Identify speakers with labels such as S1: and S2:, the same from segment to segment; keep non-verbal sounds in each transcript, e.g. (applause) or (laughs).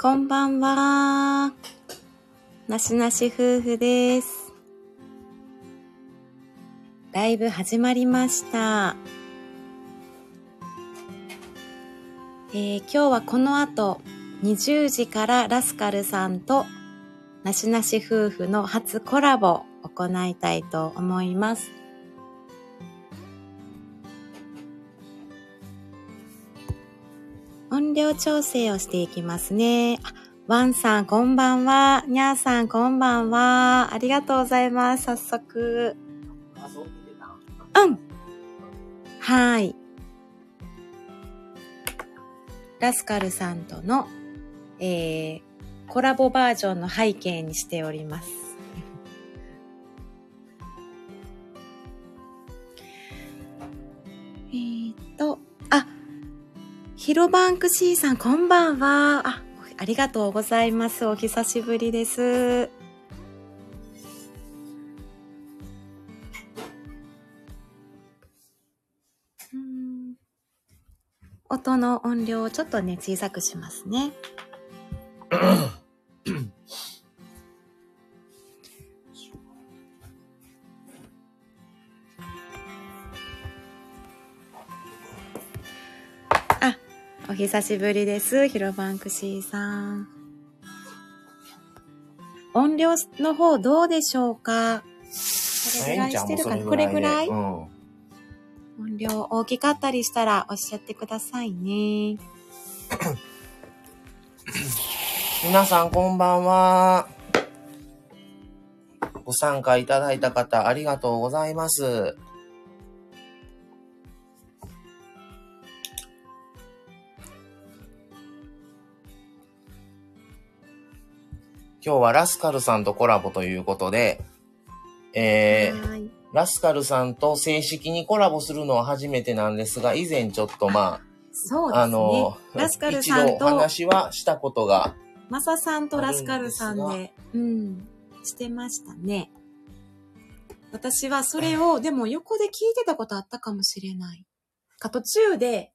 S1: こんばんは。なしなし夫婦です。ライブ始まりました。えー今日はこの後、20時からラスカルさんとなしなし夫婦の初コラボを行いたいと思います。音量調整をしていきますね。あワンさん、こんばんは。にゃーさん、こんばんは。ありがとうございます。早速。うん。はーい。ラスカルさんとの、えー、コラボバージョンの背景にしております。 (laughs) えーっと、あ、ヒロバンクシーさん、こんばんは。あ、ありがとうございます。お久しぶりです。うん音の音量をちょっとね、小さくしますね。あ、お久しぶりです。ヒロバンクシーさん。音量の方どうでしょうかこれぐらいしてるかなこれぐらい
S2: うん。
S1: 音量大きかったりしたらおっしゃってくださいね。
S2: 皆さんこんばんは。ご参加いただいた方ありがとうございます。今日はラスカルさんとコラボということで、えー、
S1: はい
S2: ラスカルさんと正式にコラボするのは初めてなんですが、以前ちょっとま
S1: そうですね。
S2: あ、あの、
S1: ラスカルさん
S2: 一度お
S1: と、
S2: 話はしたことが
S1: マサさんとラスカルさん
S2: あるん
S1: で、うん、してましたね。私はそれを、でも横で聞いてたことあったかもしれない。か、途中で、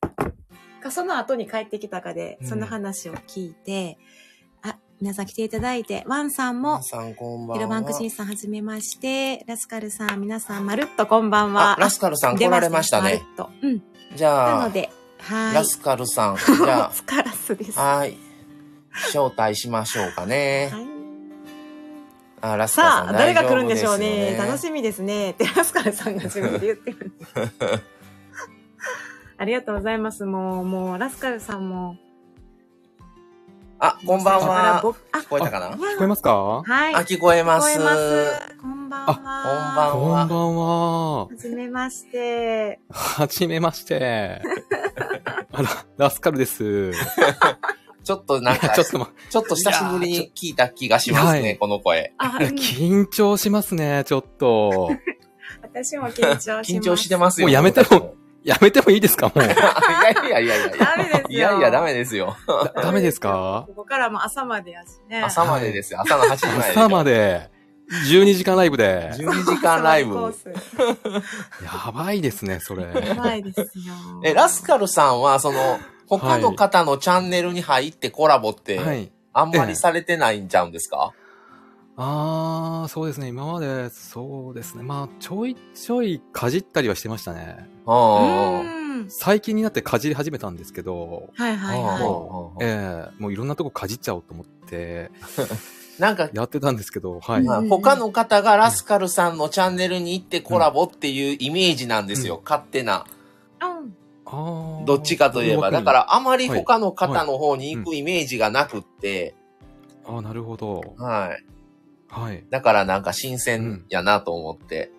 S1: か、その後に帰ってきたかで、
S2: うん
S1: その話を聞いて、あ、皆さん来ていただいて、ワンさん
S2: 皆
S1: も、
S2: さんこんばんは。
S1: ヒロバンクシンさんはじめまして、ラスカルさん、皆さんまるっとこんばん
S2: あ
S1: は、。
S2: ラスカルさん来られました
S1: 出
S2: ね。
S1: ましたまるっと。うん。
S2: じゃ
S1: な
S2: あ
S1: の、で、はい。
S2: ラスカルさ
S1: (laughs)
S2: ん、じゃ
S1: スカラスです。
S2: あ、
S1: は
S2: はい。招待しましょうかね。
S1: い。
S2: あ、ラスカルさん
S1: さあ、誰が来るんでしょうね。楽
S2: み。
S1: しみですね。テラスカルさんが自分で言ってる。
S2: (laughs)
S1: ありがとうございます。もう、もう、ラスカルさんも。
S2: あ、こんばんは。聞
S1: 僕あ、
S2: こえたかな
S3: 聞こえますか
S1: はい。
S2: あ、聞こえ
S1: 聞
S2: ま
S1: こ
S2: す
S1: え。ます。こんばんは。こん
S2: あ
S3: こんばんは。
S1: はじめまして。
S3: はじめまして。あら、ラスカルです。
S2: ちょっとなんか、
S3: ちょっとま、
S2: ちょっと久しぶり
S3: いや
S2: に聞いた気がします
S3: は
S2: ね、
S3: い
S2: この声。 (laughs)
S1: あ、うん
S3: 緊張しますね、ちょっと。
S1: 私も緊張します。
S2: 緊張してますよ。
S3: もうやめ
S2: (laughs)
S3: ても。やめてもいいですかもう。
S2: あいやいやいやいやいや。
S1: ダメですよ
S2: いやいや、ダメですよ。
S3: だダメですか
S1: ここからも朝までやしね。
S2: 朝までですよ。朝の8時まで。
S3: 朝まで、12時間ライブで。
S2: 12時間ライ
S1: (laughs) 朝まで
S2: ブ。。
S1: コース
S3: やばいですね、それ。
S1: やばいですよ
S2: え、ラスカルさんは、その、他の方のチャンネルに入ってコラボって、
S3: はい。
S2: あんまりされてないんちゃうんですか、
S3: あー、そうですね、今まで、そうですね。まあ、ちょいちょいかじったりはしてましたね。
S2: う
S1: うん
S2: うん
S1: ん。
S3: 最近になってかじり始めたんですけど、
S1: はいはいは
S2: うんうんうん
S3: ええもういろんなとこかじっちゃおうと思って、
S2: なんか、
S3: やってたんです
S2: (laughs)
S3: けど、はい。
S1: うん
S2: まあ他の方がラスカルさんのチャンネルに行ってコラボっていうイメージなんですよ。勝手な。
S1: い。うん。
S3: あ
S2: どっちかといえば。だか、
S3: から
S2: あまり他の方の方に行くイメージがなくって、
S3: ら。ああ、なるほど。
S2: はい。
S3: はい。
S2: だからなんか新鮮やなと思って。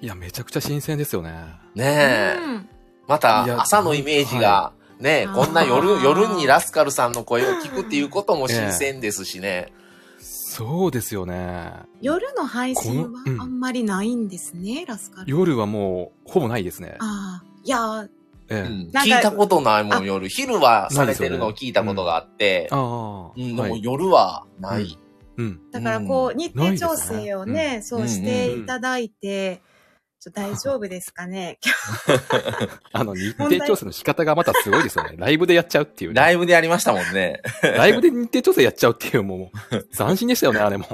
S3: いや、めちゃくちゃ新鮮ですよね。
S2: ねえ。
S1: うん
S2: ま
S3: い
S2: た
S3: や
S2: 朝のイメージが、ねえ、
S1: あー
S2: こんな夜、夜にラスカルさんの声を聞くっていうことも新鮮ですしね。
S3: そうですよね。
S1: 夜の配信
S3: こ
S1: は
S3: のうん
S1: あんまりないんですね、ラスカル。
S3: 夜はもう、ほぼないですね。
S1: ああ、いやー、
S3: え
S2: う
S3: え
S2: ん
S1: なん
S2: 聞
S1: か
S2: いたことないもん、夜。昼はされてるのを聞いたことがあって、
S3: ああ、
S2: うん、で
S3: は
S2: も
S3: い。
S2: 夜はない。
S3: うん。
S1: だからこう、日程調整を
S3: ない
S1: ね、そうしていただいて、ちょ大丈夫ですかね
S3: あの、日程調整の仕方がまたすごいですよ
S2: (laughs)
S3: ね。ライブでやっちゃうっていう、ね。
S2: ライブでやりましたもんね。
S3: ライブで日程調整やっちゃうっていう、もう、斬新でしたよね、あ
S2: (laughs)
S3: れも。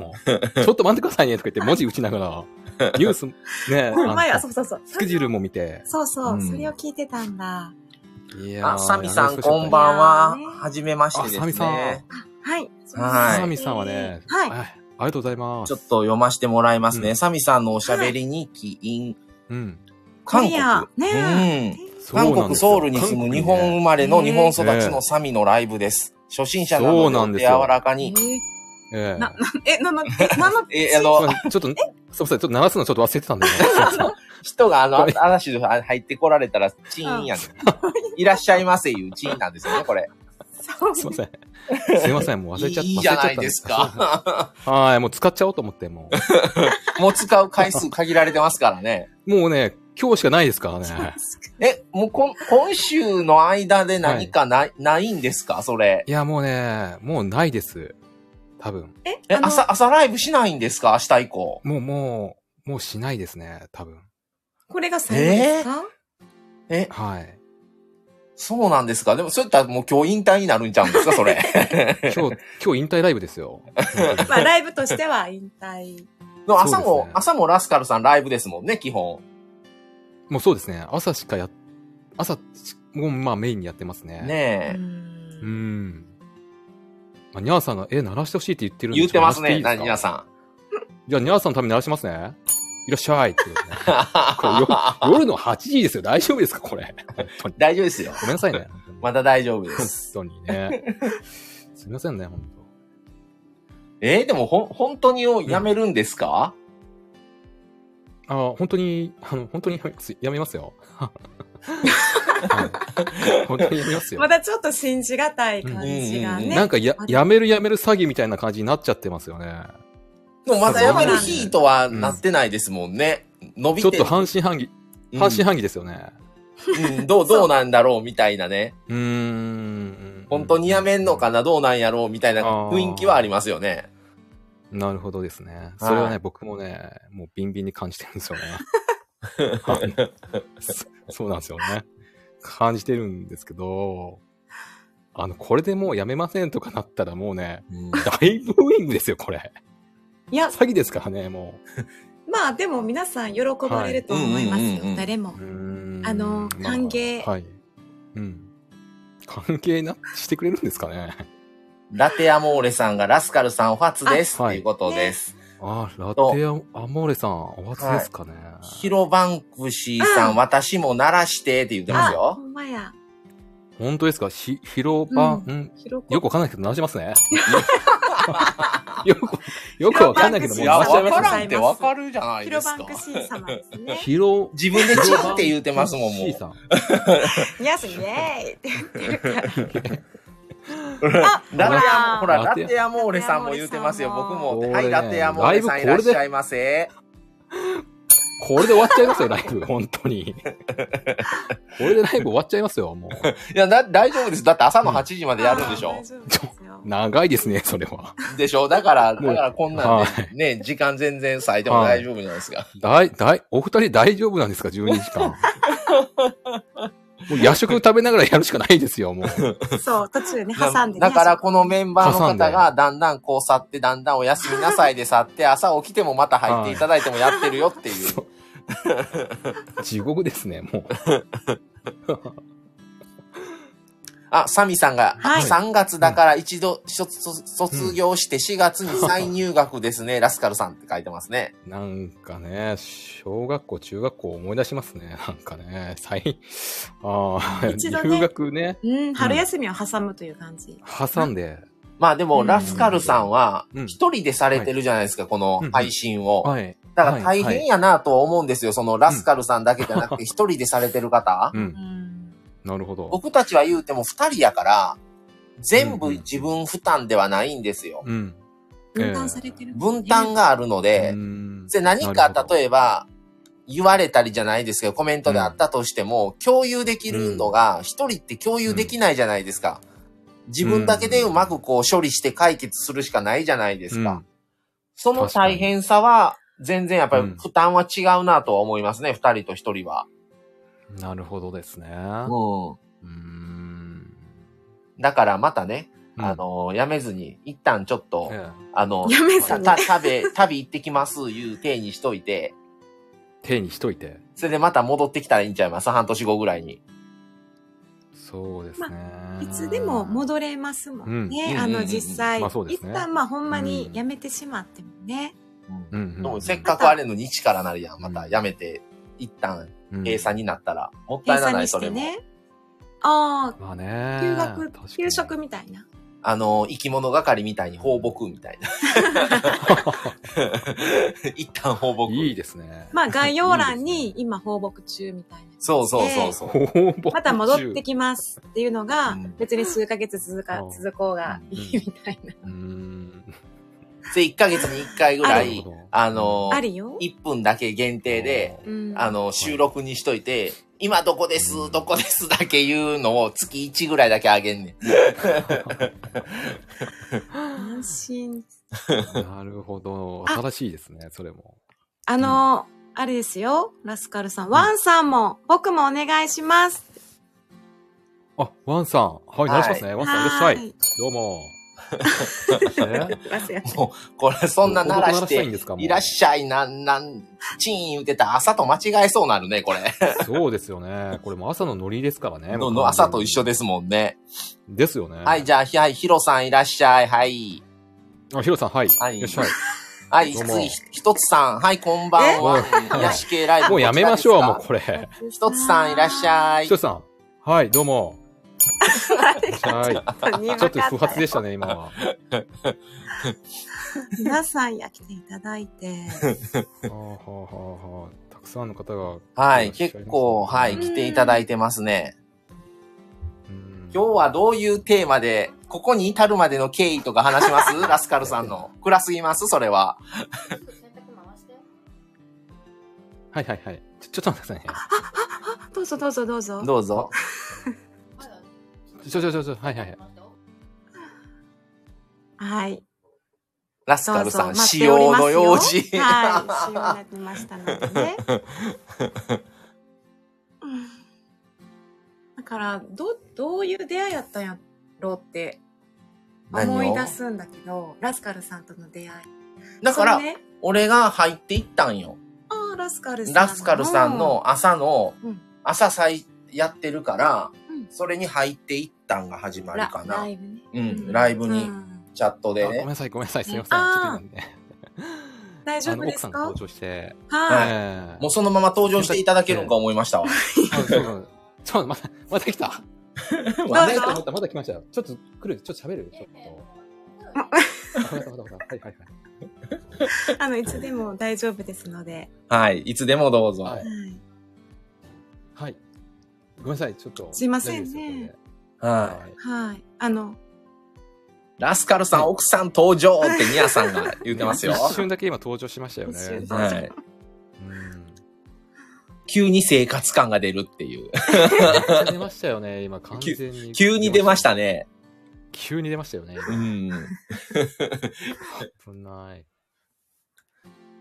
S3: ちょっと待ってくださいね、とか言って文字打ちながら、ニュース、ね、
S1: ほんまや、
S3: あ
S1: そ
S3: の
S1: うそうそう。
S3: スケジュールも見て。
S1: そうそう、
S3: うん
S1: それを聞いてたんだ。
S3: いやー
S2: あ、サミさんこん
S1: ん
S2: ばんは
S1: いやーね。
S2: はじめましてで
S3: あサミ
S2: す
S3: さん
S2: ね。
S1: はい。
S2: はい
S3: サミさんはね、
S1: はい。
S3: ありがとうございます。
S2: ちょっと読ませてもらいます
S3: う
S2: ね。
S3: ん
S2: サミさんのおしゃべりに起因。
S3: うん。
S2: 韓
S1: いや
S2: 国。
S1: ね
S2: うん
S3: そうなん
S2: 韓
S3: ですよ
S2: 国ソウルに住む日本生まれの日本育ちのサミのライブです。初心者な
S3: そうな
S2: の
S3: ん
S2: で
S3: で
S2: 柔
S3: すよ
S2: らか
S1: え
S2: に。
S1: ー
S2: (laughs)
S3: ええ
S1: な、な、え、な、な、え、な、な、
S2: え、あの、
S3: すいませんちょっと、すみません、ちょっと流すのちょっと忘れてたんだ
S2: (laughs)
S3: けど。すいません
S2: 人があの
S3: これ、
S2: 嵐で入ってこられたら、チーンやねん。いらっしゃいませいうチーンなんですよね、これ。
S1: そう (laughs)
S3: すいません。すいません、もう忘れちゃった。
S2: いいじゃないですか。
S3: 忘れちゃった。はい、もう使っちゃおうと思って、も
S2: もう使う回数限られてますからね。 (laughs)
S3: う。もうね、今日しかないですからね。
S2: え、もうこん今週の間で何かない、ないんですかそれ。
S3: いや、もうね、もうないです。多分。
S2: え、
S1: あの
S2: 朝、朝ライブしないんですか明日以降。
S3: もう、もう、もうしないですね、多分。
S1: これが最後ですか、
S2: え、
S3: はい。
S2: そうなんですかでも、そういったらもう今日引退になるんちゃうんですかそ
S3: (laughs)
S2: れ。
S3: 今
S2: (laughs)
S3: 日、今日引退ライブですよ。
S1: まあ、ライブとしては引退。
S2: の朝
S3: そうで
S2: も、
S3: すね
S2: 朝もラスカルさんライブですもんね、基本。
S3: もうそうですね、朝しかや、朝し、もうまあメインにやってますね。
S1: う
S2: ね
S1: ん
S3: うん。まあ、ニャーさんが、え、鳴らしてほしいって言って
S2: え。
S3: るんで
S2: 言ってますね、な
S3: ニャ
S2: 皆
S3: ーさん。
S2: さん。
S3: じゃあ、ニャーさんのために鳴らしますね。いらっしゃいってことね
S2: (laughs)
S3: これよ夜の8時ですよ。大丈夫ですかこれ。本当に。
S2: 大丈夫ですよ。
S3: ごめんなさいね。本当に
S2: まだ大丈夫で (laughs)
S3: 本
S2: す。
S3: 当にね。すみませんね、本
S2: えーでもほん、本当にをやめるんですか、
S3: 当。あ本当に、あの、本当にやめますやめますよ。はい本当にやめますよ
S1: ま。だちょっと信じがたい感じが
S2: うんうんうん
S1: ね。
S3: なんかや
S1: ま、だ
S3: やめるやめる詐欺みたいな感じになっちゃってますよね。
S2: でもまだやめる日とはなってないですもんね。伸び
S3: ちょ
S2: て
S3: っと半信半疑、
S2: うん
S3: 半信半疑ですよね。
S2: うん、 (laughs) どう、どうなんだろうみたいなね。
S3: うーん。
S2: 本当にやめんのかな、どうなんやろうみたいな雰囲気はありますよね。
S3: なるほどですね。それは
S2: は
S3: ね、
S2: い
S3: 僕もね、もうビンビンに感じてるん (laughs) ですよね。はいそそうなんですよね。感じてるんですけど、あの、これでもうやめませんとかなったらもうね、大ブーイングですよ、これ。
S1: いや、
S3: 詐欺ですからね、も
S1: まあでも皆さん喜ばれると思いますよ、
S2: はいうんうんうんうん
S1: 誰も
S3: う。う。ーん
S1: あの歓迎
S3: はい。うん。歓迎な、してくれるんですかね。
S2: ラテアモーレさんがラスカルさんお初です。
S3: あ
S2: ということです。
S3: あ、ラテア、アモーレさん、お初ですかね。
S2: ヒロバンクシーさ、
S1: うん
S2: 私も鳴らしてって言ってます
S1: あ、ほ
S2: よ。
S1: んまや。
S3: 本当ですかひ、広場、
S1: う
S3: うん、
S1: ひろこ
S3: よくわかんないけど、鳴らしますね。 (laughs) よく、よくわかんないけど、も
S1: うん
S3: う
S2: いや、わ
S3: 鳴らしちゃ
S2: か
S3: いま
S2: ら
S3: す
S2: ん
S3: ね。。
S2: ってわかるじゃない
S1: ヒ
S2: で
S1: ロ
S2: す
S1: バン
S2: か
S1: ク。シー様ですね
S3: 広、
S2: 自分でチーって言ってますもん、も
S3: C
S2: う。
S3: さん。
S1: ニャスイエーイって言ってるから。
S2: ラテ
S1: ほ
S2: ア
S1: ら
S2: モ、ほら、
S3: ラ
S2: ラ
S3: テ
S2: テアモーレさんも言ってますよ。
S1: ラテア
S2: 僕
S1: モ
S3: ー
S2: も。
S3: レさんもこ
S2: は
S3: れ
S2: い、
S3: ね
S2: ラテアモーレさん
S3: だい
S2: い
S3: ぶこ
S2: ら
S3: れ
S2: っ
S3: で
S2: しゃいませ。
S3: これで終わっちゃいますよ、ライブ。本当に。これでライブ終わっちゃいますよ、もう。
S2: いや、だ、大丈夫です。だって朝の8時までやるんでし
S1: あー
S2: ょ
S1: 大。丈夫ですよ
S3: 長いですね、それは。
S2: でしょだから、
S3: もう
S2: だからこんなんで、ね、時間全然割いても大丈夫じゃないですか。
S3: だい、だい、お二人大丈夫なんですか、12
S2: (laughs)
S3: 時間。もう夜食食べながらやるしかないですよ、もう。
S1: そう、途中ね、
S2: だ
S1: 挟んでね。
S2: だからこのメンバーの
S3: 挟
S2: 方
S3: んで
S2: がだんだんこう去って、だんだんおやすみなさいで去って、朝起きてもまた入っていただいてもやってるよっていう。
S3: 地獄ですね、もう。
S2: あ、サミさんが、
S1: はい
S2: 3月だから一度卒卒業して4月に再入学ですね、ラスカルさんって書いてますね。
S3: なんかね、小学校、中学校思い出しますね。 (laughs) なんかね、最、 (laughs) ああ、
S1: 一度ね
S3: 留学ね、
S1: うん、春休みを挟むという感じ。
S3: 挟んで、
S2: まあでも、
S1: うん
S2: ラスカルさんは
S3: うん
S2: 一人でされてるじゃないですか、この配信を。
S3: はい。
S2: だから大変やなとは思うんですよ。そのラスカルさんだけじゃなくて一人でされてる方。
S3: う、
S1: うんん。
S3: なるほど。
S2: 僕たちは言うても二人やから、全
S3: う
S2: 部
S3: んうん
S2: 自分負担ではないんですよ。
S3: うん。
S1: 分担されてる。
S2: 分担があるので、で何か
S3: え
S2: 例えば言われたりじゃないですけど、コメントであったとしても、共有できるのが一人って共有できないじゃないですか。自分だけでうまくこう処理して解決するしかないじゃないで
S3: です
S2: か。その
S3: 確かに
S2: 大変さは全然やっぱ
S3: う
S2: り
S3: ん
S2: 負担は違うなとは思いますね、二、人と一人は。
S3: なるほどですね。
S2: う
S3: うーん。
S2: ん。だからまたね、あ
S3: うん、
S2: のやめずに、一旦ちょっと、
S3: え
S2: あの、
S1: やめずに
S2: た旅、旅行ってきます、いう体にしといて、
S3: え手にしといて。
S2: それでまた戻ってきたらいいんちゃいます半年後ぐらいに。
S3: そうですね。
S1: いつでも戻れますもんね。
S2: うん
S1: あ
S2: うんうん
S1: の、
S2: うん
S1: 実際。
S3: まあそうですね
S1: 一旦、まあ、ほんまにやめてしまってもね。
S3: うんうんうん
S2: でもせっかくあれの日からなるやん。またやめて、一旦
S3: うん
S2: 閉鎖になったら、もった
S1: 閉
S2: いな
S1: 鎖
S2: な
S1: に
S2: い、
S1: し
S2: それ
S1: て
S2: も。
S1: ね。あ
S3: まあね
S1: あ、。休学
S3: 確か、に
S1: 給食みたいな。
S2: あの、生き物係みたいに放牧みたいな。 (laughs) 一旦放牧。
S3: (laughs) (laughs) いいです
S2: (laughs)
S3: ね。
S1: まあ、概要欄
S3: いい
S1: に
S3: で
S1: 今放牧中みたいな。
S2: そうそうそうそう。
S3: すね、 (laughs) ほぼ
S1: また戻ってきますっていうの
S2: う
S1: が
S2: ん、
S1: 別に数ヶ月続か
S3: う、ん
S1: 続こうがいいみたいな。
S3: うーん。
S2: で、1ヶ月に1回ぐら
S3: なる
S2: い
S3: ほど、
S2: あの、
S1: (laughs) あるよ。
S2: 1分だけ限定で、
S1: うん
S2: あの、収録にしといて、今どこです、どこですだけ言うのを月1ぐらいだけあげんねん。
S1: 安心。
S3: (laughs) なるほど。
S1: あ
S3: 正しいですね、それも。
S1: あの、あれですよ。ラスカルさん。ワンさんも、僕もお願いします。
S3: あ、ワンさん。はい、
S2: はい
S3: 鳴らしますね。ワンさん、いらっしゃい。どう
S2: (laughs)
S3: も。ね
S2: もう、これそんな鳴らし
S3: 男鳴らしたいん
S2: て、
S3: ですかもう
S2: いらっしゃい、なん、なん、チーン言ってた朝と間違えそうなるね、これ。
S3: そうですよね。これも朝のノリですからね。
S2: のの朝と一緒
S3: で。
S2: ですもんね。
S3: ですよね。
S2: はい、じゃあ、ひはい、ヒロさんいらっしゃい、はい。
S3: あ、ヒロさん、はい。
S2: はい
S3: いらっしゃい。
S2: はい、
S3: どうも
S2: 次、ひひとつさん、はい、こんばんは。
S3: え
S2: 屋敷ライブ。
S3: もうやめま
S2: (laughs)
S3: しょう、もう
S2: う。
S3: これ。
S2: ひとつさんいらっ
S1: (laughs)
S2: しゃい
S3: ヒロ。さん。はい、どうも。いらっしゃい。
S2: (laughs)
S1: い
S3: ちょっと不発でしたね、今は。
S1: 皆さんや来ていただいて。
S3: (laughs) はあはあはあはあたくさんの方が。
S2: はい、結構、はい、
S3: う
S2: 来ていただいてますね。
S3: ん
S2: 今日はどういうテーマで、ここに至るまでの経緯とか話します
S1: (laughs)
S2: ラスカルさんの。暗すぎますそれは。
S3: はいはいはい。ちょ、ちょっと待ってくださいね。
S1: どうぞどうぞどうぞ。
S2: どうぞ。
S3: ちょちょちょちょ、はいはいはい。
S1: はい。
S2: ラスカルさ、
S1: どうんぞ
S2: 使用の用事。
S1: 待っておりますよはい。使用になってましたのでね。うん (laughs) だから、ど、どういう出会いやったんやろうって
S2: (laughs) 何を
S1: 思い出すんだけど、ラスカルさんとの出会い。
S2: だから
S1: そ、れね、
S2: 俺が入っていったんよ。
S1: ああ、ラスカルさんの。
S2: ラスカルさんの朝の
S1: うん、
S2: 朝さいやってるから
S1: うん、
S2: それに入っていったんが始まる
S1: ラ
S2: か
S1: ラ
S2: な。
S1: イブね。
S2: うん、ライブ
S1: う
S2: に、
S1: ん
S2: チャットで
S3: あごめん
S2: ね。
S3: なさい、ごめんなさい、すみません。ちょっと
S1: あー
S3: 今ね。
S1: (laughs) 大丈
S3: あ
S1: 夫
S3: の、
S1: で
S3: 奥さ
S1: す
S3: んが
S1: か
S3: 登場して。
S1: はい。
S3: ええ
S2: もうそのまま登場していただけるんか思いましたわ。
S3: あそうそうちょ、また、また
S2: (laughs)
S3: 来た。
S1: ど
S3: ま
S1: う
S3: た
S1: ぞ
S3: 来た、またまた来ましたよ。ちょっと来る、ちょっと喋る。ちょっと。またまたまた。はいはい
S1: あの、いつでも大丈夫ですので。
S2: はい、いつでもどうぞ。
S3: は。
S2: はい
S3: は
S1: は
S3: い。
S1: いい。
S3: はい。ごめんなさい、ちょっと。
S1: すいませんね
S2: い。
S3: 大丈夫ですよ。これで
S1: はい。あの、
S2: ラスカルさん、奥さん登場ってニアさんが言ってますよ。
S3: 一瞬だけ今登場しましたよね
S1: 一。瞬だ
S2: はい。
S3: うん。
S2: 急に生活感が出るって (laughs) いう。
S3: めっちゃ出ましたよね、今、完全に。
S2: (laughs) 急に出ました。ね。
S3: 急に出ました
S1: (laughs)
S3: よね。今
S2: うん。い
S3: 危ない。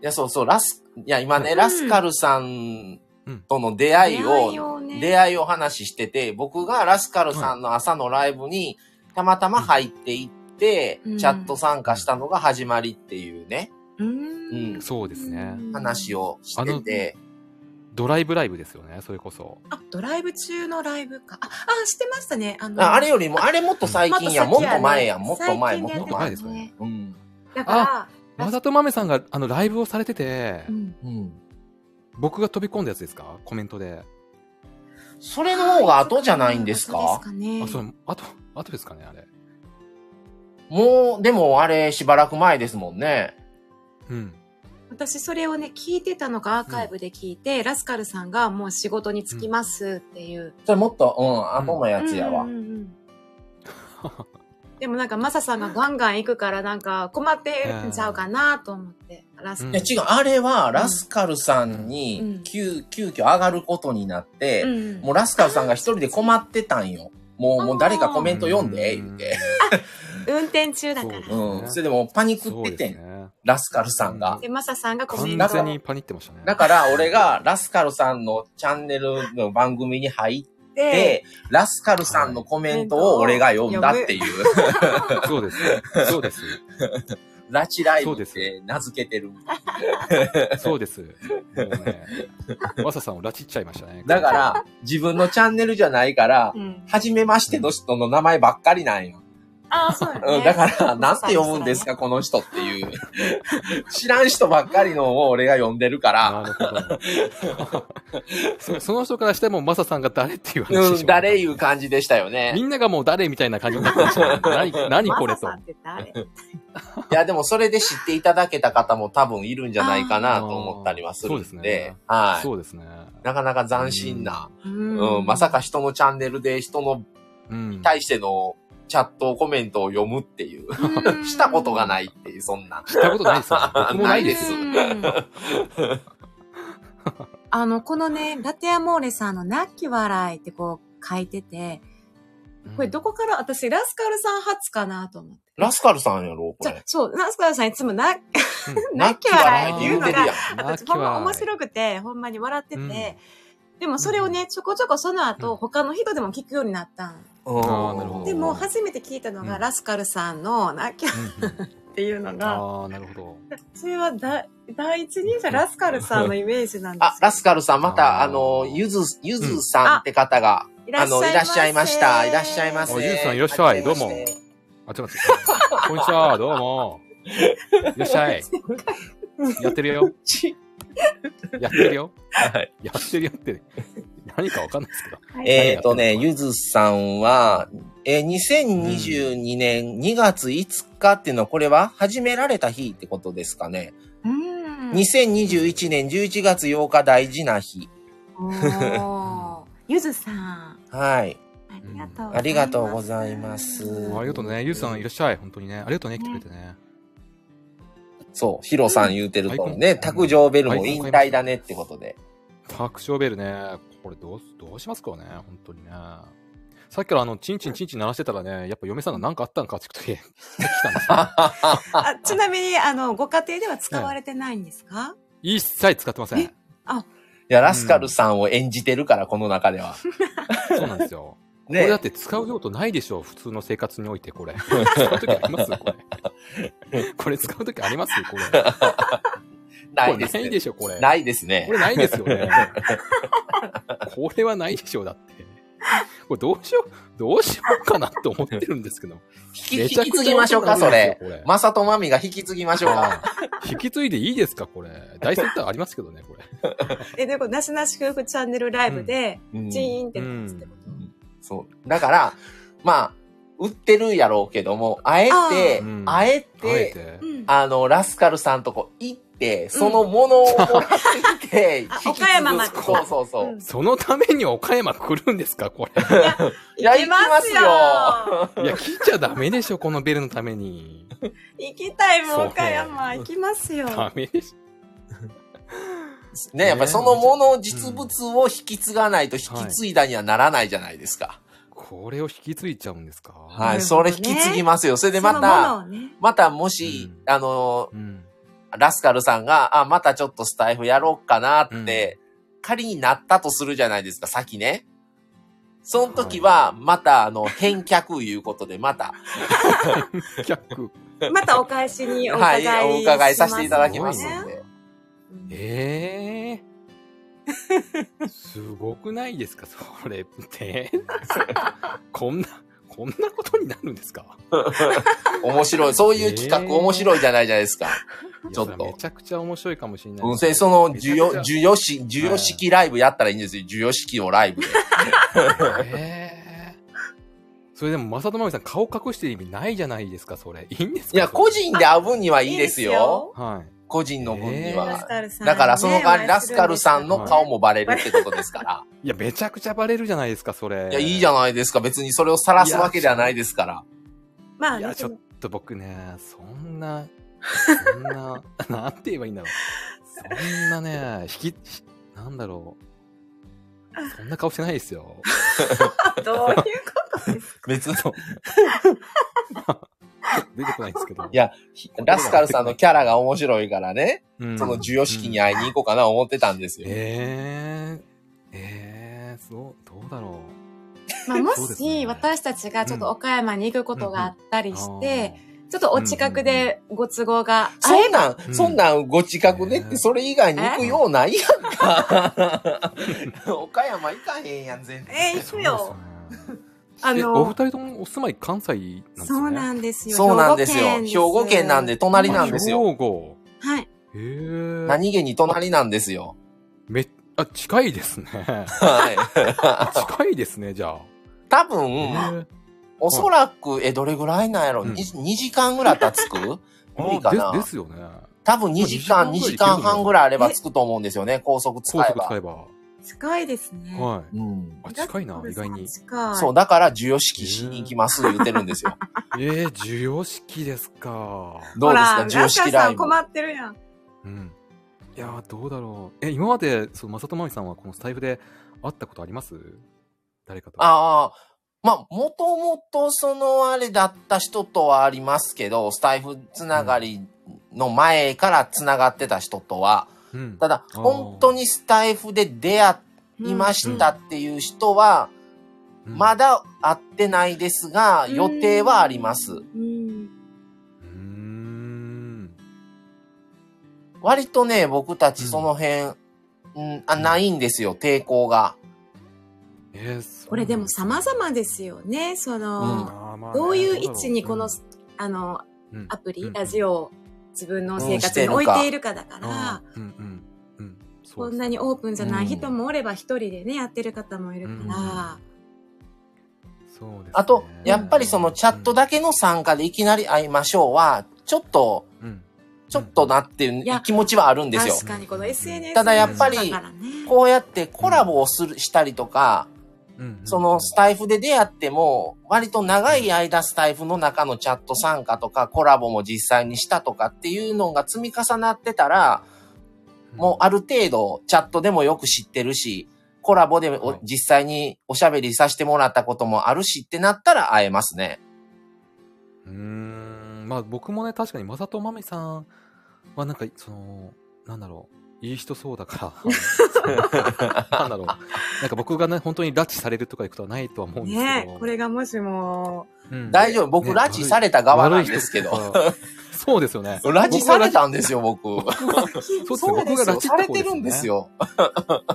S2: や、そうそう、ラス、いや、今ね、
S1: うん
S2: ラスカルさんとの出会い
S1: 出会い
S2: を、
S1: をね
S2: 出会いを話してて、僕がラスカルさんの朝のライブにたまたま入っていって、
S1: うん
S2: チャット参加したのが始まりっていうね、
S1: うー
S2: うんん
S3: そうですね。
S2: 話。をしてて、
S3: ドライブライブですよね、それこそ。
S1: あ、ドライブ中のライブか。あ、あ、してましたね。あの、
S2: ああれよりも、あれもっと最近や、もっと前や、もっと前、もっ
S3: ね
S2: と前。
S3: ですかね。
S2: うん。
S1: だから、
S3: まさとまめさんが、あの、ライブをされてて、
S1: うん
S2: うん。
S3: 僕が飛び込んだやつですかコメントで。
S2: それの方が後じゃないんですか、
S1: そうですかね。
S3: あ、そう、あと、あとですかね、あれ。
S2: もう、でもあれしばらく前ですもんね。
S3: うん。
S1: 私それをね、聞いてたのがアーカイブで聞いて、ラスカルさんがもう仕事に就きますっていう。
S2: それもっと、うん、後のやつやわ。
S1: うんうんうんでもなんかマサさんがガンガン行くからなんか困ってんちゃうかなと思って、ラスカ
S3: うん
S2: いや、違う。あれは、ラスカルさんに、急、急遽上がることになって、
S1: ル。うん
S2: もうラスカルさんが一人で困ってたんよ。もう、もう誰かコメント読んで、言って。
S1: 運転中だから。
S3: そ
S2: (laughs)
S3: う
S2: うん。それでもうパニックっててん。
S3: ね。
S2: ラスカルさんが。
S1: で、マサさんがコメン
S3: 完
S1: ト
S3: 全にパニってましたね。
S2: だから俺がラスカルさんのチャンネルの番組に入って、
S1: で、
S2: ラスカルさんのコメントを俺が読んだっていう、
S3: そうです。そうです。
S2: 拉致ライブ
S3: そう
S2: っ
S3: で
S2: て名付けてる。
S3: そうです。もうね、マサさんを拉致っちゃいましたね。
S2: だから、
S3: (laughs)
S2: 自分のチャンネルじゃないから、
S1: うん。
S2: はじめましての人の名前ばっかりなんよ。
S1: ああ、そうだ
S2: う
S1: ね。
S2: ん、だ
S3: (laughs)
S2: から、なんて読むんです
S1: か
S2: か、この人っていう。 (laughs) 知らん人ばっかりのを俺が読んでるから、
S3: なるほどそ。その人からしても、マサさんが誰っていう話でしょ、
S2: うん、誰いう感じでしたよね。
S3: みんながもう誰みたいな感じになってましたね。何、何これと
S1: マサ。さんって誰
S2: いや、でもそれで知っていただけた方も多分いるんじゃないかなと思ったりはするんで、
S3: あーそうですね
S2: はい。
S3: そうですね。
S2: なかなか斬新な、
S1: う
S2: うん、まさか人のチャンネルで人の
S3: うん。
S2: 対してのチャットコメントを読むっていう、
S1: か
S2: したことが
S1: い。
S2: ないっていう、そんな。
S3: したことないですよね。僕も
S2: ないです
S1: うん。あの、このね、ラテアモーレさんの泣き笑いってこう書いてて、これどこから私、ラスカルさん発かなと思って。
S2: ラスカルさんやろ、こ
S1: じゃあ
S2: れ、。
S1: そう、ラスカルさんいつもな、
S2: 泣き笑いって言うてるやん。
S1: 私ほんま面白くて、ほんまに笑ってて、でもそれをね、ちょこちょこその後、
S3: うん
S1: 他の人でも聞くようになったん。
S2: うん
S3: あーなるほど
S1: でも、初めて聞いたのが、
S3: うん
S1: ラスカルさんの泣き笑いっていうのが、
S3: ああ、なるほど。
S1: それはだ第一人者ラスカルさんのイメージなんです
S2: あ、ラスカルさん、また、あ
S3: あー
S2: の、ゆず、ゆずさんって方が、
S1: い
S2: あの、いらっしゃいました。いらっしゃいま
S3: お
S2: せ。
S3: ゆずさんいらっしゃいどうもあ、ちょっと待って。こんにちは、どうも。いらっしゃい。やってるよ。
S2: ち
S3: やってるよ。
S2: はい。
S3: やってるよって、何かわかんないですけど。
S2: えっ、とね、ゆずさんは、えー2022年2月5日っていうのは、これは始められた日ってことですかね。
S1: うん。
S2: 2021年11月8日大事な日。
S1: おーゆずさん。
S2: はい。
S1: ありがとうございます。
S2: ありがとうございます
S3: ありがとうね。ゆうさんいらっしゃい。本当にね。ありがとうね。来てくれてね。
S2: そう、ヒロさん言うてるとね、
S3: うん
S2: 卓上ベルも
S3: はい
S2: 引退だねってことで。
S3: タクショーベルね。これどうす、どうしますかね。本当にね。さっきからあの、チンチンチンチン鳴らしてたらね、やっぱ嫁さんが何かあったんかって聞くとき、来たんですよ。
S1: あちなみに、あの、ご家庭では使われてないんですか、
S3: 一切使ってません
S1: え。
S2: いや、ラスカルさんを演じてるから、この中では。
S3: (laughs) そうなんですよ。これだ
S2: ね
S3: っ。て使う用途ないでしょ。普通の生活において、これ。 (laughs) 使うときありますこ
S2: (laughs)
S3: れ。これ使うときありますこれ。こ
S2: な
S3: れ
S2: いです
S3: ない
S2: ね
S3: で。しょ、これ。
S2: ないですね
S3: こ。れないですよね。これはないでしょう、だって。これどうしよう、どうしようかなって思ってるんですけど。
S2: 引き引き継ぎましょうか、それ。
S3: めちゃくちゃ面白いですよ。こ
S2: マサとマミが引き継ぎましょうか。
S3: (laughs) 引き継いでいいですか、これ。大センターありますけどね、こ
S2: (laughs)
S3: れ。
S1: え、で、これなしなし夫婦チャンネルライブで、
S2: うん
S1: チーンって
S3: う
S1: なって
S3: ん
S1: た。
S2: そう。だから、まあ、売ってるんやろうけども、あえて
S3: あーう、ん
S2: あえ
S3: あえ
S2: て、
S3: て
S1: う。ん。
S2: あの、ラスカルさんとこ行って、そのものをもらってきて、引き継
S1: あ
S2: ぐ
S1: 岡山まで。
S2: そうそうそううん
S3: そのために岡山来るんですか、これ。
S2: いや、行きますよ。
S1: 行
S3: いや、来ちゃダメでしょ、このベルのために。
S1: きたいも
S3: そ
S1: ん、
S3: う
S1: 岡山。行きますよ。
S3: ダメでしょ。
S2: ね、やっぱりそのもの、実物を引き継がないと引き継いだにはならないじゃないですか。
S3: これを引き継いちゃうんですか。
S1: い
S2: はい。
S1: なる
S2: そ
S1: ほどね
S2: れ引き継ぎますよ。それで
S1: その
S2: ま
S1: も
S2: た、
S1: のをね。
S2: またもし、
S3: うん
S2: あの、
S3: うん。
S2: ラスカルさんが、あ、またちょっとスタイフやろうかなって、仮になったとするじゃないですか、先ね。その時は、また、あの、返却いうことで、また、
S3: 逆。
S1: またお返しに (laughs) お
S2: は
S1: 伺いします、
S2: い、お伺いさせていただきます
S1: ね
S2: んで。
S1: うん
S3: ええすごくないですかそれって。こんな、こんなことになるんですか
S2: 面白い。そういう企
S3: え
S2: 画
S3: ー
S2: 面白いじゃないじゃないですか。
S3: いや
S2: ちょっと
S3: それはめちゃくちゃ面白いかもしれない。
S2: うん、せその、授与、
S3: めちゃくち
S2: 授与式、授与式ライブやったらいいんですよ。授与式をライブで。
S3: ゃええそれでも、まさとまみさん顔隠してる意味ないじゃないですかそれ。いいんです
S2: い
S3: か
S2: や、個人で会うんにはい
S1: い
S2: い
S1: い
S2: で
S1: ですす
S2: よ。
S1: よ。
S3: はい。
S2: 個人の分に
S3: えー
S1: ラ
S2: は
S1: ス。カルさん
S2: だからその代わり
S1: ね
S2: ラスカルさんの顔もバレるってことですから。
S3: いや、めちゃくちゃバレるじゃないですかそれ。
S2: (laughs) いや、いいじゃ
S3: ん。
S2: ないですか。別にそれを晒すわけではないですから。
S1: まあ
S3: い
S1: ね
S3: や、ちょっと僕ね、そんな、そんな、なんて言えばいいんだろう。そんなね、引き、ひなんだろう。そんな顔してないですよ。
S1: どういうことですか
S2: 別の。
S3: 出てこないんですけど。い
S2: い、や、ラスカルさんのキャラが面白いからね、
S3: うん
S2: その授与式に会いに行こうかな思ってたんですよ。
S3: ええええそう、どうだろ
S1: まあ、も
S3: (laughs) そうです
S1: し
S3: ね
S1: 私たちがちょっと岡山に行くことがあったり
S3: う。
S1: して、ちょっとお近くでご都合が
S2: そ
S1: 合え
S2: ん
S1: ば、
S2: なん、
S3: うん
S2: そんなんご近くねっ
S3: え
S2: て、
S3: ー
S2: それ以外に行くようないやん (laughs) か。岡山行かへんやん、全然。
S1: えー、
S3: あー
S1: 行
S3: そ
S1: く
S3: うですね
S1: よ。あ
S3: あの、お二
S1: の、
S3: 人ともお住まい関西なんですね。
S1: そうなんんですよ。
S2: そうなんですよ。
S1: です
S2: 兵庫県なんで隣なんですよ。
S3: 兵庫。
S1: はい。
S3: へえ
S2: 何気に隣なんですよ。
S3: め、あ、近いですね。 (laughs)
S2: はい。
S3: 近いですね、じゃあ。
S2: 多
S3: え
S2: 分、
S3: ー
S2: おそらく、え、どれぐらいなんやろ、
S3: うん
S2: 2, 時間ぐらい経つく無理か
S3: あ
S2: な
S3: で。ですよね。
S2: 多分2時間、2
S3: 2
S2: 時
S3: 時
S2: 間
S3: 間
S2: 半ぐらいあれば着くと思うんですよね。高速使
S3: 高
S2: え
S3: 速使
S2: ば。
S3: えば。
S1: 近いですね。
S3: はい。
S2: うん。
S3: あ、近いな、意外に。
S1: 近い。
S2: そう、だから授与式しに行きます言ってるんです
S1: (laughs)
S2: よ。
S3: ええ授与式ですか。
S2: どうですか
S1: ほら
S2: 授与式ライン
S1: ラッカーさん
S2: も。
S1: 困ってるやん。
S3: うん。いやー、どうだろう。え、今まで、その、まさとまみさんはこのスタイフで会ったことあります誰かと。
S2: ああ、まあ、もともとそのあれだった人とはありますけど、スタイフつながりの前からつながってた人とは、
S3: うん。
S2: ただ、
S3: ー
S2: 本当にスタイフで出会いましたっていう人は、
S3: うん
S2: まだ会ってないですが、予定はありま
S1: う
S2: す。
S1: ん。
S3: うーん。
S2: 割とね、僕たち
S3: うん
S2: その辺、うん、あ、ないんですよ、抵抗が。
S3: えー、そう
S1: これでも様々ですよね。そ
S2: うん
S1: の、
S3: あーまあね
S1: どういう位置にこの、あの、アプリ、ラジオを自分の生活に置いているかだか
S3: オが
S1: ら、
S3: うんうんうんそう
S1: こ
S3: です
S1: んなにオープンじゃない人もおれば、一人でね、やってる方もいるから、
S3: そうですね
S2: あと、やっぱりそのチャットだけの参加でいきなり会いましょうは、ちょっと、
S3: うん
S2: ちょっとなってい
S1: いや
S2: う気持ちはあるんですよ。
S1: 確かにこの SNS
S2: ただやっぱり
S1: の力ね
S2: こうやってコラボをする、したりとか、
S3: うんうん
S2: そのスタイフで出会っても、割と長い間スタイフの中のチャット参加とか、コラボも実際にしたとかっていうのが積み重なってたら、もうある程度チャットでもよく知ってるし、コラボでお
S3: はい
S2: 実際におしゃべりさせてもらったこともあるしってなったら会えますね。
S3: うーんまあ僕もね確かにまさとまみさんはなんかそのなんだろういい人そうだから
S2: (laughs)
S3: なんだろうなんか僕がね本当に拉致されるとかいうことはないとは思うんですけ
S1: ね
S3: ど、
S1: これがもしも、
S3: うん
S2: 大丈夫。僕、
S3: ね
S2: 拉致された側なんですけ
S3: 悪
S2: ど。 (laughs)
S3: い人とかそうですよね
S2: 拉致されたんですよ、
S3: (laughs)
S2: 僕。
S3: そうです
S2: そ
S3: ね
S2: うです
S3: 僕が
S2: よ。
S3: 拉致った
S2: さ
S3: 方
S2: れてるんですよ。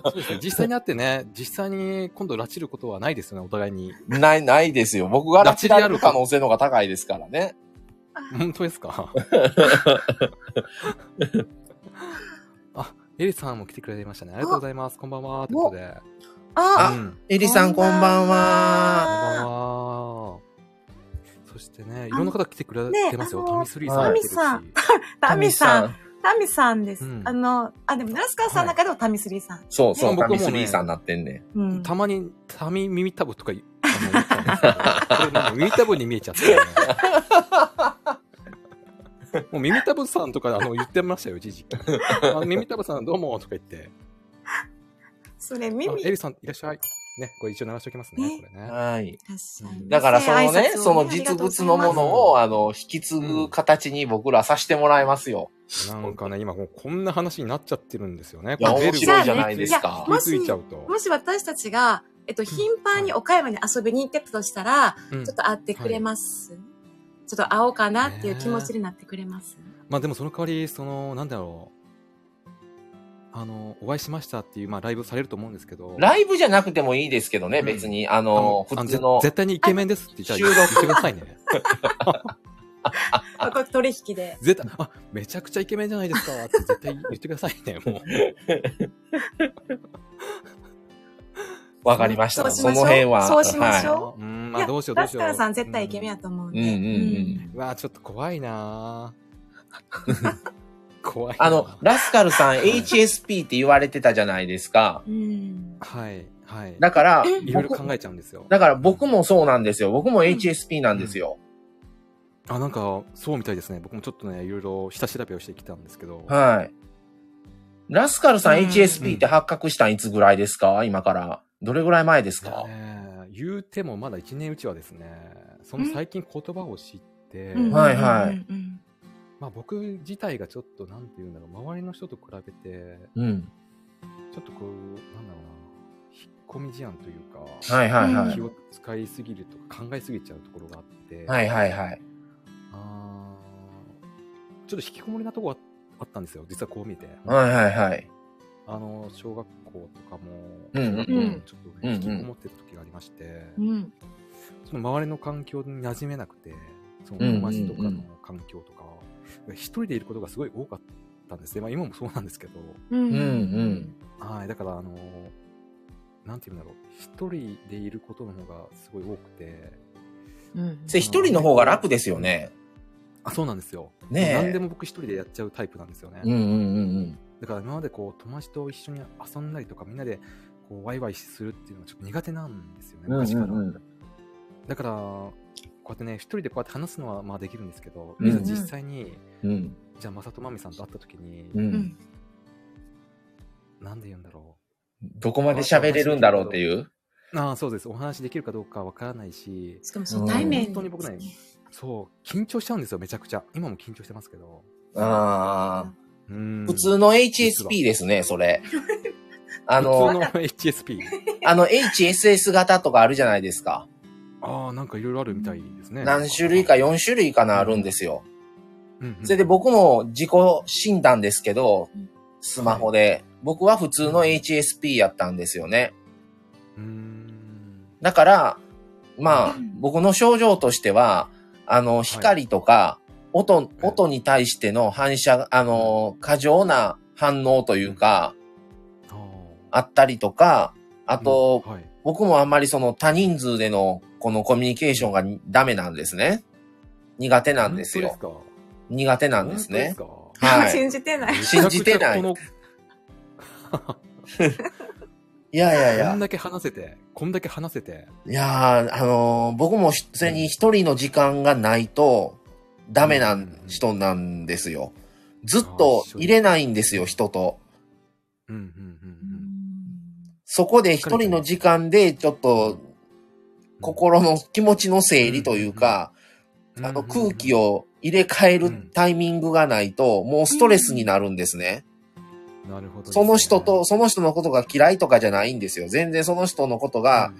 S3: そうですね実際に会ってね実際に今度拉致ることはないですよねお互いに
S2: ない、ないですよ。僕が拉致られる可能性の方が高いですからね。
S1: (laughs)
S3: 本当ですかあ、エリさんも来てくれましたね。ありがとうございます。こんばんは。ということで。
S1: あ、
S3: うん、
S2: エリさん、こんばんは。
S3: こんばんは。そしてね、いろんな方来てくれ
S1: ね
S3: てます
S1: あ
S3: よ。
S1: の
S3: タミスリー
S2: は
S3: さ
S2: い
S3: んも来てるし。
S1: タミタミさん、
S2: ん。
S1: タミさんです
S3: う。ん
S1: あの、あ、でも、ナスカさんの中でもタミスリーさん。
S2: そう
S3: そう僕もね
S2: になってんね。
S1: うん。
S3: たまに、タミ耳タブとか言あの言ったんですけど、これなんか耳タブに見えち
S1: (laughs)
S3: ゃって、ね。もう耳タブさんとかあの言ってましたよ、一
S1: (laughs)
S3: 時期。あ耳タブさんどうもとか言って。
S1: それ、
S3: あの
S1: 耳
S3: エリさん、いらっしゃい。ね、これ一応流しておきますね、これね。
S2: はい。
S1: らっしゃいませ
S2: だからそのね
S1: 挨拶、を
S2: その
S1: ありが
S2: 実物のも
S1: とうございます
S2: のを、あの、引き継ぐ形に僕らさせてもらいますよ。
S3: (laughs) なんかね、今もうこんな話になっちゃってるんですよね。
S2: いや
S3: これ
S2: 面白いじゃないです
S1: いや
S2: か
S3: ベ。ルをついちゃうと。
S1: もし私たちが、えっと、頻繁に岡山に遊びに行ってたとしたら、
S3: うん
S1: ちょっと会ってくれます、ちょっと会おうかなっていう気持ちになってくれます、
S3: まあでもその代わり、その、なんだろう。あの、お会いしましたっていう、まあライブされると思うんですけど。イ
S2: ライブじゃなくてもいいですけどね、
S3: うん
S2: 別に。あの、普通の。
S3: 絶対にイケメンですって言ったら
S2: 収録
S3: 言ってくださいね。
S1: これ取引で。
S3: 絶対、あ、めちゃくちゃイケメンじゃないですかって絶対言ってくださいね、もう。
S2: わかりました。
S1: そうしま
S2: そ
S1: しょう
S2: の辺は。
S1: そうしましょう
S2: は
S3: うん、
S1: い
S3: まあ
S1: や
S3: どうしようど
S1: ラ
S3: うし
S1: ス
S3: よ
S1: カ
S3: う。
S1: ルさん絶対イケメンやと思うんで。
S2: うんうんうん
S3: うん。わあ、ちょっと怖
S2: (laughs)
S3: いなぁ怖いなぁ
S2: あの、ラスカルさん HSP って言われてたじゃないですか。
S1: うん。うん
S3: はい、はい。
S2: だから、
S3: いろいろ考えちゃうんですよ。
S2: だから僕もそうなんですよ。僕も HSP なんですよ。
S3: あ、なんか、そうみたいですね。僕もちょっとね、いろいろ下調べをしてきたんですけど。
S2: はい。ラスカルさん
S1: うん
S2: HSP って発覚したんいつぐらいですか今から。どれぐらい前です
S3: いや
S2: か
S3: ね言うてもまだ1年うちはですね、その最近言葉を知って、
S1: うん
S2: はいはい
S1: うんうん
S3: まあ僕自体がちょっと、なんて言うんだろう、周りの人と比べて、
S2: うん。
S3: ちょっとこう、なんだろうな、引っ込み思案というか、
S2: はいはいは
S1: うん
S2: い
S3: 気。を使いすぎるとか考えすぎちゃうところがあって、
S2: はいはいはい。
S3: あーちょっと引きこもりなとこああったんですよ、実はこう見て。
S2: はいはいはい。
S3: あの、小学校とかも、
S2: うんうん
S3: 小学校もちょっと
S2: う
S3: ね
S2: ん
S3: 引きこもってた時がありまして、
S1: うん
S3: その周りの環境に馴染めなくて、その
S2: うんうん
S3: 友達とかの環境とか、一人でいることがすごい多かったんですね。まあ今もそうなんですけど、
S1: うん
S2: うんう
S1: うん
S2: ん。
S3: はい、だからあの、なんていうんだろう、一人でいることの方がすごい多くて、
S1: うん
S2: それ一人の方が楽ですよね。
S3: あ、そうなんですよ。
S2: ねえ
S3: 何でも僕一人でやっちゃうタイプなんですよね。
S2: うんうんうん
S3: だから今までこう友達と一緒に遊んだりとかみんなでこうワイワイするっていうのがちょっと苦手なんですよね、
S2: うん。うん
S3: 昔から。
S2: うんうん。
S3: だから、こうやってね、一人でこうやって話すのはまあできるんですけど、
S2: うん
S3: いざ実際に、
S2: うん
S3: じゃあ、まさとまみさんと会った時に、
S2: うん。
S3: なんで言うんだろ
S2: どこまで喋れるんだろうっていう。
S3: う。ああ、そうです。お話できるかどうかわからないし、
S1: しかもその対面
S3: 本当に僕ねそう、緊張しちゃうんですよ、めちゃくちゃ。今も緊張してますけど。
S2: ああ。
S3: うん
S2: 普通の HSP ですね、それ。あ
S3: 普通
S2: の、
S3: の HSP。
S2: あの HSS 型とかあるじゃないですか。
S3: ああ、なんかいろいろあるみたいですね。
S2: 何種類か4種類かなあるんですよ。
S3: うんうん
S2: それで僕も自己診断ですけど
S1: うん、
S2: スマホで。僕は普通の HSP やったんですよね。
S3: うーん。
S2: だから、まあ
S1: うん、
S2: 僕の症状としては、あの、光とか、音、音に対しての反射、あの、過剰な反応というか、
S3: あ
S2: あったりとか、あ
S3: あ
S2: と、
S3: うんはい。
S2: 僕もあんまりその多人数でのこのコミュニケーションがダメなんですね。苦手なんですよ。
S3: 本
S2: 苦手な
S3: 当
S2: ん
S3: で
S2: ですす
S3: か。
S2: ね。
S3: 本
S2: は
S1: (laughs)
S2: い。
S1: 信じて
S3: 当
S1: な
S3: で
S1: い。
S3: すか
S2: 信じてない
S3: めちゃくちゃこの
S2: いやいやい
S3: こ
S2: や
S3: ん。だけ話せて、こんだけ話せて。
S2: いやー、あのー僕も普通に一人の時間がないと、ダメな
S3: うん
S2: 人なんですよ。ずっ
S3: あー
S2: と
S3: 一緒に
S2: 入れないんですよ、人と。
S3: うんうん
S2: そこで一人の時間で、ちょっと、
S3: うんうん。
S2: 心の気持ちの整理というか、
S3: うんうんうん、
S2: あの、空気を入れ替え
S3: う
S2: る
S3: ん
S2: タイミングがないと、もうストレスになるんですね。
S3: なるほどです
S2: そ
S3: ね、
S2: の人と、その人のことが嫌いとかじゃないんですよ。全然その人のことが、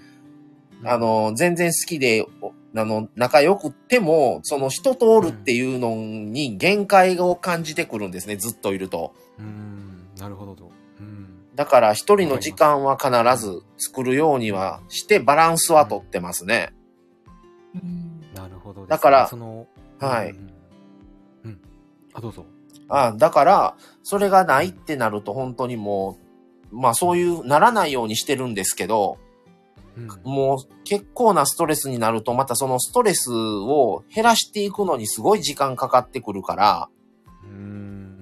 S3: うん、
S2: あの、全然好きで、おあの、仲良くっても、その人とおるっていうのに限界を感じてくるんですね、ずっといると。
S3: うん、うん、なるほど。うん。
S2: だから一人の時間は必ず作るようにはして、バランスはとってますね。
S1: うん
S3: なるほどですね、
S2: だから
S3: その、
S2: はい
S3: うんうん。うんあ、どうぞ。
S2: あだから、それがないってなると本当にもう、まあそういう、ならないようにしてるんですけど、
S3: うん。
S2: もう結構なストレスになると、またそのストレスを減らしていくのにすごい時間かかってくるから、
S3: うん。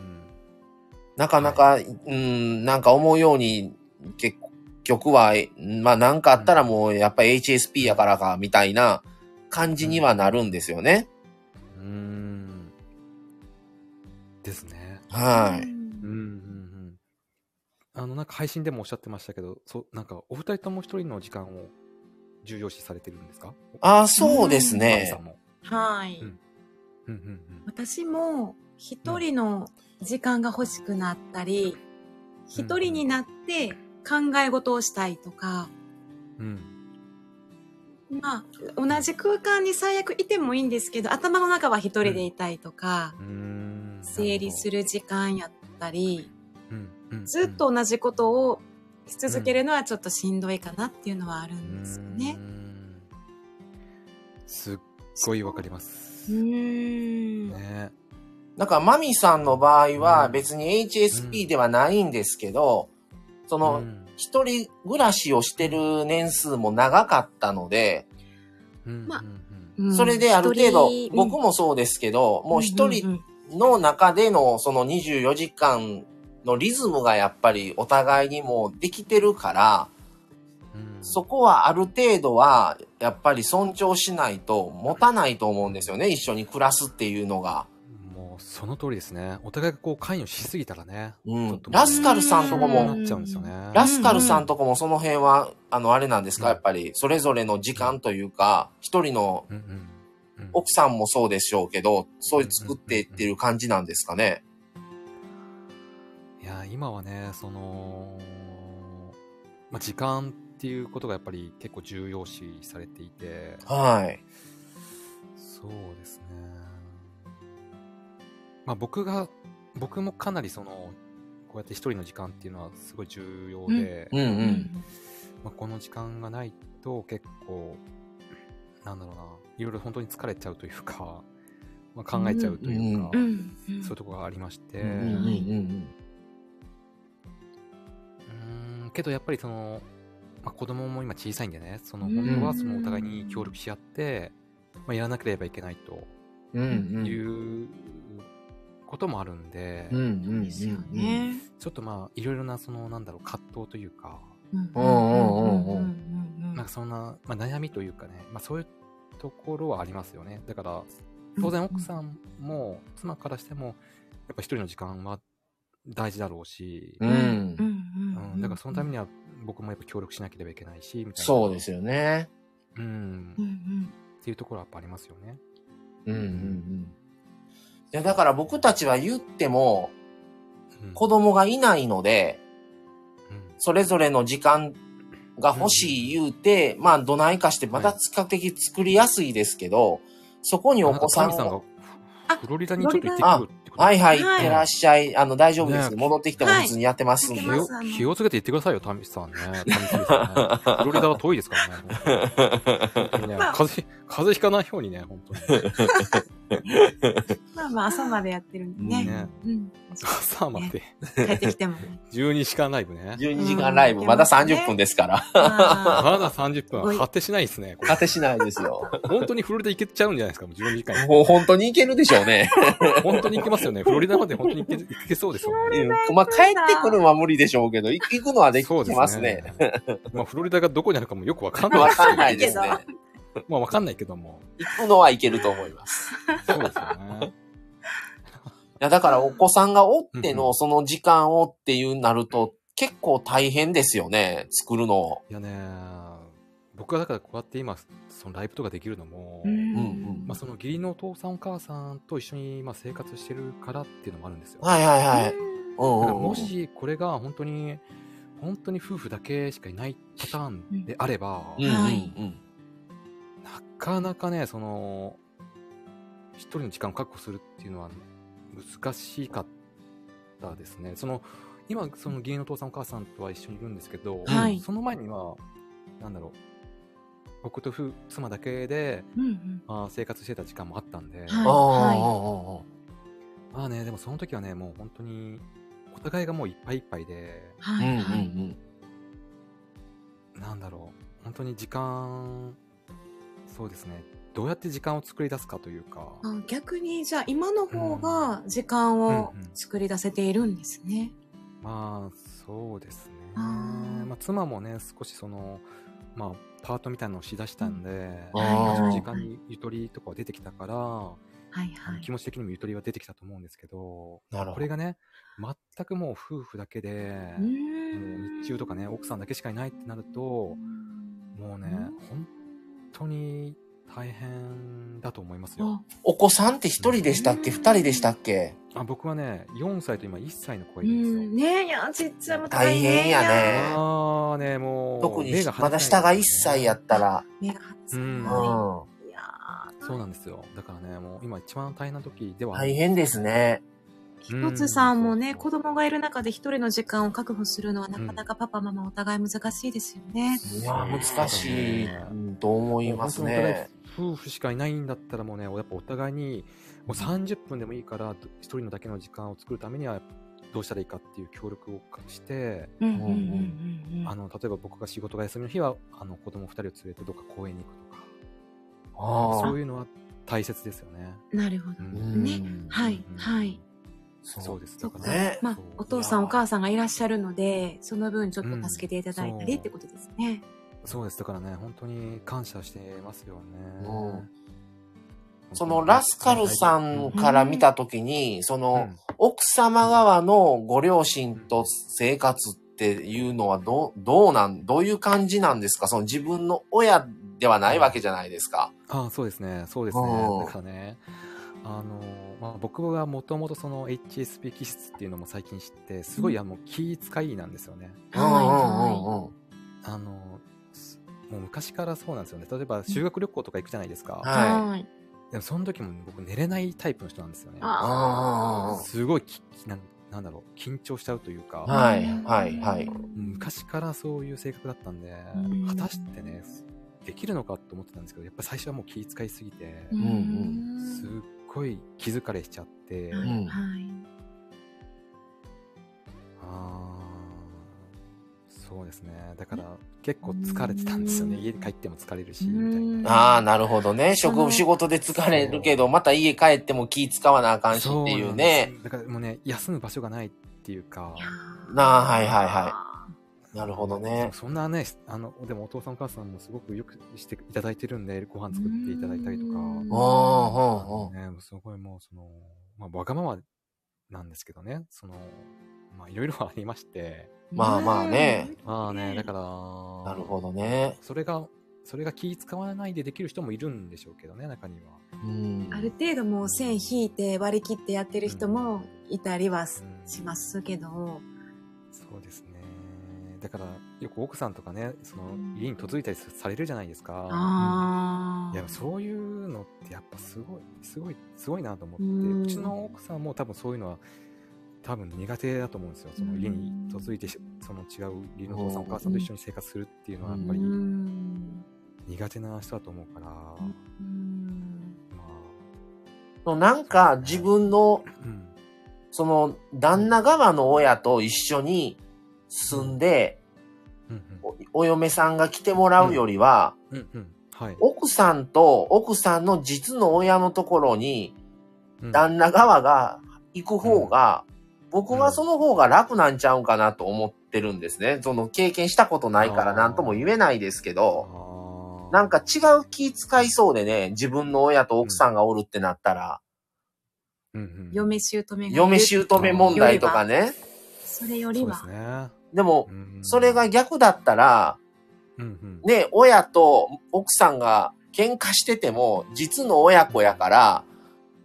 S2: なかなか、うん、なんか思うように、結局は、まあなんかあったらもうやっぱり HSP やからか、みたいな感じにはなるんですよね。
S3: うん。ですね。
S2: は
S1: う
S2: い。
S3: うんんうんうん。あの、なんか配信でもおっしゃってましたけど、そう、なんかお二人とも一人の時間を重要視されてるんですか
S2: ああ、そうです
S3: マミさ
S2: ね
S3: ん。も。
S1: はい。
S3: うんうんうんうん。
S1: 私も一人の時間が欲しくなったり、一人になって考え事をしたいとか、
S3: うん。
S1: まあ、同じ空間に最悪いてもいいんですけど、頭の中は一人でいたいとか、
S3: うーん。
S1: 整理する時間やったり、
S3: なるほど。うんうん
S1: ずっと同じことをし続けるのはちょっとしんどいかなっていうのはある
S3: うんん
S1: ですよね。
S3: すっごいわかります。
S1: う
S3: ね
S1: ーん。
S3: え。
S2: だから、マミさんの場合は
S3: うん
S2: 別に HSP ではないんですけど、その、一人暮らしをしてる年数も長かったので、
S3: うん、
S1: まあ
S3: うんうんうん
S1: うん
S2: それである程度
S1: 一、人
S2: 僕もそうですけど、もう一人
S1: んん
S2: の中でのその24時間のリズムがやっぱりお互いにもうできてるから、
S3: うん
S2: そこはある程度はやっぱり尊重しないと持たないと思うんですよね。一緒に暮らすっていうのが。
S3: もうその通りですね。お互いがこう関与しすぎたらね。
S2: うん
S3: ちょっと
S2: ラスカルさんとこも
S3: そうなっちゃうんですよね。
S2: ラスカルさんとこもその辺は、あの、あれなんですか
S3: うん
S2: やっぱり、それぞれの時間というか、一人の
S3: うんうんうん
S2: 奥さんもそうでしょうけど、そういう作っていってる感じなんですかね。
S3: いやー今はねその、まあ、時間っていうことがやっぱり結構重要視されていて
S2: はい。
S3: そうですねまあ僕が僕もかなりそのこうやって一人の時間っていうのはすごい重要で、
S2: うんう。
S1: うん。
S3: まあ、この時間がないと結構なんだろうないろいろ本当に疲れちゃうというか、 (laughs) まあ、考えちゃうというか、
S2: うん
S1: うん。
S3: そういうところがありまして、
S2: うんうんうん
S3: うーんけどやっぱりその、まあ、子供も今小さいんでねその
S1: うん
S3: 本当はそのお互いに協力し合って、まあ、やらなければいけないと
S2: うん。うん
S3: い
S2: うん。
S3: うこともあるんで、
S2: うんうんうんうん
S1: ですよね。
S3: ちょっとまあいろいろなそのなんだろう葛藤というか
S1: うん
S2: うんうんうんうん
S1: うん
S3: なんかそんな、まあ、悩みというかね、まあ、そういうところはありますよねだから当然奥さんも妻からしてもやっぱ一人の時間は大事だろうし、
S2: うん
S1: うん
S3: うんだからそのためには僕もやっぱ協力しなければいけないしみたいな
S2: そうですよね。
S3: うん
S1: う、ん
S3: っていうところはやっぱありますよね。
S2: うんうんうん。いや、だから僕たちは言っても、
S3: うん
S2: 子供がいないので、
S3: うん
S2: それぞれの時間が欲しい言うて、まあ、どないかして、また
S3: はい
S2: 比較的作りやすいですけど、そこにお子さん
S3: あなた神さん
S2: を、
S3: が
S1: あ
S3: フロリダにちょっと行ってくるってこと
S2: はいはい、
S1: はい
S2: いってらっしゃい。あの、大丈夫です。
S3: ね
S2: 戻ってきても普通にやってますんで。
S1: はい
S3: 気を気をつけて行ってくださいよ、タミさんね。タミさんね。フロリダは遠いですからね。本当にね
S1: まあ
S3: 風邪、風邪ひかないようにね、本当に。
S1: まあまあ朝までやってるんでね。
S3: ね
S1: うん。
S3: 朝まで。
S1: 帰ってきてもね。
S3: 12時間ライ
S1: (laughs)
S3: ブね。
S2: 12時間ライブ、まだ30分ですから。
S1: まあ
S3: まだ30分
S1: ごい
S3: は果てしないですね。これ
S2: 果てしないですよ。
S3: 本当にフロリダ行けちゃうんじゃないですか、もう12時間。
S2: もう本当にいけるでしょうね。
S3: 本当に行けますよね。フロリダまで本当に行け行けそうですよね。
S2: うんまあ、帰ってくるのは無理でしょうけど、い行くのはで
S3: そう
S2: きますね。。
S3: まあ、フロリダがどこにあるかもよくわかんない
S2: わ
S3: ですけど
S2: かんないですね。
S3: まあ、わかんないけども。
S2: 行くのはいけると思います。
S3: そうですよね。
S2: いや、だからお子さんがおって
S3: うんう
S2: の、その時間をっていうなると、結構大変ですよね、作るの。
S3: いやね、僕はだからこうやって今、そのライブとかできるのも、
S1: うん
S3: まあ、その義理のお父さんお母さんと一緒にまあ生活してるからっていうのもあるんですよ。
S2: はいはいはい。うん
S3: だから
S2: うんうん
S3: もしこれが本当に、本当に夫婦だけしかいないパターンであれば、
S2: うんうんうん。
S3: なかなかね、その、一人の時間を確保するっていうのは難しかったですね。その、今、その義理のお父さんお母さんとは一緒にいるんですけど、
S1: はい
S3: その前には、なんだろう、僕と夫妻だけで、
S1: うん
S3: まあ、生活してた時間もあったんで、
S1: はい
S2: ああ
S3: まあね、でもその時はね、もう本当に、お互いがもういっぱいいっぱいで、
S1: は
S2: うんうん
S1: い。
S2: う
S1: はい。
S2: ん。
S3: なんだろう、本当に時間、そうですね、どうやって時間を作り出すかというか、
S1: あ逆にじゃあ今の方が時間を作り出せているんですね。
S3: まあそうですね
S1: あー
S3: まあ、妻もね少しその、まあ、パートみたいなのをしだしたんで、
S2: あ
S3: そ
S2: あ
S3: の時間にゆとりとかは出てきたから、
S1: はい
S3: あ
S1: は
S3: の
S1: い
S3: 気。持ち的にもゆとりは出てきたと思うんですけど
S2: なる
S3: こ
S2: ほ
S3: れ
S2: ど。
S3: がね全くもう夫婦だけで、
S1: う
S3: も
S1: ー
S3: うん日中とかね奥さんだけしかいないってなるともうね、
S1: うん
S3: 本当に大変だと思います
S1: あ。
S3: よ
S2: お子さんって一人でしたっけ
S1: うん
S2: 二人でしたっけ
S3: あ僕はね4歳と今1歳の子が
S1: う
S3: いるんですよ。
S1: んねえいやちっちゃいも
S2: 大変やね
S3: ああねもう
S2: 特に
S3: 目が、離
S2: ま
S3: せな
S2: だ下が
S3: い
S2: 一歳やったら。
S1: 目が離せ
S2: う
S1: ない
S2: ん。
S1: いやー
S3: そうなんですよ。だからね、もう今一番大変な時ではある
S2: 大変ですね。
S1: 一つさんもね、
S3: うん
S1: 子供がいる中で一人の時間を確保するのはなかなかパパ、ママお互い難しいですよね。
S2: いや、難しいうんと思いますね。
S3: もう本当にお互い夫婦しかいないんだったらもうね、やっぱお互いに、もう30分でもいいから、一人のだけの時間を作るためには、どうしたらいいかっていう協力をして、
S1: うん
S2: うんうん
S1: うん
S3: あの、例えば僕が仕事が休みの日は、あの、子供2人を連れてどっか公園に行くとか、
S2: ああ
S3: そういうのは大切ですよね。
S1: なるほど。
S3: うん
S1: ねはい
S3: うん
S1: はい
S3: そうです。
S1: そ
S3: だ
S1: っ
S3: か
S1: から
S2: ね
S1: まあ
S3: そう、
S1: お父さんお母さんがいらっしゃるので、その分ちょっと助けていただいたり
S3: うん
S1: ってことですね。
S3: そうです。だからね、本当に感謝してますよね。
S2: うんそのラスカルさんから見たときに、その、奥様側のご両親と生活っていうのはどう、どうなん、どういう感じなんですかその自分の親ではないわけじゃないですか。
S3: ああ、そうですね。そうです
S2: うん
S3: ね。だからね、あの、まあ、僕はもともとその HSP 気質っていうのも最近知って、すごい、あの、気使いなんですよね。
S1: はいは
S2: うんうんうんうん
S3: あの、すもう昔からそうなんですよね。例えば修学旅行とか行くじゃないですか。
S1: い。
S2: はい。
S1: はい。
S3: でもその時も僕寝れないタイプの人なんですよね。
S1: あ
S2: あー
S3: すごいき、きなんなんだろう、緊張しちゃうというか、
S2: はい、はい、はい。
S3: 昔からそういう性格だったんで
S1: うん、
S3: 果たしてね、できるのかと思ってたんですけど、やっぱ最初はもう気遣いすぎて、
S1: うん
S3: すっ
S1: ん。
S3: ごい気疲れしちゃって、
S1: は
S2: う
S1: い
S2: ん
S1: はい。
S3: あーそうですね。だから結構疲れてたんですよね。
S1: うん
S3: 家に帰っても疲れるし、
S1: うん
S3: みたいな。
S2: ああ、なるほどね。
S1: その
S2: 職、仕事で疲れるけど、また家帰っても気使わなあかんしっていうね。
S3: そうなんです。だからもうね、休む場所がないっていうか、
S2: なあ、はいはいは。
S1: はい
S2: なるほどね。
S3: そんなね、あの、でもお父さんお母さんもすごくよくしていただいてるんで、ご飯作っていただいたりとか、
S1: うん
S2: うん、う
S3: あ
S2: ん、う
S3: の
S2: ん。
S3: ね、もうすごいもうその、まあ、わがままなんですけどね、その、まあいろいろありまして、
S2: まあまあね。
S3: まあね、だから、
S2: なるほどね。
S3: それが、それが気使わないでできる人もいるんでしょうけどね、中には。
S2: うん。
S1: ある程度もう線引いて割り切ってやってる人もいたりはす
S3: うん
S1: しますけど。
S3: そうですね。だから、よく奥さんとかね、その、家に嫁いたりされるじゃないですか。
S1: ああ。
S3: いや、そういうのってやっぱすごい、すごい、すごいなと思って、
S1: うん
S3: うちの奥さんも多分そういうのは、多分苦手だと思うんですよ。その家に嫁いてし、その違う義理のお父さんお母さんと一緒に生活するっていうのはやっぱり
S1: うん。
S3: 苦手な人だと思うから、ま
S1: うん
S2: そうなんか自分の、
S3: あ、うん。
S2: その、旦那側の親と一緒に住んで、
S3: うん
S2: おお嫁さんが来てもらうよりは、
S3: うん。うんうん。はい。
S2: 奥さんと奥さんの実の親のところに、
S3: うん
S2: 旦那側が行く方が、僕はその方が楽なんちゃうんかなと思ってるんですね。その経験したことないから
S3: あー
S2: 何とも言えないですけど、
S3: あー
S2: なんか違う気使いそうでね、自分の親と奥さんがおるってなったら、
S3: うんうん
S1: 嫁姑が。
S2: 嫁。姑問題とかね。
S1: それよ
S3: そ
S1: り
S3: うで
S1: は
S3: す。ね。
S2: でも、
S3: うん
S2: それが、逆だったら、
S3: うんうん、
S2: ね、親と奥さんが喧嘩してても、実の親子やから、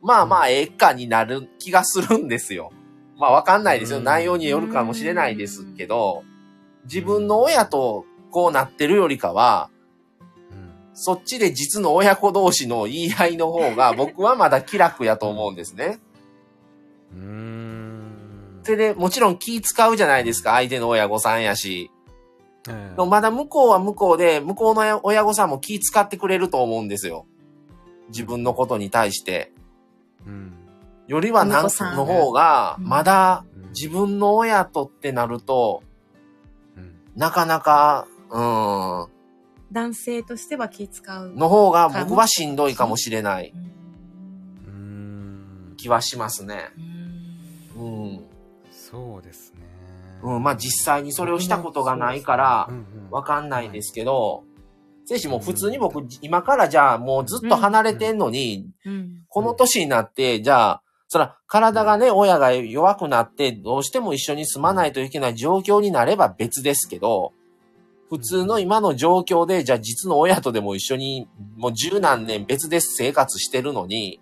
S2: まあまあ、ええかになる気がするんですよ。まあ、わかんないですよ。
S3: うん
S2: 内容によるかもしれないですけど、自分の親とこうなってるよりかは、
S3: うん
S2: そっちで実の親子同士の言い合いの方が、僕はまだ気楽やと思うんですね。
S3: うーん。
S2: それで、もちろん気使うじゃないですか。相手の親御さんやし。
S3: え
S2: で
S3: え
S2: もまだ向こうは向こうで、向こうの親御さんも気使ってくれると思うんですよ。自分のことに対して。
S3: うん
S2: よりはなんかの方が、
S1: うん
S2: まだ
S3: うん
S2: 自分の親とってなると、
S3: うん
S2: なかなか、う、。
S1: 男性としては気使うん
S2: の方が僕はしんどいかもしれない
S1: うん
S3: うーん
S2: 気はしますね。
S1: うん
S2: うん。
S3: そうですね。
S2: うん、まあ実際にそれをしたことがないから
S3: う、んうん
S2: わかんないですけど、ぜひもう普通に僕、今からじゃあもうずっと離れてんのに、
S1: うん。
S2: この年になって、じゃあ、そら、体がね、親が弱くなって、どうしても一緒に住まないといけない状況になれば別ですけど、普通の今の状況で、じゃあ実の親とでも一緒に、もう十何年別で生活してるのに、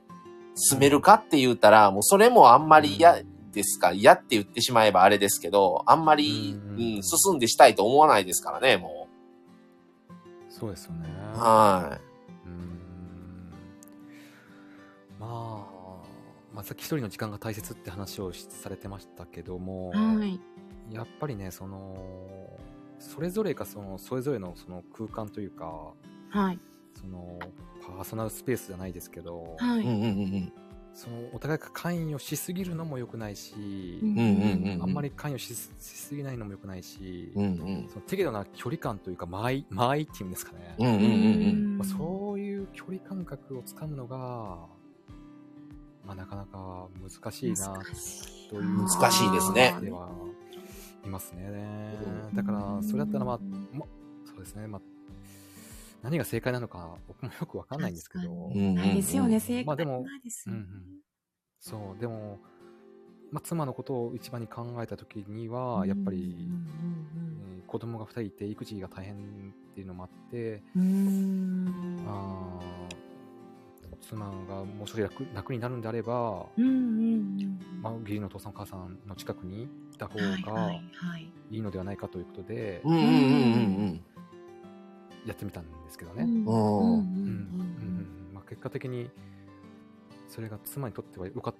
S2: 住めるかって言ったら、もうそれもあんまり嫌ですか嫌って言ってしまえばあれですけど、あんまり、
S3: うん
S2: うん、進んでしたいと思わないですからね、も
S3: そうですよね。
S2: う。は。
S3: うーんまあ、まあ、さっき一人の時間が大切って話をしされてましたけども、
S1: はい。
S3: やっぱりね、その、それぞれがその、それぞれのその空間というか、
S1: はい。
S3: その、パーソナルスペースじゃないですけど、
S1: はい
S2: う
S1: い。
S2: んうんうん
S3: その、お互いが関与しすぎるのも良くないし、
S1: うん
S2: うん。うんうんうん。
S3: あんま。り関与ししすぎないのも良くないし、
S2: うんうん。
S3: その適度な距離感というか、間合い、間合いっていうんですかね。
S2: うんうんうんうん。
S3: まあ、そういう距離感覚をつかむのが、まあ、なかなか難しいな
S1: 難しい
S3: という
S2: 難しいですね
S3: ではいますね。
S1: うん
S3: だから、それだったら、まあ、まそうですね、まあ、何が正解なのか、僕もよくわかんないんですけど、
S1: 確か
S2: う
S1: に
S2: んうんうん
S1: ないですよね、正解
S3: まあでも
S1: ないです
S3: う
S1: よ
S3: んう
S1: ね
S3: んそう、でも、まあ、妻のことを一番に考えた時には、やっぱり、えー子供が2人いて育児が大変っていうのもあって、
S1: うんうん
S3: あー妻がもう少し楽楽になるんであれば、
S1: うんうんうん
S3: まあ、義理のお父さんお母さんの近くにいた方
S1: はいは
S3: が
S1: いはい
S3: いいのではないかということで、
S2: うんうんうん
S3: やってみたんですけど
S1: う
S3: ね。
S1: ん
S2: うん
S1: うんうん
S3: ううんんまあ、結果的に、それが妻にとっては良かっ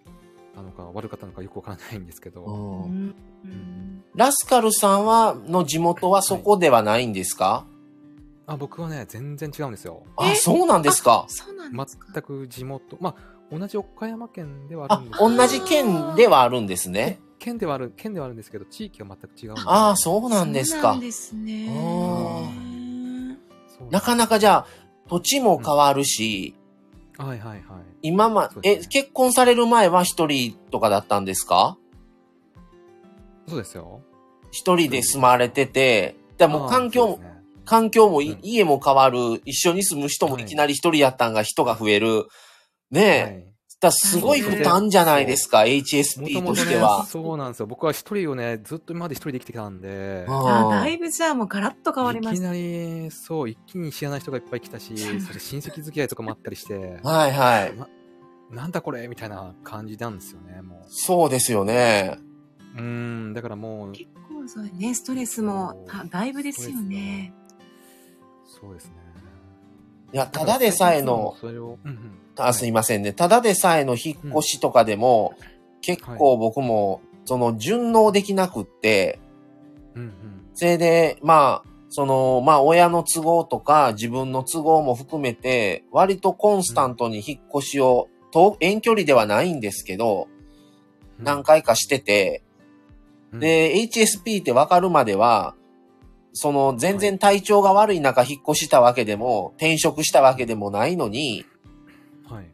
S3: たのか悪かったのかよくわからないんですけ
S2: う
S3: ど、
S1: うんんう
S2: うん。
S1: ん
S2: ラスカルさんは、の地元はそこではないんですか、
S3: あ僕はね、全然違うんですよ。
S1: い
S2: あ、そうなんですか。
S1: そうなんですか
S3: 全く地元、まあ、同じ岡山県ではあ
S2: あ
S3: るんです、けど
S2: 同じ県ではあるんですね。
S3: 県ではある、県ではあるんですけど、地域は全く違うんで。
S2: ああ、そうなんです
S1: そうな
S2: か
S1: ん。ですね
S2: あ
S3: そう
S2: なかなかじゃあ、土地も変わるし、
S3: はいはいはい。
S2: 今ま
S3: そう、で
S2: え、
S3: すね
S2: 結婚される前は一人とかだったんですか
S3: そうですよ。
S2: 一人で住まれてて、でも
S3: あー
S2: 環境も
S3: そう、ですね
S2: 環境もい、
S3: うん
S2: 家も変わる、一緒に住む人も
S3: はい
S2: いきなり一人やったんが人が増える。ねえ、
S3: はい
S2: だからすごい負担じゃないですか、HSP としては。
S3: そうなんですよ。僕は一人をね、ずっと今まで一人で生きてきたんで、
S1: あ
S2: あ
S1: ーだいぶじゃあもうガラッと変わりま
S3: いき
S1: した
S3: なり、そう、一気に知らない人がいっぱい来
S1: (laughs)
S3: たし、そして親戚付き合いとかもあった
S2: (laughs)
S3: りして、
S2: はいはい。
S3: なんだこれみたいな感じなんですよね、も
S2: そうですよね。
S3: う。うーん、だからもう、
S1: 結構そうねストレスも
S3: そう
S1: あだいぶですよね
S3: そうですね。
S2: いや、ただでさえの、
S3: それを、うんうん
S2: あ、すいませんね。ただでさえの引っ越しとかでも、結構僕も、その、順応できなくって、
S3: うんうん。
S2: それで、まあ、その、まあ、親の都合とか、自分の都合も含めて、割とコンスタントに引っ越しを、遠遠距離ではないんですけど、
S3: うん
S2: 何、回かしてて、
S3: うん、
S2: で、HSP って分かるまでは、その全然体調が悪い中引っ越したわけでも、転職したわけでもないのに、
S3: はい。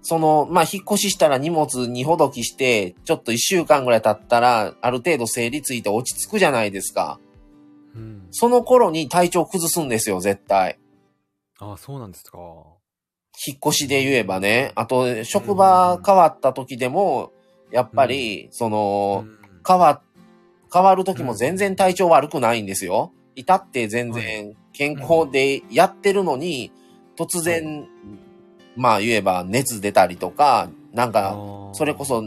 S2: その、まあ、引っ越ししたら荷物にほどきして、ちょっと一週間ぐらい経ったら、ある程度整理ついて落ち着くじゃないですか。
S3: うん。
S2: その頃に体調崩すんですよ、絶対。
S3: ああ、そうなんですか。
S2: 引っ越しで言えばね。あと、職場変わった時でも、やっぱり、その、
S3: うん
S2: 変わ、変わる時も全然体調悪くないんですよ。いたって全然健康でやってるのに、突然、まあ言えば熱出たりとか、なん
S3: あ
S2: か、
S3: ー
S2: それこそ、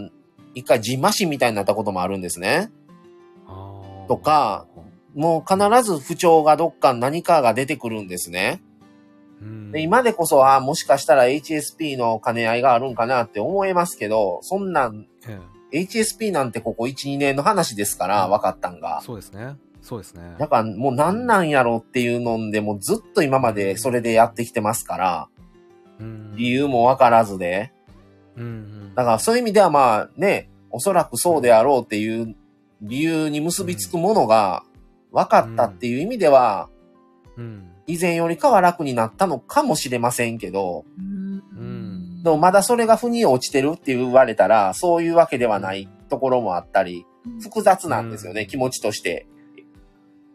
S2: 一回ジンマシンみたいになったこともあるんですね。
S3: あー
S2: とか、もう必ず不調がどっか何かが出てくるんですね。
S3: うん、
S2: で今でこそ、あもしかしたら HSP の兼ね合いがあるんかなって思えますけど、そんなん、
S3: ええ
S2: HSP なんてここ1、2年の話ですから、分かったんが。
S3: そうですね。そうですね。
S2: だからもう何なんやろっていうのんで、もうずっと今までそれでやってきてますから、
S3: うん
S2: 理由もわからずで。
S3: うんうん
S2: だからそういう意味ではまあね、おそらくそうであろうっていう理由に結びつくものが分かったっていう意味では、
S3: うん
S2: 以前よりかは楽になったのかもしれませんけど、
S1: うん
S3: ん
S2: でもまだそれが腑に落ちてるって言われたら、そういうわけではないところもあったり、複雑なんですよ
S3: う
S2: ね、
S3: ん
S2: 気持ちとして。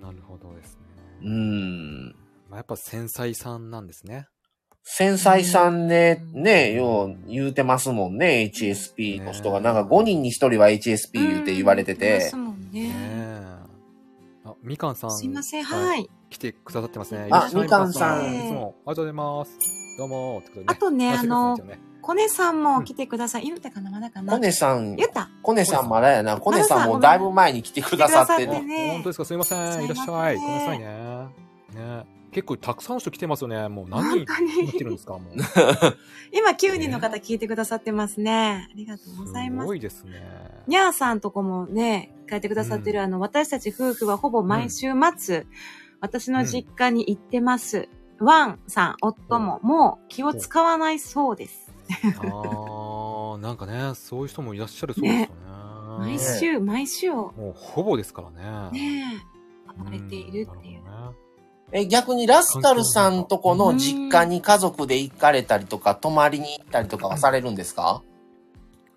S3: なるほどです
S2: う
S3: ね。
S2: ん。
S3: まあ、やっぱ繊細さんなんですね。
S2: 繊細さんで
S1: うん
S2: ね、よう言うてますもんね、HSP の人が。
S3: ね
S2: なんか5人に1人は HSP 言うて言われて
S1: うんいま
S2: て
S1: す。もん
S3: ね
S1: ね
S3: え。あ、みかんさん。
S1: すいませんはい
S3: 来てくださってますね。
S2: あ
S3: よろしくお願いし
S2: み
S3: ます
S2: かんさん
S3: いつもありがとうございます。どうも。ってことでね
S1: あとね
S3: 話してくださいってね
S1: コネさんも来てください。ゆうたかなまだかな
S2: コネさん
S1: ゆ、うた
S2: コネさんまだやな。コネさ
S1: コネ
S2: ん
S1: さんごめ
S2: も
S1: ん
S2: だいぶ前に来てくださっ
S1: 来
S2: て
S1: てくださって
S2: て。
S1: ね
S3: あ本当ですか。すいません。いらっしゃい。
S1: す
S3: ご
S1: い
S3: めんな
S1: ま
S3: さ
S1: せ
S3: い
S1: ん
S3: ね。ね結構たくさんの人来てますよね。もう何
S1: 本
S3: 人
S1: 当に
S3: 来てるんですか。もう。
S1: 今9人の方聞いてくださってますね。ありがと (laughs) うございますす
S3: ご。いですね。
S1: にゃーさんとこもね、書いてくださってる、
S3: うん
S1: あの、私たち夫婦はほぼ毎週末、私の実家に行ってます。ワンさん、夫も、もう気を使わないそうです。
S3: ああ、なんかね、そういう人もいらっしゃるそうですよね。
S1: 毎週、毎週を
S3: もうほぼですからね。
S1: ね、暴れているっていう
S3: う。ん。なるほどね
S2: え、逆にラスカルさんとこの実家に家族で行かれたりとか、泊まりに行ったりとかはされるんですか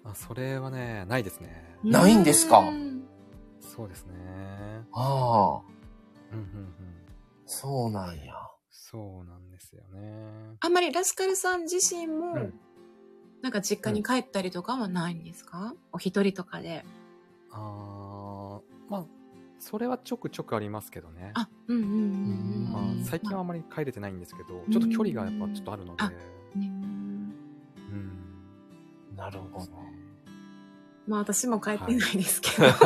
S3: あそれはね、ないですね。
S2: ないんですか
S1: う
S3: そうですね。
S2: ああ、
S3: うんうんうん。
S2: そうなんや。
S3: そうなんですよね。
S1: あんまりラスカルさん自身も、
S3: うん
S1: なんか実家に帰ったりとかはないんですか、お一人とかで。
S3: あーまあ、それはちょくちょくありますけどね。
S1: あ、うんうんうんうん。
S3: まあ、最近はあまり帰れてないんですけど、ちょっと距離がやっぱちょっとあるので。
S1: あね
S3: うん。
S2: なるほど。
S1: まあ私も帰ってないですけど。 (laughs) す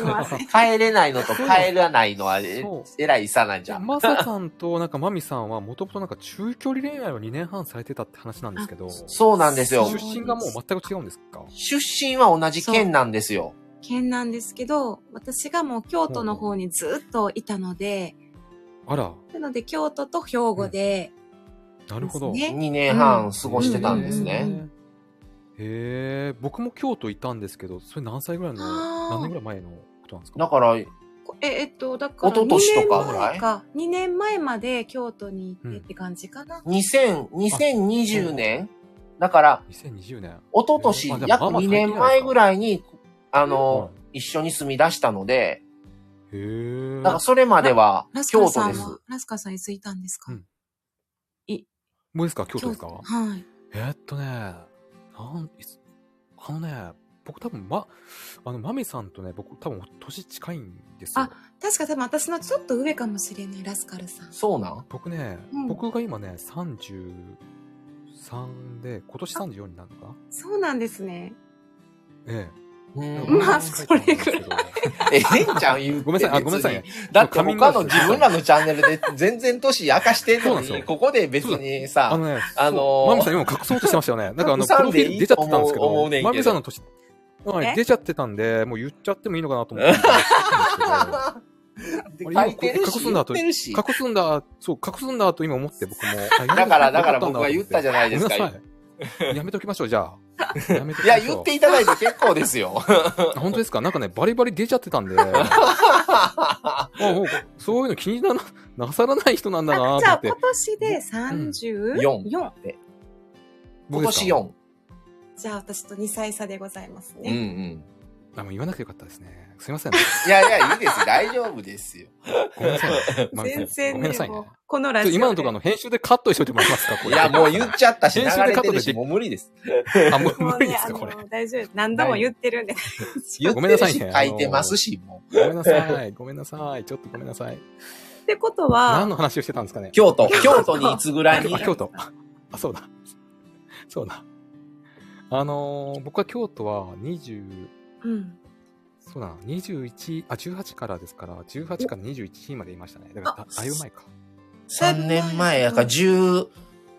S1: いません。
S2: 帰れないのと帰らないのは、え
S3: そう
S2: えらい差なんじ
S3: じ
S2: ゃ
S3: ゃあ、
S2: ん。
S3: マサさんとなんかマミさんはもともとなんか中距離恋愛を2年半されてたって話なんですけど、
S2: そうなんですよ
S1: そ。
S3: 出身がもう全く違うんですか
S2: 出身は同じ県なんですよ。
S1: 県なんですけど、私がもう京都の方にずっといたので、
S3: あら、
S1: なので京都と兵庫で、
S3: なるほど。
S1: ですね
S2: 2年半過ごしてたんです
S1: うんうんうん
S2: ね。
S1: うん。
S3: へえ、僕も京都いたんですけど、それ何歳ぐらいの、
S1: あー
S3: 何年ぐらい前のことなんですか
S2: だから、
S1: こえ、えっと、だから、
S2: 一昨年とかぐらい
S1: 2年前まで京都に行ってって感じかな。
S2: 2000 2020年だから、
S3: 2020年。
S2: 一昨年
S3: あじゃあ
S2: 約
S3: まあまあ
S2: 2年前ぐらいに、あの、
S3: う
S2: 一緒に住み出したので、
S3: へえ。
S2: だからそれまでは
S1: ラスカ
S2: 京
S1: さ
S2: 都
S1: ん
S2: です。
S1: は、ラスカさんいついたんですか、
S3: うんもうですか京都ですか
S1: はい。
S3: えーっとね、なん、いつあのね、僕多分、ま、あの、マミさんとね、僕多分、年近いんですよ。
S1: 確か多分私のちょっと上かもしれない、ラスカルさん。
S2: そうなん
S3: 僕ね、
S1: うん
S3: 僕が今ね、33で、今年34になるのかな
S1: そうなんですね。
S3: ええ。
S1: まあそれぐらい
S2: ええんち
S3: (laughs)
S2: ゃん言うて
S3: ごめんなさい、あ、ごめんなさい。。
S2: 別にだって
S3: カミングア
S2: 他
S3: ウ
S2: の
S3: トです
S2: 自分らのチャンネルで全然年明かしてん
S3: そう
S2: の
S3: なんです
S2: に、
S3: よ
S2: ここで別にさ
S3: あ、のね、
S2: あのー
S3: そうマミさん今隠そうとして
S2: (laughs)
S3: ましたよね。なんかあの、
S2: 隠
S3: プ
S2: さ
S3: ロ
S2: ん
S3: フィ
S2: で
S3: ー
S2: い
S3: ル
S2: い
S3: 出ちゃってたんですけ
S2: と思う思
S3: ど
S2: うねんけ、ど
S3: マミさんの年、は
S1: え
S3: い、出ちゃってたんで、もう言っちゃってもいいのかなと思ってたんですけど。
S2: (laughs) で
S3: あれ
S2: 書いてる
S3: 隠
S2: し、
S3: す
S2: 言
S3: んだ
S2: っ
S3: と
S2: て (laughs) るし。
S3: 隠すんだ、そう、隠すんだと今思っ
S2: (laughs)
S3: て僕も。
S2: だから、だから僕が言ったじ
S3: ゃ
S2: ゃないですか。
S3: ごめん
S2: い
S3: なさい。やめときましょう、じゃ
S2: (laughs)
S3: あ。やめときましょ
S2: や、
S3: う。
S2: 言っていただいて結構です (laughs) よ。
S3: あ本当ですかなんかね、バリバリ出ちゃってたんで、あもうそういうの気にならなさらない人なんだな
S1: あじ
S3: と
S1: ゃ
S3: 思っ
S1: あ今
S3: て。
S1: 年で
S2: 四
S1: 34?4、四
S2: 今
S3: 僕ですか
S2: 年。4。
S1: じゃあ私と2歳差でございます
S2: うんう
S1: ね。
S2: ん。
S3: あ、もう言わなくてよかったですね。すいません。
S2: いやいや、いいです。大丈夫です (laughs) よ。
S3: ごめんなさい。マミさん
S1: 全然
S3: ごめんなさい
S1: もう
S3: ね。
S1: この
S3: ちょ
S1: ラ
S3: っ
S1: ジ
S3: と
S1: オで。
S3: 今のところあの編集でカットしといてもらえますかこ
S2: い
S3: れ。
S2: や、もう言っちゃったし、流
S3: 編集で
S2: れてる
S3: カットで
S2: し、もう無理です。
S3: あ、もう
S1: も
S3: (laughs) 無
S1: う
S3: 理で
S1: ね、あ
S3: すか、これ。
S1: の、大丈夫。何度も言ってるんで。 (laughs)
S2: 言っ
S3: ご
S2: て
S3: めん
S2: る
S3: なさい
S2: し、
S3: ね
S2: 書いてますし、もう。
S3: ごめんなさい。ごめんなさい。ちょっとごめんなさい。
S1: ってことは
S3: 何、の話をしてたんですかね
S2: 京都、 (laughs) 京都にいつぐらい (laughs) に
S3: あ、京都。あ、そうだ。そうだ。あのー僕は京都は20、
S1: うん。
S3: そうだな、21、あ、18からですから、18から21までいましたね。だからだ、
S1: あ
S3: だいぶ前か。
S2: 3年前やから、10、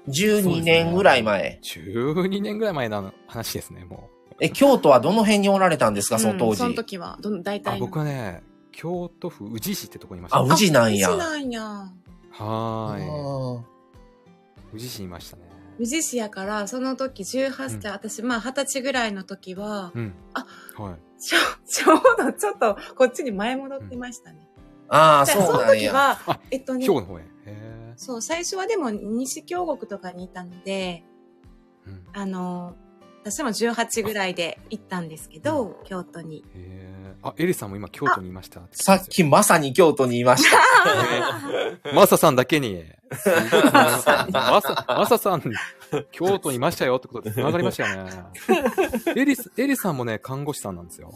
S2: 12年ぐらい前。
S3: 12年ぐらい前の話ですね、も
S2: え、京都はどの辺におられたんですか、その
S1: う
S2: 当
S1: んその
S2: 時。
S1: 時は、どの、大
S3: う。あ、
S1: 体の。
S3: 僕はね、京都府宇治市ってとこにいました。
S2: あ、宇治なんや
S1: 宇。治なんや。
S3: はー
S2: うん
S3: い。宇治市にいましたね。
S1: 宇治市やから、その時18歳、
S3: うん
S1: 私、まあ20歳ぐらいの時は、
S3: うん。
S1: あ、
S3: はい。
S1: ちょ、 (laughs) ちょうどちょっと、こっちに前戻ってましたね。
S2: ああ、
S1: じゃあ
S2: そう
S1: その
S2: なん
S1: 時
S2: や。
S1: は
S3: あ、
S1: えっとね
S3: 兵、庫の方へ。へえ。
S1: そう、最初はでも西京極とかにいたので、
S3: うん。
S1: あの、私も18ぐらいで行ったんですけど、京都
S3: (laughs)
S1: に。
S3: へえ。あ、エリさんも今京都にいましたて
S2: さっきまさに京都にいました。
S3: マサさんだけに。マサ、マサさん、京都にいましたよってことで繋がりましたよね。エリス、エリさんもね、看護師さんなんですよ。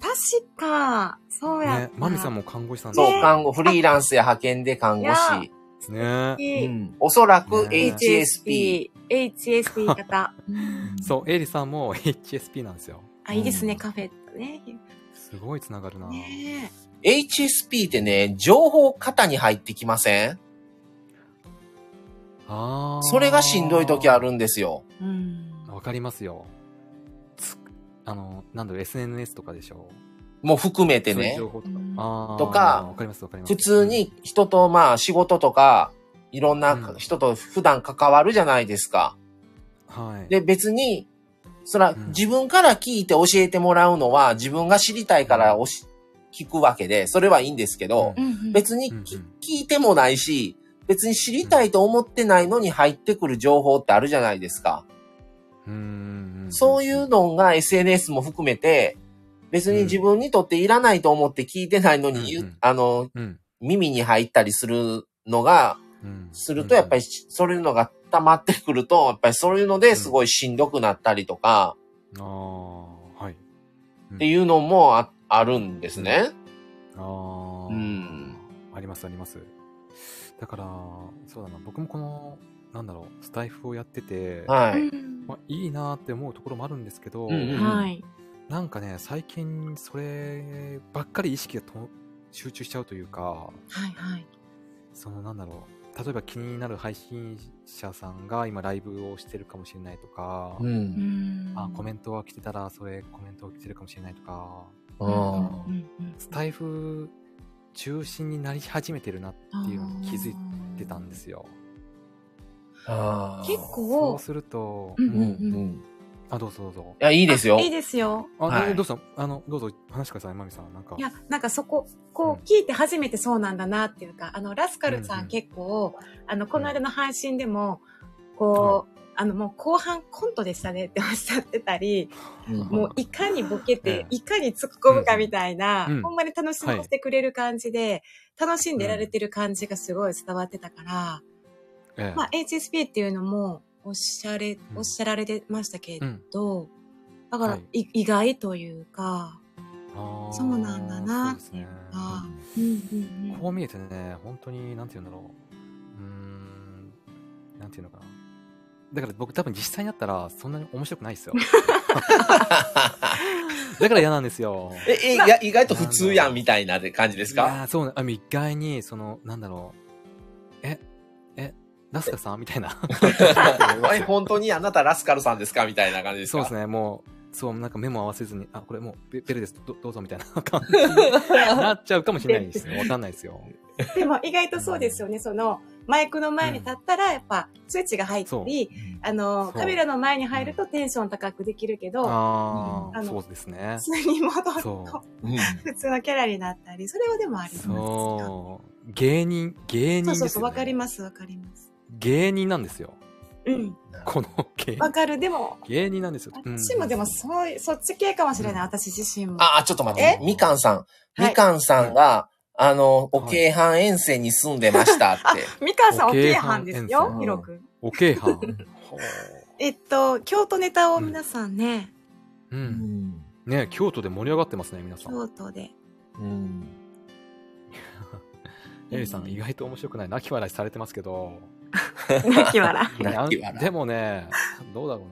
S1: 確か、そうやった。
S3: ね。マミさんも看護師さんです
S2: そう、
S3: ね
S2: 看護、フリーランスや派遣で看護師。
S3: ね。
S2: う
S1: で
S2: ん。おそらく
S3: ね
S2: HSP。。
S3: (laughs)
S1: HSP 型。うん
S3: そう、エリさんも HSP なんですよ。
S1: あ、いいです
S3: う
S1: ね、
S3: ん
S1: カフェとね。
S3: すごい繋がるな。
S1: ね
S2: HSP ってね、情報型に入ってきません
S3: あー
S2: それがしんどい時あ。るんですよ。
S1: え。うん。
S3: わかりますよ。つあの、なんだろう、SNS とかでしょ。
S2: もう含めて
S3: そういう
S2: ね
S3: 情。報とか
S1: うん。
S3: あー
S2: とか
S3: わかりますわかります。
S2: 普通に人とまあ仕事とか、いろんな
S3: うん
S2: 人と普段関わるじゃないですか。
S3: うん。はい。
S2: で、別に、そら
S3: うん
S2: 自分から聞いて教えてもらうのは自分が知りたいからおし聞くわけで、それはいいんですけど、
S1: うんうん
S2: 別にき
S3: うんうん
S2: 聞いてもないし、別に知りたいと思ってないのに入ってくる情報ってあるじゃないですか。
S3: うーん
S2: そういうのが SNS も含めて、別に自分にとっていらないと思って聞いてないのに、
S3: うんうん
S2: あの、
S3: うん。
S2: 耳に入ったりするのが、
S3: うん。
S2: するとやっぱり、そういうのが溜まってくると、やっぱりそういうのですごいしんどくなったりとか、
S3: ああ、はい。
S2: っていうのもああるんですね。
S3: ああ、
S2: うん。
S3: ありますあります。だから、そうだな、僕もこの、なんだろう、スタイフをやってて、
S2: は
S1: う
S2: い。
S1: ん
S3: まあ、いいなーって思うところもあるんですけど、
S2: うんうん
S1: はい。
S3: なんかね、最近そればっかり意識がと集中しちゃうというか、
S1: はいはい。
S3: そのなんだろう、例えば気になる配信者さんが今ライブをしてるかもしれないとか、
S2: う。
S1: うんん
S3: あ、コメントが来てたら、それコメントが来てるかもしれないとか、
S2: う
S1: うん
S2: ん。
S1: うんうん
S3: スタイフ中心になり始めてるなっていうのに気づいてたんですよ。
S2: あー
S1: 結
S3: そ
S1: 構
S3: う、すると、
S1: うん
S2: うんうん。
S3: あ、どうぞどうぞ
S2: い。や、いいですよ。
S1: いいですよ。
S3: あ、
S2: はい
S3: どうしたあの、どうぞ、話してください、まみさん。なんか
S1: い。や、なんかそこ、こう聞いて初めてそうなんだなっていうか、あの、ラスカルさ
S3: うんうん
S1: ん結構、あの、この間の配信でも、こう、あの、もう後半コントでしたねっておっしゃってたり、
S2: うん
S1: もういかにボケて
S3: ええ、
S1: いかに突っ込むかみたいな、
S3: うん
S1: ほんまに楽しませてくれる感じで、楽しんでられてる感じがすごい伝わってたから、
S3: ええ
S1: まあ HSP っていうのもおっしゃれ
S3: ん、
S1: おっしゃられてましたけ
S3: うん。
S1: ど、だから、
S3: は
S1: い
S3: い
S1: 意外というか、
S3: あー
S1: そうなんだなっていう
S3: そう
S1: か、うんうん
S3: ですね
S1: うん
S3: こう見えてね、本当に、なんて言うんだろう。うーん、なんて言うのかな。だから僕多分実際になったらそんなに面白くない
S1: (laughs)
S3: ですよ。だから嫌なんですよ。
S2: (laughs) え、え、いや、意外と普通やんみたいなで感じです
S3: い
S2: か
S3: やーそうな、あの、一概に、その、なんだろう。え、え、ラスカさんみたいな。
S2: (laughs) え、本当にあなたラスカルさんですかみたいな感じです
S3: そう
S2: か
S3: です
S2: ね。
S3: ね、もう、そう、なんか目も合わせずに、あ、これもうベ、ベルです、どどう
S2: (laughs)
S3: ぞみたいな感じになっちゃうかもしれないですね。わかんないですよ。
S1: (laughs) でも意外とそうですよね、その、マイクの前に立ったら、やっぱ、通知が入ったり、あの、
S3: そう
S1: カメラの前に入るとテンション高くできるけど、
S3: あ
S1: う
S3: あ、
S1: ん
S3: そうですね
S1: 普。通に戻る
S3: そ
S1: と、
S2: うん
S1: 普通のキャラになったり、それはでもありますよ。
S3: そう。芸人、芸
S1: そう
S3: 人ですよ、ね。
S1: そうそう、わかります、わかります。
S3: 芸人なんですよ。
S1: うん。
S3: この芸
S1: わかる。でも、
S3: 芸人なんですよ。
S1: 私もでも、そういう、そっち系かもしれない、私自身も。
S2: あ、あちょっと待って
S3: え。
S2: みかんさん。
S1: はい
S2: みかんさんが、あの、お京阪沿線に住んでましたって。
S3: (laughs)
S1: みかんさん、お
S3: お
S1: けい
S3: 京
S1: は
S3: 阪
S1: んです
S3: 遠
S1: よ、
S2: 征
S1: ひろくん。
S3: おけいはん。
S1: えっと、京都ネタを皆さんね、
S3: う。
S2: うんん。
S3: ね京都で盛り上がってますね、皆さん。
S1: 京都で。
S2: うん。
S3: エリさん、意外と面白くない。泣き笑いされてますけど。
S1: 泣き笑
S2: 泣き笑い
S3: なんでもね、どうだろ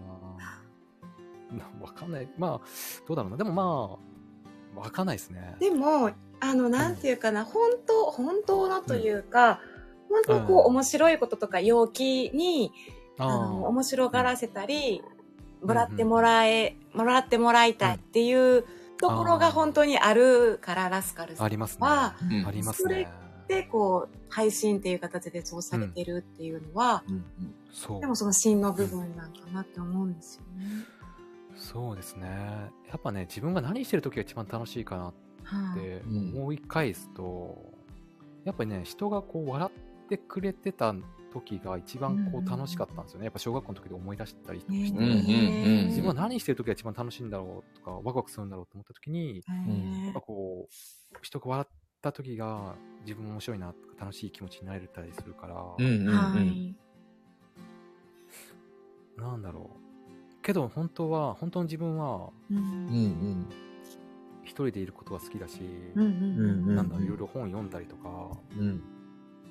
S3: うな。なわかんない。まあ、どうだろうな。でもまあ、わかんないですね
S1: い。。 (laughs) でも、あの、なんていうかな、本当、本当のというか、本当にこう、
S3: うん
S1: 面白いこととか陽気に、あの、
S3: あ
S1: 面白がらせたり、
S3: ん
S1: もらってもらえ、もらってもらいたいっていうところ
S3: あ
S1: が
S3: ー
S1: 本当にあるから、ラスカル
S3: あ。
S1: さ
S3: あ
S1: ん
S3: りますね。
S1: は
S3: あ
S2: うん
S3: りますね。
S1: で、こう、配信っていう形でそうされてるっていうのは、
S2: うん
S3: そう
S1: で。もその芯の部分なんかなって思うんですよね。
S3: そうですね。やっぱね、自分が何してる時が一番楽しいかなっ
S1: はい、
S3: て
S2: うん
S3: 思い返すと、やっぱりね、人がこう笑ってくれてた時が一番こ
S1: うん
S3: う楽しかったんですよね。やっぱ小学校の時で思い出したりとか
S1: ね
S3: して、
S2: うんうんうん
S3: 自分は何してる時が一番楽しいんだろうとか、ワクワクするんだろうと思った時に、
S1: ね
S3: やっぱこう、人が笑った時が自分も面白いなとか楽しい気持ちになれたりするから、
S2: うんうん
S1: は
S2: うん
S1: い。
S3: なんだろう。けど本当は、本当の自分は
S1: う
S2: うんん
S3: 一人でいることが好きだし、
S1: うんうんうん
S3: なんだろういろいろ本読んだりとか、
S2: うんうん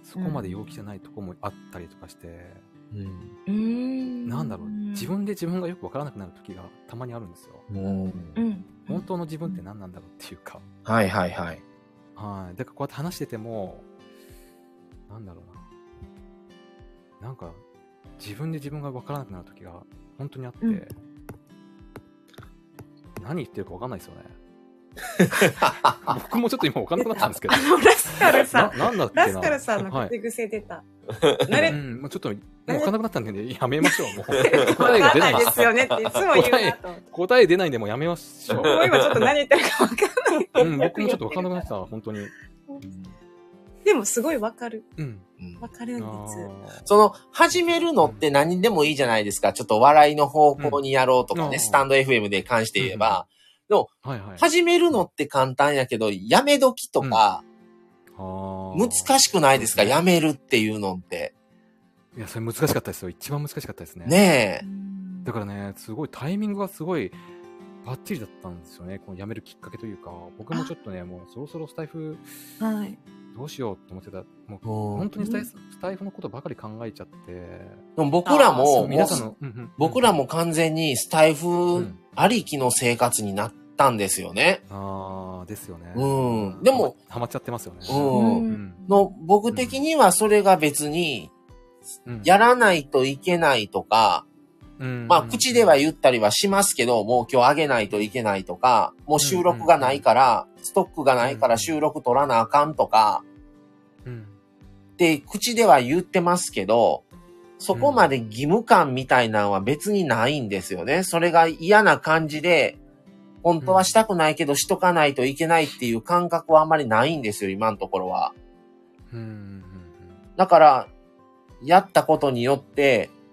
S3: そこまで陽気じゃないとこもあったりとかして、
S2: うん
S1: うん
S3: なんだろう、自分で自分がよくわからなくなる時がたまにあるんですよ。
S2: うん
S1: うん
S3: 本当の自分って何なんだろうっていうか、
S2: はいはい
S3: (laughs)
S2: はい。
S3: はい。だからこうやって話してても、なんだろうな。なんか、自分で自分がわからなくなる時が本当にあって、
S1: うん
S3: 何言ってるかわかんないですよね。僕もちょっと今わかんなくなったんですけど
S1: あ。のラスカル (laughs) さ、
S3: なんなんだっけな
S1: ラスカルさんの
S3: はい
S1: 口癖出た。慣れて
S3: うん、もうちょっと、もうわかんなくなったんで、やめましょう。もう
S1: る (laughs) かわ
S3: 答えが
S1: かん
S3: 出な
S1: ないいですよねっていつも言うなと思って。
S3: 答え出ないんで、もうやめま
S1: (laughs)
S3: しょ
S1: もう
S3: う。
S1: 今ちょっと何言ってるかわかんない。
S3: うん、僕もちょっとわかんなくなってた、本当に。
S1: でもすごいわかる。
S3: うん。
S2: うん
S1: わかるんです。
S2: その、始めるのって何でもいいじゃないですか。ちょっと笑いの方向にやろうとかね、
S3: うん
S2: スタンド FM で関して言えば、
S3: あーはいはい。
S2: 始めるのって簡単やけど、やめ時とか、難
S3: し
S2: しくないですか、
S3: うん
S2: やめるっていうのって。
S3: い。いや、それ難しかったですよ。一番難しかったですね。
S2: ね
S1: う
S2: え。
S1: ん
S3: だからね、すごいタイミングがすごいバッチリだったんですよね。この辞めるきっかけというか、僕もちょっとね、もうそろそろスタイフ
S1: はい。
S3: どうしようと思ってた。もう
S2: うん
S3: 本当にスタイフスタイフのことばかり考えちゃって。
S2: でも僕ら
S1: あーそ
S2: も、
S1: う
S2: も
S3: 皆
S2: う
S3: さんの、うんうん
S2: 僕らも。完全にスタイ
S3: う
S2: フ
S3: ん
S2: ありきの生活になったんですよね。
S3: ああ、ですよね。
S2: うんでも、
S3: ハマっちゃってますよね。
S2: うん
S1: うん
S3: うん
S2: の、僕的にはそれが別に、
S3: うん
S2: やらないといけないとか、
S3: うん
S2: まあ、口では
S3: う
S2: 言ったりはしますけど、もう今日あげないといけないとか、もう収録がないから、ストックがないから収録取らなあかんとか、
S3: ん。
S2: って口では言ってますけど、そこまで義務感みたいなのは別にないんですよね。それが嫌な感じで、本当はしたくないけどしとかないといけないっていう感覚はあんまりないんですよ、今のところは。
S3: うん。
S2: だから、やったことによって、
S3: うん。うん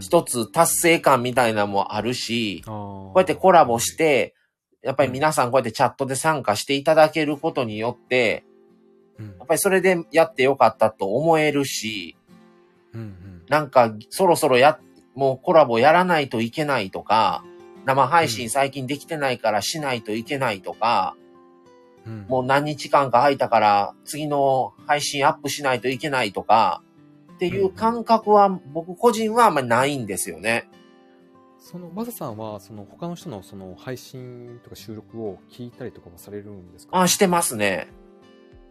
S2: 一つ達成感みたいなのもあるし、
S3: こ
S2: こうやってコラボし、て、やっぱり皆さんこうやってチャットで参加していただけることによって、
S3: うん
S2: やっぱりそれでやってよかったと思えるし、
S3: うん
S2: なんかそろそろや、もうコラボやらないといけないとか、生配
S3: う
S2: 信
S3: ん
S2: 最近できてないからしないといけないとか、
S3: うん、
S2: もう何日間か空いたから次の配信アップしないといけないとか、っていう感覚は僕個人はあんまりないんですよね。
S3: そのマサさんはその他の人のその配信とか収録を聞いたりとかもされるんですか
S2: あ、してますね。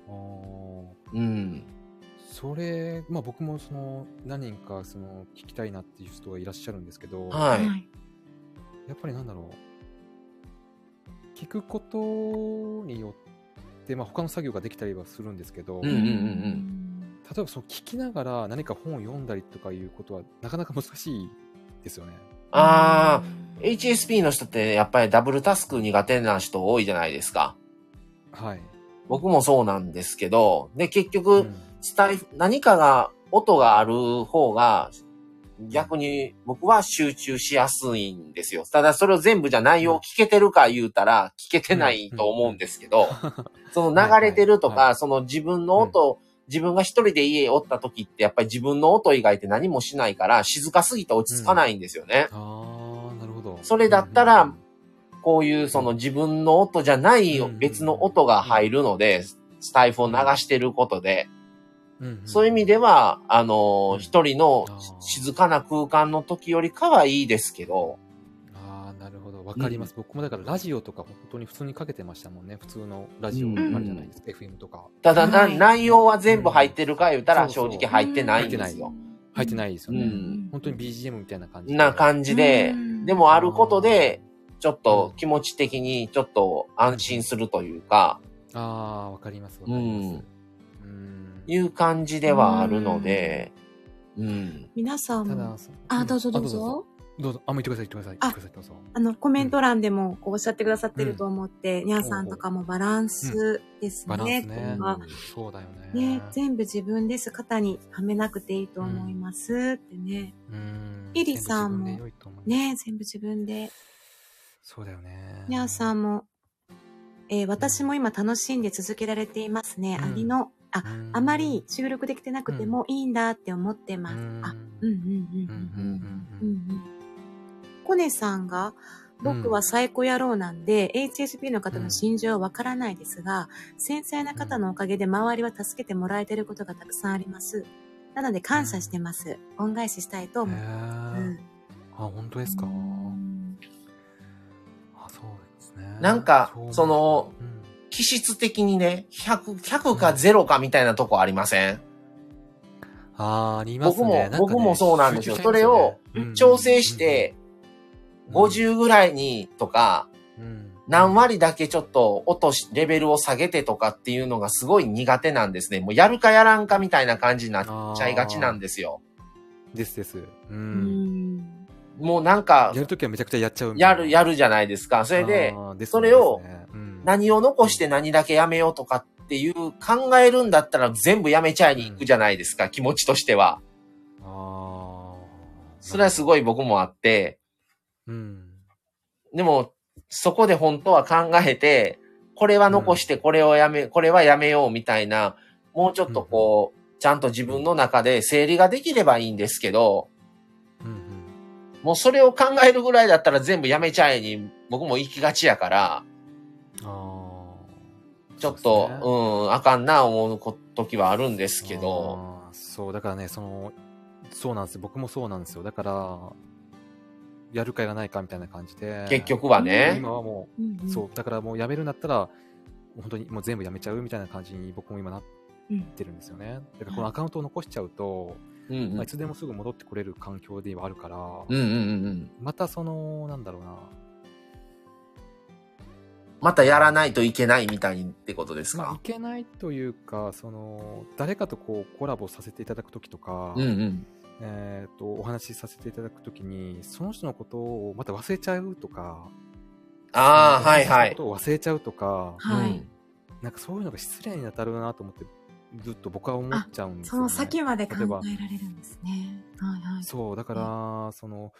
S3: あー
S2: うん。
S3: それ、まあ、僕もその何人かその聞きたいなっていう人がいらっしゃるんですけど、
S2: はい。
S3: やっぱりなんだろう聞くことによって、まあ、他の作業ができたりはするんですけど、
S2: うんうんうんうん。
S3: 例えばその聞きながら何か本を読んだりとかいうことはなかなか難しいですよね。
S2: ああ、HSP の人ってやっぱりダブルタスク苦手な人多いじゃないですか。
S3: はい。
S2: 僕もそうなんですけど、で、結
S3: う
S2: 局、スタイフ、何かが、音がある方が、逆に僕は集中しやすいんですよ。ただそれを全部じゃ内容を聞けてるか言うたら聞けてないと思うんですけど、 (laughs) その流れてると
S3: はいは
S2: か、その自分の音、自分が一人で家おった時ってやっぱり自分の音以外って何もしないから静かすぎて落ち着かないんですよね。
S3: ああ、なるほど。
S2: それだったら
S3: うんうん
S2: こういうその自分の音じゃない
S3: うん
S2: 別の音が入るので、スタイフを流してることで、
S3: うんうん
S2: そういう意味では、あのー
S3: うん
S2: 一人の
S3: あー
S2: 静かな空間の時よりかはいいですけど、
S3: ああ、なるほど。わかります。僕もだからラジオとか本当に普通にかけてましたもんね。普通のラジオ
S2: うん
S3: あるじゃないですか。FM とか。
S2: ただな、
S1: はい
S2: 内容は全部入ってるか言った
S3: う
S2: ら
S3: んそう
S2: 正
S3: そ
S2: 直
S3: う
S2: 入ってないんですよ。
S3: 入ってないです
S2: う
S3: よね。
S2: ん
S3: 本当に BGM みたいな感じで。
S2: な感じで、でもあることで、ちょっと
S3: うん
S2: 気持ち的にちょっと安心するというか、
S3: ああ、わかります。わかります。うん
S2: いう感じではあるので、うん。
S1: 皆さん
S3: た
S1: も
S3: だ、、そう
S1: あ、
S3: ん
S1: どうぞどう
S3: あ
S1: ぞ。
S3: どうぞ。あ、もう言ってください、言ってください。言ってください、どうぞ。
S1: あの、コメント欄でもこうおっしゃってくださってると思って、にゃーさんとかもバランスです
S3: バラン
S1: ね。
S3: ス
S1: こ
S3: ね
S1: こは。
S3: そうだよね
S1: ね、。全部自分です。肩にはめなくていいと思います。ってね。
S3: うん
S1: リリさんも
S3: 全部自分で良いと思います
S1: ね、全部自分で。
S3: そうだよね。
S1: にゃーさ
S3: ん。
S1: んも、えー私も今楽しんで続けられていますね。
S3: うん
S1: ありの、あ、あまり収録できてなくてもいいんだって思って
S3: う
S1: ます。
S3: ん、
S1: あ、うんうんうんん。
S3: うう
S1: うん
S3: うん
S1: んうんコネさんが、僕はサイコ野郎なんで、HSP の方の心情はわからないですが、繊細な方のおかげで周りは助けてもらえてることがたくさんあります。なので感謝してます。恩返ししたいと
S3: へ
S1: 思う。
S3: ーあ、本当ですか。
S1: うん
S3: あ、そうですね。
S2: なんか
S3: う
S2: その、
S3: うん
S2: 気質的にね、100、100か0かみたいなとこありません、
S3: あーありますね。
S2: 僕も
S3: なんかね
S2: 僕もそうなんですよ
S3: 集中したいよね
S2: そ調整し、て、
S3: うん
S2: 50ぐらいにとか、
S3: うんうん
S2: 何割だけちょっと落とし、レベルを下げてとかっていうのがすごい苦手なんですね。もうやるかやらんかみたいな感じになっちゃいがちなんですよ。
S3: ですです。う。
S1: うんん。
S2: もうなんか
S3: や、るときはめちゃくちゃやっちゃうみたい
S2: や
S3: な。
S2: る、やるじゃないですか。それで
S3: あ、ー、ですね
S2: それを、
S3: ですねうん
S2: 何を残して何だけやめようとかっていう考えるんだったら全部やめちゃいに行くじゃないですか、気持ちとしては。
S3: あー
S2: それはすごい僕もあって、
S3: うん。
S2: でも、そこで本当は考えて、これは残して、これをやめ、これはやめようみたいな、もうちょっとこう、ちゃんと自分の中で整理ができればいいんですけど、
S3: うんうん
S2: もうそれを考えるぐらいだったら全部やめちゃえに僕も行きがちやから、
S3: ああ。
S2: ちょっと、
S3: ん。
S2: うん、あかんな思うこ時はあるんですけど、
S3: あー。そう、だからね、その、そうなんですよ。僕もそうなんですよ。だから、やるかやらないかみたいな感じで。
S2: 結局は
S3: もう
S2: ね。
S3: 今はも
S1: うんう
S3: う、
S1: ん
S3: そう、だからもうやめるんだったら、本当にもう全部やめちゃうみたいな感じに僕も今なってるんですよね。だからこのアカウントを残しちゃうと、
S2: うんうん
S3: まあ、いつでもすぐ戻ってこれる環境ではあるから、
S2: うんうんうんうん。
S3: またその、なんだろうな、
S2: またやらないといけないみたいにってことです
S3: まあ、い
S2: か。
S3: けないというか、その、誰かとこうコラボさせていただくときとか、
S2: うんうん。
S3: えっ、と、お話しさせていただくときに、その人のことをまた忘れちゃうとか、
S2: ああ、はい
S3: その
S2: はい。
S3: 人のことを忘れちゃうとか、
S1: はい
S2: うん
S3: なんかそういうのが失礼に当たるなと思って、ずっと僕は思っちゃうんです
S1: そ
S3: よ、ね。
S1: の先まで考
S3: 例えば
S1: えられるんですね。はいはい。
S3: そう、だから、その、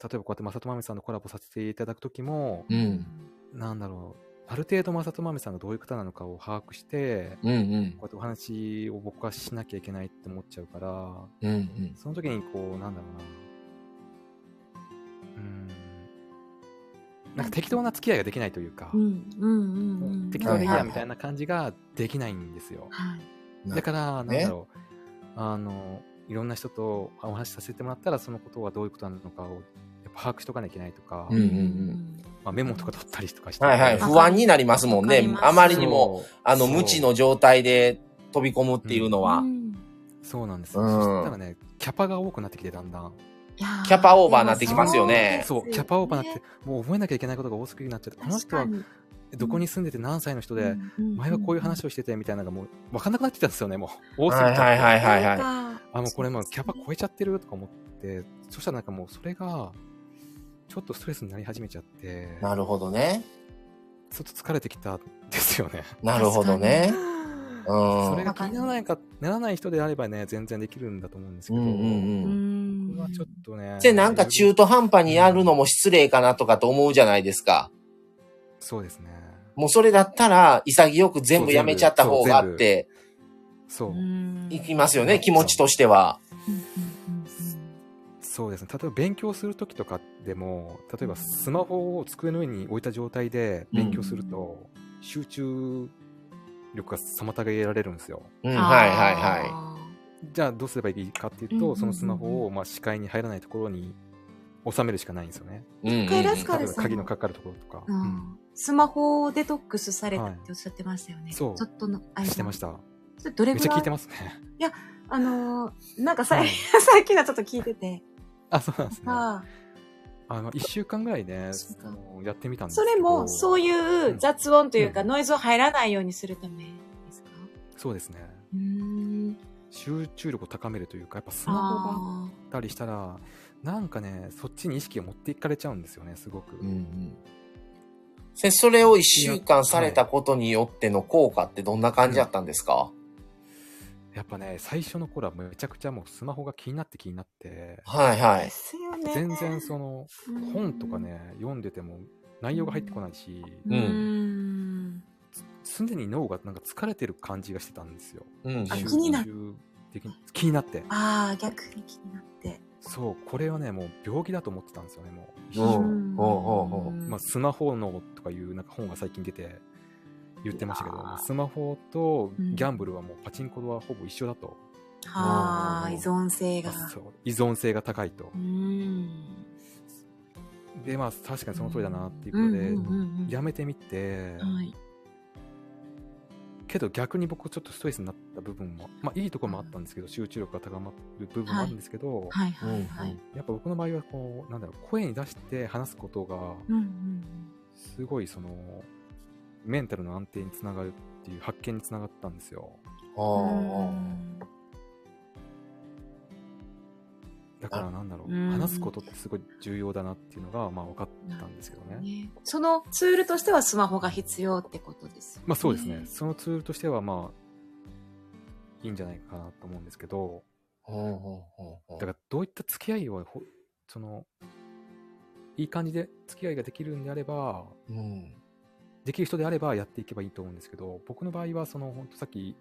S3: 例えばこうやってまさとまみさんのコラボさせていただくときも、
S2: うん。
S3: なんだろう、ある程度まさとまみさんがどういう方なのかを把握して、
S2: うんうん
S3: こうやってお話を僕はしなきゃいけないって思っちゃうから、
S2: うんうん。
S3: その時にこう、なんだろうな。うーん。なんか適当な付き合いができないというか、
S1: うんうんうんうん。
S3: 適当でいい
S2: は
S3: や
S2: い
S3: みたいな感じができないんですよ。
S1: はい。
S2: はい
S3: だから、なん
S2: ね
S3: だろう、あの、いろんな人とお話しさせてもらったら、そのことはどういうことなのかを、やっぱ把握しとかなきゃいけないとか、
S2: うんうん
S3: まあ、メモとか取ったりとかして。
S2: はいはい。
S1: あ
S2: 不安になりますもん
S1: わか
S2: ね
S1: り。ます
S2: あまりにも、
S3: そう、
S2: あの、
S3: そう
S2: 無知の状態で飛び込むっていうのは、
S1: うん
S3: そうなんですよ。
S2: うん
S3: そしたらね、キャパが多くなってきて、だんだん。
S1: いや
S2: キャパオーバーになってきますよね
S3: そう、キャパオーバーになって、もう覚えなきゃいけないことが多すぎになっちゃって、この人はどこに住んでて何歳の人で、前はこういう話
S1: を
S3: をしててみたいなのがもう分かんなくなってきたんですよね、もう。多すぎ
S2: はい
S3: て。
S2: はいはいはいはい。
S1: は
S3: あ、もうこれもうキャパ超えちゃってるとか思って、そしたらなんかもうそれが、ちょっとストレスになり始めちゃって、ちょっ
S2: なるほどね。
S3: と疲れてきたんですよね。
S2: なるほどね。う
S3: そ
S2: ん。
S3: れが気にならないか、ならない人であればね、全然できるんだと思うんですけ
S2: うん
S3: ど、
S2: う
S1: うん
S2: うん。
S1: ん
S3: これはちょっとね。
S2: で、なんか中途半端にやるのも失礼かなとかと思うじゃないですか。
S3: そうですね。
S2: もうそれだったら、潔く全部やめちゃった方があって、
S3: そうう。
S1: ん
S2: いきますよね、気持ちとしては。
S3: そうですね。例えば勉強するときとかでも、例えばスマホを机の上に置いた状態で勉強すると、集中力が妨げられるんですよ。
S2: うん、
S1: うん
S2: はいはいは
S3: じゃあどうすればいいかっていう
S1: うんうんうんう
S3: と、
S1: ん
S3: そのスマホをまあ視界に入らないところに収めるしかないんですよね。
S2: い。うんうん
S1: 一回出すから
S3: 例
S1: で
S3: え
S1: す
S3: ば
S1: ね
S3: 鍵のかかるところとか。
S1: う
S3: うん
S1: んスマホをデトックスされたっておっしゃってましたよね。
S3: いそう
S1: ちょっとの間。。
S3: してましたた。
S1: どれ
S3: めっ
S1: ぐ
S3: ちゃ
S1: ら
S3: 聞い
S1: い
S3: てますね。
S1: あのー、なんか (laughs) さい
S3: はい
S1: 最近はちょっと聞いてて。
S3: あ、そうなんですね。あ
S1: あ
S3: の、1週間ぐらいね、
S1: そうか
S3: あのやってみた
S1: ー
S3: んです
S1: そ
S3: けど。
S1: れも、そう
S3: う。
S1: いう雑音というか、
S3: うん
S1: ノイズを入らないようにするためですか
S3: そうですね。
S1: うーん。
S3: 集中力を高めるというか、やっぱスマホが
S1: あ
S3: ったりしたらなんかねそっちに意識を持っていかれちゃうんですよねすごく、
S2: うんうんせそれを一週間されたことによっての効果ってどんな感じだったんですか、
S3: やっぱね最初の頃はめちゃくちゃもうスマホが気になって気になって
S2: はい
S1: あ。
S2: は
S1: で
S2: い。
S1: すよね。
S3: 全然その
S1: うん
S3: 本とか。ね読んでても内容が入ってこないし
S1: うーん。
S3: 常に脳がなんか疲れてる感じがしてたんですよ
S2: うん
S1: あ気にな
S3: 集中的に気になって
S1: ああ、逆に気になって。
S3: そうこれはねもう病気だと思ってたんですよねもう、
S2: おう
S1: うん
S2: おうおうおう
S3: まあ、スマホ脳とかいうなんか本が最近出て言ってましたけ
S1: う
S3: ど
S1: わー
S3: スマホとギャンブルはもうパチンコはほぼ一緒だと、
S1: はあ、
S2: うん
S1: 依存性が。
S3: そう依存性が高いと
S1: うーん。
S3: でまあ確かにその通りだなっていうことで、やめてみて、
S1: はい。
S3: けど逆に僕ちょっとストレスになった部分もまあいいところもあったんですけど集中力が高まる部分もあるんですけど、
S1: はいは
S2: う
S1: い
S2: ん
S1: はい。
S3: やっぱ僕の場合はこうなんだろう声に出して話すことが
S1: うんうん
S3: すごいそのメンタルの安定につながるっていう発見につながったんですよ
S1: う
S2: おー
S1: ん。
S3: だからなんだろう、
S1: うん
S3: 話すことってすごい重要だなっていうのがまあ分かったんですけどね
S1: ねそのツールとしてはスマホが必要ってことですよね。
S3: まあそうですね。そのツールとしてはまあ、いいんじゃないかなと思うんですけど、
S2: うんうんうんうん
S3: だからどういった付き合いをほ、その、いい感じで付き合いができるんであれば、
S2: うん
S3: できる人であればやっていけばいいと思うんですけど、僕の場合はその、本当さっき、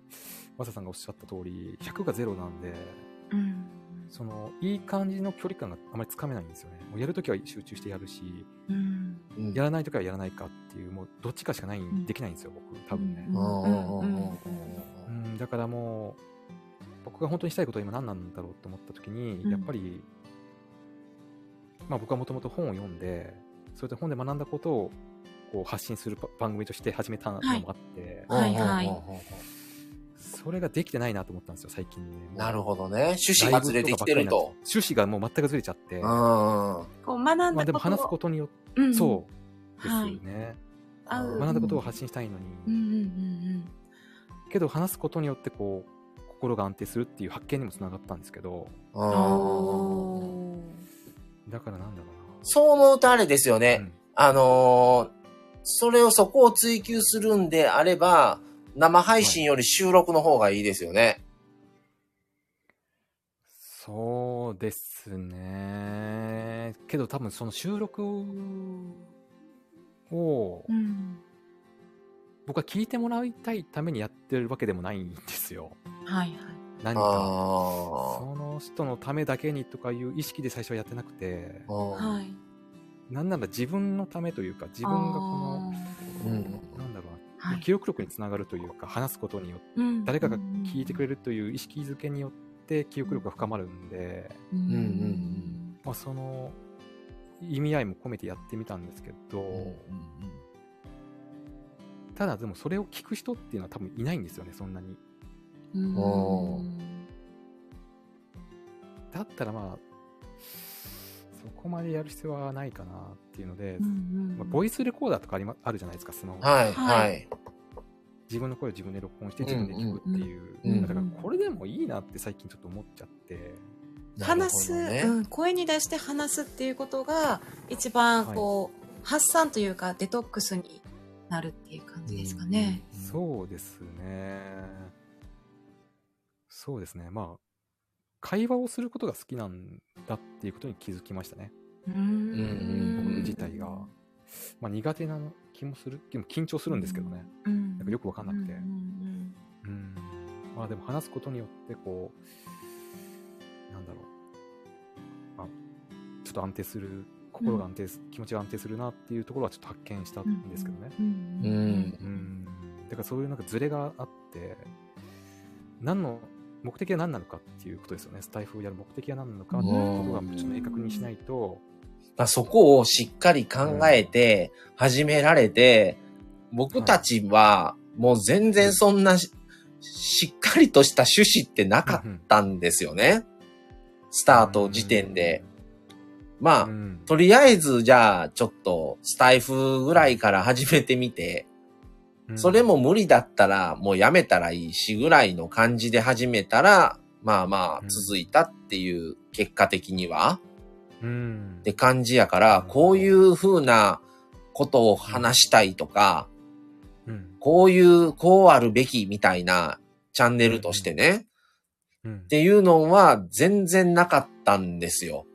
S3: マサさんがおっしゃった通り、100が0なんで、
S1: うん。
S3: その、いい感じの距離感があまりつかめないんですよね。もうやるときは集中してやるし、
S1: うん。
S2: うん
S3: やらないときはやらないかっていう、もうどっちかしかない、
S1: ん
S3: できないんですよ、僕、多分ね
S1: う。んうんうんうん
S3: うん、だからもう、僕が本当にしたいことは今何なんだろうと思ったと
S1: う
S3: き
S1: ん
S3: に、やっぱり、まあ僕はもともと本を読んで、それで本で学んだことをこう発信するば番組として始めたのもあって、
S1: はいはい
S3: それができてないなと思ったんですよ、最近ね。もう
S2: なるほどね。趣旨がずれてきてると。。
S3: 趣旨がもう全くずれちゃって、
S2: うん。
S3: ま
S2: は
S1: こう学んだことを、
S3: あでも話すことによっ
S1: うんう
S3: て、
S1: ん
S3: そうですよ
S1: はい
S3: ね。
S1: 合う
S3: 学んだことを発信したいの
S1: うん
S3: に、
S1: うんうん
S3: けど話すことによってこう、心が安定するっていう発見にもつながったんですけど、
S1: うん。
S2: そ
S1: おー
S3: だからなんだろ
S2: う思うとあれですよ
S3: うな。う
S2: ね。
S3: ん
S2: あのー、それをそこを追求するんであれば、生配信より収録の方がいいですよね。
S3: そうですね。けど多分その収録を
S1: うん。
S3: 僕は聞いてもらいたいためにやってるわけでもないんですよ。
S1: はいはい。
S3: 何
S2: あ
S3: か。
S2: あ
S3: その人のためだけにとかいう意識で最初はやってなくて、
S2: ー。
S1: はい。
S3: なんなら自分のためというか、自分がこの、
S2: うん
S3: なんだろうな、
S1: はい
S3: 記憶力につながるというか、話すことによって、誰かが聞いてくれ
S1: る。
S3: るという意識づけによって記憶力が深まるんで、
S1: うん
S2: うんうん
S3: まあ、その意味合いも込めてやってみたんですけど、ただでもそれを聞く人っていうのは多分いないんですよねそんなに
S1: うんうん
S2: お
S3: だったらまあそこまでやる必要はないかなっていうので、
S1: うん
S3: まあ、ボイスレコーダーとかあり、まあるじゃないですかスマホ、
S2: はいはい。
S3: 自分の声を自分で録音して自分で聞くっていう、
S2: うんうんうん
S3: だからこれでもいいなって最近ちょっと思っちゃって
S1: 話す、
S2: なるほど
S1: う
S2: ね
S1: ん、声に出して話すっていうことが一番こう、発散というかデトックスになるっていう感じですかね。
S2: うん
S3: そうですね。そうですね。まあ、会話をすることが好きなんだっていうことに気づきましたね。
S1: うん
S2: うん
S3: 僕自体が。まあ、苦手な気もする。でも緊張するんですけどね。
S1: うん
S3: なんかよくわかんなくて
S1: うん。うん
S3: うん。まあ、でも話すことによって、こう、なんだろう。まあ、ちょっと安定する、心が安定す、気持ちが安定するなっていうところはちょっと発見したんですけどね。
S1: うん
S2: うん
S3: うん、だからそういうなんかズレがあって、何の、目的は何なのかっていうことですよね。スタイフをやる目的は何なのかっていうことが
S1: うん
S3: ちょっと明確にしないと、
S2: まあ、そこをしっかり考えて、始められて、僕たちは、もう全然そんなし、しっかりとした趣旨ってなかったんですよね。スタート時点で。まあ、
S3: ん
S2: とりあえず、じゃあ、ちょっと、スタイフぐらいから始めてみて、
S3: うん
S2: それも無理だったら、もうやめたらいいしぐらいの感じで始めたら、まあまあ、続いたっていう、結果的には。
S3: うん
S2: って感じやから、こういう風なことを話したいとか、
S3: うん
S2: こういう、こうあるべきみたいなチャンネルとしてね、
S3: うん
S2: っていうのは全然なかったんですよ。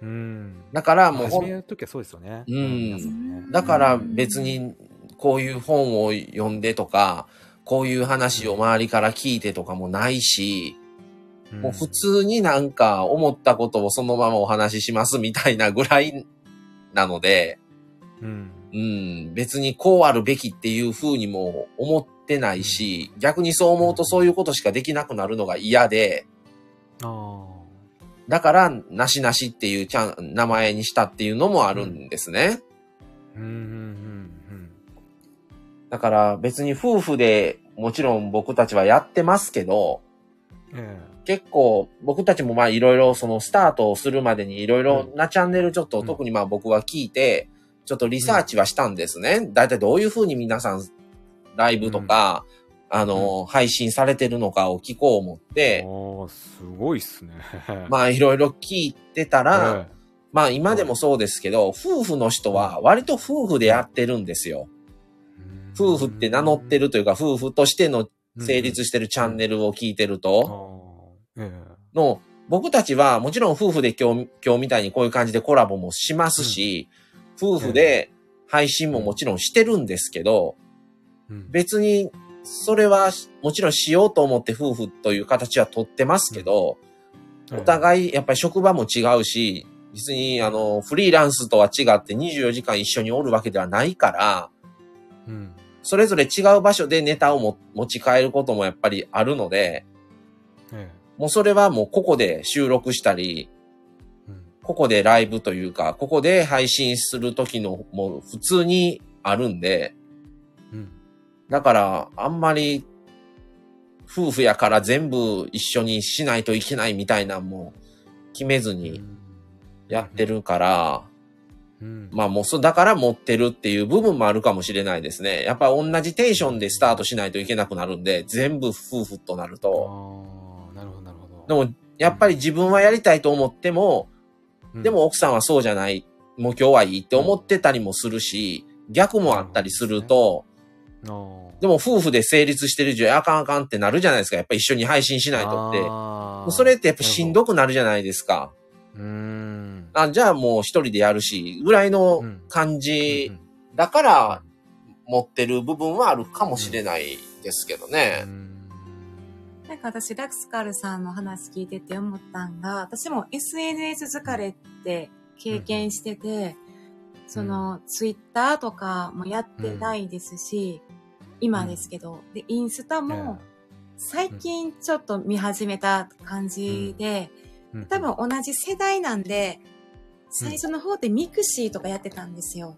S3: うん
S2: だからもう
S3: 始
S2: ほ
S3: め
S2: ん、
S3: るときはそうですよね。
S2: うん
S3: 皆さんね
S2: だから別にこういう本を読んでとか、こういう話を周りから聞いてとかもないし、
S3: うん
S2: もう普通になんか思ったことをそのままお話ししますみたいなぐらいなので、
S3: うん
S2: うん、別にこうあるべきっていう風にも思ってないし、逆にそう思うとそういうことしかできなくなるのが嫌で、
S3: ああ。
S2: だから、なしなしっていうちゃん名前にしたっていうのもあるんですね。
S3: うんうんうん
S2: だから別に夫婦でもちろん僕たちはやってますけど、
S3: うん。え
S2: 結構僕たちもまあいろいろそのスタートをするまでにいろいろなチャンネルちょっと、
S3: うん
S2: 特にまあ僕は聞いて、ちょっとリサーチはしたんですね。だいたいどういうふうに皆さんライブとか、あの、配信されてるのかを聞こう思っ
S3: え。
S2: て、
S3: ああ、すごいっすね。
S2: まあいろいろ聞いてたら、
S3: あ、
S2: まあ今でもそうですけど、夫婦の人は割と夫婦でやってるんですよ。
S3: うん
S2: 夫婦って名乗ってるというか、夫婦としての成立
S3: し
S2: してるチャンネルを聞いてる
S3: ああ
S2: と、。
S3: え
S2: の、僕たちはもちろん夫婦で今日、今日みたいにこういう感じでコラボもしますし、夫婦で配信ももちろんしてるんですけど、
S3: えうん
S2: 別にそれはもちろんしようと思って夫婦という形は取ってますけど、お互い、やっぱり職場も違うし、別に、あの、フリーランスとは違って24時間一緒におるわけではないから、
S3: うん。
S2: それぞれ違う場所でネタをも持ち帰ることもやっぱりあるので、
S3: え
S2: もうそれはもうここで収録したり、
S3: え。うん。
S2: ここでライブというか、ここで配信する時のもう普通にあるんで、
S3: うん。
S2: だからあんまり夫婦やから全部一緒にしないといけないみたいなんも決めずにやってるから、
S3: うん。
S2: まあもうそ、だから持ってるっていう部分もあるかもしれないですね。やっぱ同じテンションでスタートしないといけなくなるんで、全部夫婦となる
S3: あ
S2: と。
S3: あ、なるほど、なるほど。
S2: でも、やっぱり自分はやりたいと思っても、
S3: うん、
S2: でも奥さんはそうじゃない、もう今日はいいって思ってたりもするし、逆もあったりすると、
S3: あー、
S2: でも夫婦で成立してる以上、あかんあかんってなるじゃないですか。やっぱ一緒に配信しないとって。
S3: あー
S2: それってやっぱしんどくなるじゃないですか。
S3: うーん。
S2: あじゃあもう一人でやるし、ぐらいの感じだから
S3: う、
S2: 持ってる部分はあるかもしれないですけどね
S3: う。ん
S1: なんか私、ラクスカルさんの話聞いてて思ったんが、私も SNS 疲れって経験してて、その、ツイッターとかもやってないですし、今ですけど、で、インスタも最近ちょっと見始めた感じで、
S3: うん
S1: 多分同じ世代なんで、最初の方でミクシーとかやってたんですよ。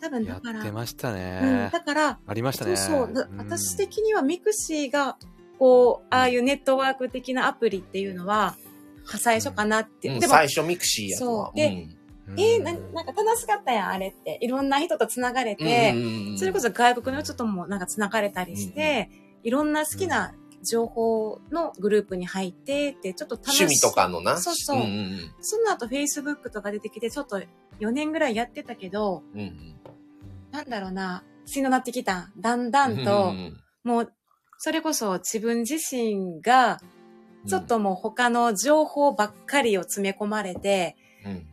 S1: 多分
S3: や
S1: だか
S3: っ
S1: ら、
S3: てました
S1: うん、
S3: ね。
S1: だから、
S3: ありました
S1: そう
S3: ね。
S1: そう。だ
S3: ん
S1: 私、的にはミクシーが、こう、ああいうネットワーク的なアプリっていうのは、最初かなって。
S2: うん
S1: でも、
S2: 最初ミクシーやとは
S1: そう。で
S2: ん
S3: うん
S1: えーな、なんか楽しかったやん、あれって。いろんな人と繋がれ
S2: うん
S1: て、
S2: うんうん
S1: それこそ外国の人ともなんか繋がれたりして、いろんな好きな情報のグループに入ってって、ちょっと楽しい
S2: 趣味と。かのな。
S1: そうそう
S2: うんうん
S1: その後 Facebook とか出てきて、ちょっと4年ぐらいやってたけど、
S2: うんうん
S1: なんだろうな、しんどなってきた。だんだん
S2: う
S1: と
S2: んう、ん
S1: もう、それこそ自分自身が、ちょっともう他の情報ばっかりを詰め込まれて、
S2: うんうん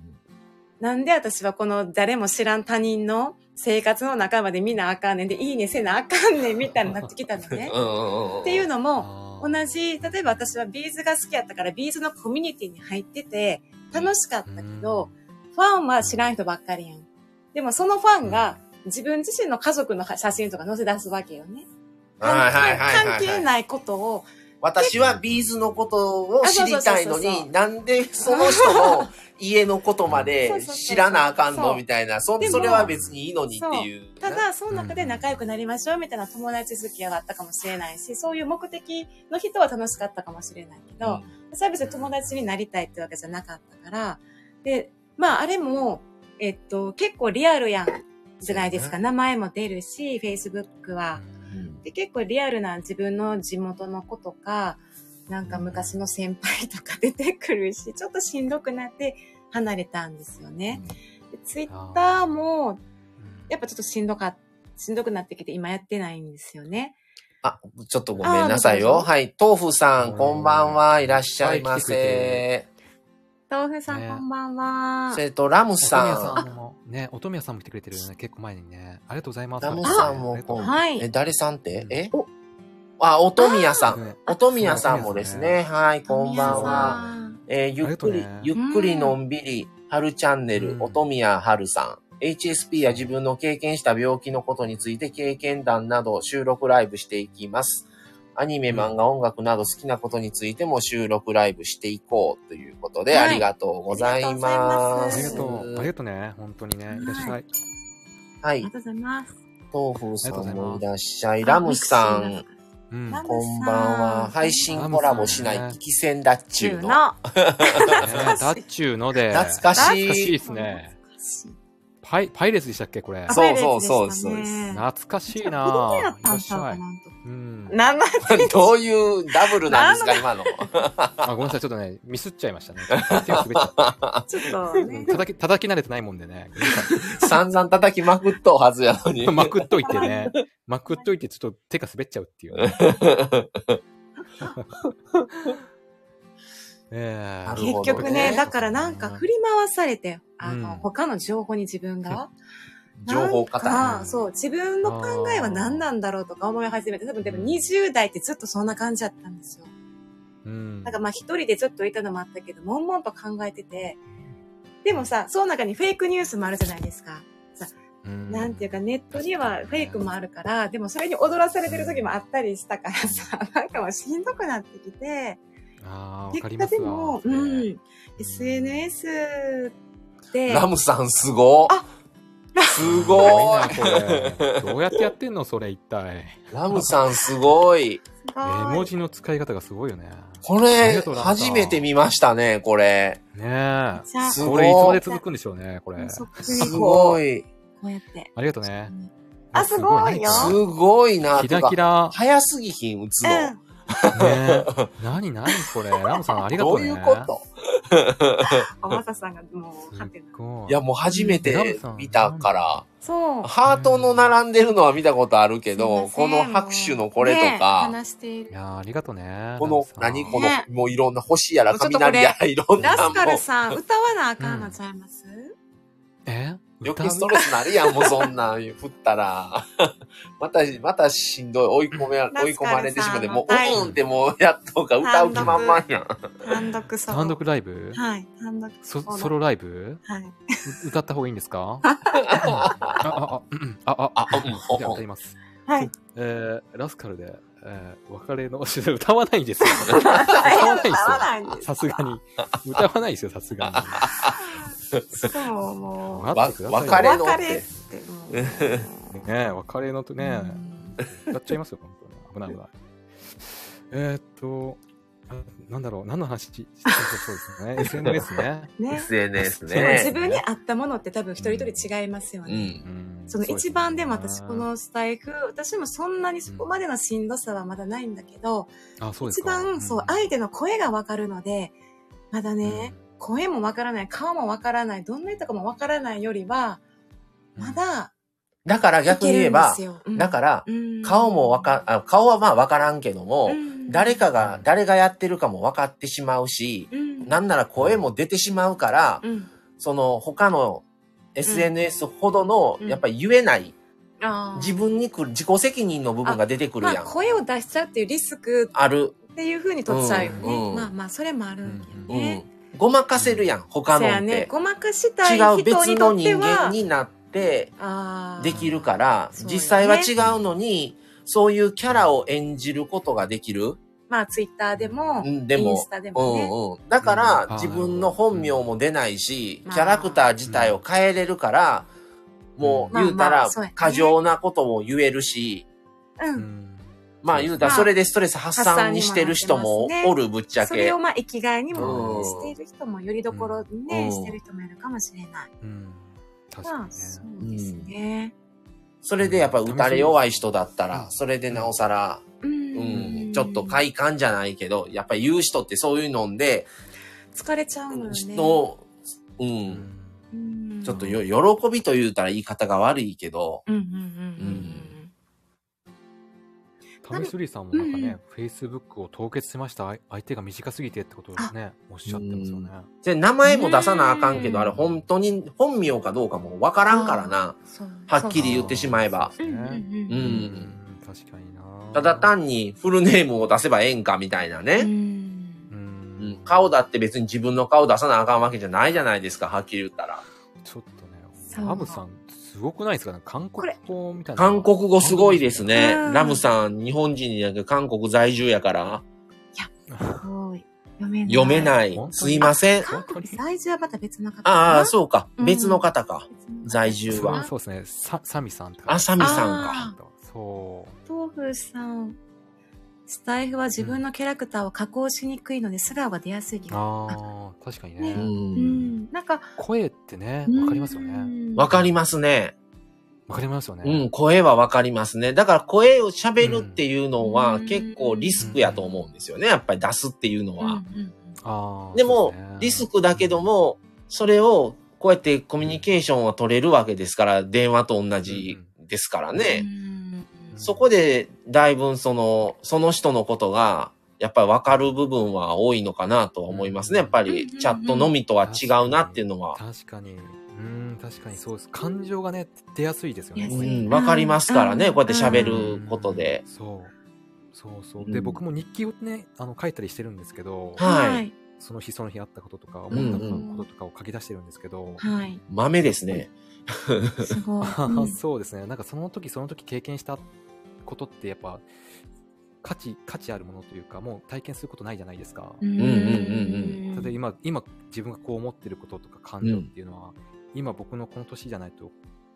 S1: なんで私はこの誰も知らん他人の生活の中まで見なあかんねんで、いいねせなあかんねんみたいになってきたの
S2: (laughs)
S1: ね
S2: う。んうんうんうん
S1: っていうのも、
S3: あ
S1: 同
S3: ー
S1: じ、例えば私はビーズが好きやったからビーズのコミュニティに入ってて、楽しかったけど、ファンは知らん人ばっかりやん。でもそのファンが自分自身の家族の写真とか載せ出すわけよね。
S2: はいはいはい
S1: 関
S2: はい
S1: 係
S2: はい。
S1: ないことを
S2: 私はビーズのことを知りたい
S1: あ
S2: の
S1: そうそうそうそう
S2: に、なんでその人の家のことま
S1: そう
S2: で
S1: そうそうそう
S2: 知らなあかん
S1: そ
S2: の
S1: う
S2: みたいな、そ
S1: でも
S2: それは別にいいのにっていう。
S1: ただ、その中で仲良くなりましょうみたいな友達付き合いはあったかもしれないし、そういう目的の人は楽しかったかもしれないけ
S2: うん、
S1: ど、私は別に友達になりたいってわけじゃなかったから、で、まあ、あれも、えっと、結構リアルやん、じゃないですか。名前も出るし、Facebook は。で、結構リアルな自分の地元の子とか、なんか昔の先輩とか出てくるし、ちょっとしんどくなって離れたんですよね。で Twitter も、やっぱちょっとしんどかっしんどくなってきて今やってないんですよね。
S2: あ、ちょっとごめんなさい
S1: あ
S2: よ。
S1: どうぞ
S2: はい。豆腐さん、こんばんは。いらっしゃいま
S3: はい来
S2: せ。
S1: 豆腐さん、
S3: ね
S1: こんばんは
S2: そ。れと、ラム
S3: さ
S2: さ
S3: んもね、乙女さんも来てくれてるよね、結構前にね。ありがとうございま
S2: ん。
S3: す。
S2: ラムさんも
S3: ありが、
S2: こ
S3: とうご
S2: ん
S3: ざいま
S1: はい
S2: え、誰さんってえ
S1: お
S2: あ、音宮さ
S3: す
S2: ん。
S3: ね
S2: 音宮さんもですね。はい、こんばん
S1: 宮
S2: は。
S1: さん。
S2: えーゆっくり、
S3: ありがとうね
S2: ゆっくりのんびり、春チャンネル
S3: う、ん
S2: 音宮春さん。HSP や自分の経験した病気のことについて経験談など収録ライブしていきます。アニメ、
S3: うん
S2: 漫画、音楽など好きなことについても収録ライブしていこうということで、
S1: はい
S2: ありがとうございま
S3: ありが
S2: す。
S3: とう。ありがとうね。本当にね。いらっしゃい。
S2: は
S1: あり
S2: い
S1: が。とうございます。
S2: 豆腐さんもいらっしゃい。
S1: あ
S2: ラムさ
S1: ミ
S2: ん
S1: ク、
S3: うん。
S1: ラム
S2: こんばんは。配信コラボしない
S3: ラムさん
S2: 聞
S3: ね
S2: き戦だっち
S1: シ
S2: ゅ
S1: ー
S2: う
S1: の。
S2: の。
S1: 懐
S3: ねだっちゅうので。
S2: 懐か
S1: か
S2: し
S3: 懐かし
S2: い。
S3: いですね。パイ、パイレーツでしたっけこれ
S1: あ。
S2: そう
S1: パイレーツ
S2: そう
S1: でした
S2: そうです
S1: ね
S3: 懐かしいな
S1: どこや
S3: ぁ
S1: っ。
S3: いら
S1: た
S3: っ
S1: ん
S3: し
S1: ちゃう
S3: ゃ
S1: か
S3: い。
S1: な
S3: うん
S1: と。。生
S2: (laughs) どういうダブルなんですか、今の。
S3: あ、ごめんなさい。ちょっとね、ミスっちゃいましたね。手が滑っちゃった
S1: ちょっと
S3: うん
S1: (laughs) ね。
S3: 叩き、叩き慣れてないもんでね。
S2: 散々叩きまくっとうはずやのに。
S3: まくっといてね。まくっといて、ちょっと手が滑っちゃうっていう
S1: (laughs)
S3: ね。え
S2: なる
S1: 結
S2: ほど
S1: 局ね、だからなんか振り回されて、あの、
S3: うん
S1: 他の情報に自分が。
S2: 情報
S1: なん
S2: 型。
S1: かそう、自分の考えは何なんだろうとか思い始めて、多分でも
S3: うん
S1: 20代ってずっとそんな感じだったんですよ。
S3: うん。
S1: なんかまあ一人でずっといたのもあったけど、悶々と考えてて、でもさ、その中にフェイクニュースもあるじゃないですか。
S3: うん
S1: なんていうか、ネットにはフェイクもあるから、でもそれに踊らされてる時もあったりしたからさ、なんかもうしんどくなってきて、
S3: ああ、わか
S1: 結
S3: り
S1: 果
S3: ます
S1: で
S3: わ
S1: も、
S3: それ
S1: うん、SNS って、
S2: ラムさんすご
S1: あ
S2: す
S3: すご
S2: ごい
S3: いな、こ
S1: (laughs)
S3: れ。どうやってやってんのそれ一体。
S2: ラムさんすごい
S1: すごい
S3: 絵文字の使い方がすごいよね。
S2: こ
S3: あり
S2: れ
S3: がとう、ラムさん
S2: 初めて見ましたね、これ。
S3: ね
S1: じゃあ
S3: え。
S2: す
S3: これいつまで続くんでしょうね、これ。
S1: そっくり
S2: す
S1: こ
S2: ごい。
S1: う、こうやって。
S3: ありがとうね。
S1: あすごいよ
S2: すごいな、
S3: キ
S2: と
S3: ラ
S2: か
S3: キ。ラ。
S2: 早すぎひん、打つの。
S1: う
S3: ねえ。なになにこれ。ラムさんありがと
S2: ど
S3: う
S2: う
S3: ね。
S2: いうこと
S1: ん。おまささんがもう、
S3: す
S1: 勝
S3: って
S1: な。
S3: ごい。
S2: いや、もう初めて見たか
S1: そう
S2: ら、。ハートの並んでるのは見たことあるけど、
S1: すい
S2: こ
S1: ませ
S2: の
S1: ん
S2: 拍手のこれと
S1: ね
S2: か、
S1: 話してい
S3: い
S1: る。
S3: やーありがとうね。
S2: こ
S3: ラム
S2: の
S3: さ、ん
S2: 何こ
S1: ね
S2: の、もういろんな星やら
S1: もうちょっとこれ
S2: 雷やらいろん
S1: ラ
S2: な
S1: ス
S2: んも
S1: カル
S2: う、
S1: さん、歌わなあかんのちゃいます
S3: え
S2: 余
S3: 歌う
S2: 計ストレスなるやん、もうそんなん振ったら。 (laughs) また、またしんどい、追い込め、追い込まれてしまって、もう、
S1: ラスカルさんの
S2: うんってもうやっとうか、歌う気満々やん。
S1: 単独ソロ。
S3: 単独ライブ
S1: はい、単独
S3: そソロライブ
S1: はい。
S3: う歌った方がいいんで
S2: (laughs)
S3: すかあ、あ、あ、うんあ、あ、あ、
S2: あ、うん、ほ
S3: じゃあ
S2: ほ
S3: 歌います。
S1: はい。
S3: えー、ラスカルで、えー、別れのお知らせ歌わないんですよ。歌
S1: 歌 (laughs)
S3: わないです
S1: わないん
S3: よ。
S1: です
S3: さすがに。歌わないですよ、さすがに。
S1: しかももう、
S3: 待ってくださいよ
S2: わ別れ
S1: お別れってもう。
S3: ねえ、別れのとね、やっちゃいますよ、本当に。危ない危ない。えーっと、あなんだろう、何の話しそうそ
S2: (laughs)
S3: うですね。SNS ね。
S1: ね。
S2: SNS
S1: でも自
S2: ね。
S1: 分に合ったものって多分一人一人違いますよ
S2: う
S1: ね。
S2: ん
S3: う。ん
S1: その一番でも私こ、
S3: そう
S1: のスタイフ、私もそんなにそこまでのしんどさはまだないんだけど、
S3: すねあ、そうです
S1: 一
S3: か
S1: 番そう、相手の声がわかるので、まだね、、声もわからない、顔もわからない、どんな人かもわからないよりは、
S3: うん
S1: ま、だ、、
S2: だから逆に言えば、だからら、
S1: うん
S2: 顔もわか、あ顔はまあわからんけども、
S1: うん
S2: 誰かが、誰がやってるかも分かってしまうし、
S1: うん
S2: なんなら声も出てしまうから、
S1: うん
S2: その他の SNS ほどの、
S1: うん
S2: やっぱり言えない、
S1: あー
S2: 自分にくる自己責任の部分が出てくるや
S1: ま
S2: ん。
S1: あ、声を出しちゃうっていうリスク
S2: ある。
S1: っていうふうに取っちゃうよね。
S2: うんうん
S1: まあまあ、それもあるん
S2: う
S1: や
S2: ん。
S1: ね。
S2: ごまかせるやん、他
S1: そ
S2: の
S1: や
S2: って。
S1: ね、ごまかしたい
S2: 違う
S1: 人
S2: 別
S1: に
S2: の
S1: とって
S2: 人間
S1: は、
S2: になって
S1: あー
S2: できるから
S1: あー、そうよね
S2: 実際は違うのに、そういうキャラを演じることができる。
S1: まあ、ツイッターでも
S2: う、ん、で
S1: イン
S2: も
S1: ス、タで
S2: う
S1: もね。
S2: んうん。だか
S3: う
S2: ら
S3: ん、あー
S2: 自分の本名も出ないし、
S1: まあ
S2: キャラクター自体を変えれるから、もう
S1: まあ
S2: 言うた
S1: ま
S2: ら
S1: あそうやね、
S2: 過剰なことも言えるし、
S1: うん
S3: うん
S2: まあ言うたら、
S1: まあ
S2: それでストレス発
S1: 発散にもな
S2: 散にしてる人も
S1: ってますね
S2: おる、ぶっちゃ
S1: それ
S2: け
S1: を。まあ生きがいにも
S2: うん
S1: している人も、よりどころにね、
S2: うん
S1: してる人もいるかもしれない。
S3: うん確か
S1: まあ、
S3: にね。
S1: そうですね。
S2: それでやっぱ打たれ弱い人だったら、それでなおさら、
S1: う
S2: うん、ちょっと快感じゃないけど、やっぱり言う人ってそういうのんで、
S1: 疲れちゃうのよね。
S2: 人を、う、
S3: うんん
S1: うん
S2: ちょっとよ、喜びと言うたら言い方が悪いけど、
S1: うんうん
S2: う
S1: うんん
S3: タミスリーさんもなんか
S1: うんう
S3: ね、Facebook を凍結しました。あい相手が短すぎてってことをね、おっしゃってますよね。
S2: で名前も出さなあかんけ
S1: う
S2: ど、
S1: ん
S2: あれ本当に本名かどうかもわからんからな。
S1: うん。そう
S2: はっきり言ってしまえば
S3: そうで
S1: う
S3: す
S1: んうんうん
S2: う
S3: ねうん
S2: ん。
S3: 確かにな。
S2: ただ単にフルネームを出せばええんかみたいな
S1: う
S2: ね。
S3: うんん
S2: うん、顔だって別に自分の顔出さなあかんわけじゃないじゃないですか、はっきり言ったら。
S3: ちょっとね
S1: そう
S3: ラムさんすごくないですかね韓国語みたいな
S2: 韓国語すごいですね。
S1: うん
S2: ラムさん、日本人じゃなくて韓国在住やから、
S1: すごい。読めない。
S2: 読め
S1: い。
S2: ない
S3: 本当。
S2: す
S3: に
S2: いません。
S1: 韓国在住はまた別の方かな。
S2: ああ、そうか。
S1: うん
S2: 別の方か。
S1: う
S2: 在住
S3: そう
S2: は。
S3: そうですねササミさんとか
S2: あさみさん
S1: あ
S2: か。
S1: ー
S3: そ
S1: 豆腐さん。スタイフは自分のキャラクターを加工しにくいので素顔が出やすい気
S3: う
S1: が。
S3: あー確かに
S1: ね
S2: う。
S3: ね
S1: うんん。なんか、
S3: 声ってねわかりますよ
S1: う
S3: ね
S1: ん
S2: わかりますね。
S3: わかりますよ
S2: う
S3: ね
S2: ん、声はわかりますね。だから声を喋るっていうのは
S1: うん
S2: 結構リスクやと思うんですよね。やっぱり出すっていうのは。
S1: うんうんうん
S3: あー
S2: でも
S3: そうすね
S2: リスクだけども、それをこうやってコミュニケーションは取れるわけですから、電話と同じですから
S1: う
S2: ね。
S1: ん
S2: そこでだいぶその、その人のことが、やっぱりわかる部分は多いのかなとは思いますね。やっぱりチャットのみとは違うなっていうのは。
S3: 確かにうん確かにそうです感情がね出やすいですよね
S1: 出や
S2: う
S1: すい
S2: ん、わかりますから
S1: う
S2: ね。
S1: ん
S2: こうやって喋ることで。
S3: そうそうそうう。
S2: ん
S3: で、僕も日記をね、あの、書いたりしてるんですけど、
S2: はい
S1: い。
S3: その日その日あったこととか、思ったこ
S2: うん
S1: うん
S3: ととかを書き出してるんですけど、
S1: はい。
S2: 豆ですね。
S1: す
S2: (laughs)
S1: ごい。
S3: あ
S1: (laughs) う
S3: ー
S1: ん
S3: そうですね。なんかその時その時経験したことってやっぱ、価値、価値あるものというか、もう体験することないじゃないですか。
S1: うん
S2: うん
S3: 例えば今、今自分がこう思ってることとか感情っていうのは、今僕のこの年じゃないと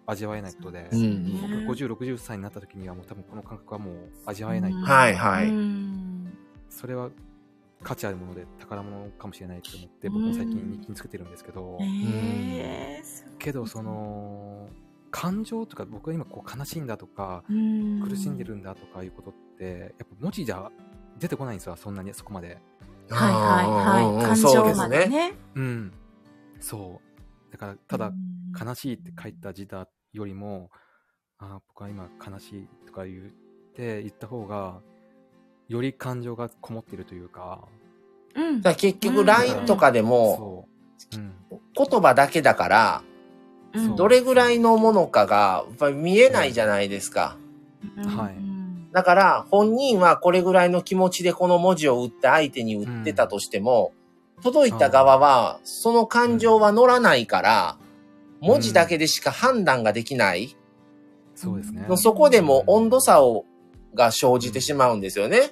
S3: 味わえないことで、
S2: う
S1: うん
S2: ん。
S3: 僕が50、60歳になった時にはもう多分この感覚はもう味わえない。
S1: うん
S2: はいはい。
S1: うん
S3: それは価値あるもので宝物かもしれないと思って僕も最近日記につけてるんですけど、
S1: えーすごい
S3: けどその感情とか僕が今こう悲しいんだとか
S1: うん
S3: 苦しんでるんだとかいうことってやっぱ文字じゃ出てこないんですよそんなにそこまで。
S1: はいはいはい。感
S2: そう
S1: 情
S2: で
S1: ますで
S2: ね。
S1: ね。
S3: うん、そうだからただ
S1: うん
S3: 悲しいって書いた字だよりも、ああ、僕は今悲しいとか言って言った方が、より感情がこもっているというか、
S1: うん
S2: だから結局 LINE とかでも、
S3: そう。うん。
S2: 言葉だけだから、
S1: うん
S2: どれぐらいのものかが、やっぱり見えないじゃないですか。
S3: はい
S1: うん
S2: だから、本人はこれぐらいの気持ちでこの文字を打って相手に打ってたとしても、届いた側は、その感情は乗らないから、
S3: ん
S2: 文字だけでしか判断ができない。
S3: そうですね。
S1: うん
S2: そこでも温度差を、が生じてしまうんですよね。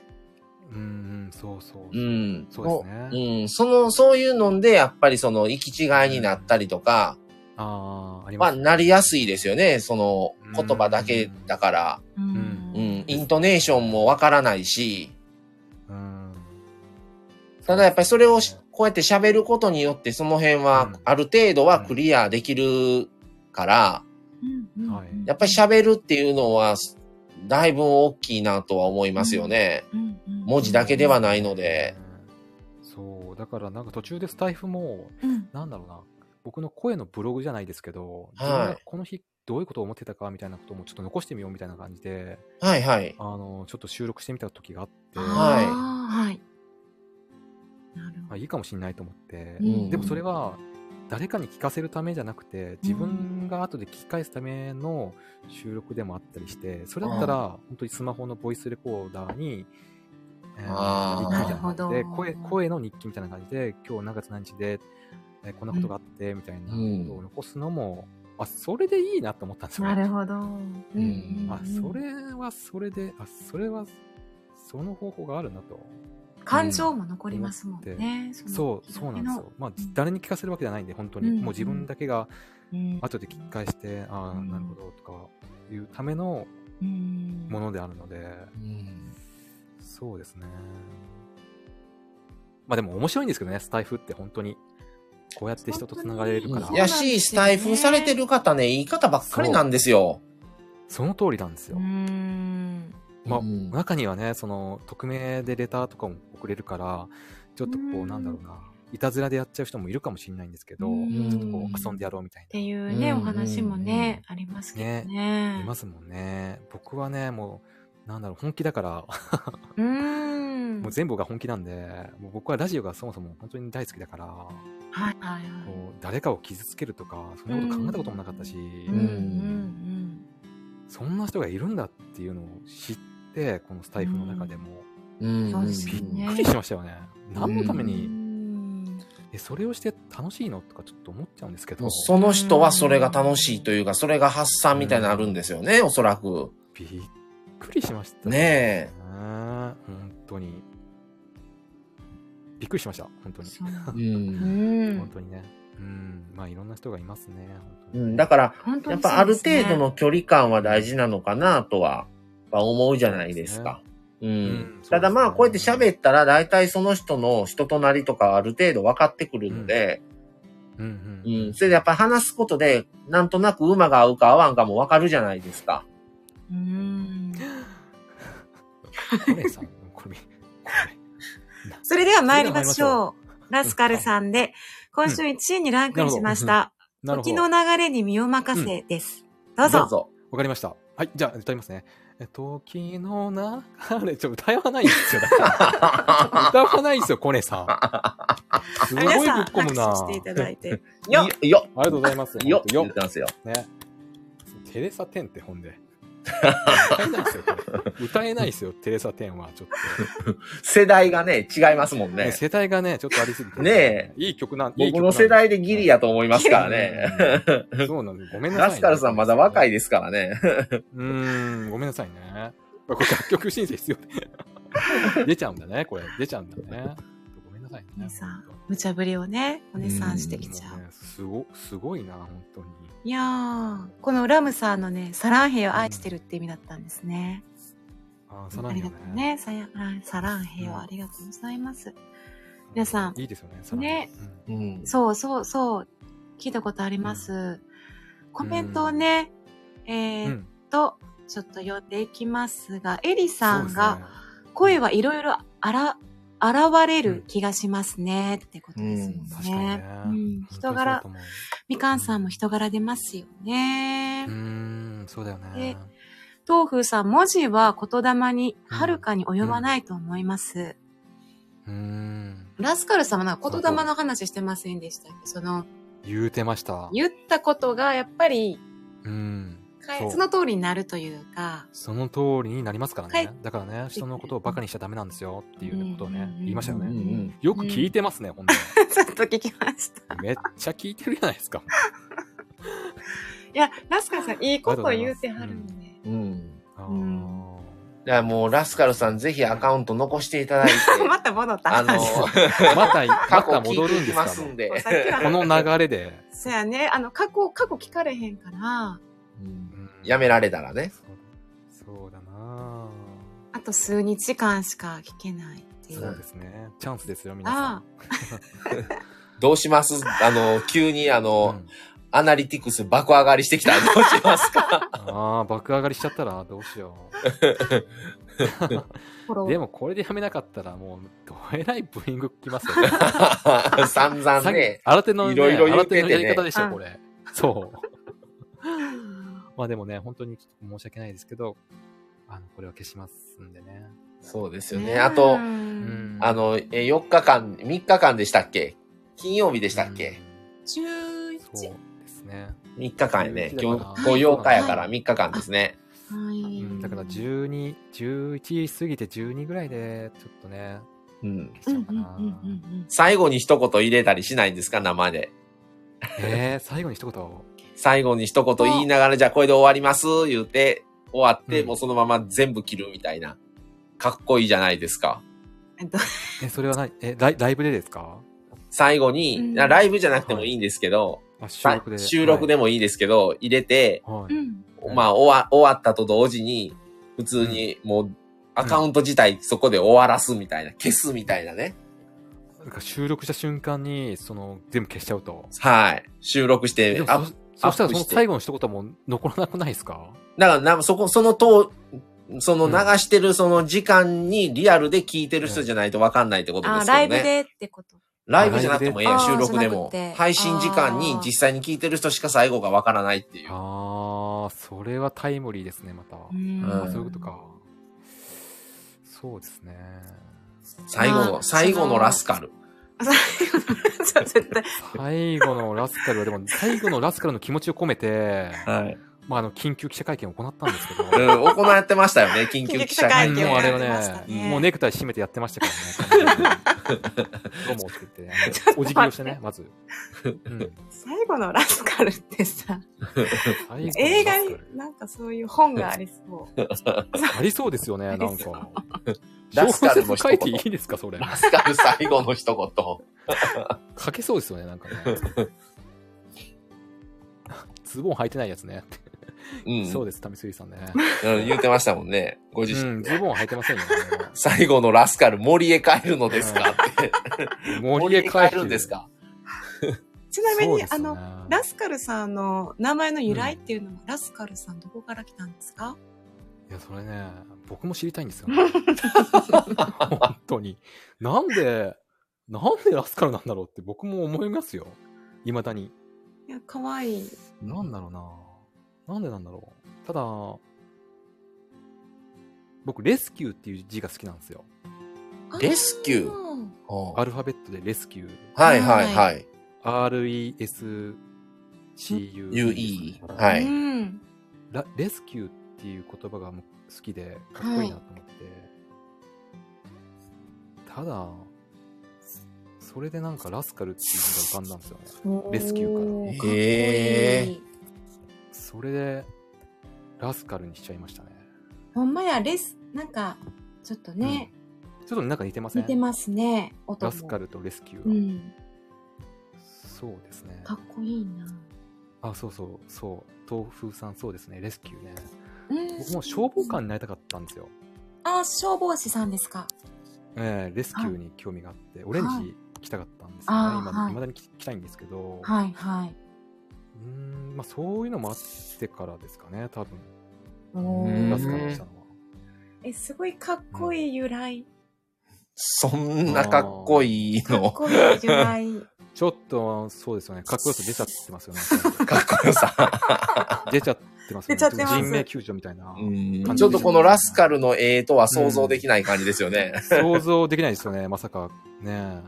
S3: うん、うん、そうそう。
S2: うん。
S3: そうですね
S2: うん。その、そういうので、やっぱりその、行き違いになったりとか、
S3: ああ、あり
S2: ま
S3: ま
S2: あ、
S3: す、
S2: なりやすいですよね。その、言葉だけだから。
S1: う
S2: うんん。イントネーションもわからないし、
S3: うん。
S2: ただやっぱりそれをし
S3: そうですね
S2: こうやって喋ることによってその辺
S3: う
S2: は
S3: ん
S2: ある程度はクリアできるから、
S1: うん
S3: はい
S1: うん
S2: やっぱり喋るっていうのはだいぶ大きいなとは思いますよね。
S1: うんうん
S2: 文字だけではないので。
S3: うんそう、だからなんか途中でスタイフも、
S1: うん
S3: なんだろうな、僕の声のブログじゃないですけど、
S2: はい
S3: 自分がこの日どういうことを思ってたかみたいなこともちょっと残してみようみたいな感じで、
S2: はいはい。
S3: あの、ちょっと収録してみた時があって、
S2: はい
S1: あーはい。なる
S3: あいいかもしれないと思って、
S1: うん
S3: でもそれは誰かに聞かせるためじゃなくて、自分が後で聞き返すための収録でもあったりして、それだったら、本当にスマホのボイスレコーダーに、えー
S2: あー
S3: 日記みたいな感じ
S1: なる
S3: で
S1: ほど
S3: 声、声の日記みたいな感じで、今日何月何日で、えーこんなことがあって、みたいなことを残すのも、あ、それでいいなと思ったんです
S1: ほど。
S3: よ。
S1: なるほど。うん
S3: あ、それはそれで、あ、それは、その方法があるなと。
S1: 感情も残りますもんね。
S3: そう、そうなんですよ。まあ、じ誰に聞かせるわけじゃないんで、本当に。
S1: うん
S3: もう自分だけが
S1: よ
S3: 後で聞き返して、ああ、
S1: うん
S3: なるほど、とかいうための
S1: うん
S3: ものであるので、そうですね。まあでも面白いんですけどね、スタイフって本当に。こうやって人と繋がれるか
S1: 本当
S3: ら
S1: に。
S2: やし、スタイフされてる方ね、言い方ばっかりなんですよ。
S3: その通りなんですよ
S1: う。ん。
S3: まあ
S2: うん
S3: 中にはね、その、匿名でレターとかも送れるから、ちょっとこ
S1: う
S3: う、
S1: ん
S3: なんだろうな、いたずらでやっちゃう人もいるかもしれないんですけど、
S1: うん
S3: ちょっとこう、遊んでやろうみたい
S1: っ
S3: な
S1: て。いうね、
S2: うん
S1: お話もね、ありますけどね。
S3: いますもんね。僕はね、もう、なんだろう、本気だから、
S1: うん。
S3: もう全部が本気なんで、もう僕はラジオがそもそも本当に大好きだから、こ
S1: はいはいは
S3: う
S1: い。
S3: 誰かを傷つけるとか、そんなこと考えたこともなかったし、
S1: うんうん
S3: そんな人がいるんだっていうのを知って、このスタイフの中でも、
S2: うん
S1: そうですよ
S3: び
S1: ね
S3: っくりしましたよね。何のた
S1: う
S3: め
S1: ん。
S3: に、
S1: うん
S3: え、それをして楽しいのとかちょっと思っちゃうんですけ
S2: も
S3: ど
S2: う、その人はそれが楽しいというか、それが発散みたいになのあるんですよね、おそらく。
S3: びっくりしました
S2: ねえ
S3: 本当に。びっくりしました、本当に。
S1: そう
S2: うん
S1: うん
S3: 本当にね。うん。まあ、いろんな人がいますね。本当
S2: う
S3: に
S2: ん、だから、
S1: 本当
S2: やっ
S1: に
S2: ぱ
S1: そ
S2: あ
S1: うで
S2: る
S1: すね
S2: 程度の距離感は大事なのかなとは、やっぱ思うじゃないですか。うん。
S3: うん
S2: ただまあ、こ
S3: そうう
S2: やって
S3: ですね
S2: 喋ったら、大体その人の人となりとかある程度分かってくるので、
S3: うん
S2: う、
S3: うんん。
S2: それでやっぱ話すことで、なんとなく馬が合うか合わんかも分かるじゃないですか。
S1: うん
S3: コレンさん、
S2: (laughs)
S3: これ、こ
S1: それでは参りましょう。ラスカルさんで、今週1位にランクインしました。
S3: れ。なるほ
S1: 時
S3: ど
S1: の。流れに身を任せです。ど
S2: ど
S1: うぞ。
S3: わかりました。はい、じゃあ、歌いますね。え、時の流れ、ちょ、歌わないんですよ。 (laughs) だから歌わないんですよ、コネさん。すごいぶっ
S1: 皆さん、
S3: 込む
S1: 拍手
S3: な。
S1: していただい
S3: (laughs)
S1: て。
S2: よよ
S3: ありがとうございます。
S2: よ
S3: 本当
S2: よ
S3: よ
S2: 言ってますよ。 (laughs)
S3: ね。テレサテンって本で。歌えないですよ、これ歌えないですよ、テレサ・テンは。ちょっ
S2: 世代がね、違いますもん
S3: と。ね、
S2: ね。
S3: 世代がね、ちょっとありすぎて。
S2: ねえ
S3: いい曲なん、いい
S2: 僕
S3: 曲
S2: の世代でギリやと思いますからね。
S3: ね。うんそうなんです。ごめんなさい、
S2: ラスカルさんまだ若い
S3: で。
S2: ですからね。
S3: うーん、ごめんなさいね。これ楽曲申請必要 (laughs) で。出ちゃうんだね、これ。出ちゃうんだね。ごめんなさい
S1: お
S3: ね。
S1: 姉さん
S3: ほと
S1: 無茶ぶりをね、お姉さんしてきちゃ
S3: も
S1: う。
S3: ねすご、すごいな、本当に。
S1: いやー、このラムさんのね、サランヘイを愛してるって意味だったんですね。
S3: あー、さ
S1: あ
S3: ら
S1: り
S3: に
S1: がとう。ね。サランサランヘイをありがとうございます。皆さん
S3: いいですよね、さらに
S1: ね。
S3: うん
S2: うん
S1: そうそうそう。聞いたことあります。コメントをね、え
S3: う
S1: ーっ
S3: ん
S1: と、ちょっと読んでいきますが、エリさん
S3: そう
S1: が、
S3: ですね
S1: 声はいろいろあら、現れる気がしますね、ってことです
S2: うん
S1: よ
S3: 確かに
S1: ね
S3: ね。
S1: うん人柄、
S3: 本当にそうだと思う
S1: みかんさんも人柄出ますよね
S3: うー。ん、そうだよ
S1: で
S3: ね。
S1: 東風さん、文字は言霊にはるかに及ばないと思います。
S3: うーん。
S1: ラスカルさんはなんか言霊の話してませんでしたっけその、
S3: 言うてました。
S1: 言ったことがやっぱり、
S3: うん。
S1: かえ
S3: そう
S1: その通りになるというか、
S3: その通りになりますからね。
S1: はい
S3: だからね、人のことをバカにしちゃダメなんですよっていうことを
S1: うんうん
S3: ね
S1: うん、うん
S3: 言いましたよ
S2: うんう
S3: ね。
S2: ん
S3: よく聞いてますね、ほんとに。
S1: ちょっと聞きました。
S3: めっちゃ聞いてるじゃないですか。
S1: いや、ラスカルさん、いいこと言うてはるのね。
S2: うん。
S3: あー
S1: うん
S2: だからもう、ラスカルさんぜひアカウント残していただいて、
S1: (laughs) また戻った
S2: あの、
S1: 話。(laughs)
S3: また、
S2: 過
S3: ま
S2: 去
S3: た戻
S2: 聞
S3: る
S2: い
S3: ん
S2: て
S3: で
S2: き
S3: す
S2: ま
S3: か
S2: すん
S3: ね
S2: で。
S1: さっきは
S3: この流れで。
S1: そうやね。あの、過去、過去聞かれへんから、
S2: うん
S3: うん
S2: やめられたらね。
S3: そうそうだな
S1: あと数日間しか聞けないってい
S3: ぁ
S1: う。
S3: そうですね。チャンスですよ、皆さ
S1: あ
S3: ん。
S2: どうしますあの、急にあ
S3: う
S2: の、
S3: ん
S2: アナリティクス爆上がり
S3: (laughs)
S2: してきたらどうしますか
S3: ああ、爆上がりしちゃったらどうしよう。
S1: あ、フォロ
S3: で
S1: (gasps) ー。
S3: もこれでやめなかったらもうどえらいブーイング来ますよ、ね。 (laughs)
S2: 散々ね。
S3: 新手の、ね、
S2: いろいろ言っ
S3: 新
S2: ててね
S3: 手のやり方でし
S1: う
S3: た、
S1: ん
S3: これ。そう。まあでもね、本当にちょっと申し訳ないですけど、あの、これは消しますんでね。
S2: そうですよね。あ
S1: う、
S2: と
S3: う
S1: ん
S3: ん
S2: あの、えー4日間、3日間でしたっけ金曜日で
S3: で
S2: したっけ、
S1: 11
S3: そうですね。
S2: ?3 日間やね。今日、
S3: はい
S2: 今日8日やから
S1: はい
S2: 3日間ですね。
S1: はい、
S3: うん、だから12、11過ぎて12ぐらいで、ちょっとね、
S2: うん。
S3: 消しちゃおうかな。
S1: うんうんうんうんうん
S2: 最後に一言入れたりしないんですか生で。
S3: えー、最後に一言。
S2: 最後に一言言いながら、じゃあこれで終わります、言うて、終わって、
S3: うん
S2: もうそのまま全部切るみたいな。かっこいいじゃないですか。
S1: えっと
S3: え、それは何え、ライライブでですか
S2: 最後に、
S1: うん
S2: ライブじゃなくてもいいんですけど、
S3: あ収録で。
S2: さ収録でもいいですけど、入れて、
S3: はい。は
S1: う
S3: い。
S1: ん
S3: うん
S2: まあ終わ、終わったと同時に、普通にもう、アカウント自体そこで終わらすみたいな、消すみたいなね。
S3: なんか収録した瞬間に、その、全部消しちゃうと。
S2: はい。収録して
S3: で、も
S2: あ
S3: そそした
S2: アッ
S3: らそ
S2: プ
S3: の
S2: して
S3: 最後の一言も残らなくないですか
S2: だからな、そこ、そのと、その
S3: うん
S2: 流してるその時間にリアルで聞いてる人じゃないとわかんないってことです
S1: あ
S2: よね。
S1: ライブでってこと。
S2: ライブじゃなくてもええやん、
S1: あ
S2: 収録でも
S1: じゃなくて。
S2: 配信時間に実際に聞いてる人しか最後がわからないっていう。
S3: ああ、それはタイムリーですね、また。
S1: ん
S3: あそういうことか。そうですね。
S2: 最後
S1: あ
S2: の、最後のラスカル。
S1: 最後のそう絶対。
S3: 最後のラスカルは、でも、最後のラスカルの気持ちを込めて、
S2: はい。
S3: まあ、あの、緊急記者会見を行ったんですけど、
S2: うん、行ってましたよね、緊急記者 (laughs) 会
S1: 緊急記者会
S2: 見。
S1: 見
S3: もうあれは
S1: やってました
S3: ね、
S1: ね
S3: もうネクタイ締めてやってましたからね。ゴムを作って、あのお辞儀をしてね、まず。うん
S1: 最後のラスカルってさ、
S3: 最後のラスカル
S1: 映画になんかそういう本がありそう。
S3: ありそうですよね、なんか。
S2: ラスカルの
S3: 小
S2: 一
S3: 説書いて
S2: 言
S3: い。いですか、それ。
S2: ラスカル最後の一
S3: 書けそうですよね、なんかね。ズボン履いてないやつね。
S2: 言。うん。
S3: そう
S2: で
S3: です、タミスリさんね。
S2: す。うん、言ってましたもんね。ご
S3: う
S2: 自身。
S3: ん、ズボン履いて
S2: (laughs)
S3: ませんよね。
S2: 最後のラスカル、森へ帰るのですかって。森へ帰るんですか
S1: ちなみ
S3: そう
S1: に、
S3: です
S1: あ
S3: よね
S1: の、ラスカルさんの名前の由来っていうのは、ラスカルさんどこから来たんですか
S3: いや、それね、僕も知りたいんです
S1: (laughs)
S3: よね。本当に。なんで、なんでラスカルなんだろうって僕も思いますよ。未だに。
S1: いや、かわいい。
S3: なんだろうな。なんでなんだろう。ただ、僕、レスキューっていう字が好きなんですよ。
S2: レスキュー
S1: ー。
S2: うん
S3: アルファベットでレスキュー。
S2: はいはいはい。
S3: RESCUE
S2: UE。は
S1: う
S2: い。
S1: ん。
S3: ラレスキューってっていう言葉がもう好きで、かっこいいなと思って。ただ、そそれでなんかラスカルっていうのが浮かんだんですよね。レスキュー
S2: から
S1: かっこいい
S2: へー
S3: それで、ラスカルにしちゃいましたね。
S1: ほんまや、レス、なんか、ちょっとね、
S3: ちょっとなんか似てません
S1: 似てますね、音
S3: ラ
S1: も。
S3: スカルとレスキュー
S1: う
S3: は。
S1: ん。
S3: そうですね。
S1: かっこいいな。
S3: あ、そうそう、そう。豆腐さん、そうですね。レスキューね。
S1: うん
S3: 僕も消防官になりたかったんですよ。
S1: あ、消防士さんですか。
S3: ええレスキューに興味があって、オレンジ着たかったんですよ
S1: あ
S3: ね。
S1: ー
S3: 今、
S1: はい
S3: 未だに着着たいんですけど。
S1: はい、はい。
S3: うーん、まあそういうのもあってからですかね、多分。
S1: お
S2: うん
S3: ラスカル
S1: ー
S3: にしたのは。
S1: え、すごいかっこいい由来。
S2: そんなかっこいい
S1: かっ
S2: の。
S1: こいい由来。
S2: (laughs)
S3: ちょっと、そうですよね。かっこよさ出ちゃってますよ
S1: (laughs)
S3: ね。
S2: かっこよさ。
S3: 出ちゃってますよね。
S1: 出ちゃってます
S3: 人命救助みたいな。
S2: うんちょっとこのラスカルの絵とは想像できない感じですよね。
S3: 想像できないですよね、まさか。ね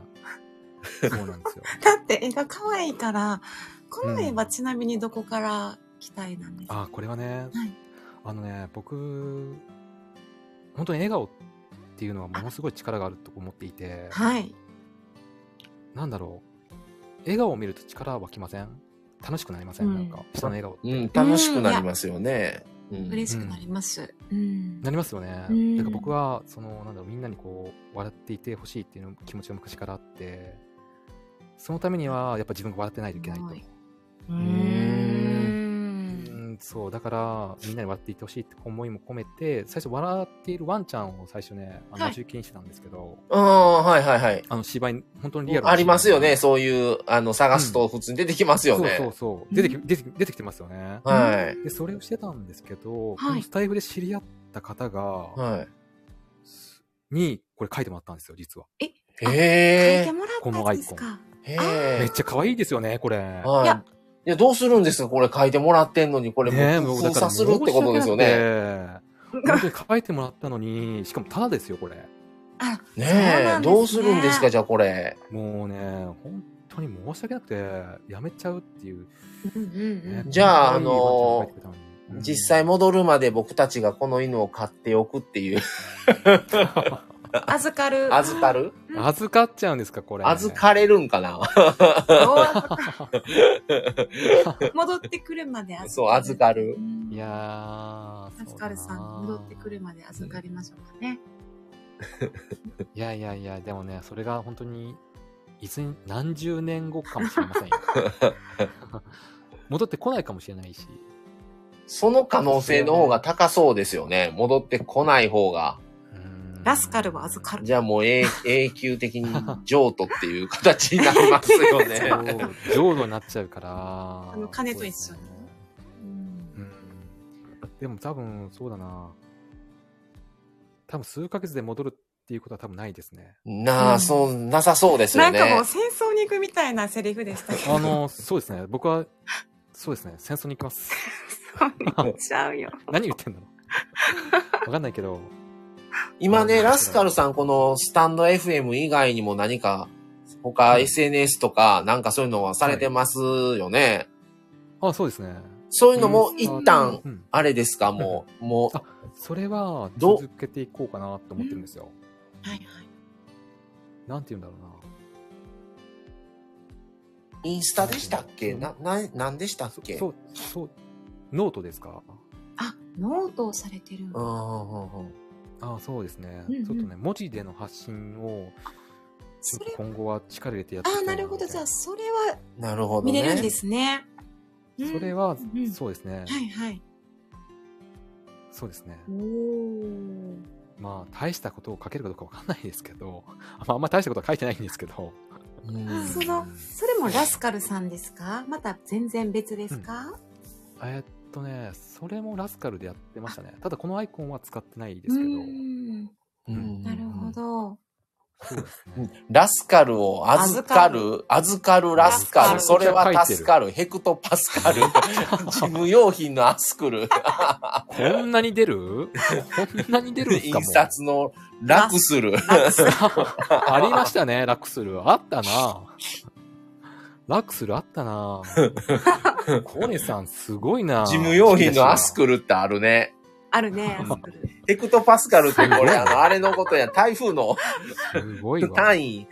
S3: え。そうなんですよ。
S1: だって絵が可愛いから、この絵はちなみにどこから期待なんですか、
S3: あ、これはね、
S1: はい
S3: あのね、僕、本当に笑顔っていうのはものすごい力があると思っていて、
S1: はい。
S3: なんだろう。笑顔を見ると力湧きません楽しくなりません、
S1: うん
S3: なんか、人の笑顔って。
S2: うん、楽しくなりますよね。うん
S1: 嬉しくなります。うん。
S3: なりますよね。
S1: うん
S3: だから僕は、その、なんだろう、みんなにこう、笑っていてほしいっていう気持ちが昔からあって、そのためには、やっぱ自分が笑ってないといけないと。
S1: すごいうう。
S2: ーん
S3: うんん、そう、だから、みんなに笑っていってほしいって思いも込めて、最初、笑っているワンちゃんを最初ね、あの、
S1: はい
S3: 待ち受けにしてたんですけど、
S2: ああ、はいはいはい。
S3: あの、芝居、本当にリアルな芝居
S2: ありますよね。そういう、あの、探すと普通に出てきますよ
S3: そう
S2: ね。
S3: そうそう。出てき、出て出てきてますよね。
S2: はい。
S3: で、それをしてたんですけ
S1: は
S3: ど、
S1: い
S3: このスタイフで知り合った方が、
S2: はい。
S3: に、これ書いてもらったんですよ、実は。
S1: あ書い
S2: へ
S1: てもらったんですか
S2: え。へ
S3: めっ
S2: え。
S3: ちゃ可愛いですよね、これ。
S1: い
S2: は
S1: や
S2: い。いや、どうするんですかこれ書いてもらってんのに、これ
S3: ね
S2: も
S3: も
S2: う
S3: う
S2: 封
S3: だから
S2: 鎖するってことですよね。
S3: ね。本当に書いてもらったのに、しかもタダですよ、これ。
S1: あ、
S2: ね
S1: そう
S2: え
S1: なんですね
S2: どうするんですかじゃあこれ。
S3: もうね、本当に申し訳なくて、やめちゃうっていう、
S1: うんうん
S3: ね。
S2: じゃあ
S3: 可愛いワンちゃんが書いてくれたのにうん
S2: 実際戻るまで僕たちがこの犬を飼っておくっていう、
S1: うん。預かる。
S2: 預かる
S3: 預かっちゃうんですか、これ。
S2: 預かれるんかな
S1: (laughs)
S2: (laughs)
S1: 戻ってくるまで預かる。
S2: そう、預かる。
S1: うん
S3: いやー。
S1: ラスカルさん、戻ってく
S3: る。
S1: るまで預かりましょうかね。
S3: いやいやいや、でもね、それが本当に、いつに、何十年後かもしれま
S2: (laughs)
S3: せんよ。戻ってこないかもしれないし。
S2: その可能性の方が高そうですよね。戻ってこない方が。
S3: うん
S1: ラスカルを預かる。
S2: じゃあもう永永久的に譲渡っていう形になりますよ
S1: 永
S2: ね。
S3: そう浄土になっちゃうから。
S1: あの金と一緒に
S3: そうですね
S1: うん
S3: うんでも多分、そうだな。多分数ヶ月で戻るっていうことは多分ないですね。
S2: なあ、そう、なさそうです
S1: な
S2: よ
S1: ん
S2: ね。
S1: かもう戦争に行くみたいなセリフでした
S2: (laughs)
S1: けど。
S3: あの、そうですね。僕は、そうですね。戦争に行きます。
S1: そう言っちゃうよ。
S3: 何言ってんだろう。わかんないけど。
S2: 今ね、ラスカルさん、このスタンド FM 以外にも何か、他
S3: うん
S2: SNS とか、なんかそういうのはされてますよね。
S3: あ、そうですね。
S2: そういうのも一旦、
S3: うん
S2: あれですか、もう、もう
S3: あ、それは
S2: どう
S3: 続けていこうかなと思ってるんですよ。
S1: はい
S3: なんて言うんだろうな。
S2: インスタでしたっけな、な、なんでしたっ
S3: そ
S2: け
S3: そう、そう、ノートですか
S1: あ、ノートをされてるん
S2: う
S1: だ。
S2: んうんうんうん
S3: あそうですね、
S1: うんうん
S3: ちょっとね、文字での発信を、ち
S1: そ
S3: ょっ
S1: れ
S3: と今後は力入れてやっていき
S1: あ、
S3: たい
S1: な
S3: みた
S1: る
S3: い
S1: ほど。じゃあ、それは
S2: なるほど
S1: 見
S2: ね。
S1: れるんですね。うん
S3: それは、
S1: うんうん
S3: そうですね、
S1: はいはい。
S3: そうですね
S1: お。ー
S3: まあ、大したことを書けるかどうかわかんないですけど、 (laughs) まあ、あんま大したことは書いてないんですけど、
S2: うん
S1: あそのそれもラスカルさんですかまた全然別ですか
S3: えーっとね、それもラスカルでやってましたね。ただ、このアイコンは使ってないで
S1: う
S3: すけど、
S1: ん。
S2: うん
S1: なるほど。
S3: そうですね。
S2: ラスカルを預かる、預かるラスカル、
S1: ラス
S2: そ
S1: カル
S2: れは助かる、ヘクトパスカル、事務用品のアスクル、
S3: こんなに出るこんなに出るんすか
S2: 印
S3: もう
S2: 刷のラクスル。
S3: (laughs) ありましたね、ラクスル。あったな。ラクスルあったな。
S2: (laughs)
S3: コーネさん、すごいな。
S2: 事務用品のアスクルってあるね。
S1: ある
S3: (laughs)
S1: ね、あそこ
S2: ヘクトパスカルってこれ、あの、あれのことや、台風の
S3: すごいわ。
S2: 単位、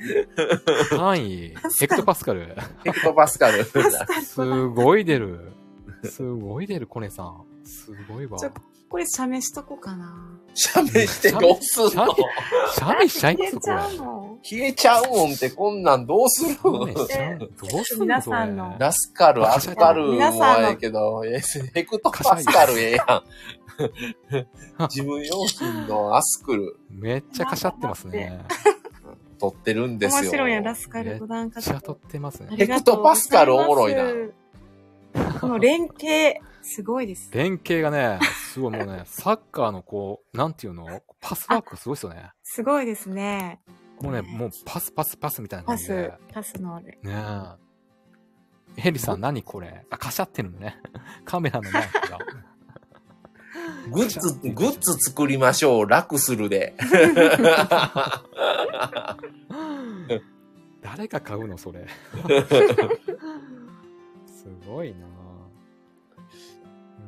S3: 単位。ヘクトパスカル。
S2: ヘクトパスカ
S1: パ
S2: ル。
S1: スカル
S3: すごい出る。すごい出る、コネさん。すごいわ。
S1: ちょっとこれ、写メしとこうかな。
S2: 写メしてどうすんの
S3: 写シャミしちゃいます
S1: 消えち
S3: これ。
S1: ゃうの。
S2: 消えちゃうもんってこんなんどうする
S3: シャミしちゃうどうすんの
S1: 皆さんの
S3: それ
S2: ラスカル、アスカルも
S1: 皆さんの
S2: ええけど、えヘクトパスカルええやん。 (laughs) 自分用品のアスクル
S3: めっちゃかしゃってますね。
S2: 撮ってるんですよ。
S1: 面白いやん、ラスカル五段
S3: めっ
S1: 活
S3: ちゃ
S1: 躍
S3: 撮ってます
S1: あ
S3: ね。
S1: りがとうございます
S2: ヘクトパスカルおもろい
S1: この連携、すごいです。
S3: 連携がね、すごいもうね、サッカーのこう、なんていうのパスワークがすごいっすよね。
S1: すごいですね。
S3: もうね、もうパスパスパスみたいな
S1: パ
S3: 感じ
S1: ス
S3: で。、
S1: パスのあれ。
S3: ねえ。ヘリさん何これあ、かしゃってるのね。カメラのマイクが。
S2: グッズ、グッズ作りましょう。楽するで。
S3: (laughs) 誰が買うのそ (laughs) れ。すごいな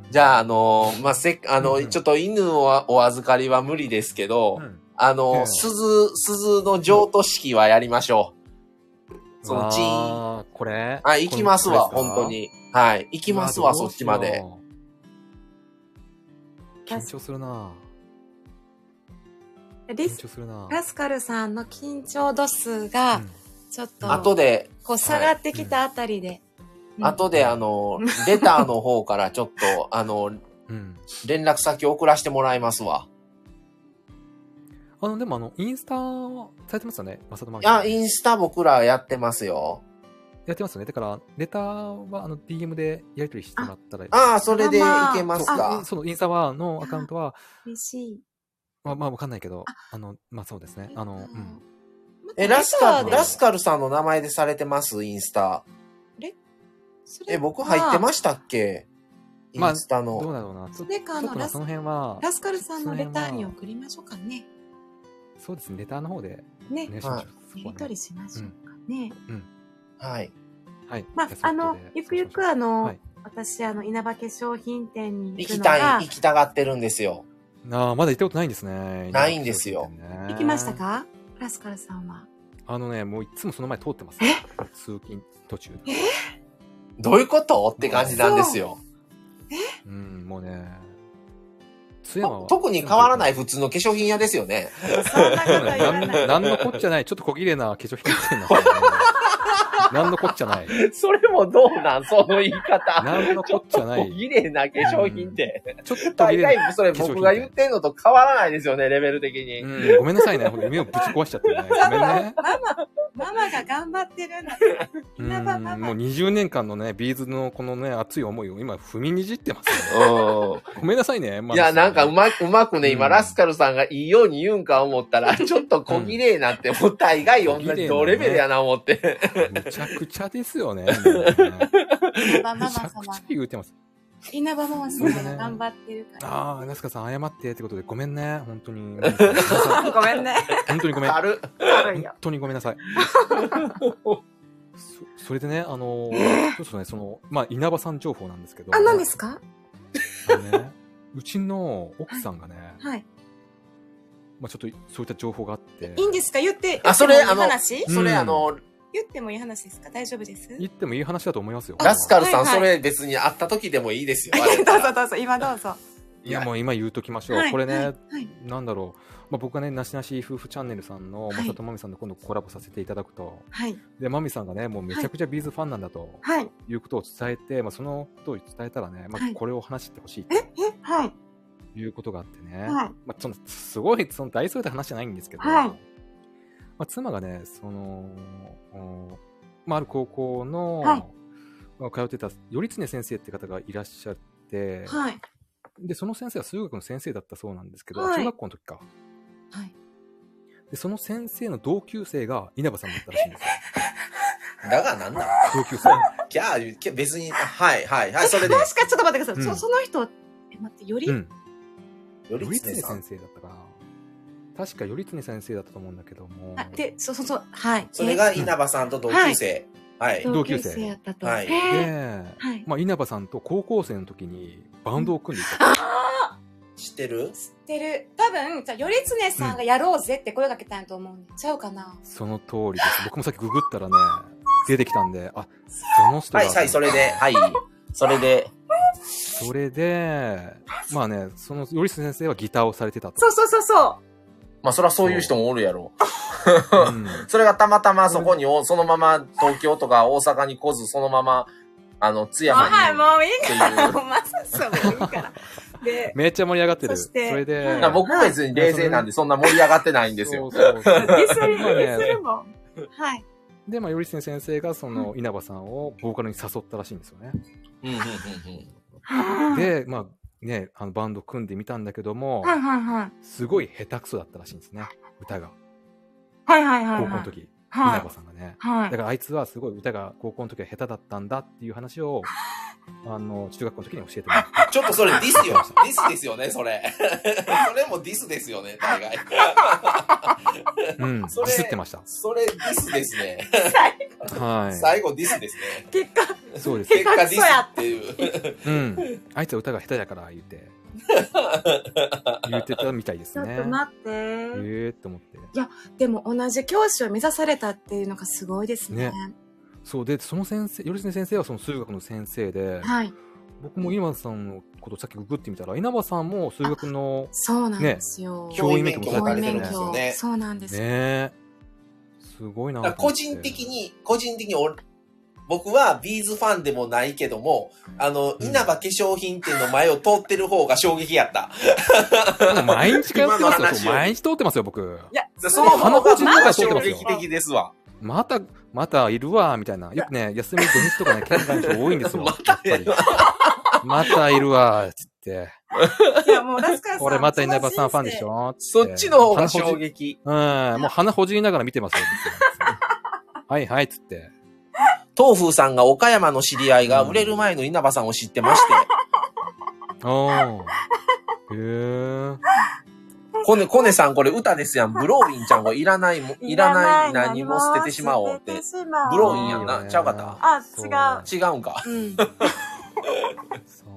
S2: じゃあ、
S3: あ、
S2: あのまあ、せっ、あ
S3: う
S2: の、
S3: ん
S2: ちょっと犬をお預かりは無理ですけど、
S3: うん
S2: あ
S3: え
S2: の
S3: え、
S2: 鈴、鈴の譲渡式はやりましょう。そのチーン。
S3: あーこれ。
S2: あ、行きますわ、
S3: これ
S2: 本当。に。はい。行きますわ、
S3: う
S2: そ
S3: ど
S2: っ
S3: う
S2: ち
S3: し
S2: ま
S3: よう
S2: で。。
S3: 緊張するな
S1: リ
S3: 緊
S1: ス
S3: 張するな
S1: ラスカルさんの緊張度数
S3: う
S1: が
S3: ん、
S1: ちょっと、
S2: 後で、
S1: こう下がってきたあたりで。うん
S2: 後で、あの、レターの方からちょっ (laughs) と、あの、
S3: うん。
S2: 連絡先送らせてもらいますわ。
S3: あの、でもあの、インスタされてますよねマサトマーケット
S2: あ、インスタ僕らやってますよ。
S3: やってますよね。だから、レターは、あの、DM でやり取りしてもらったら。
S2: ああ、それでいけます
S1: あ
S2: か。
S3: そのインスタは、のアカウントは、
S1: 嬉しい。
S3: まあ、まあ、わかんないけど、あの、まあ、そうですね。あの、うん。
S2: え、ラスカ
S3: レター
S2: ル、
S3: で
S2: ラスカルさんの名前でされてます、インスタ。え、僕入ってま
S1: し
S2: したっけイ
S3: まあ
S2: ンスタ
S3: どう
S2: の。
S3: だろうな。ちょ
S1: それかあ
S3: ち
S1: の
S3: ょっとな
S1: ラス
S3: その辺は、
S1: ラスカルさんのレターに送りましょうかね。
S3: そうですね。レターの方で
S1: ね
S3: お願い。し
S2: は
S3: ま
S2: い
S3: しょう。そ
S1: やり
S3: こは
S1: と
S3: ね
S1: りしましょうかね。
S2: はい。
S3: はい。
S1: まあ
S3: じゃ、
S1: あの、ゆくゆくあ、
S3: そ
S1: の、
S3: こで
S1: 私、あの、稲葉化粧品店に
S2: 行
S1: 行く
S2: き
S1: の
S2: た
S1: が
S2: い、行、きたがってるんですよ。
S3: そうしましょうはいああ、まだ行ったことないんですね。
S2: ないんですよ
S3: ね
S1: 行きましたかラスカルさんは。
S3: あのね、もういつもその前通ってます。通勤途中。
S2: どういうことって感じなんですよ。
S3: うん、もうね。津山
S2: と
S3: は。
S2: 特に変わらない普通の化粧品屋ですよね。
S1: そんなこと言わ
S3: な
S1: (laughs)
S3: ん
S1: ない。
S3: なんのこっちゃない。ちょっと小綺麗な化粧品みたいな。
S1: (laughs)
S3: なんのこっちゃない。
S2: (laughs) それもどうなんその言い方
S3: なんのこっち
S2: (laughs)
S3: ゃない。
S2: 麗な化。
S3: 粧品ってちょっと綺麗な。
S2: それ
S3: 僕が言って
S2: んのと変わらないですよね、レベル的に。
S3: うん、ごめんなさいね。ほんと夢をぶち壊しちゃってね。ごめんね。
S1: ママ、ママが頑張ってるんだから。
S3: う
S1: 稲葉マ
S3: ん、
S1: マ
S3: もう20年間のね、ビーズのこのね、熱い思いを今踏みにじってま
S1: (laughs)
S3: すよ。
S2: う
S3: ごめんなさいね。ま
S2: ん。
S3: あ
S2: いや、なんかうまく、うまくね、今、
S3: うん
S2: ラスカルさんがいいように言うんか思ったら、ちょっと小綺麗なって、もう大概同
S3: 小綺
S2: じ
S3: 麗なね
S2: 同レベルやな、思って。
S3: むちゃくちゃで
S1: (laughs)
S3: すよね。もうね
S1: 稲葉ママ
S3: むちゃく
S1: 様
S3: ちゃ。言うてます。
S1: 稲葉ママ様が頑張ってるから。
S3: ああ、ラスカさん謝ってってことでごめんね。本
S1: (laughs)
S3: 当に。
S1: ごめん (laughs) ね。
S3: 本当にごめん。
S2: 軽っ。
S1: 軽いよ
S3: 本。当にごめん
S1: (laughs)
S3: なさい。そそれでね、あのーちょっとね、その、まあ、稲葉さん情報なんですけど。
S1: あ、何ですか
S3: あのね、うちの奥さんがね、
S1: はい。
S3: まあ、ちょっとそういった情報があって。
S1: いいんですか言って、
S2: あそれ
S1: 言ってもいい
S2: あの
S1: 話
S3: うん
S2: それ、あの、
S1: 言ってもいい話ですか大丈夫です
S3: 言ってもいい話だと思いますよ。
S2: ラスカルさ
S1: は
S2: ん、
S1: いはい
S2: それ別に会った時でもいいですよ。
S1: ど
S3: (laughs)
S1: うぞどうぞ、今どうぞ。
S3: いや、もう今言うときましょう。
S1: はい
S3: これね、
S1: はいはい
S3: なんだろう。まあ、僕がね、なしなし夫婦チャンネルさんの、
S1: はい
S3: まさとまみさんと今度コラボさせていただくと、
S1: はい。
S3: で、まみさんがね、もうめちゃくちゃビーズファンなんだと
S1: はい。
S3: いうことを伝えて、まあ、そのことを伝えたらね、ま
S1: はい
S3: あ、これを話してほしい
S1: え、え、はい。
S3: ということがあってね、
S1: はい。
S3: まあ、そのすごいその大それた話じゃないんですけど、
S1: はい
S3: まあ、妻がねその、おまあ、ある高校の、
S1: はい
S3: まあ通ってた頼常先生って方がいらっしゃって、
S1: はい。
S3: でその先生は数学の先生だったそうなんですけど、
S1: はい
S3: 中学校の時か
S1: はい。
S3: でその先生の同級生が稲葉さんだったらしいんですよ
S2: だがなんだ
S3: 同級生
S2: キャー、キャー別に、はい、はい、はい、それで。
S1: 確かちょっと待ってください。
S3: う
S1: そ
S3: ん
S1: その人、え、待って、より、
S3: うん
S2: よ
S3: 頼
S2: りつ
S3: 常
S2: ねさん
S3: 先。生だったかな確か頼常先生だったと思うんだけども
S1: あ、で、そうそうそう、はい。
S2: それが稲葉さんと同級生。はい。
S1: え
S3: 同級生
S1: やったと。
S2: はい
S1: へー
S3: で
S1: はい。
S3: まあ、稲葉さんと高校生の時にバンドを組んでいた
S1: あ
S2: 知って
S1: 知
S2: る
S1: ってる。多分、じゃあ、よりつねさんがやろうぜって声かけたんやと思うんで。ちゃうかな。
S3: その通りです。僕もさっきググったらね、出てきたんで、あ、その人だ
S2: はい、はい、それで、
S3: (laughs)
S2: はい。それで、
S3: それで、まあね、その、よりす先生はギターをされてたと。
S1: そうそうそうそ
S2: まあ、そりゃそういう人もおるやろ。
S3: うん
S2: それがたまたまそこにお、そのまま東京とか大阪に来ず、そのまま、あの、津
S1: う。
S2: 山に。
S1: はい、もういいから。
S2: ってい
S1: もうまさそれいい
S3: (laughs)
S1: から。で、
S3: めっちゃ盛り上がってる。
S1: そし
S3: そ
S1: て
S3: れで、
S1: うん
S2: だから僕は別に冷静なんで、そんな盛り上がってないんです (laughs) よ。
S3: そうそう
S1: ディスる、デ
S3: まあね
S1: ィスるもん。はい。
S3: で、まあ、よりす先生がその稲葉さんをボーカルに誘ったらしいんですよね。
S2: うんうんうん
S1: はい
S3: で、まあ、ね、あのバンド組んでみたんだけども、
S1: はいはい。
S3: すごい下手くそだったらしいんですね。歌が。
S1: はいはいはいは
S3: 高
S1: い。
S3: 校の時、
S1: は
S3: 稲
S1: い
S3: 葉。さんがね。
S1: は
S3: だか
S1: い。
S3: らあいつはすごい歌が高校の時は下手だったんだっていう話
S1: (laughs)
S3: を、あの、中学校の時に教えてもらった。
S2: ちょっとそれディスよ。 (laughs) ディスですよね、それ。 (laughs) それもディスですよね、大概。 (laughs)
S1: (laughs)
S3: うん。ディ
S2: それ
S3: スってました。
S2: それディスですね。
S3: は
S2: 最後ディスですね。
S1: 結果、
S3: い。そうです。
S2: 結果ディスって (laughs) いう。
S3: うん。あいつは歌が下手だから
S1: (laughs)
S3: 言って。言ってたみたいです
S1: ちょっ
S3: ね
S1: と。待って。
S3: ええと思って。
S1: でも同じ教師を目指されたっていうのがすごいですね。
S3: そうで、その先生、頼常先生はその数学の先生で、
S1: はい。
S3: 僕も稲葉さんのことさっきググってみたら、稲葉さんも数学の、
S1: そうなんですよ。
S3: 教員免許
S1: 教
S3: もさ
S1: 員
S3: れてる
S1: 免
S3: んです
S1: 許
S3: よ
S2: ね。
S1: そうなんですよ。
S3: ねすごいな
S2: だから個人的。に、個人的に俺、僕はビーズファンでもないけども、あの、
S3: うん
S2: 稲葉化粧品店の前を通ってる方が衝撃やった。
S3: もう毎日
S2: (laughs)
S3: 通って
S2: 今の
S3: ますよ。
S2: 話
S3: そう毎日通ってますよ、僕。
S1: いや、
S2: その方
S3: 花子人の方
S2: が
S3: が通って
S2: 衝
S3: ますよ
S2: 撃的ですわ。
S3: また、またいるわ、みたいな。よくね、休み土日とかね、県外の人多いんです
S2: (laughs)
S3: よ。
S2: ま
S3: やっぱり。またいるわ、つ
S2: (laughs)
S3: って。
S1: いや、もう、ラスカーさん。
S3: 俺また稲葉さんファンでしょつ
S2: そっちの方が衝
S3: 撃。
S2: 撃。
S3: うん、もう鼻ほじりながら見てますよ。
S2: (laughs)
S3: はいはい、つって。
S2: 東風さんが岡山の知り合いが売れる前の稲葉さんを知ってまして、
S3: ああ。へえ。
S2: コネ、コネさんこれ歌ですやん。ブローリンちゃんをいらないも、いらない何も捨ててしまおうって。ブローリンやんな。ちゃうかった
S1: あ
S3: そう
S2: 違うんか。
S1: うん。
S3: そう。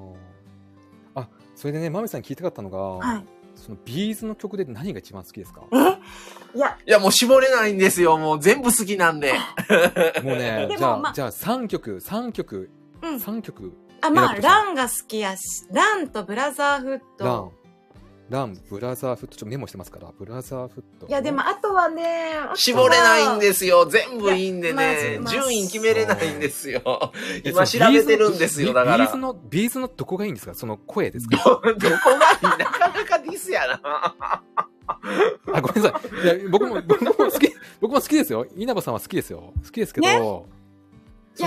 S3: あ、それでね、まみさんに聞いたかったのが、
S1: はい。
S3: そのビーズの曲で何が一番好きですかも
S1: いや、
S2: いや、もう絞れないんですよ。もう全部好きなんで。
S3: うね
S1: で、も
S3: じゃあ、
S1: まあ
S3: じゃあ3曲、3曲、
S1: うん。
S3: 3曲、
S1: あ、まあ、
S3: 選ぶとしたら
S1: ランが好きやし、ランとブラザーフッ
S3: ラ
S1: ト
S3: ン。、ラン、ブラザーフット、ちょっとメモしてますから、ブラザーフット。
S1: いや、でも、あとはね、
S2: 絞れない
S1: す。
S2: んですよ。全部いいんで
S1: いや
S2: ね。
S1: まずまず
S2: 順位決めれないんですよ。
S3: え、
S2: 今
S3: そ
S2: 調
S3: のビー
S2: べ
S3: ズ
S2: てるんですよ。
S3: ビ
S2: だか
S3: ビー
S2: ら
S3: ズ。の、ビーズのどこがいいんですかその声です
S2: ど
S1: (laughs)
S3: か
S2: こがいいなかなかディスやな。
S3: あ、ごめんなさい。いや、
S1: (laughs)
S3: 僕も、僕も好き、僕も好きですよ。稲葉さんは好きですよ。好きですけど、
S1: いや
S3: そ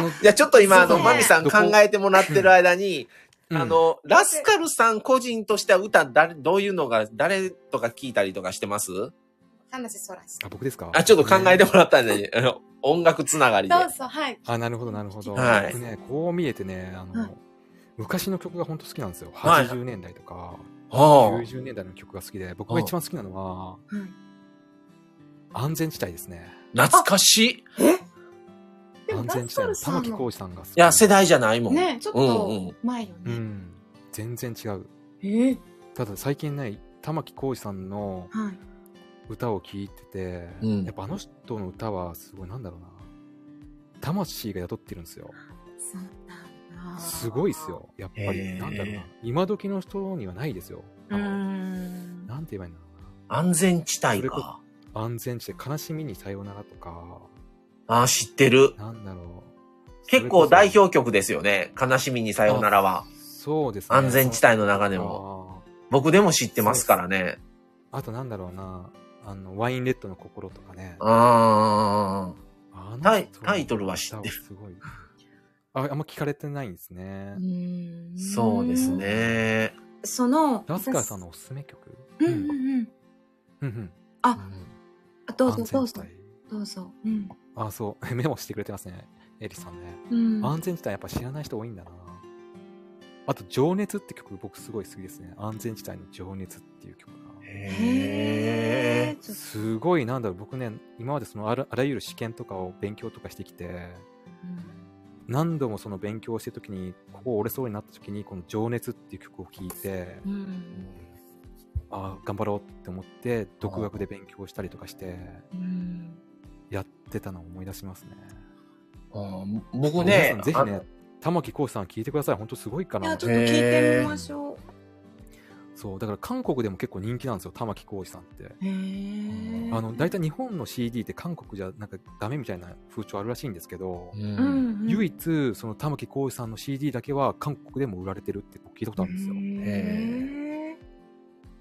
S3: の、
S2: (laughs) いや、ちょっと今、あの、
S1: そうね
S2: マミさん考えてもらってる間に、
S3: うん
S2: あ、の、ラスカルさん個人としては歌、誰、どういうのが、誰とか聞いたりとかしてます
S1: 話そらし。
S3: あ、僕ですか
S2: あ、ちょっと考えてもらったんで、あの音楽つながりで
S1: ど。うぞ、はい。
S3: あ、なるほど、なるほど。
S2: はい
S3: 僕ね、こう見えてね、あの、
S1: はい
S3: 昔の曲が本当好きなんですよ。
S2: はい
S3: 80年代とか、
S2: おう
S3: 90年代の曲が好きで、僕が一番好きなのは、安全地帯ですね。
S2: 懐かしい。い
S1: でも
S3: 安全
S1: ラ
S3: 地帯の
S1: スカルさんの
S3: 玉置浩二さんが好き。
S2: や、世。代じゃないもん。
S1: ねちょっ
S2: うんう
S1: と
S2: ん、
S1: 前よ
S3: う
S1: ね。
S3: ん。全然違う。
S1: えー
S3: ただ最近ね、玉置浩二さんの
S1: はい。
S3: 歌を聴いてて、
S2: うん
S3: やっぱあの人の歌はすごい、なんだろうな。魂が宿ってるんですよ。
S1: そうなんだ
S3: すごいっす。よ。やっぱ
S2: へ
S3: り、
S2: ー
S3: なんだろうな。今時の人にはないですよ。
S1: うー
S3: なん
S1: ん。
S3: て言えばいいんだろうな。
S2: 安全地帯
S3: それこ
S2: か。
S3: 安全地帯、悲しみにさようならとか、
S2: あー、知ってる。
S3: なんだろう。
S2: 結構代
S3: それこ
S2: 表曲ですよね。悲しみにさようならは。
S3: そ。そうですね。
S2: 安全地帯の中でも。
S3: も。
S2: 僕でも知ってますからね。
S3: あとなんだろうな、あの、ワインレッドの心とかね。
S2: あー。
S3: あの
S2: タイタイトルは知って
S3: る。すごい。あ、あんま聞かれてないんですね
S1: う。ーん
S2: そうです。ね。
S1: その、
S3: ラスカーさんのおすすめ曲
S1: うんうんうん。
S3: うんうん。
S1: あ、あどうぞどう
S3: 安全地
S1: ぞ
S3: 帯。
S1: どうぞ。うん。
S3: あ、そう。 (laughs) メモしてくれてますね。エリさんね。
S1: うん。
S3: 安全地帯やっぱ知らない人多いんだな。あと、情熱って曲僕すごい好きですね。安全地帯の情熱っていう曲が。
S2: へ
S1: え。ちょっと
S3: すごい、なんだろう、僕ね、今までそのあらあらゆる試験とかを勉強とかしてきて、何度もその勉強をしてる時に、ここ折れそうになった時に、この情熱っていう曲を聴いて、
S1: うん。
S3: ああ、頑張ろうって思って、独学で勉強したりとかして、
S1: うん。
S3: やってたのを思い出しますね。
S2: うん僕
S3: 皆
S2: ね
S3: さん、ぜひね、玉木浩二さん聞いてください。本当すごいか
S1: いや、
S3: ら
S1: ち。ょっと聞いてみましょう。
S3: そう、だから韓国でも結構人気なんですよ、玉木浩二さんって。
S1: へえ。
S3: あの、大体日本の CD って韓国じゃなんかダメみたいな風潮あるらしいんですけど、
S2: あうん
S1: うんうん、
S3: 唯一、その玉木浩二さんの CD だけは韓国でも売られてるって僕聞いたことあるんですよ。
S1: へえ。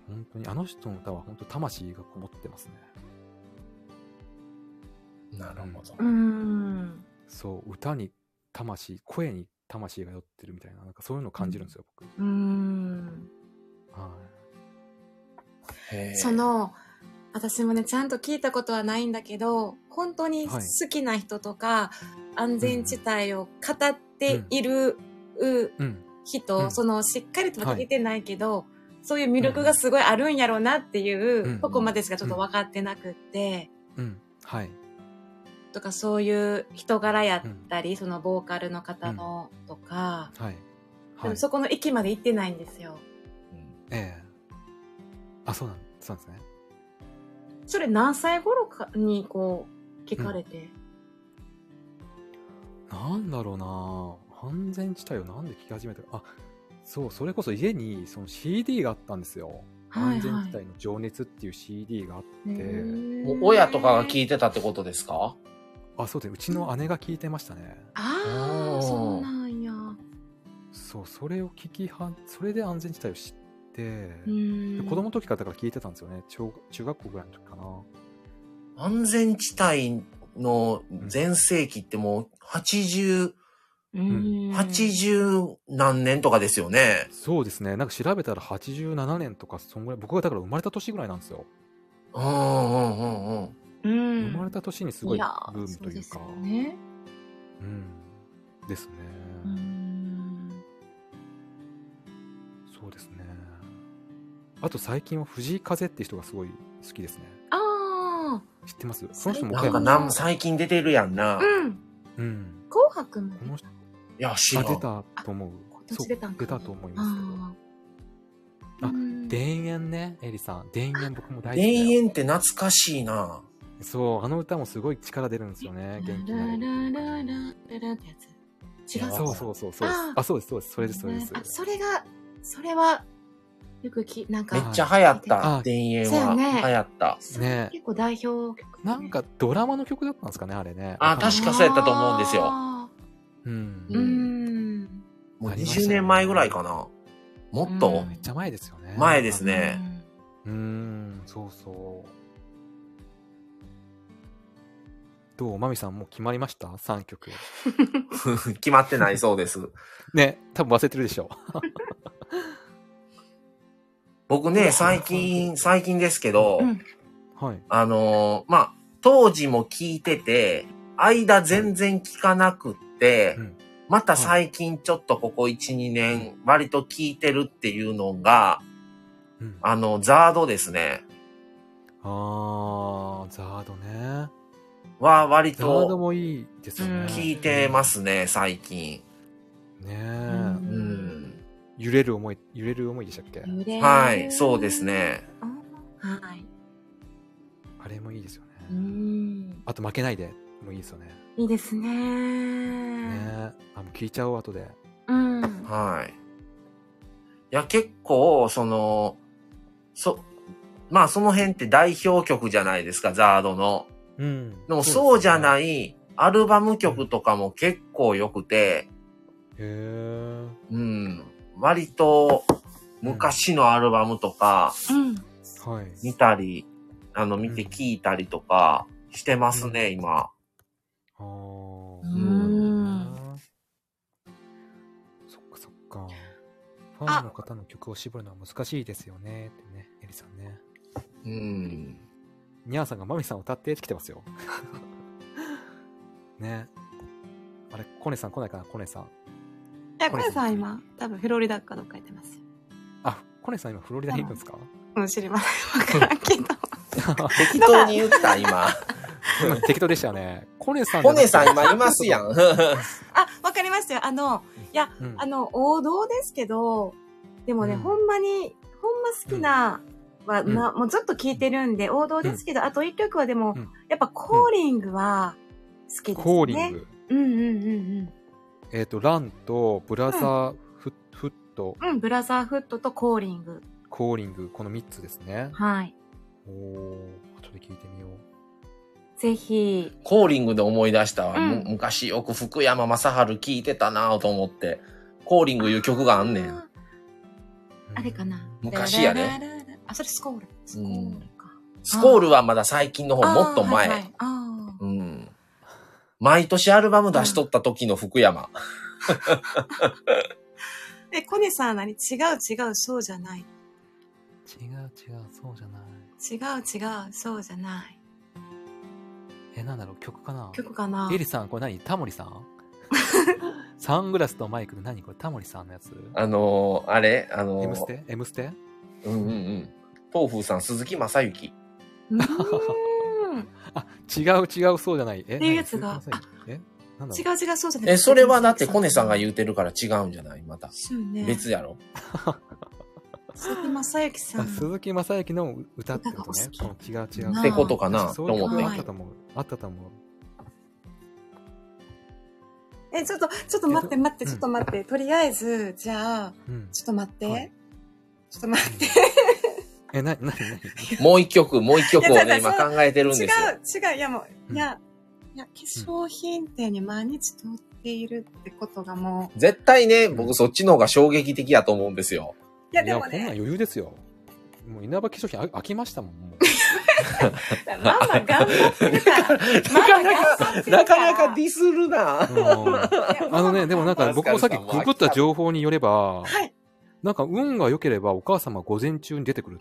S3: 本当に、あの人の歌は本当魂がこもってますね。
S2: なるほど
S1: う。ん。
S3: そう、歌に魂、声に魂が寄ってるみたいな、なんかそういうのを感じるんですよ、僕。
S1: うん。
S3: は
S2: へー
S1: そ、の、私もね、ちゃんと聞いたことはないんだけど、本当に好きな人とか、安全地帯を語っているう
S3: い。うん。
S1: 人、
S3: うん
S1: その、しっかりとは聞いてないけど、そういう魅力がすごいあるんやろうなっていう、
S3: うん
S1: ここまでしかちょっと分かってなくって、
S3: うん。はい。
S1: とかそういう人柄やったり、そのボーカルの方のとか、
S3: は
S1: で
S3: い。は
S1: も
S3: い。
S1: そこの域まで行ってないんですよ。
S2: うん
S3: ええあ、そうなん、そうなんですね。
S1: それ何歳頃かにこう、聞かれて。
S3: なんだろうな安全地帯をなんで聞き始めたか。あ、そう、それこそ家にその CD があったんですよ。
S1: はいはい
S3: 安全地帯の情熱っていう CD があって、
S2: お親とかが
S1: い
S2: 聞いてたってことですか
S3: あ、そうで、うちの姉が聞いてましたね。
S1: あ
S2: お
S1: あ、
S2: ー
S1: そうなんや。
S3: そう、それを聞きは、それで安全地帯を知って、
S1: うん。
S3: 子供の時からだから聞いてたんですよね。小中学校ぐらいの時かな。
S2: 安全地帯の全盛期ってもう80、
S1: うん、
S2: 80何年とかですよね。
S3: そうですね。なんか調べたら87年とか、そんぐらい、僕がだから生まれた年ぐらいなんですよ。
S2: うんうんうんうん。
S1: うん、
S3: 生まれた年にすごい
S1: や
S3: ブーム
S1: そ
S3: というか。
S1: うですよね。
S3: うん。ですね。
S1: うん。
S3: そうですね。あと最近は藤井風って人がすごい好きですね。
S1: あ
S3: 知ってますその人も
S2: な
S3: 岡
S2: んか
S3: 山
S1: な
S2: なん最近出てるやんな。
S1: あ、うん。
S3: うん。
S1: 紅白も
S3: この人、
S2: いや、知ら
S3: あ、
S2: ん。
S3: 出たと思う
S1: 今。
S3: そ
S1: 年
S3: う、
S1: 出たんか
S3: 出たと思いますけど。
S1: あー
S3: あ
S1: うん
S3: 田園ね、エリさん。田園僕も大
S2: 田
S3: 好きだよ。
S2: 園って懐かしいな。
S3: そう、あの歌もすごい力出るんですよね。元気になれる。
S1: ララララララってやつ。違う。
S3: そうそうそうそうです
S1: あ。ー
S3: あ、そうです、そうです。それです、それです。
S1: あ、それが、それは、よくき、なんか。
S2: めっちゃ流行った、
S3: あ
S2: 田園
S1: そう
S2: は。
S1: よね
S2: 流行った。
S1: それ
S3: ね
S1: 結構代表曲、
S3: なんか、ドラマの曲だったんですかね、あれね。
S2: あ
S3: わかんない
S2: 確かそうやったと思うんですよ
S1: あ
S3: うん。
S1: ーうん。
S2: もう
S3: ありましたね
S2: 20年前ぐらいかな。もっと
S1: うん
S3: めっちゃ前ですよね。
S2: 前ですね。
S3: うん、そうそう。どうまみさんもう決まりました ?3 曲。
S2: (laughs) 決まってないそう
S3: (laughs)
S2: です。
S3: ね、多分忘れてるでしょ。
S2: 僕
S3: い
S2: ね、
S3: や
S2: 最近、最近ですけど、
S1: うん
S3: はい。
S2: あのーまあ、当時も聞いてて、間全然聞かなくって、
S3: うん
S2: また最近ちょっとここ1、2年、割と聞いてるっていうのが、
S3: うん、あ
S2: あの、ザードですね。
S3: ー、ザードね。
S2: は割
S3: ザード
S2: と
S3: もいいですよね。
S2: 聞いてま。すね、最近。
S3: ね
S1: う。
S3: え。
S2: うんん。
S3: 揺れる思い、揺れる思いでしたっけ
S1: 揺れる
S2: はい、そうです。ね。
S1: あはい。
S3: あれもいいですよね。
S1: うん。
S3: あと、負けないでもいいですよね。
S1: いいですね。
S3: ねあ、もう聞いちゃおう、後で。
S1: うん。
S2: はい。いや、結構、その、そ、まあその辺って代表曲じゃないですか、ザードの。
S3: うん。
S2: でもそうじゃ
S3: い。
S2: ないアルバム曲とかも結構良くて、
S3: へえ。
S2: うん、割と昔のアルバムとか
S1: うん。
S3: はい。
S2: 見たり、あの見て聞いたりとかしてますね、今。
S3: あー
S1: うん
S3: そっかそっか。ファンの方の曲を絞るのは難しいですよね。ってね、エリさんね。
S2: うん。
S3: ニャーさんがマミさんを歌ってって来てますよ。 (laughs) ね。あれ、コネさん来ないかなコネさん。
S1: いや、これさん今、多分フロリダかどっか行ってますよ。
S3: あ、コネさん今フロリダにいるんですか
S1: うん、知りません。わからんけど。
S2: 適当に言った、今。
S3: 今適当でしたよね。コネさんじ
S2: コ
S3: ゃなく
S2: ネ
S3: て。
S2: さん今いますやん。
S1: (laughs) あ、わかりましたよ。あの、いや、
S3: うん。
S1: あの、王道ですけど、でもね、
S3: うん
S1: ほんまに、ほんま好きなは、
S3: うん
S1: まあ、もうずっと聞いてるんで、王道ですけど、あと一曲はでも、
S3: うん
S1: やっぱコーリングは好きですね。
S3: コーリン。グ。
S1: うんうんうん
S3: えっ、と、ランとブラザーフッ,、フット、
S1: うん。うん、ブラザーフットとコーリング。
S3: コーリング、この3つですね。
S1: はい。
S3: おお後で聞いてみよう。
S1: ぜひ、
S2: コーリングで思い出したわ。
S1: うん
S2: む昔よく福山雅治聞いてたなぁと思って。コーリングいう曲があんねん。。
S1: あれかな。
S2: 昔やね。
S1: あ、それスコール。スコールか。
S2: スコールはまだ最近の方、
S1: あー
S2: もっと前。
S1: はいはいあ
S2: うん。毎年アルバム出しとった時の福山。
S1: ーえ、コネさん何違う違う、そうじゃない。
S3: 違う違う、そうじゃない。
S1: 違う違う、そうじゃない。
S3: え、なんだろう、曲かな
S1: 曲かな
S3: エリさん、これ何タモ
S1: (laughs)
S3: リさんサングラスとマイクで何これタモリさんのやつ
S2: あのー、あれあのー、
S3: ?M ステ ?M ステ
S2: うんうんうん。東風さん、鈴木正幸。
S1: うーん。
S3: あ、違う違うそうじゃない。え
S1: っていうやつが
S3: 何すいませんえなんだ
S1: 違
S3: ろ
S1: う違う、そうじゃない。
S2: え、それはだってコネさんが言うてるから違うんじゃないまた。
S1: そうね。
S2: 別やろ。
S1: 鈴木正幸
S3: う
S1: さ
S3: あ
S1: ん。
S3: 鈴木雅之の歌ってことね。
S1: 歌がお好
S3: この違う違う。
S1: ってこと
S2: かな
S3: そういう
S1: と思って
S3: 曲あったと思う。あったと思う。
S1: え、ちょっと、ちょっと待って待って、
S3: うん
S1: ちょっと待って。とりあえず、じゃあ、
S3: うん。
S1: ちょっと待って。
S3: はい
S1: ちょっと待って。
S3: え、な、なになに
S2: もう一曲、もう一曲を
S1: いや
S2: ね、
S1: そう
S2: 今
S1: そう
S2: 考えてるん
S1: 違
S2: ですよ。
S1: う、違う、いやも
S3: う
S1: う、
S3: ん
S1: いや、いや、化粧品店に毎日通っているってことがもう、
S2: 絶対ね、僕そっちの方が衝撃的やと思うんですよ。
S1: いやで
S3: いや、
S1: も
S3: こんなん
S1: ね、
S3: 余裕ですよ。もう稲葉化粧品あ飽きましたもん、もう。
S1: (laughs) ママ頑張ってるから。
S2: な
S1: マ
S2: か
S1: マ
S2: な
S1: 頑
S2: か
S1: 張っ、てる
S2: な
S1: から
S2: かなかディスるな。
S3: うん
S1: いや
S3: あのね、でもなんか
S2: マス
S3: 僕
S2: カル
S3: もさ
S2: さ
S3: っ
S2: ん
S3: き
S2: も
S3: ググった情報によれば、
S1: はい。
S3: なんか運が良ければお母様午前中に出てくる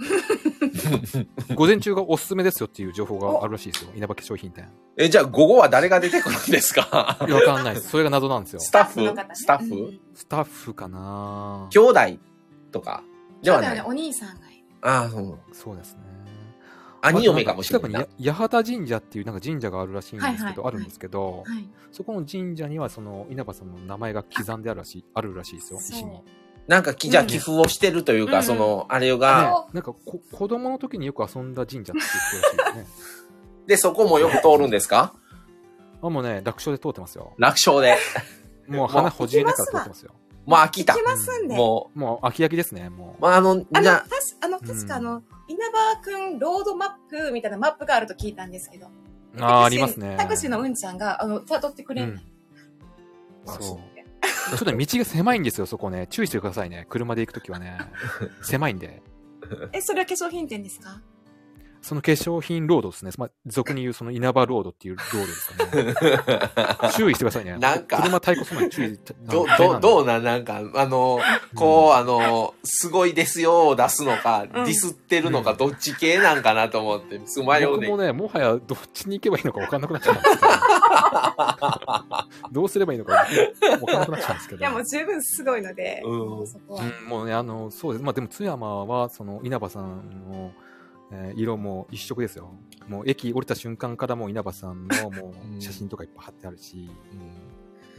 S3: って。午前中がおすすめですよっていう情報があるらしいですよ。稲葉化粧品店。
S2: え、じゃあ午後は誰が出てくるんですか
S3: いや、わかんないです。それが謎なんですよ。
S2: ス
S3: ス
S2: タッ
S1: の方ね
S2: フスタ
S1: う
S2: ッ
S1: んう
S2: フ
S1: ん
S3: タッフかな
S2: 兄弟とかで
S1: そ
S2: は
S1: うだ
S2: な
S1: よ
S2: い。
S1: ね、お兄さんがいる。
S2: ああ、そう。
S3: そうですね。
S2: 兄嫁かもしれ
S3: あと
S2: ない
S3: ん
S2: な
S3: か。近くにや八幡神社っていうなんか神社があるらしいんですけど、
S1: はいはい
S3: あるんですけど、
S1: はい。
S3: そこの神社にはその稲葉さんの名前が刻んであるらしい、あるらしいですよ、石に。
S1: そ
S3: ね
S1: う。
S2: なんかき、じゃあ
S1: うん
S2: 寄付をしてるというか、
S1: うん
S2: その、あれ
S1: ね
S2: が、
S3: なんかこ子供の時によく遊んだ神社っていうことらしいですね。
S2: で、そこもよく通るんですか
S3: あ、もうね、楽勝で通ってますよ。
S2: 楽勝で。
S3: もう花ほじりながら通ってますよ。
S2: もう飽きた
S1: 行き。ますんで。
S2: も
S3: もう、飽き飽きですね、も
S2: う、まあ、あの、じ
S1: あの、
S2: ゃあ
S1: たしあの
S3: うん
S1: 確かあの、稲葉くんロードマップみたいなマップがあると聞いたんですけど。
S3: う。ああ、ありますね。
S1: タクシーのうんちゃんが、あの、辿ってくれない。
S3: うん
S2: そ
S3: そうう。ちょっとね道が狭いんですよ、そこね。注意してくださいね。車で行くときはね。 (laughs) 狭いんで。
S1: え、それは化粧品店ですか
S3: その化粧品ロードですね。まあ、俗に言うその稲葉ロードっていうロードですかね。
S2: (laughs)
S3: 注意してくださいね。
S2: なんか
S3: 車対抗するのに注意。
S2: ど、
S3: あ
S2: ど、
S3: の
S2: どうなんなんか、あの、こう、あの、すごいですよを出すのか、デ
S1: うん
S2: ィスってるのか、どっち系なんかなと思って、すごい迷う
S3: 僕も
S2: ね。
S3: ね、もはやどっちに行けばいいのか分かんなくなっちゃったんですけ
S2: (laughs)
S3: ど。どうすればいいのか分かんなくなっちゃうんですけ
S1: い
S3: ど。
S1: や、もう十分すごいので、
S2: うん
S1: もうそこは。
S3: うんもうね、あの、そうです。まあでも津山は、その稲葉さんの、えー色も一色ですよ。もう駅降りた瞬間からもう稲葉さんのも
S2: うん
S3: う写真とかいっぱい貼ってある
S2: う
S3: し、
S2: ん
S3: も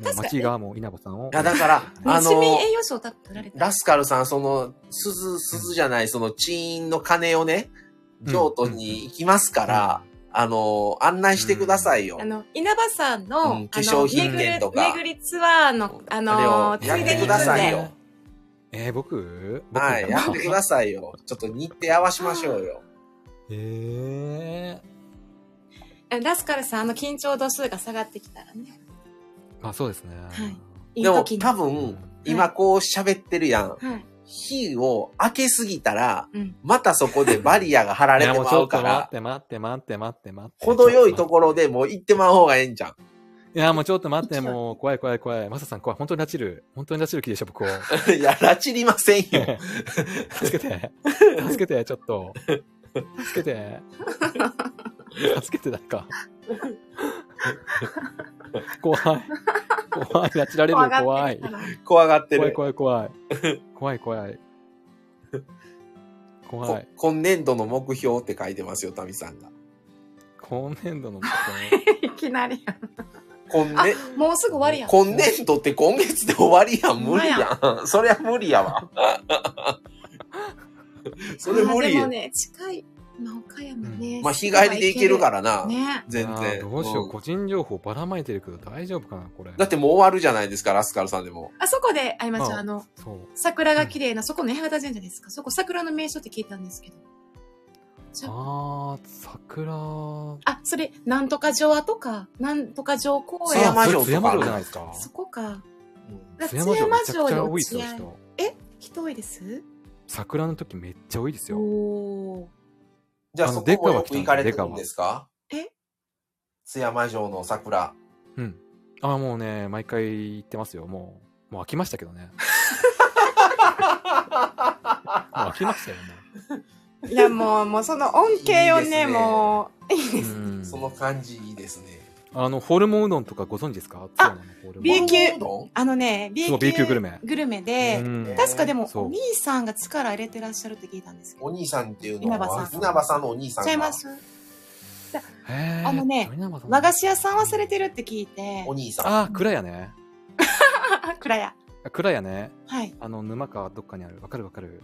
S3: う
S1: 確かに
S3: 街がもう稲葉さんを。
S2: いや、だから、あ
S1: 市民
S2: の、
S1: 栄養賞た取られた。
S2: ラスカルさん、その、鈴、鈴じゃない、その、チーンの鐘をね、京都に行きますから、あの、案内してくださいよ
S1: あ。の、稲葉さん
S2: う
S1: の、
S2: ん化粧品
S1: あの
S2: 店とか
S1: 巡る巡りツアーの、あの
S2: あ
S1: ー、
S2: れを
S1: つ
S2: やっ
S1: いで
S2: て
S1: に
S2: く
S1: 行
S2: だ
S1: くん
S2: さい
S1: で。
S2: よ。
S3: えー、僕僕
S2: はい、やってくださいよ。ちょっと日程合わしましょうよ。
S3: え
S1: えラスカルさん、あの、緊張度数が下がってきたらね。
S3: ー、まあそうですね。
S1: はいいい
S2: でも
S1: 時に。
S2: 多
S3: う
S2: 分、
S3: ん
S2: 今こう喋ってるやん。
S1: はい。
S2: 火を開けすぎたら、
S1: うん
S2: またそこでバリアが張ら
S3: い
S2: れ
S3: や
S2: て
S3: もう
S2: ま
S3: ちょ
S2: う
S3: っと
S2: か
S3: 待っ
S2: ら、
S3: て待って待って待って待って。
S2: 程よいところでもう行ってまう方がええんじゃん。
S3: (laughs) いやもうちょっと待って、もう怖い怖い怖い。マサさん怖い。本当に拉致る。本当に拉致る気でしょ、僕を。
S2: いや、拉致りませんよ。
S3: 助けて。助けて、ちょっと。助けて。助けて、誰か。怖い。怖い。拉致られる。
S1: 怖がって
S3: 怖
S1: る。から
S2: 怖がって
S3: い怖い、
S2: る。
S3: 怖い、怖い。怖い、怖い。怖い
S2: こ。今年度の目標って書いてますよ、タミさんが。
S3: 今年度の目
S1: いきなりや。
S2: 今年、
S1: もうすぐ終わりやん。
S2: 今年度って今月で終わりやん。
S1: ほん
S2: 無
S1: ま (laughs)
S2: 理
S1: や
S2: やん。そりゃ無理やわ。それ無
S1: あー
S2: 理
S1: で
S2: や
S1: も。ね、近い。まあ、岡山ね。。
S2: まあ、日帰りで行けるかららな。
S1: ね。
S2: 全
S3: あー
S2: 然。
S3: どうしよう、
S2: ん
S3: 個人情報ばらまいてるけど大丈夫かな、これ。
S2: だってもう終わるじゃないですか、ラスカルさんでも。
S1: あそこで、あいまちゃん、
S3: あ
S1: あの、
S3: そう。
S1: 桜が綺麗な、そこの八幡神社ですか。そこ桜の名所って聞いたんですけど。ちょ
S3: あー、桜。
S1: あ、それ、なんとか城跡か、なんとか城公
S2: 津山
S1: 園。
S2: 城
S3: あそれ津山
S2: とかある
S3: 城じゃないですか。
S1: そこか。だ
S3: 津山城めちゃくちゃ多いですよ、
S1: 津山城の
S3: 人。
S1: 人多いです
S3: 桜の時めっちゃ多いですよ。
S1: おー。
S2: じゃあ
S3: あの
S2: そこ
S3: デカ
S2: も
S3: は
S2: よく行かれてるんですか
S1: デカはえ
S2: 津山城の桜。
S3: うん。あー、もうね、毎回行ってますよ。もう、もう飽きましたけ
S1: (laughs)
S3: どね。もう飽きましたよ、
S1: いや、もう、 (laughs) もうその恩恵をね、
S2: いいですね
S1: もう、
S3: もう。うん
S2: その感じいいですね。
S3: あの、ホルモンうどんとかご存知ですか津山のホルモン。
S1: B 級
S2: うどん
S1: あのね、B
S3: そう B 級グルメ
S1: グルメで、
S3: うん
S1: 確かでも、
S3: そう
S1: お兄さんが力入れてらっしゃるって聞いたんですけど。
S2: お兄さんっていうの
S1: 稲葉
S2: は、
S1: さん
S2: 稲葉さんのお兄さん
S1: ちゃいま
S2: が。
S1: す
S3: へー
S1: あのね
S3: 富永さん
S1: 和菓子屋さんはされてるって聞いて
S2: お、兄さん。
S3: あー、蔵屋ね。
S1: あ、蔵屋。
S3: あ蔵屋ね。
S1: はい。
S3: あの、沼かどっかにある。わかるわかる。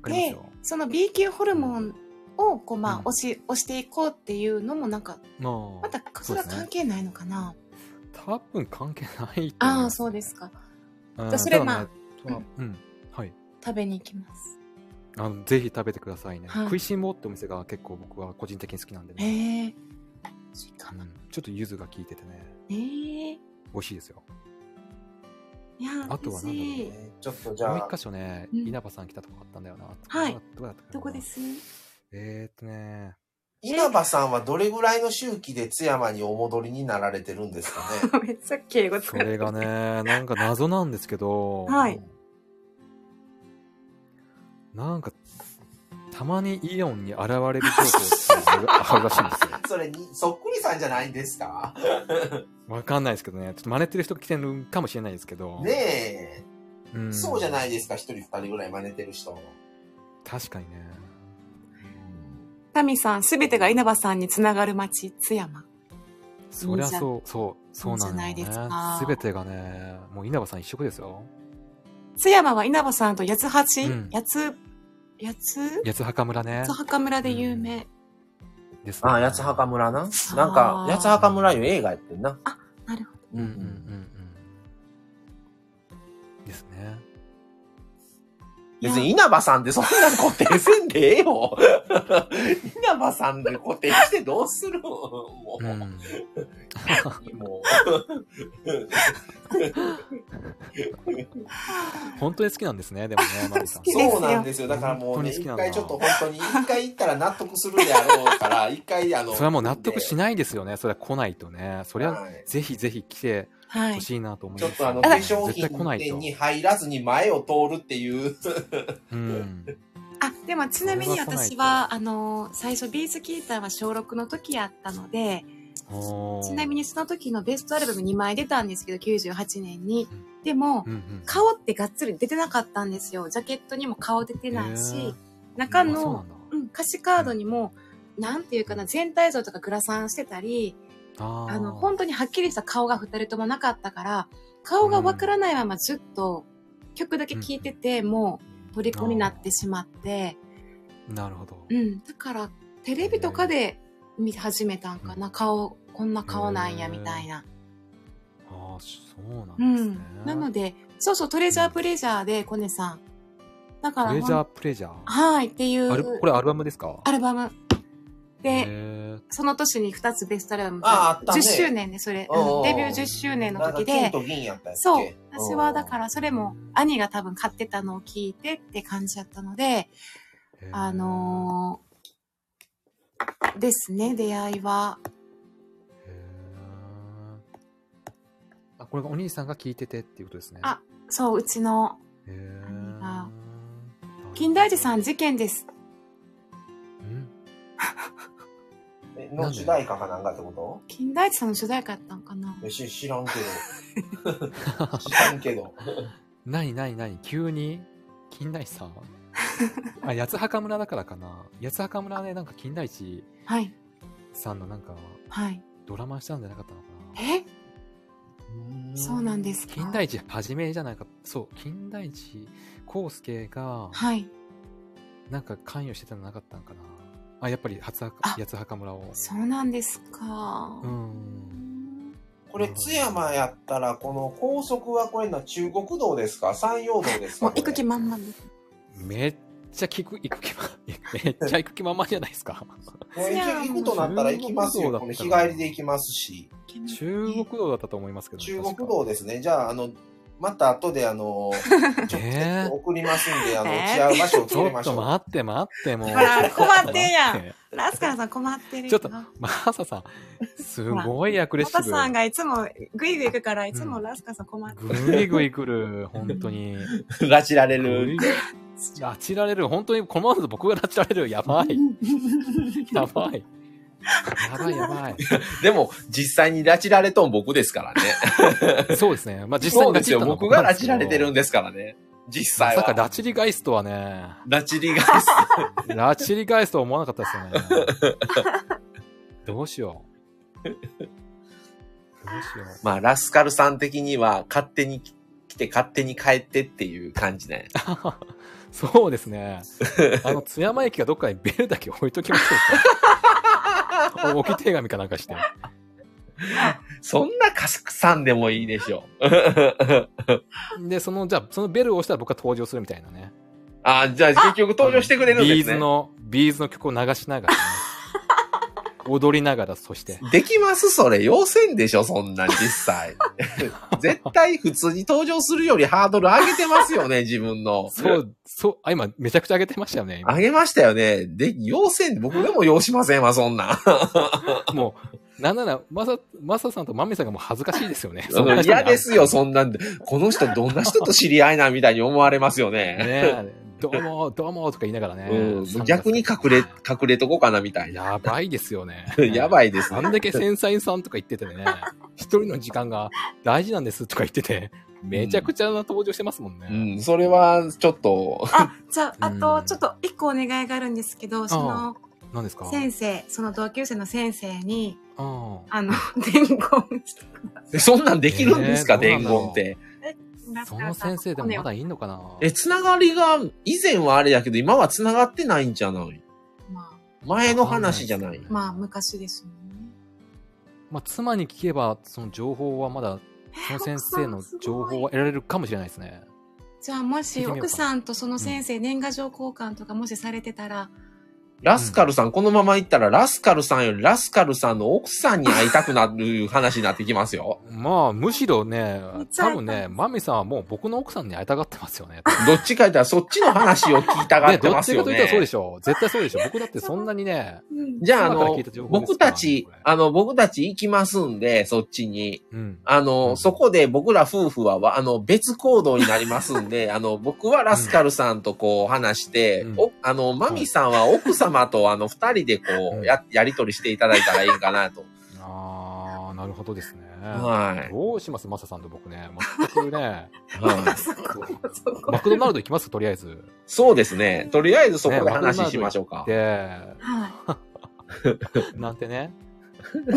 S3: わかりますよ。
S1: その B 級ホルモンを、こう、ま
S3: う
S1: あ、
S3: ん
S1: 押し、押していこうっていうのも、なんか、
S3: ま
S1: ま
S3: あ、
S1: た、それは関係ないのかな。
S3: 多分関係ないと思い
S1: ああ
S3: ま
S1: ー、
S3: す
S1: そうですか。
S3: うん
S1: じゃあそれ
S3: ただね
S1: まあ
S3: とはうん。はい。
S1: 食べに行きます。
S3: あの、ぜひ食べてくださいね。
S1: はい
S3: 食いしん坊ってお店が結構僕は個人的に好きなんで
S1: へ
S3: ね。
S1: え。時間
S3: うんちょっと柚子が効いててね。
S1: ええ。
S3: 美味しいですよ。
S1: いや、
S3: あとはな
S1: 嬉
S3: んだろう
S1: しい
S2: ねちょっとじ
S3: もう
S2: ゃ
S3: 一
S2: あ
S3: 箇、所ね、
S1: うん
S3: 稲葉さん来たとこあったんだよな。
S1: はい
S3: どうだったかな
S1: どこです (laughs)
S3: えーっとね、
S2: 稲葉さんはどれぐらいの周期で津山にお戻りになられてるんですか
S1: めっちゃ敬語
S3: そ
S1: 使って
S3: れ
S1: る
S3: が。ね、なんか謎なんですけど、
S1: (laughs) は
S2: ね
S1: い。
S3: なんか、たまにイオンに現れる状況っていうのがあるらしいん
S1: (laughs)
S3: ですよ。
S2: それに、そっくりさんじゃないんですか
S3: わかんないですけどね、ちょっと真似てる人来てるかもしれないですけど。
S2: ねえ。
S3: ん
S2: そうじゃないですか、一人二人ぐらい真似てる人。
S3: 確かにね。
S1: タミさん、すべてが稲葉さんにつながる町、津山。
S3: そりゃそう、そう、そうなんだ
S1: いい
S3: よ
S1: じゃないですか。
S3: ねすべてがね、もう稲葉さん一色ですよ。
S1: 津山は稲葉さんと八つ
S3: う
S1: 橋
S3: ん
S1: 八つ、八つ
S3: 八つ墓村ね
S1: 八つ。墓村で有名。
S3: ですね
S2: ああ、八つ墓。村な。
S1: ー
S2: なんか、八つ墓村いう映画やってんな。
S1: あ、なるほど。
S3: うんうんうんうん。ですね。
S2: 別に稲葉さんでそんな固定せんでええよ。稲葉さんで固定してどうするんもう。
S3: うん。
S2: も
S3: 本当に好きなんですね、でもね、マリさん。
S1: (laughs) 好
S2: う
S1: きですよ
S2: そうなんですよ。だからもうね、
S3: 本当に好
S2: 一
S3: きなんだ
S2: 回ちょっと本当に、一回行ったら納得するであろうから、一回あの。
S3: それはもう納得しないですよね。それは来ないとね。それは
S2: はい
S3: ぜひぜひ来て
S1: は
S3: ほ
S1: い。
S3: しいなと思い
S2: ちょ
S3: ま
S2: っ
S3: す。
S2: とあの、
S3: う
S2: 化
S3: ん
S2: 粧
S3: 絶対来
S2: 品
S3: ない
S2: 店に
S3: と。
S2: 入らずに前を通るっていう。
S3: うん。
S1: あ、でもちなみに
S3: それは来ない
S1: 私は、あの、最初ビーズキーターは小6の時やったので、
S3: おー
S1: ちなみに、その時のベストアルバム2枚出たんですけど、98年に
S3: うん。
S1: でも
S3: う、んうん、
S1: 顔ってがっつり出てなかったんですよ。ジャケットにも顔出てない
S3: へ
S1: し
S3: ー、
S1: 中
S3: あそう
S1: の
S3: な、んだ
S1: うん、歌詞カードにも、なんていうかな、全体像とかグラサンしてたり、
S3: あー
S1: あの、本当にはっきりした顔が二人ともなかったから、顔がわからないままずっと曲だけ聴いてて、もう虜になってしまって、
S3: なるほど。
S1: うん、だからテレビとかで見始めたんかな、顔、こんな顔なんや、
S3: へー
S1: みたいな。
S3: ああ、そうな
S1: うん
S3: ですね
S1: ん。。なので、そうそう、トレジャープレジャーで、コネさん。だから、
S3: プレジャー
S1: は
S3: プレジャー。
S1: い、っていう
S3: あれ、これアルバムですか
S1: アルバム。
S3: へ
S1: で、
S3: ー
S1: その年に2つベストアルバム。
S2: ああったね
S1: 10周年で、それ、
S2: うん
S1: うんデビュー10周年の
S2: なんか
S1: 時
S2: 金
S1: で、
S2: と銀やったやっけ
S1: そう。私はだからそれも
S3: うん
S1: 兄が多分買ってたのを聞いてって感じだったので、
S3: へー
S1: あのーですね、出会いは。
S3: へーあ、これがお兄さんが聞いててっていうことですね。
S1: あそう、うちの
S3: へー、
S1: 兄が金大寺さん事件です。
S3: うん。
S2: えの主題歌かなんかってこと
S1: 金大寺さんの主題歌やったんかな
S2: えし知らんけ
S1: (laughs)
S2: ど。知らんけど。。
S3: なになになに急に金田一
S1: (laughs)
S3: さんあ、八つ墓村だからかな。八つ墓村でなんか金田一
S1: はい、
S3: さんのなんか
S1: はい。
S3: ドラマしたんじゃなかったのかな。
S1: えそうなんですすか
S3: 金田一はじめじゃないか。そう、金田一康介が
S1: はい。
S3: なんか関与してたのなかったんかな。あ、やっぱり初は
S1: あ
S3: 八つ墓村を。
S1: そうなんですか
S3: う。ん。
S2: これ、津山やったら、この高速はこれな、中国道ですか山陽道ですか
S1: もう行く気満々です。
S3: めっちゃ聞く、行く気ま、 (laughs) めっちゃ行く気ままじゃないですか。
S2: もう行く行くとなったら行きますよ。この日帰りで行きますし。
S3: 中国道だったと思いますけど、
S2: 中国
S3: 確か
S2: 道ですね。じゃあ、あの、また後で、
S1: (laughs)
S2: あの、
S3: えー
S2: 送りますんで、あの、
S1: えー
S2: 違う場所を
S3: ち
S2: 決
S3: ょ
S2: め
S3: っ
S2: ましょ
S3: と
S2: う。
S3: 待って待って、もう。
S1: ほら困ってんやん
S3: ちょっと待って。
S1: ラスカルさん困ってるよ。
S3: ちょっとマーサさん、すごいアクレッ
S1: マ
S3: シ
S1: タさん
S3: ブ。
S1: がいつもグイグイ行くから、いつもラスカルさん困ってる。
S3: ぐいぐい来る、本
S2: (laughs)
S3: 当に。
S2: 拉致られ
S3: ぐいぐい。拉致られる、本当にこの後僕が拉致られる、やばい。
S1: (laughs)
S3: やばい。やばいやばい。
S2: でも、実際に拉致られとん僕です (laughs) からね。
S3: そうですね。まあ実
S2: そ
S3: 際に
S2: うですよ。
S3: 拉致ったのは
S2: 僕が拉致られてるん
S3: で
S2: ですからね。実
S3: ま
S2: 際
S3: さか
S2: は。
S3: 拉致り返すとはね、
S2: (laughs) 拉致り返す。
S3: 拉致り返すとは思わなかったですよ
S2: (laughs)
S3: ね。どうしよう。どうしよう。
S2: まあ、ラスカルさん的には、勝手に来て、勝手に帰ってっていう感じね。
S3: そうですね。あの、津山駅がどっかにベルだけ置いときましょう
S2: (laughs)
S3: か。置き手紙かなんかして。
S2: そんなかすくさんでもいいでしょう。
S3: で、その、じゃあ、そのベルを押したら僕が登場するみたいなね。
S2: あ、じゃあ結局登場してくれるん
S3: ビ
S2: で
S3: ー
S2: す
S3: ズ
S2: ね。
S3: の、ビーズの曲を流しな
S2: (laughs)
S3: がらね。踊りながら、そして。
S2: できますそれ。要せんでしょそんな実
S3: (laughs)
S2: 際。絶対普通に登場するよりハードル上げてますよね、自分の。
S3: そう、そう、あ、今、めちゃくちゃ上げてましたよね。今
S2: 上げましたよね。で、要せん、僕でも要しませんわ、そんなん。
S3: (laughs) もう、なんなら、マサ、マサさんとマミさんがもう恥ずかしいです
S2: (laughs)
S3: よね。
S2: その嫌ですよ、そ
S3: ん
S2: んなんで。この人、どんな人と知り合いなんみたいに思われますよ
S3: な人
S2: ね。 (laughs)
S3: に。ねえどうも、どうも、とか言いながらね。
S2: うん、逆に隠れ、隠れとこかな、みたいな。。
S3: やばいですよね
S2: (laughs) やばいです
S3: あ
S2: ね。
S3: んだけ繊細さんとか言っててね、一人の時間が大事なんですとか言ってて、めちゃくちゃな登場してますもんね。
S2: うん、それは、ちょっと、 (laughs)
S1: あ、じゃあ、あ
S3: う
S1: と、
S3: ん
S1: ちょっと一個お願いがあるんですけど、その
S3: 何ですか
S1: 先生、その同級生の先生に、
S3: ああ
S1: あの、 (laughs) 伝言してくだ
S2: えそんなんできるんですか、
S3: ねえ
S2: 伝言って。
S1: さい。
S3: その先生でもまだいいのかな
S2: え、つながりが、以前はあれだけど、今はつながってないんじゃない
S1: ま
S2: 前の話じゃない。
S1: あ、まあ、昔ですよね。
S3: まあ、妻に聞けば、その情報はまだ、その先生の情報は得られるかもしれないですね。
S1: じゃあ、も
S3: 聞い
S1: して
S3: みようか
S1: 奥さんとその先生、年賀状交換とかもしされてたら、
S2: ラスカルさん、このまま行ったら、ラスカルさんよりラスカルさんの奥さんに会いたくなる話になってきます
S3: (laughs)
S2: よ。
S3: まあ、むしろね
S1: めっ、ちゃ会いた
S3: 多
S1: い
S3: 分ね、マミさんはもう僕の奥さんに会いたがってますよ
S2: (laughs)
S3: ね。
S2: どっちか言ったら、そっちの話を聞いたが
S3: ね、
S2: って
S3: ど
S2: ま
S3: っ
S2: す
S3: ちか
S2: よ
S3: と言ったらそうで
S2: ね。
S3: しょう。絶対そうでしょ
S2: (laughs)
S3: う。僕だってそんなにね、
S1: うん
S2: じゃあ、あ
S3: 妻から
S2: の
S3: 聞いた情、報です
S2: 僕
S3: から
S2: たち
S3: これ、
S2: あの、僕たち行きますんで、そっちに。 (laughs)
S3: うん。
S2: あ
S3: う
S2: の、
S3: ん
S2: そこで僕ら夫婦はわ、あの、別行動になりますんで、あの、僕はラスカルさんとこう話して、
S3: うん
S2: お、あの、マミさんは奥様とあの、二人でこ
S3: うん
S2: う、や、やりとりしていただいたらいいかなと。
S3: ああ、なるほどですね。
S2: はい。
S3: どうしますマサさんと僕ね。全くね、
S2: (laughs) はい。
S1: そこ、そこ。
S3: (laughs) マクドナルド行きますとりあえず。
S2: そうですね。とりあえずそこ
S3: ね
S2: で話しましょうか。
S3: で、
S1: はい。
S3: なんてね。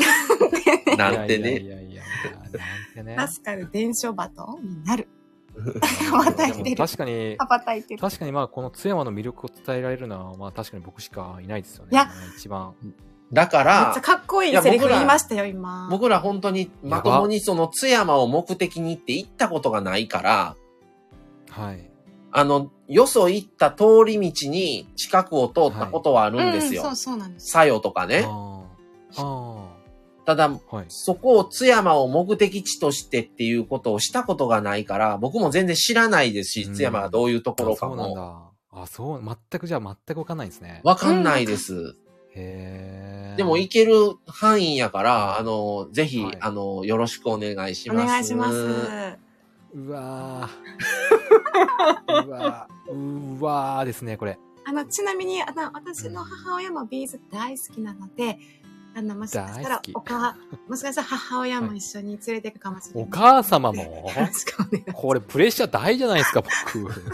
S2: (laughs) なんて
S3: い
S2: ね。
S3: やいやいやいや、なんてね。
S1: ラスカル伝承バトに
S3: (laughs)
S1: なる。
S3: ま
S1: 羽ばたいてる。
S3: 確かに、
S1: 羽ばたいてる。
S3: 確かにまあこの津山の魅力を伝えられるのは、まあ確かに僕しかいないですよね。
S1: いや、
S3: 一番。
S2: だか
S1: めっちゃ
S2: ら、
S1: かっこいいセリフ言いましたよ、今。
S2: 僕ら本当にまともにその津山を目的に行って行ったことがないから、
S3: はい。
S2: あの、よそ行った通り道に近くを通ったことはあるんですよ
S1: う。そうそうなんです。
S2: さよとか
S3: あ
S2: ね。
S3: ーあ
S2: ただ、
S3: ー、はい。
S2: そこを津山を目的地としてっていうことをしたことがないから、僕も全然知らないです
S3: う
S2: し、
S3: ん
S2: 津山がどういうところ
S3: あ
S2: か
S3: そうなん
S2: も。
S3: だ。あ、そう、全くじゃあ全くわかんないんですね。
S2: わかんないです。
S3: へえ。
S2: でも行ける範囲やから、あの、ぜひ、
S3: はい
S2: あの、よろしくお願いし
S1: お
S2: ます。
S1: 願いします。
S3: うわ
S2: (laughs)
S3: ーうわーうわーですね、これ。
S1: あの、ちなみに、あの、私の母親もビーズ大好きなので、あの、もしかした
S3: 大好
S1: ら
S3: き、
S1: お母、もしかしたら母親も一緒に連れていくかもしれない。
S3: お母
S2: (laughs)
S3: 様も
S1: よろしくお願いします。
S3: これプレッシャー大じゃないですか、僕。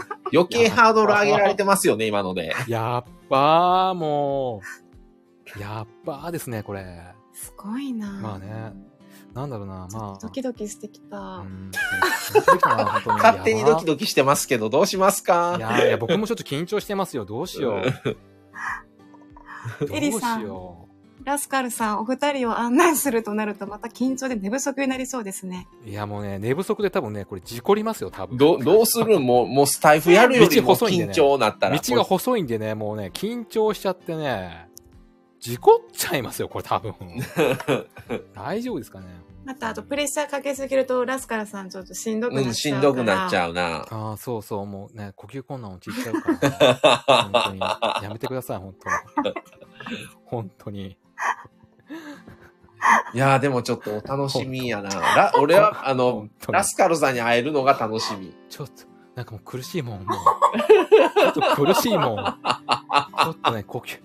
S2: (laughs) 余計ハードル上げられてますよね、今ので。
S3: やっばー、もう。やっばーですね、これ。
S1: すごいなぁ
S3: まあね。なんだろうな、まあ。
S1: ドキドキしてきた。
S3: うんドキドキだな本当に
S2: 勝手にドキ
S3: や
S2: ドキしてますけど、どうします
S3: ば
S2: か
S3: いやいや、僕もちょっと緊張してますよ。どうしよう。ど
S1: エリ
S3: う
S1: さん
S3: しよ
S1: ラスカルさん、お二人を案内するとなると、また緊張で寝不足になりそうですね。
S3: う。いや、もうね、寝不足で多分ね、これ事故りますよ、多分。
S2: ど、どうするもう、もうスタイフやるより
S3: 道
S2: も
S3: 細いんで
S2: 緊
S3: ね
S2: 張なったら。
S3: 道が細いんでね、もうね、緊張しちゃってね、事故っちゃいますよ、これ多分。大丈夫ですかね。
S1: また、あと、プレッシャーかけすぎると、ラスカルさん、ちょっとしんどくなっちゃう
S2: う
S1: から。
S2: ん、しんどくなっち
S1: う。
S2: ゃうな。
S3: ああ、そうそう、もうね、呼吸困難陥っちゃうから、本当に。やめてください、本当に。本当に。
S2: いやーでもちょっとお楽しみやな。
S3: (laughs)
S2: ラ俺は、あの
S3: 本、当に
S2: ラスカルさんに会えるのが楽しみ。
S3: ちょっと、なんかもう苦しいもん、もう。ちょっと苦しいもん。ちょっとね、呼吸。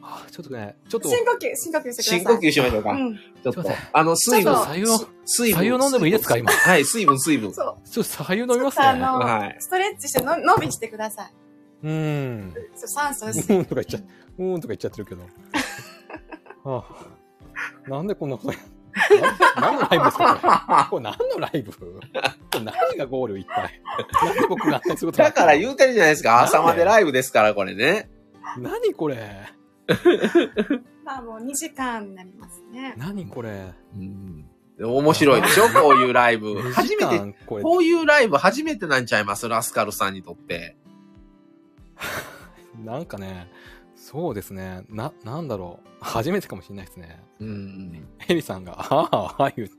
S3: あーちょっとね、ちょっと、
S1: 深呼吸、深呼吸して
S2: 深
S1: くだ
S2: 呼
S1: さい。
S2: 吸しましょうか。
S1: うん。
S2: ちょっと
S3: すいません、
S2: あの、水分
S1: ちょっ、
S3: と左右を
S2: す水
S3: 左右飲んでもいいですか今
S2: はい、水分、水分。
S1: そう。
S3: ちょっと左右飲みます
S1: ちょっ
S3: ね
S1: と。あ
S2: はい。
S3: (laughs)
S1: ストレッチしての、伸びしてください。
S3: うん。
S1: そう酸素
S3: う
S1: 薄い。
S3: ーんとか言っちゃ、うーんとか言っちゃって
S2: (laughs)
S3: るけど。はあ、なんでこんなことやな何のライブですかこれこれ何のライブこれ何がゴール一体何で僕が案内すること
S2: だ
S3: になってる
S2: から言うてるじゃないですか。朝までライブですから、これね。
S3: 何これ
S1: まあもう2時間になりますね。
S3: 何これ
S2: うん面白いでしょこういうライ
S3: (laughs)
S2: ブ。
S3: 2
S2: 初
S3: 時
S2: めて、
S3: 間これ
S2: こういうライブ初めてなんちゃいますラスカルさんにとって。
S3: (laughs) なんかね、そうですね。な、なんだろう。初めてかもしれないですね。
S2: うん。
S3: ヘリさんが、ああ、ああ言う、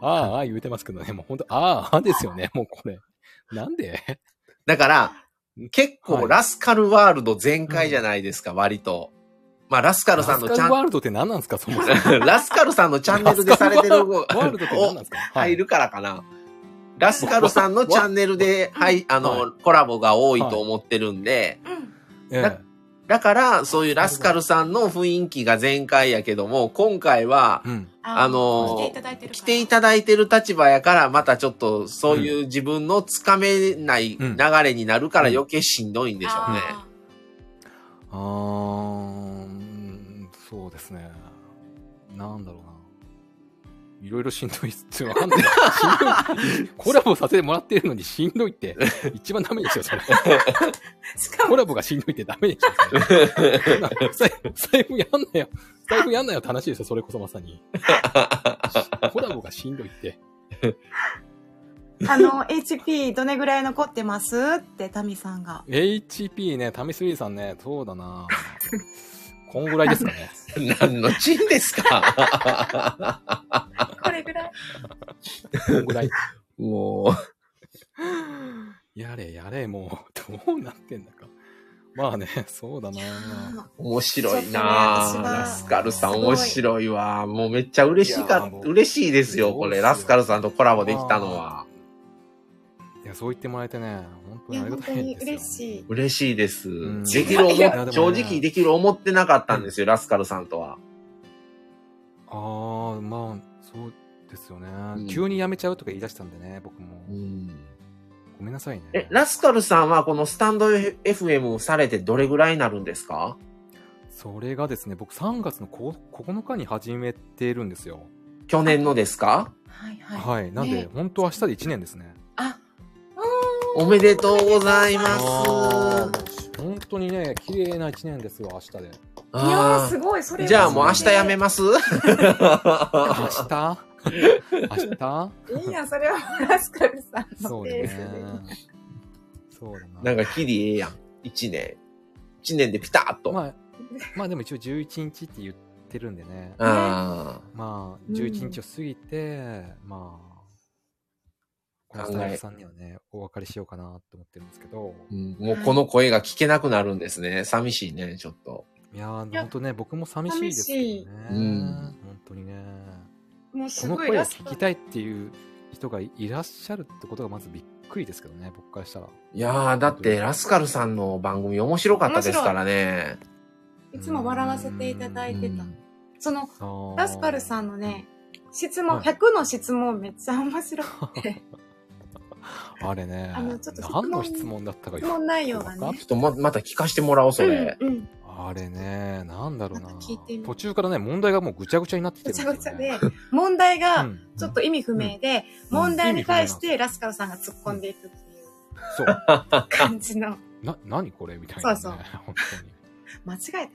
S3: ああ、ああ言うてますけどね。もう本当ああ、ああですよね。もうこれ。なんで
S2: だから、結
S3: は
S2: 構
S3: い
S2: ラスカルワールド全開じゃないですか、割と。まあ、ラスカル
S3: ラ
S2: さ
S3: ス
S2: ん
S3: カ
S2: の
S3: ル
S2: チャン
S3: ワールドって何なんですか、そもそも。
S2: (laughs) ラスカルさんのチャンネルでされてる動
S3: ワールドって何なんですか
S2: 入るからかな。ラスカルさんのチャンネルで、はい、あの、
S3: は
S2: コラボが多いと思ってるんで、
S1: うん。
S3: ええ
S2: だから、そういうラスカルさんの雰囲気が全開やけども、今回は、
S3: うん。
S2: あのー
S1: 来ていただいてるから。
S2: 来ていただいてる立場やから、またちょっと、そういう自分のつかめない流れになるから
S3: うん
S2: 余計しんどいんでしょうね。
S1: あ
S3: あーうん、そうですね。なんだろうな。いろいろしんどいっす。わかんない。しんどい。コラボさせてもらってるのにしんどいって、一番ダメですよ、それ。
S1: ーしか
S3: コ
S1: も、
S3: ラボがしんどいってダメでしょ、それな財財布やんなよ。財布やんなよって話ですよ、それこそまさに。コラボがしんどいって。
S1: あの、HP どれぐらい残ってますって、タミさんが。
S3: HP ね、タミスリーさんね、そうだな。こんぐらいですかね。
S2: 何のチンですか
S1: これぐらい
S3: こんぐらい。
S2: も
S3: やれやれ、もう、どうなってんだか。まあね、そうだな。
S2: う、面白い
S1: ち
S2: な
S1: ょっとね私は
S2: ぁ。ラスカルさん
S1: すごい
S2: 面白いわ。もうめっちゃ嬉しい
S3: いや
S2: か
S3: も、う
S2: 嬉しいですよ、これ。ラスカルさんとコラボできたのは
S3: あ。いや、そう言ってもらえてね、本当
S1: いや、
S3: にありが
S1: 本
S3: た
S1: 当
S3: い
S1: に
S3: ですよ。
S1: 嬉しい。
S2: 嬉しいです。
S3: ん
S2: できる思
S1: いや
S3: でもね
S2: 正直できる思ってなかったんですよ、ラスカルさんとは。
S3: ああ、まあ、そうですよね。
S2: ん
S3: 急に辞めちゃうとか言い出したんでね、僕も。ごめんなさいね。
S2: え、ラスカルさんはこのスタンド FM されてどれぐらいになるんですか
S3: それがですね、僕3月のこ9日に始めてるんですよ。
S2: 去年のですか
S1: はいはい。
S3: はい。なんで、
S1: ね
S3: 本当明日で1年ですね。
S1: あ、
S2: おめでとうござい
S1: あ
S2: ます。
S3: あーもう本当にね、綺麗な1年ですよ、明日で。
S1: いやー、
S2: あ
S1: すごい。それ
S2: ー
S1: は
S2: じゃあもう明日やめ
S3: (laughs)
S2: ます
S3: 明日明
S1: (laughs)
S3: 日
S1: いいや、それはラスカルさん
S3: そ
S1: の
S3: う
S1: ペ
S3: ね
S1: ースで。。
S3: そうだな。
S2: なんかキリええやん。一年。一年でピタッと。
S3: まあ、まあでも一応11日って言ってるんでね。
S2: あ
S3: まあ、
S1: うん
S3: 11日を過ぎて、まあ、このスタイフさんにはね、お別れしようかなと思ってるんですけど、
S2: ーうんもうこの声が聞けなくなるんですね。寂しいね、ちょっと。
S3: いやー、
S1: いや
S3: 本当ね、僕も寂しいですけどね。
S2: 寂しいうん
S3: 本当にね。
S1: もう
S3: こ
S1: す
S3: の
S1: ご
S3: 声
S1: い
S3: を
S1: ラス
S3: 聞
S1: カ
S3: き
S1: ル
S3: たいっていう人がいらっしゃるってことがまずびっくりですけどね、僕からしたら。
S2: いやー、だってラスカルさんの番組面白かったですからね。
S1: いつも笑わせていただ
S2: う
S1: いてた。
S2: ん
S1: その、ラ
S3: ラ
S1: スカルさんのね、質問、
S3: はい
S1: 100の質問めっちゃ面白く
S3: (laughs)
S1: て、
S3: あれね、
S1: あのちょっと質問
S3: 何の質問だったか
S1: 質問内容が
S3: わかん
S1: ね
S3: ない。
S2: ちょっとま、また聞かしてもらおう、それ。
S1: うんうん。
S3: ああれね、なんだろうな
S1: なんか聞いてみ
S3: 途中からね、問題がもうぐちゃぐちゃになってきて
S1: ぐ
S3: るん
S1: ちゃ
S3: ですよ、
S1: ぐ
S3: ね。
S1: ちゃで、問題
S3: う
S1: が
S3: ん
S1: ちょっと意味不明で、
S3: うん
S1: 問題に対してラスカルさんが突っ込んでいくっていう
S3: そう。
S1: 感じの、
S3: な、何これみたいな、ね。
S1: そうそう
S3: 本
S1: 間違えたな。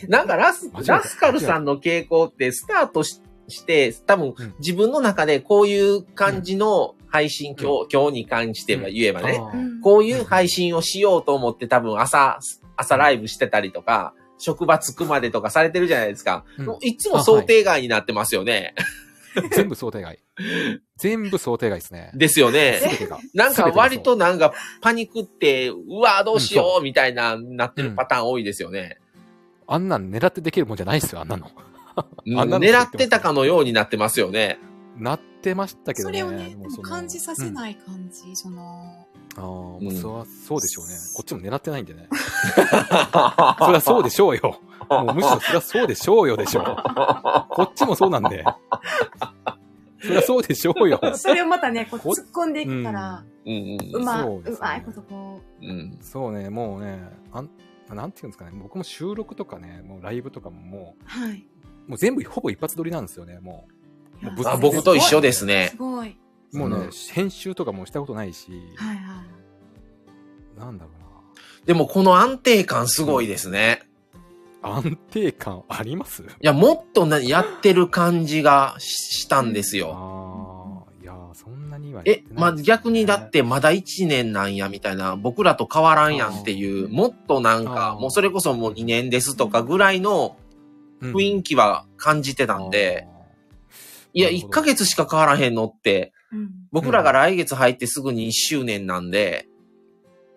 S3: 当に。
S2: なんかラス
S3: 間違え、た
S2: ラスカルさんの傾向ってスタートしして、多分
S1: (laughs)
S3: うん
S2: 自分の中でこういう感じの配信、
S3: ん
S2: 今日、今日に関しては言えばね、
S3: あー
S1: うん
S2: こういう配信をしようと思って多分朝、朝ライブしてたりとか、職場着くまでとかされてるじゃないですか。
S3: うん
S2: もういつも想定外になってますよね。
S3: 全部想定外。全部想定外ですね。
S2: ですよ
S3: 全
S2: ね。
S3: てが。
S2: なんか
S3: 全てがそう
S2: 割となんかパニックって、うわーどうしようみたいな、なってるパターン多いですよね。
S3: あんなん狙ってできるもんじゃないですよ、あんなの。
S2: うん
S3: あんなの
S2: 狙ってたかのようになってますよね。
S3: なってましたけど
S1: そ
S3: ね。
S1: れをね、でも
S3: その
S1: 感じさせ
S3: うん
S1: ない感じ、その、
S3: ああ、も
S2: う
S3: うんそらそうでしょうね。こっちも狙ってないん
S1: (laughs)
S3: でね。そ
S2: そ
S3: りゃそうでしょうよ。もうむしろそりゃそうでしょうよでしょう。こっちもそうなんで。そりゃそうでしょうよ。
S1: それをまたね、こう
S3: こ
S1: 突っ込んでいくから、
S2: うん
S1: うま、
S3: そう
S1: う
S3: ですね
S1: まいことこう、
S2: うんうん。
S3: そうね、もうね、あんなんていうんですかね、僕も収録とかね、もうライブとかもも
S1: はい。
S3: う、もう全部ほぼ一発撮りなんですよね、ももうぶっ
S2: あ僕と一緒ですね
S1: す。ごい。
S3: う。もうね、
S2: うん
S3: 編集とかもしたことないし、
S1: はいはい。
S3: なんだろ
S2: でもこの安定感すごいですね。
S3: うな。安定感あります
S2: いや、もっとなやってる感じがししたんですよ。
S3: ああ、いやー、そんなにはやっ
S2: え
S3: て、な
S2: ま
S3: いですね、
S2: あ、逆にだってまだ1年なんやみたいな、僕らと変わらんやんっていう、もっとなんか
S3: あ、ー
S2: もうそれこそもう2年ですとかぐらいの
S3: うん、
S2: 雰囲気は感じてたんで、いや、
S3: なる
S2: 1
S3: ほど
S2: ヶ月しか変わらへんのって、
S1: うん。
S2: 僕らが来月入ってすぐに1周年なんで、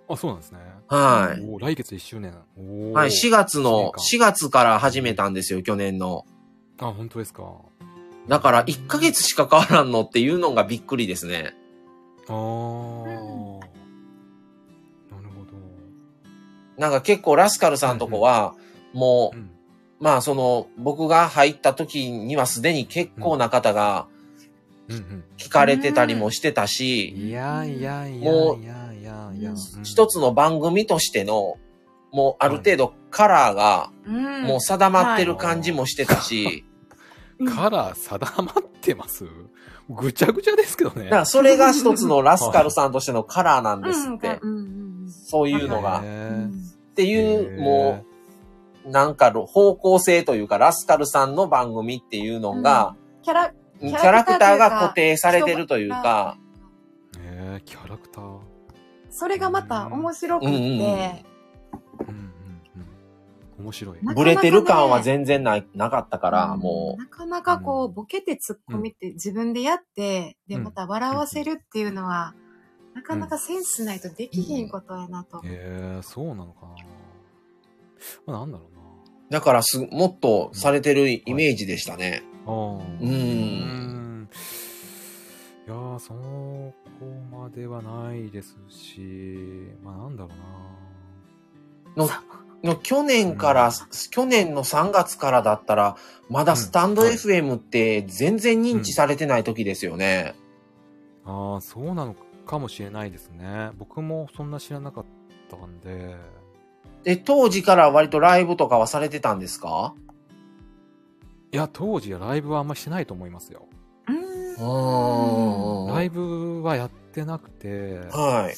S3: あー。あ、そうなんですね。
S2: は
S1: う
S2: い。
S3: おー来月1周年。おー
S2: はい、4月の、
S3: そ
S2: 4月から始めたんですよ、去年の。
S3: あ、本当ですか。
S2: だから、1ヶ月しか変わらんのっていうのがびっくりですね。
S3: ああ、な
S1: ん
S3: るほど。
S2: なんか結構ラスカルさんとこは、も
S3: う
S2: う、
S3: ん。
S2: まあその、僕が入った時にはすでに結構な方が
S3: うん
S2: 聞かれてたりもしてた
S3: うん。
S2: し、
S3: いやいやいや
S2: もう
S3: いやいやいや。うん
S2: 一つ。の番組としての、もうある程度カラーが
S1: うん
S2: もう定まってる感じもしてた
S3: (laughs)
S2: し、
S3: カラー定まってますぐちゃぐちゃですけどね。
S2: だからそれが一つのラスカルさんとしてのカラーなんですっ
S1: うん
S2: て、
S1: うんうん
S2: そういうのが。
S1: う
S3: へ
S1: ん。
S2: って
S3: ー
S2: いう、
S3: へー
S2: もう、なんか方向性というか、ラスカルさんの番組っていうのが、
S1: キャラ、
S2: キ
S1: ん
S2: ャラクターが固定されてるというか、
S3: へーキャラクター。
S1: それがまた面白くっ
S2: うんうん
S1: て、
S3: うんうんうん。面白い。
S1: な
S2: ブレてる感は全然ないなかったから、も
S1: なかなかこう、ボケて突っ込みって自分でやって、で、
S3: うん
S1: また笑わせるっていうのは、なかなかセンスないとできひんことやなと。
S3: へえ、そうなのかな。まあ、なんだろう
S2: う、だからす、もっとされてるイメージでしたね。
S3: な。
S2: う
S3: ああ。
S2: ん。
S3: うんいやー、そこまではないですし、まあなんだろう
S2: の、の去年から、去年の3月からだったら、まだスタンド
S3: うんはい
S2: FM って全然認知されてない時ですよね。
S3: な。ああ、そうなのかもしれないですね。僕もそんな知らなかったんで、
S2: で、当時から割とライブとかはされてたんですか
S3: いや、当時はライブはあんましてないと思いますよ。
S1: う。
S2: うんん
S3: ライブはやってなくて、
S2: はい。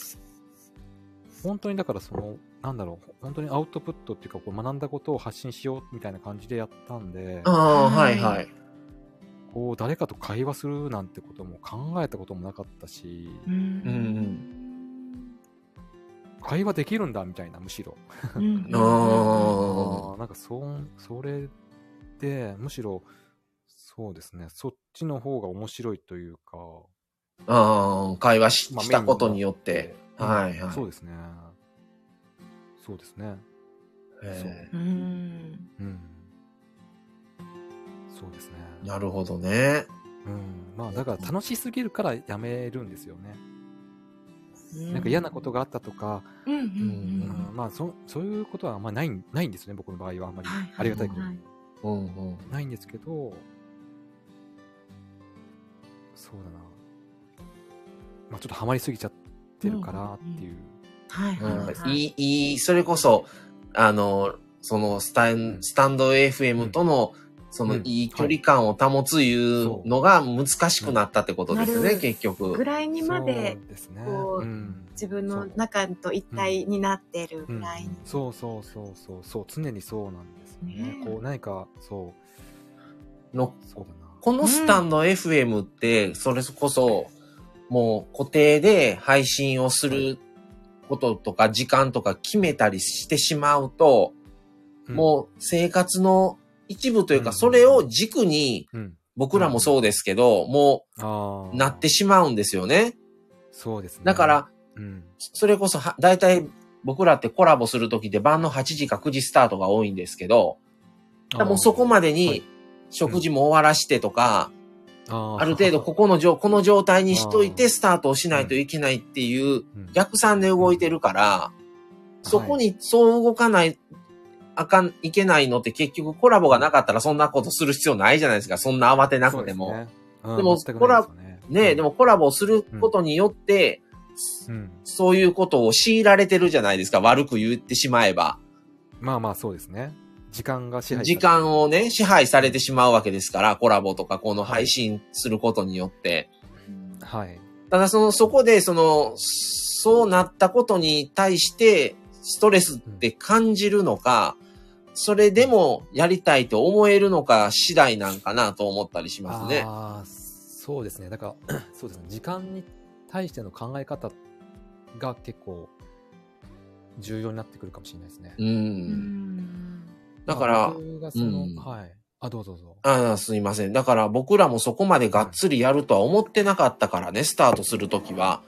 S3: 本当にだからその、なんだろう、本当にアウトプットっていうか、こう学んだことを発信しようみたいな感じでやったんで、
S2: ああ、はいはい。
S3: こう、誰かと会話するなんてことも考えたこともなかったし、
S1: うん
S3: 会話できるんだみたいな、むしろ。
S1: うん
S2: あ
S3: あ
S2: ー
S3: ーなんかそんそれでむしろそうですねそっちの方が面白いというか、
S2: あー、会話し
S3: まあ
S2: したことによって。
S3: うん
S2: はいはい
S3: そうですねそうですね
S2: え
S1: うん
S3: うんそうですね
S2: ーなるほどね。
S3: うんまあだから楽しすぎるからやめるんですよね、なんか嫌なことがあったとか、
S1: うんうんう
S3: うん
S1: ん
S3: まあそそういうことはあんまりないないんですよね僕の場合はあんまり、
S1: はいはい
S3: ありがたいことに
S1: はい
S2: うんうん。
S3: ないんですけど、そうだな。まあちょっとハマりすぎちゃってるかなっていう。
S1: はいはい
S2: な
S1: は
S2: ん
S1: い
S2: かいい、いい、それこそ、あの、そのスタンスタンド FM との、その
S3: うん
S2: いい距離感を保ついうのが難しくなったってことですね、
S1: うん
S2: 結
S1: ぐ
S2: 局。
S1: らいにまで
S3: そうですね。
S1: こう
S3: うん
S1: 自分の中と一体になってる
S3: う
S1: ぐ
S3: ん
S1: らいに。
S3: そうそうそうそうそう常にそうなんですよね
S1: ねえ
S3: こう何かそう
S2: の
S3: そうだな
S2: このスタンド FM って、それこそ、もう固定で配信をすることとか時間とか決めたりしてしまうと、
S3: うん
S2: もう生活の一部というか、
S3: うん
S2: それを軸に、
S3: うん
S2: 僕らもそうですけど、も
S3: あ
S2: う
S3: あ
S2: なってしまうんですよね。
S3: そうですね
S2: だから、
S3: うん
S2: それこそは、だいたい僕らってコラボするときって晩の8時か9時スタートが多いんですけど、もうそこまで
S3: は
S2: に
S3: い
S2: 食事も終わらしてとか、
S3: あー
S2: ある程度ここの状、この状態にしとい
S3: あ
S2: て
S3: ー
S2: スタートをしないといけないっていう
S3: うん
S2: 逆算で動いてるから、そこにそう動かない、あかん、いけないのって結局コラボがなかったらそんなことする必要ないじゃないですか。そんな慌てなくても。ね
S3: そ
S2: で
S3: うで
S2: も
S3: これは
S2: えでもコラボをすることによって、そういうことを強いられてるじゃないですか。悪く言ってしまえば。
S3: まあまあそうですね時間が支配され
S2: 時間をね、支配されてしまうわけですから、コラボとかこの配信することによって。
S3: はい
S2: ただその、そこで、その、そうなったことに対して、ストレスって感じるのか、それでもやりたいと思えるのか次第なんかなと思ったりしますね。
S3: ああそうですねだから (clears throat) そうですね時間に対しての考え方が結構重要になってくるかもしれないですね
S2: う。
S1: うんん
S2: だから、
S3: 僕がその、
S2: うん
S3: はいあどうぞどうぞ
S2: ああすいません。だから僕らもそこまでがっつりやるとは思ってなかったからね、スタートするときは。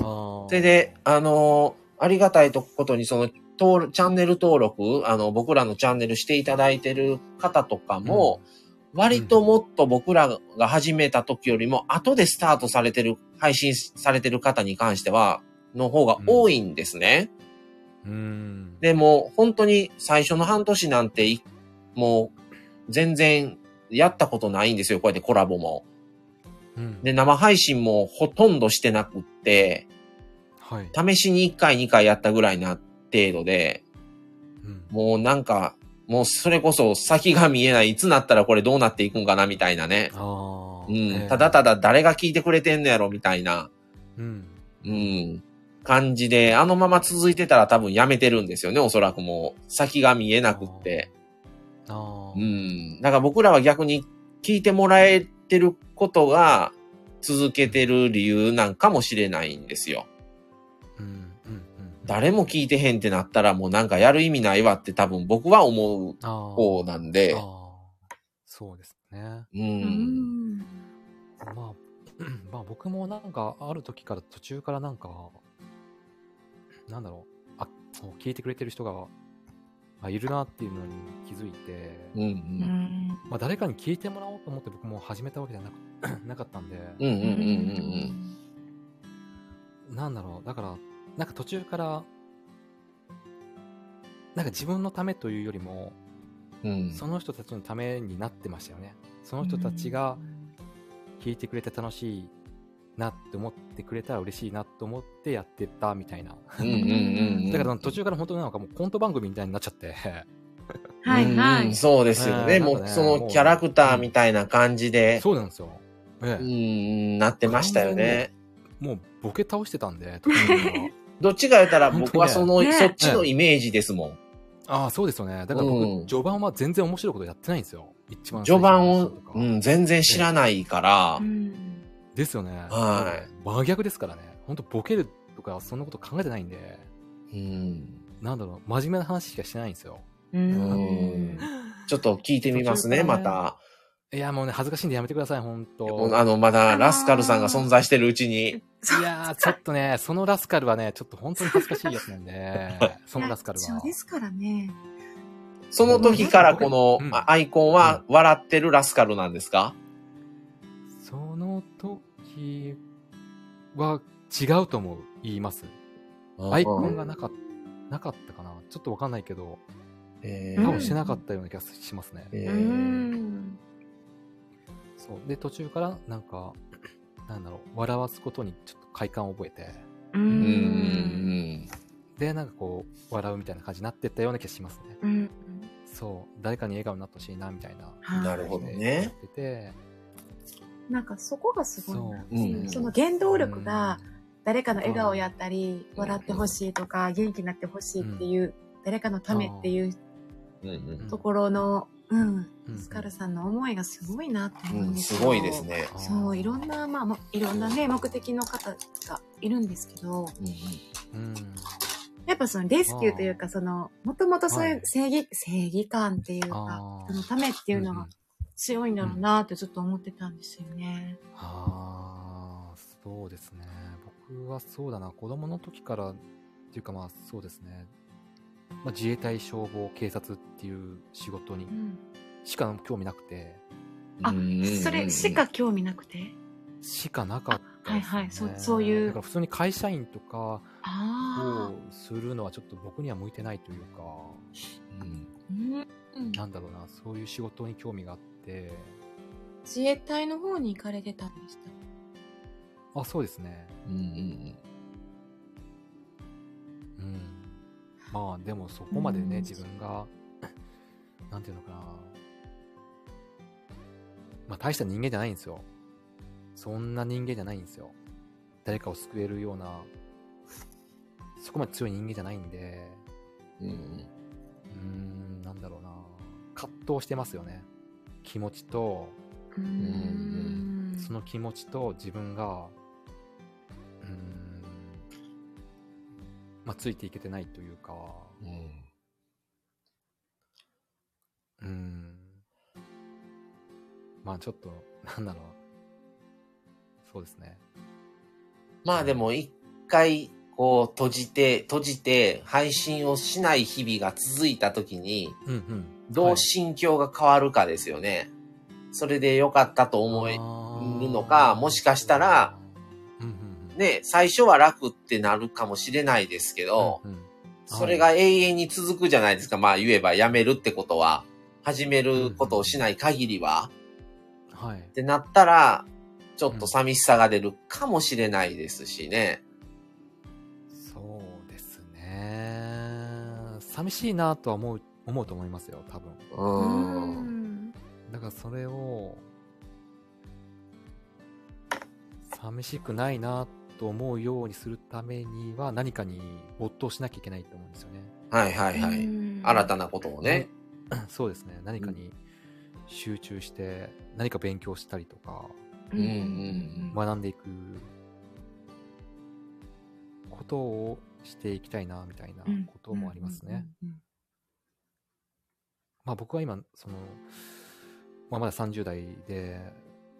S3: あー
S2: それで、あのーありがたいとことに、その、登録チャンネル登録、あの、僕らのチャンネルしていただいてる方とかも、割ともっと僕らが始めた時よりも、後でスタートされてる、配信されてる方に関しては、の方が多いんですね。
S3: うん
S2: でも、本当に最初の半年なんてい、もう、全然やったことないんですよ、こうやってコラボも。
S3: うん
S2: で、生配信もほとんどしてなくって、
S3: はい、
S2: 試しに1回2回やったぐらいな程度で、
S3: うん
S2: もうなんか、もうそれこそ先が見えない、いつなったらこれどうなっていくんかなみたいなね。
S3: あ
S2: うん、
S3: ーえー
S2: ただただ誰が聞いてくれてんのやろみたいな、
S3: うん
S2: うん、感じで、あのまま続いてたら多分やめてるんですよね、おそらくもう。先が見えなくって。
S3: あ
S2: う
S3: ー
S2: ん。だから僕らは逆に聞いてもらえてることが続けてる理由なんかもしれないんですよ。
S3: うんうんうん
S2: 誰も聞いてへんってなったらもうなんかやる意味ないわって多分僕は思う
S3: あー
S2: 方なんで、
S3: あーそうですね
S2: う。
S1: うんん
S3: まあ、まあ (clears throat) 僕もなんかある時から途中からなんか、なんだろう、あこう聞いてくれてる人が、あ、いるなっていうのに気づいて、
S2: うんう。
S1: うんん
S3: まあ誰かに聞いてもらおうと思って僕も始めたわけじゃなく (clears throat) なかったんで、
S2: うんうんうんう
S1: うん
S2: ん
S3: なんだろう、だから、なんか途中から、なんか自分のためというよりも、
S2: うん。うん。
S3: その人たちのためになってましたよね。その人たちが、聞いてくれて楽しいなって思ってくれたら嬉しいなと思ってやってたみたいな。
S2: うんうんうんうん。
S3: (laughs) だから途中から本当になんかもうコント番組みたいになっちゃって。
S1: はいは
S2: うんうん
S1: い。
S2: そうですよね。
S3: うん
S2: も
S3: な
S2: う
S3: んかね
S2: そのキャラクターみたいな感じで、
S3: そうなんですよ。え
S2: う
S3: え、
S2: ん、なってましたよね。
S3: もうボケ倒してたんで、途中から
S2: どっちか言ったら僕はそ
S3: 本
S2: の、
S1: ね
S2: そっちのイメージですもん。 (laughs)
S3: ああ、そうですよね。だから
S2: う
S3: 僕
S2: ん、
S3: 序盤は全然面白いことやってないんですよ。一番
S2: 序
S3: 最初の
S2: 盤
S3: 話
S2: を
S3: と、か
S2: うん、全然知らないから
S1: う、ん
S3: ですよね。。
S2: はい
S3: 真逆ですからね。本当ボケるとか、そんなこと考えてないんで、
S2: うん。
S3: なんだろう、真面目な話しかしてないんですよ。
S1: うん
S2: ちょっと聞いてみますね、
S3: 途中か
S2: ま
S3: らね
S2: た。
S3: いや、もうね、恥ずかしいんでやめてください、本当
S2: もうあの、まだラスカルさんが存在してるうちに。
S3: いやー、ちょっとね、そのラスカルはね、ちょっと本当に恥ずかしいやつなんで、そのラスカル
S1: そう
S3: は。
S1: ですからね。
S2: その時からこの
S3: うん
S2: あアイコンは笑ってるラスカルなんですか
S3: その時は違うと思う、言います。アイコンがなかっなかったかなちょっとわかんないけど、
S2: え
S1: うん
S3: 多分してなかったような気がしますね。
S2: え
S1: う
S2: ー
S1: ん
S3: そう。で、途中からなんか、なんだろう、笑わすことにちょっと快感を覚えて、
S1: う
S2: うんうん
S1: ん
S3: で、なんかこう、笑うみたいな感じになってったような気がしますね。
S1: うん
S3: そう、誰かに笑顔になってほしいな、みたいな。
S1: はい
S2: なるほどね
S3: やってて、
S1: なんかそこがすごいな
S3: そう
S1: そ,、
S2: うん
S1: その原動力が誰かの笑顔やったり、
S2: ん
S1: 笑ってほしいとか、元気になってほしいっていう、誰かのためっていう
S2: うんうん。
S1: ところの、うん、
S3: うん
S1: スカルさんの思いがすごいなって思
S2: う
S1: うん
S2: ん、
S1: です
S2: す
S1: よ
S2: ごいです。ね。
S1: そう、いろん。な、まあも、いろんなね、目的の方がいるんですけど、
S2: うんうん
S3: うん。
S1: やっぱそのレスキューというか、その、もともとそうい
S3: は
S1: う
S3: い
S1: 正義、正義感っていうか、
S3: あ
S1: そのためって
S3: て
S1: いうのが強いんだろうなってずっと思ってたんですよね。
S3: ああ、そうですね。僕はそうだな。子供の時から、っていうかまあそうですね。まあ、自衛隊、消防、警察っていう仕事に
S1: うん。
S3: しか興味なくて、
S1: あ
S2: うんうんうん
S1: それしか興味なくて。
S3: しかなかったです、ね。
S1: あはいはいそうそういう
S3: だから普通に会社員とか
S1: ああ
S3: を。するのはちょっと僕には向いてないというか、
S2: うん
S1: うん
S3: なんだろうな、そういう仕事に興味があって、
S1: 自衛隊の方に行かれてたんでした。
S3: あ、そうですね。
S2: うんうん
S3: うん。まあでもそこまでね、
S1: うん
S3: 自分が、 (coughs) なんていうのかな。まあ大した人間じゃないんですよ。そんな人間じゃないんですよ。誰かを救えるような、そこまで強い人間じゃないんで、
S2: うんうん
S3: うーん、なんだろうな。葛藤してますよね。気持ちと、
S1: うー
S2: ん
S1: ん。
S3: その気持ちと自分が、うーん、まあついていけてないというか、
S2: うん
S3: うーん。まあちょっと、なんだろう。そうですね。
S2: まあでも一回こう閉じて閉じて配信をしない日々が続いた時に
S3: うんうん。
S2: どう心境が変わるかですよね。それで良かったと思い、
S3: 思
S2: るのかもしかしたら、
S3: うんうんうん、
S2: ね、最初は楽ってなるかもしれないですけど、
S3: うんうん
S2: それが永遠に続くじゃないですか。まあ言えばやめるってことは、始めることをしない限りは、
S3: はい
S2: っ。てなったら、ちょっと寂しさが出るかもしれないですしね。
S3: そうですね。寂しいなとは思う、思うと思いますよ、多分。
S2: う
S1: うー
S2: ん。
S1: ん。
S3: だからそれを、寂しくないなと思うようにするためには何かに没頭しなきゃいけないと思うんですよね。
S2: はいはいはい。新たなことをね。
S3: そうですね。何かに集中して、何か勉強したりとか、
S1: うん
S2: うんうん
S3: 学んでいくことをしていきたいな、みたいなこともありますね。。
S1: うんうん
S3: まあ僕は今、その、まあまだ30代で、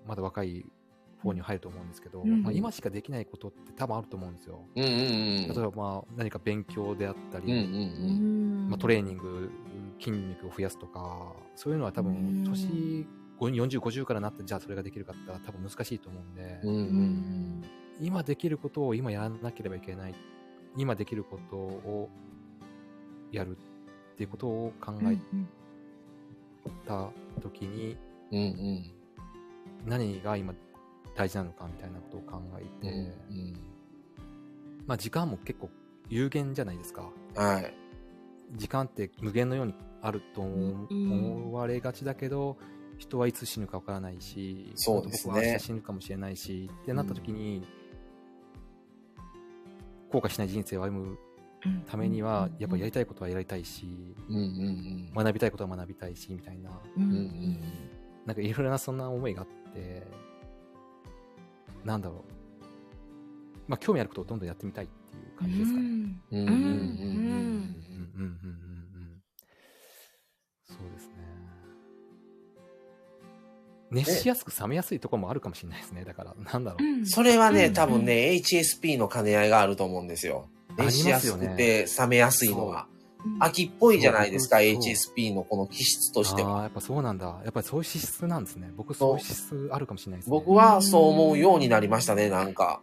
S3: まだ若い方に入ると思うんですけど、
S1: うん
S3: まあ今しかできないことって多分あると思うんですよ。
S2: うんうん
S3: 例え
S2: うん。
S3: ばまあ何か勉強であったり、
S2: うんうんう。
S1: うんん
S3: まあ、トレーニング、筋肉を増やすとか、そういうのは多分、
S1: うん
S3: 年40、50からなって、じゃあそれができるかって言ったら多分難しいと思うんで、
S2: うんう
S1: うんん
S3: 今できることを今やらなければいけない、今できることをやるっていうことを考
S1: うん。
S3: えた時に、
S2: うんうん
S3: 何が今大事なのかみたいなことを考え
S2: う
S3: て、
S2: ん
S3: まあ時間も結構有限じゃないですか。
S2: うん。はい。
S3: 時間って無限のようにあると思う
S1: うん
S3: 思われがちだけど、人はいつ死ぬかわからないし、
S2: そうですね
S3: 僕は明日死ぬかもしれないし、ってなった時に、後悔しない人生を歩む
S1: うん
S3: ためには、やっぱりやりたいことはやりたいし、
S2: うんうんうん。
S3: 学びたいことは学びたいし、みたいな、
S1: うん
S2: う
S1: うんん
S2: う
S1: うんん
S3: なんかいろいろなそんな思いがあって、なんだろう。まあ興味あることをどんどんやってみたいっていう感じですかね。
S2: うんうんうんうん
S3: うんうんうんうんうんそうですね。熱しやすく冷めやすいところもあるかもしれないですね。だから、なんだろ
S1: う
S3: う。
S1: ん。
S2: それは
S1: う
S2: ね、
S1: ん
S2: 多分ね、HSP の兼ね合いがあると思うんですよ。
S3: あり
S2: 熱
S3: ますよ
S2: し
S3: ね
S2: やすくて冷めやすいのが。
S1: うん
S2: 秋っぽいじゃないですか、
S3: そう
S2: HSP のこの気質として
S3: あ
S2: は。
S3: あ、やっぱそうなんだ。やっぱりそういう資質なんですね。僕、そういう資質あるかもしれないですね。
S2: 僕はそう思うようになりましたね、なんか。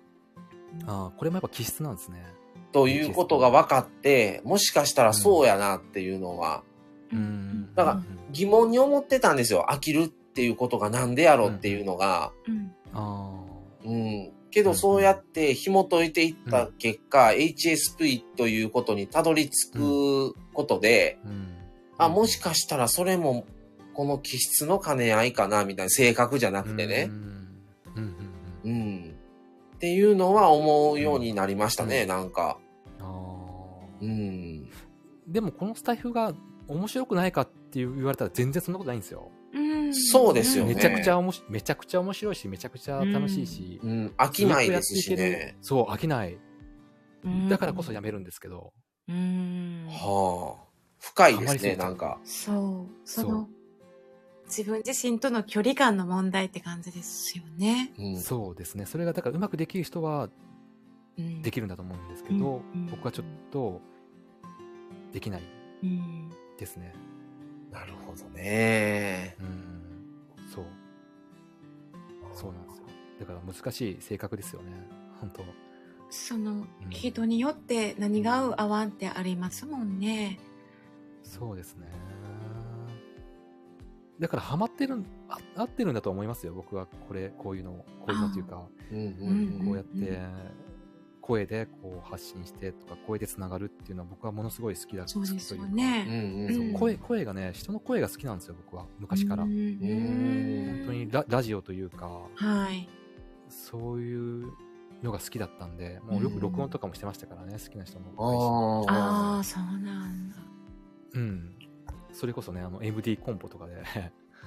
S3: ああ、これもやっぱ気質なんですね。
S2: ということが分かって、もしかしたらそうやなっていうのは
S3: う
S1: うんん。
S2: だから疑問に思ってたんですよ。飽きるっていうことがなんでやろっていうのが。
S1: うん
S3: あ
S2: うん。けどそうやって紐解いていった結果、HSP ということにたどり着くことで、
S3: あ、うん。
S2: あ、もしかしたらそれも、この気質の兼ね合いかな、みたいな、性格じゃなくてね
S3: う。ん。うんうん
S2: うん。っていうのは思うようになりましたね、
S3: うん
S2: なんか。
S3: うんあ
S2: う
S3: ー
S2: ん。
S3: でもこのスタイフが面白くないかって言われたら全然そんなことないんですよ。
S1: うん
S2: そうですよね
S3: めちゃくちゃおもしめちゃくちゃ面白いし、めちゃくちゃ楽しいし
S2: う。ん。飽きないですしね。。
S3: そう、飽きない。
S1: うん
S3: だからこそやめるんですけど。
S1: うん
S2: はあ。深いで
S3: ハマり
S2: す
S3: すぎ
S2: ね、
S3: ちゃう
S2: なんか。
S1: そうそ
S3: そ
S1: の
S3: う
S1: 自分自身との距離感の問題って感じですよね。
S2: うん。
S3: そうですね。それがだからうまくできる人は
S1: うん、
S3: できるんだと思うんですけど、
S1: うん
S3: 僕はちょっとできない
S1: うん
S3: ですね。
S2: なるほどね。
S3: うん。そう。そうなんですよ。だから難しい性格ですよね。本当。
S1: その
S3: うん
S1: 人によって何が合う合わんってありますもんね。
S3: そうですね。だからハマってるん、あ合ってるんだと思いますよ。僕はこれ、こういうのを、こういうのというか、
S2: うんう
S3: こ
S2: ん
S3: うやって、声でこう発信してとか、声でつながるっていうのは僕はものすごい好きだ
S1: そうですよ
S2: うん。う
S1: ね。
S2: んう
S3: 好きと
S1: う
S2: ん。
S3: いうか
S1: ん
S3: 声、声がね、人の声が好きなんですよ、僕は。昔から。
S1: うん
S3: 本
S2: ん
S3: 当にララジオというか、
S1: はい。
S3: そういうのが好きだったんで、もうよ
S2: う
S3: く
S2: ん
S3: 録音とかもしてましたからね、好きな人の配
S2: あ
S1: あ
S2: あ。
S1: あそうなんだ。
S3: 信。うん。それこそね、あの、MD コンポとかで、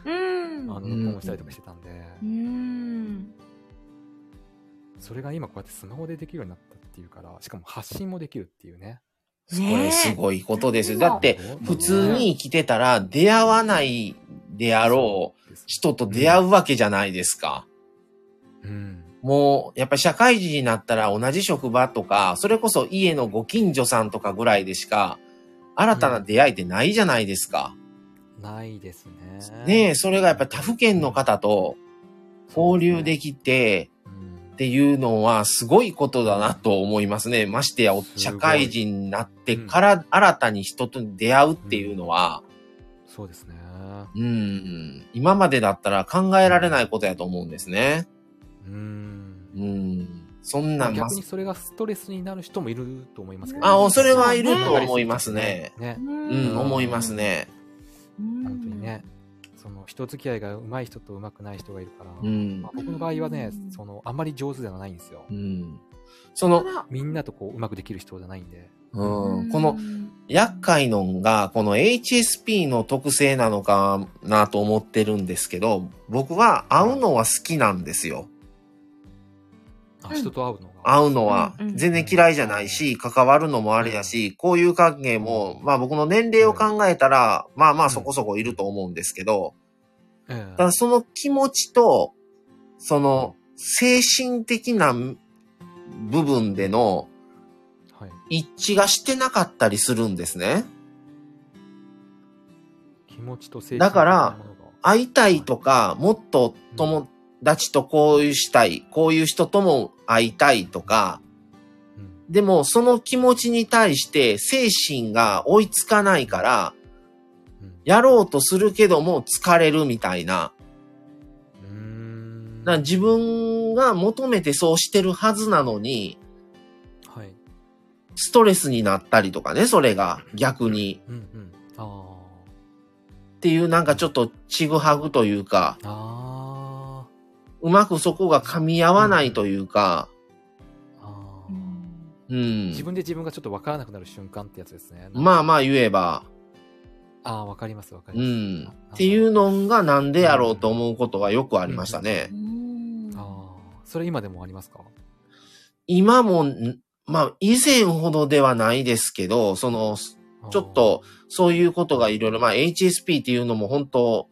S1: うん
S3: あの、録音したりとかしてたんで、
S1: うん。
S3: それが今こうやってスマホでできるようになったっていうから、しかも発信もできるっていうね。
S2: これすごいことですよ。だって、
S3: すごい
S2: 普通に生きてたら出会わないであろう人と出会うわけじゃないですか。
S3: うん。
S2: もう、やっぱり社会人になったら同じ職場とか、それこそ家のご近所さんとかぐらいでしか、新たな出会いってないじゃないですか。
S3: ないですね。
S2: ねえ、それがやっぱり他府県の方と交流できて
S3: うん
S2: っていうのはすごいことだなと思いますね。ましてや、お社会人になってから新たに人と出会うっていうのは、
S3: そうですね。
S2: うん、今までだったら考えられないことやと思うんですね。
S3: うん。
S2: うん。そんなん、ま
S3: 逆にそれがストレスになる人もいると思いますけど、
S1: あ
S2: おそれはい
S1: ると
S2: 思いますね
S3: ね。
S2: う、
S1: うん
S2: 思います。ね。
S1: うん
S3: 本当にね。。その人付き合いが上手い人と上手くない人がいるから、
S2: うん
S3: まあ、。僕の場合はね
S1: うん、
S3: その、あんまり上手ではないんですよ
S2: う。ん。その、
S3: みんなとこう、うまくできる人じゃないんで。
S2: うん、この、厄介のんが、この HSP の特性なのかなと思ってるんですけど、僕は会うのは好きなんですよ。
S3: あ、
S1: うん
S3: 人と会うのが。
S2: 会うのは
S1: うんうん
S2: 全然嫌いじゃないし、関わるのもあれやし、こういう関係も、まあ僕の年齢を考えたら、まあまあそこそこいると思うんですけど、
S3: うん
S2: ただその気持ちと、その精神的な部分での
S3: はい。
S2: 一致がしてなかったりするんですね。
S3: 気持ちと精神
S2: だから
S3: 的なものが
S2: 会いたいとか、もっと友達と交流したい、こういう人とも会いたいとか、
S3: うん
S2: でもその気持ちに対して精神が追いつかないから、
S3: うん
S2: やろうとするけども疲れるみたいな。
S3: うーん
S2: だから自、分が求めてそうしてるはずなのに、
S3: はい。
S2: ストレスになったりとかね、それが逆に。
S3: うんうん。あ
S2: っていうなんかちょっとちぐはぐというか、
S3: あ。あ
S2: うまくそこが噛み合わないというか、
S3: あ。あ
S1: う
S3: あ。
S1: ん
S2: うん。
S3: 自分で自分がちょっと分からなくなる瞬間ってやつですね。
S2: まあ
S3: あ。
S2: まあ言えば、
S3: ああ、わかりますわかり
S2: う
S3: ます。
S2: ん。
S3: あ
S2: ってい。うのがなんでやろうと思うことがよくありましたね
S1: う。ん
S3: あああ。それ今でもありますか
S2: 今も、んまあ以前ほどではないですけど、その、ちょっ。とそういうことがいろいろ、まあ HSP っていうのも本当、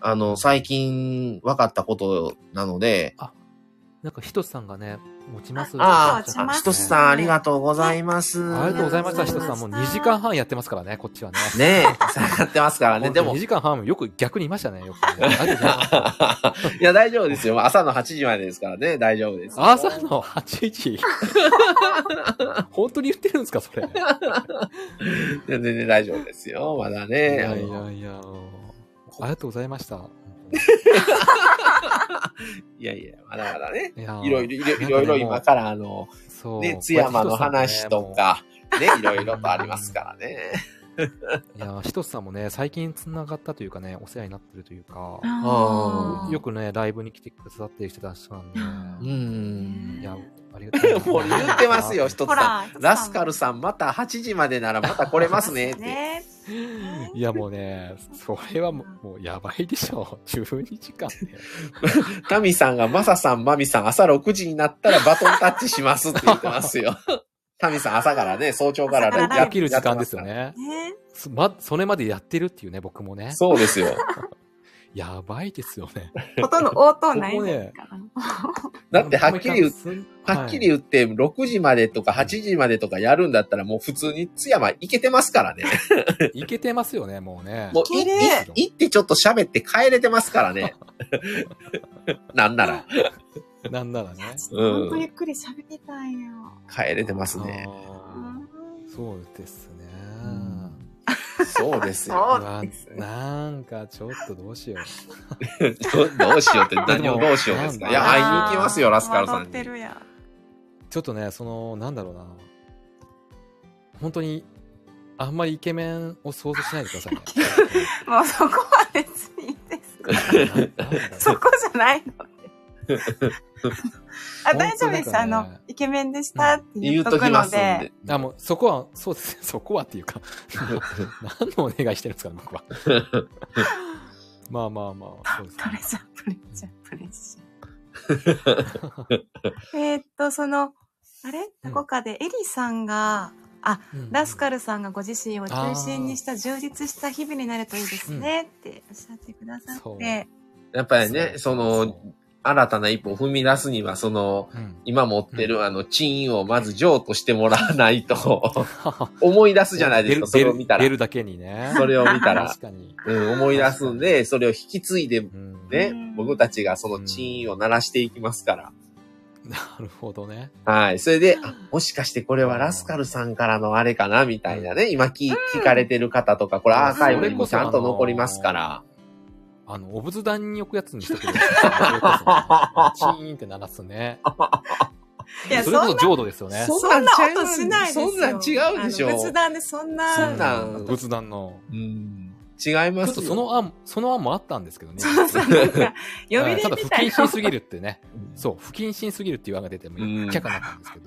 S2: あの、最近分かったことなので、
S3: ああなんか、ひとつさんがね、持ちます。
S2: あ
S1: ち
S3: ち
S1: ょっと
S2: あ、
S1: 待
S2: ひ
S1: ち
S2: と
S1: ま
S2: し
S1: す
S2: さんありがとうございます。
S3: ありがとうございました、ひとつさん。もう2時間半やってますからね、こっちはね。
S2: ねえ、下がってますからね。でも (laughs)
S3: 2、時間半もよく逆にいましたね、よくね。ありがとうございます
S2: いや、大丈夫ですよ。朝の8時までですからね、大丈夫です。
S3: 朝の8時。本当に言ってるんですか、それ。
S2: 全然大丈夫ですよ。まだ
S3: い
S2: ね。
S3: や
S2: あ
S3: い
S2: の
S3: やいや。ありがとうございました。
S2: いやいや、まだまだね。
S3: いや
S2: いろいろ、いろいろいろ今からあの、
S3: そう
S2: ね、津山の話と。か、ね、いろいろとありますからね。
S3: いやー、ひとしさんもね、最近つながったというかね、お世話になってるというか、
S2: あ
S1: ー
S3: よくね、ライブに来てくださってる人たちなんで、
S2: う
S1: う
S2: ーん。(laughs)
S3: いや、ありがとう
S2: も
S3: ご
S2: う
S3: ざいます。
S2: 言ってますよ、一つ
S1: ほ
S2: さ
S1: ら
S2: ん。ラスカルさん、また8時までならま (laughs) た来れますねって。
S1: ね。
S3: (laughs) いや、もうね、それはもう、もうやばいでしょ。12時
S2: (laughs)
S3: 間で。
S2: タミさんが、マサさん、マミさん、朝6時になったらバトンタッチしますって言ってますよ。 (laughs) タミさん、朝からね、早朝から
S1: 朝から
S2: や
S1: ラ
S3: 起きる時間ですよ。ね。
S1: ね。
S3: そま、それまでやってるっていうね、僕もね。
S2: そうですよ。
S3: やばいですよね。
S1: ほとんど応答ないんじゃないかな。
S2: (laughs) だ
S3: (laughs)
S2: って、はっきり言っ
S3: すん
S2: はっきり言って、6時までとか8時までとかやるんだったら、もう普通に津山行けてますから (laughs) ね。
S3: いけてますよね、もうね。
S2: もう
S1: いける
S2: いい行ってちょっと喋って帰れてますから (laughs) ね。なんなら、
S3: なんならね。
S2: うん
S1: ほんとゆっくり喋りたいよ。
S2: 帰れてますね。
S3: あー。
S1: う
S3: そうですね。
S2: ん (laughs) そうですよ。
S1: そう
S3: うわなんかちょっとどうしよ
S2: (laughs) どどうしようって、何をどうしようですか。いや、会いに行きますよ、ラスカルさ
S1: 戻っ
S2: ん
S1: て
S2: に。
S1: るやん。
S3: う。ちょっとね、その、なんだろうな。本当に、あんまりイケメンを想像しないでくださいね。
S1: もうそこは別
S2: (laughs)
S1: にいいですから。
S3: ななんだろう
S1: そこじゃないの。あ、
S3: 本当だからね
S1: 大丈夫です。あの、イケメンでしたって言
S2: 言
S1: っ
S2: う
S1: と
S2: と
S1: く
S2: き
S1: の
S2: ますん
S1: で。
S2: で。
S3: あ、もう、そこは、そうですね、 (laughs) そこはっていう
S2: (laughs)
S3: か、何のお願いしてるんですかね、僕は。まあまあまあ、そうです
S1: プレ
S3: ね。
S1: ッシャー、プレッシャー、プレッシャー。えーっと、その、あれどこかでエリさんが、
S3: うん
S1: ラスカルさんがご自身を中心にした充実した日々になるといいですねっておっしゃってくださ
S3: そう
S1: って。
S2: やっぱりね、その、、新たな一歩を踏み出すには、その、
S3: うん
S2: 今持ってるあの、チンをまず譲渡してもらわないと、 (laughs) 思い出すじゃないですか、そ
S3: 出る
S2: れを見たら
S3: 出る出。るだけにね。
S2: それを見たら
S3: 確、かに。
S2: うん、思い出すんで、それを引き継いで、
S3: うん
S2: ね
S1: うん、
S2: 僕たちがそのチーンを鳴らしていきますから。
S3: なるほどね。
S2: はい。それで、あもしかしてこれはラスカルさんからのあれかなみたいなね。今聞聞かれてる方とか、これアーカイブにもちゃんと残りますから。
S3: あの、お仏壇に置くやつにしてく
S2: (laughs)
S3: れる。それこそチーンって鳴らすね。
S1: いや、そ
S3: それこそ
S1: んな、
S3: 浄土ですよね。
S2: そ
S1: そ
S2: んなんん
S1: な
S2: ちゃう
S1: 音しないですよ。
S2: そんなん違うでしょ
S1: あの仏壇でそんな、
S2: そんな
S3: うん仏壇の。
S2: うん。違い
S3: ちょ
S2: ま
S3: っ
S2: す
S3: と
S2: よ。
S3: その案、その案もあったんですけどね。
S1: そうなんか呼
S3: は
S1: び
S3: い
S1: 出
S3: ただ不
S1: みたい
S3: 謹
S1: な。
S3: 慎すぎるってね。
S2: うん
S3: そう、不謹慎すぎるっていう案が出て、もう
S2: うん
S3: 却下になったんですけ
S2: (laughs)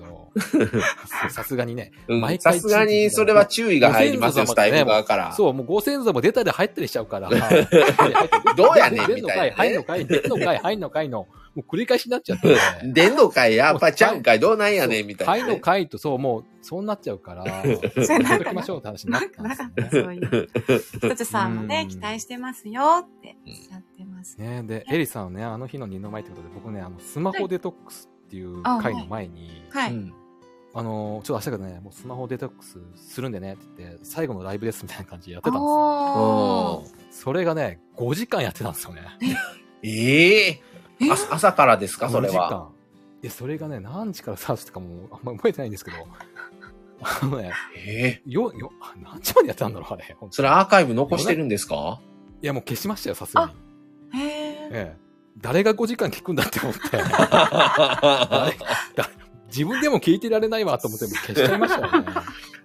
S3: ど、さすがにね、
S2: うん
S3: 毎
S2: さ
S3: 回
S2: すがにそれは注意が入りますよ、
S3: ご
S2: ス
S3: 先
S2: タ
S3: 祖様
S2: イ
S3: でね
S2: ル側から。
S3: そう、もうご先祖も出たり入ったりしちゃ
S2: (laughs)
S3: うから、
S2: どうやねん
S3: 出んのかい、
S2: みた
S3: 入
S2: い
S3: ん
S2: な
S3: の
S2: ね
S3: かい、出んのかい、入んのかいの、もう繰り返しになっちゃってね、
S2: 出んのかいやっぱちゃうんかいどうなんやねんみた
S3: 入
S2: い
S3: ん
S2: な
S3: の
S2: ね。
S3: かいと、そう、もう、そうなっちゃうから、や
S1: (laughs) それな
S3: め
S1: ん
S3: と
S1: か
S3: きましょうって話になったん
S1: な
S3: で
S1: んか
S3: すよね。
S1: そういう。ひとつさんも
S3: う
S1: ね
S3: ん、
S1: 期待してますよっておっしゃってます。
S3: ねで、エリさんね、あの日の二の舞ということで、僕ね、あの、スマホデトックスっていう回の前に、
S1: は
S2: う
S1: い。
S2: ん
S3: あのーちょっと明日からね、もうスマホデトックスするんでねって言って、最後のライブですみたいな感じでやってたんですよ。
S1: おー。
S3: それがね、5時間やってたんですよね。
S2: ええ
S1: え
S2: あ朝からですか、それ
S3: 5時
S2: は。
S3: 間。いや、それがね、何時からスタートしたかもうあんま覚えてないんですけど、あのね、
S2: ええ
S3: よ、よ、あ何時までやってたんだろう、あれ。本当
S2: それアーカイブ残してるんですか
S3: いや、もう消しましたよ、さすがに。
S1: へー
S3: ええ。誰が5時間聞くんだって思
S2: (laughs)
S3: って、誰だ自分でも聞いてられないわと思って、もう消しちゃいましたよね。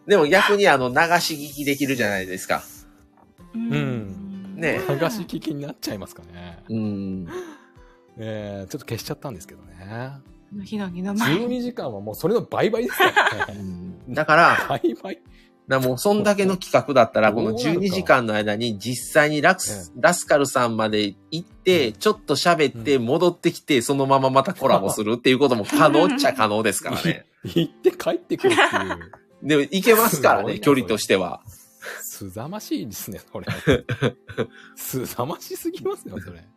S2: でも逆にあの流し聞きできるじゃないですか。
S1: うん
S2: ね
S3: 流し聞きになっちゃいますかね。
S2: うん。
S3: ええちょっと消しちゃったんですけどね。
S1: あの日の二の前に。
S3: 12時間はもうそれの倍々ですよ、
S2: (laughs)
S3: ね。
S2: だから、
S3: 倍々。
S2: なもうそんだけの企画だったら、この
S3: どうなるか
S2: 12時間の間に実際にラクス、ラスカルさんまで行って、ちょっと喋って、
S3: う
S2: 戻ってきて、そのまままたコラボするっていうことも可能
S3: (laughs)
S2: っちゃ可能ですからね。
S3: 行って帰ってくるっていう、
S2: でも行けますから
S3: すごい
S2: ね、
S3: な
S2: 距離としては。
S3: すざましいですね、
S2: (laughs)
S3: それ。すざましすぎますよ、それ。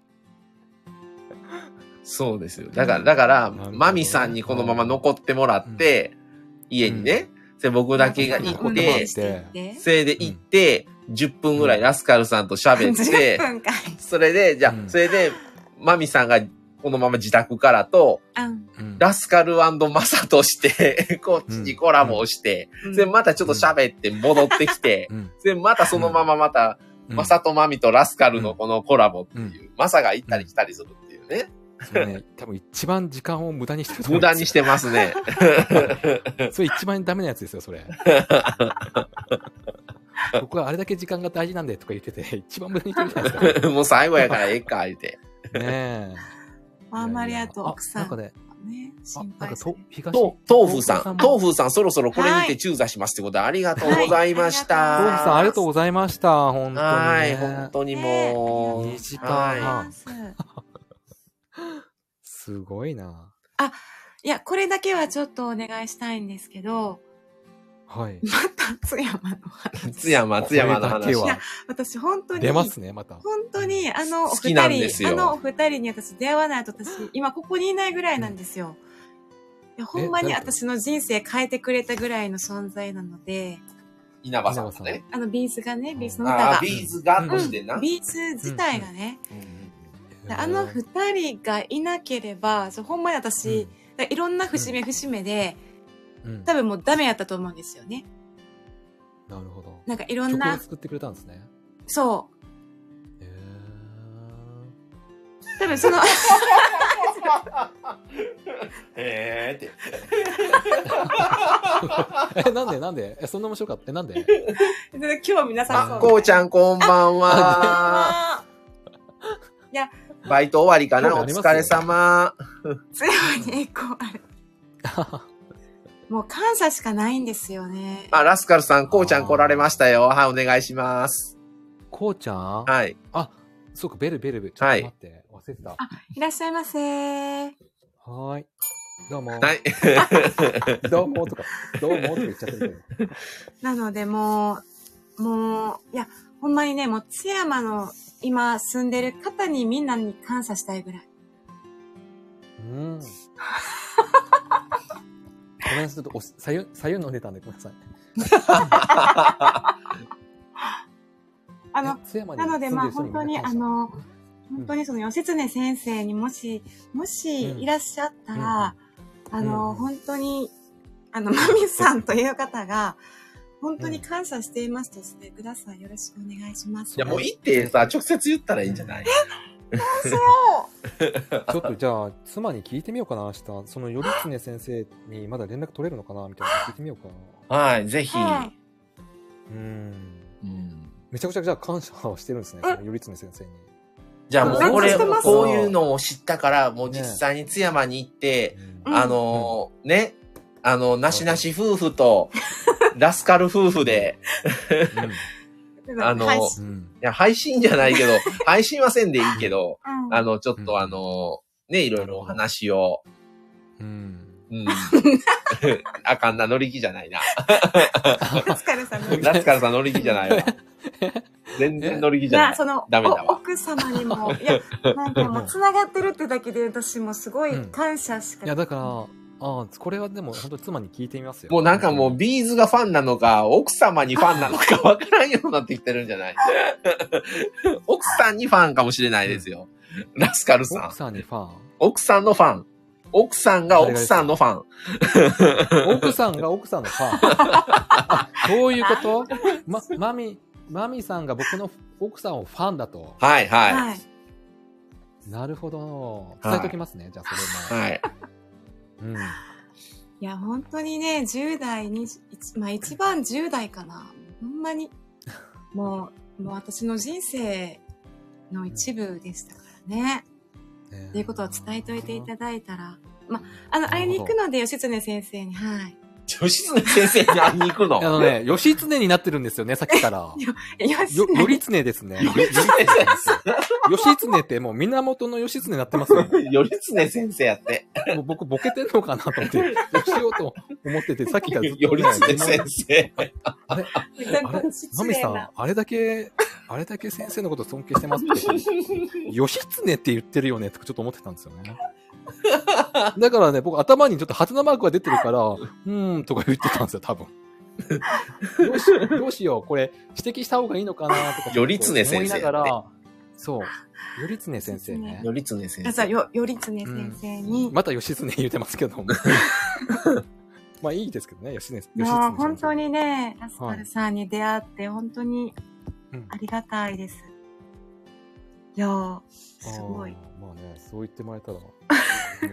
S2: そうですよ。だから、だから、
S3: なるほどね
S2: マミさんにこのまま残ってもらって、家にね、で僕だけが
S3: い
S2: 行
S3: 子
S2: っ
S3: でもあ
S2: て
S3: る、して
S2: それで行って、10分ぐらいラスカルさんと
S3: (laughs)
S2: 喋っ
S1: 10
S2: て、
S1: 分かい。
S2: それで、じゃあ、
S3: うん
S2: それで、マミさんがこのまま自宅からと、
S1: うん
S3: うん
S2: ラスカルマサとして、 (laughs) こっちにコラボをして、で、またちょっと喋って戻ってきて、
S3: うん
S2: (laughs) で、またそのまままた、
S3: うん
S2: マサとマミとラスカルのこのコラボっていう、マサが行ったり来たりするっていうね、
S3: それね、多分一番時間を無駄にしてると思
S2: 無
S3: いま
S2: 駄
S3: す
S2: にしてますね。 (laughs)
S3: それ一番ダメなやつですよ、それ。僕はあれだけ時間が大事なんでとか言ってて、一番無駄にしてるじゃないですか。
S2: もう最後やからええか、言うて。
S3: ねえ。
S1: あんまりあと奥さ
S3: なんか
S1: ん、
S3: ね、
S1: ね、心
S3: あな
S1: 配
S3: んか
S1: され
S3: と
S1: る、
S2: (laughs)
S3: 東
S2: と、豆腐さん、
S3: 豆
S2: 豆腐さんそろそろこれにて中座しますってことでありがとうございました。
S1: はい
S3: 腐さんありがとうございました。本当に、ね。
S2: はい、本当にもう。
S1: ね
S3: 二時間
S1: あり
S2: は
S3: 半
S1: がと
S2: い
S1: うございます
S3: すごいな。
S1: いや、これだけはちょっとお願いしたいんですけど、
S2: (laughs)
S3: はい。
S1: また津山の話。
S2: 津山、津山の
S3: これ
S2: 話。
S3: だけは
S1: 私本当に。
S3: 出ますね、また。
S1: 本当に、あの、お
S2: 好
S1: 二
S2: きなんです
S1: 人、
S2: よ
S1: あの、お二人に私出会わないと私、今ここにいないぐらいなんですよ。いやほんまに
S3: え誰と
S1: 私の人生変えてくれたぐらいの存在なので、
S2: 稲葉さんとね。
S1: あの、ビーズがね、
S3: うん
S1: ビーズの歌
S2: あ
S1: が
S2: あ、。ビーズがとして (laughs) な。
S1: ビーズ自体がね、であの
S3: ふ
S1: 二人がいなければ、そうほんまに私、だからいろんな節目節目で、
S3: うん、
S1: 多分もうダメやったと思うんですよね。
S3: なるほど。
S1: なんかいろん
S3: 曲を
S1: な、
S3: 作ってくれたんですね。
S1: そう、
S3: へー
S1: 多分その、 (laughs)
S2: えーって。
S3: え、なんでなんでえ、そんな面白かったえ、なんで
S1: 興味なさそう。
S2: あ、こうちゃんこんばんは。
S1: あ
S2: バイト終わりかな
S3: 興味
S2: お
S3: あります
S2: 疲れ様。
S1: ー強いにこうある。もう感謝しかないんですよね。
S2: あ、ラスカルさん、こうちゃん来られましたよ。はい、お願いします。
S3: こうちゃん
S2: はい。
S3: あ、そうか、ベルベルベル。ちょっと待って、忘れてた。
S1: いらっしゃいませー。
S3: はーい。どうも。
S2: はい。
S3: どうもとか、どうもとか言っちゃってる
S1: なのでもう、もう、いや、ほんまにね、もう津山の今住んでる方にみんなに感謝したいぐらい。
S3: けど。
S1: (laughs)
S3: うん。ごめんなさい、ちょっとおし、さゆ、さゆ飲んでたんで、ごめんなさい。
S1: あの、
S3: え、津山に
S1: なのでまあ
S3: 住んる人みんな
S1: 本当に
S3: 感
S1: あ
S3: 謝
S1: の、本当にその義経先生にもし、もしいらっしゃったら、あの、
S3: うん
S1: 本当に、あの、まみさんという方が、本当に感謝していますとしてください。よろしくお願いします。
S2: いや、もう行ってさ、直接言ったらいいんじゃない
S3: ちょっとじゃあ、妻に聞いてみようかな、明日。その、よりつね先生にまだ連絡取れるのかな、みたいなの聞いてみようかな。
S2: はい、ぜひ。
S1: はい。
S3: うん。
S2: うん
S3: めちゃくちゃ、じゃあ感謝をしてるんですね、そのよりつね先生に。
S2: じゃあもう、こ
S1: 感謝
S2: れ、
S1: してます
S2: こういうのを知ったから、もう実際に津山に行って、
S1: うん
S2: あのーね、あの、なしなし夫婦と、ラスカル夫婦で、あの
S1: はい
S3: うんうん
S2: いや、配信じゃないけど、配信はせんでいいけど、
S1: うん
S2: あの、ちょっとあの、ね、いろいろお話を、
S3: うん。
S2: うん。 (laughs) あかんな、乗り気じゃないな。 (laughs)
S1: お疲れ様です。
S2: ラスカルさん乗り気じゃないわ。全然乗り気じゃ
S1: な
S2: ない
S1: そ。の
S2: ダメだわ
S1: お奥様にも、いや、なんかもう繋がってるってだけで私もすごい感謝しか
S3: いや、だから、ああ、これはでも、本当に妻に聞いてみますよ。
S2: もうなんかもう、ビーズがファンなのか、奥様にファンなのかわからんようになってきてるんじゃない奥さんにファンかもしれないですよ。ラスカルさん
S3: 奥。さんにファン。
S2: 奥さんのファン。奥さんが奥さんのファン。
S3: 奥さんが奥さんのファン。あそういうことま、マミ、マミさんが僕の奥さんをファンだと。
S2: はいは
S1: はい。
S3: なるほど。
S2: い
S3: 伝えときますね、じゃあ
S2: い。
S3: そ
S2: はい。
S3: れも。
S1: い
S3: うん。
S1: や、本当にね、10代に、一まあ一番10代かな。ほんまに。もう、もう私の人生の一部でしたからね。
S3: ね
S1: ということを伝えておいていただいたら。ま、あの、会いに行くので、吉常先生に、はい。
S2: 吉純先生に会いに行くの
S3: あ。のね、義経になってるんですよね、さっき
S1: (laughs)
S3: から。
S1: えよし
S3: よ、よりつねですね。よりつねです。
S2: (laughs)
S3: 義経ってもう源の義経になってますよ。
S2: よりつね先生や (laughs) って。
S3: もう僕ボケてんのかなと思って、どうしようと思ってて、さっきからずっと、
S2: よりつ (laughs) ね先生。
S3: あれ、
S1: ちゃん
S3: あれ
S1: と失
S3: マミ
S1: 礼
S3: さん
S1: な。、
S3: あれだけ、あれだけ先生のこと尊
S1: (laughs)
S3: 敬してますって、よしつねって言ってるよねってちょっと思ってたんですよね。だからね、僕頭にちょっとハテナマークが出てるから、うーんとか言ってたんですよ、多分。どうしどうしよう、これ指摘した方がいいのかなと
S2: (laughs)
S3: か。
S2: 頼経先生
S3: 思いながら、そう。よりつね先生ね。
S2: よりつね先
S1: あじゃあ、
S2: 生。
S1: よ、よりつね先生に。
S3: また義経言うてますけ
S2: (laughs)
S3: ども。まあいいですけどね、義経。義経
S1: もう本当。にね、ラスカルさんに出会って、本当に
S3: うん
S1: ありがたいです。いやー、すごい
S3: あ。ーまあね、そう言ってもらえ
S1: (laughs)
S3: たら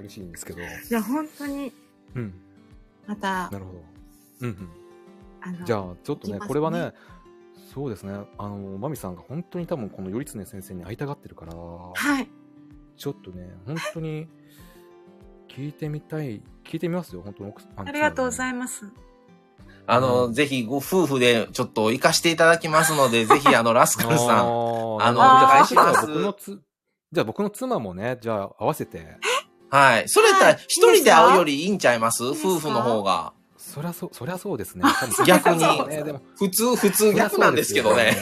S3: 嬉しいんですけど。
S1: いや、本当に、
S3: うん、
S1: また、
S3: なるほど。うん
S1: あの
S3: うん。じゃあ、ちょっと
S1: 行きま
S3: ね、
S1: すね
S3: これはね、そうですね。あの、まみさんが本当に多分この頼常先生に会いたがってるから、
S1: はい。
S3: ちょっとね、本当に聞いてみたい、聞いてみますよ、本当に奥さん。
S1: ありがとうござ
S3: い
S1: います。
S2: あの、
S3: うん
S2: ぜひご夫婦でちょっと行かしていただきますので、ぜひあの、ラスカルさん。あの
S1: お願い
S3: じ
S1: し
S3: ゃあ
S1: ます
S3: 僕のつ、じゃあ僕の妻もね、じゃあ合わせて、
S2: はい。それやった
S1: は
S2: ら
S1: い
S2: 一人で会うよりいいんちゃいます
S1: いいですか
S2: 夫婦の方が。
S3: そりゃそう、そりゃそ
S1: (laughs)
S3: うですね。
S2: 逆に
S3: 多分ねでも
S2: 普通、普通逆なんですけどね。。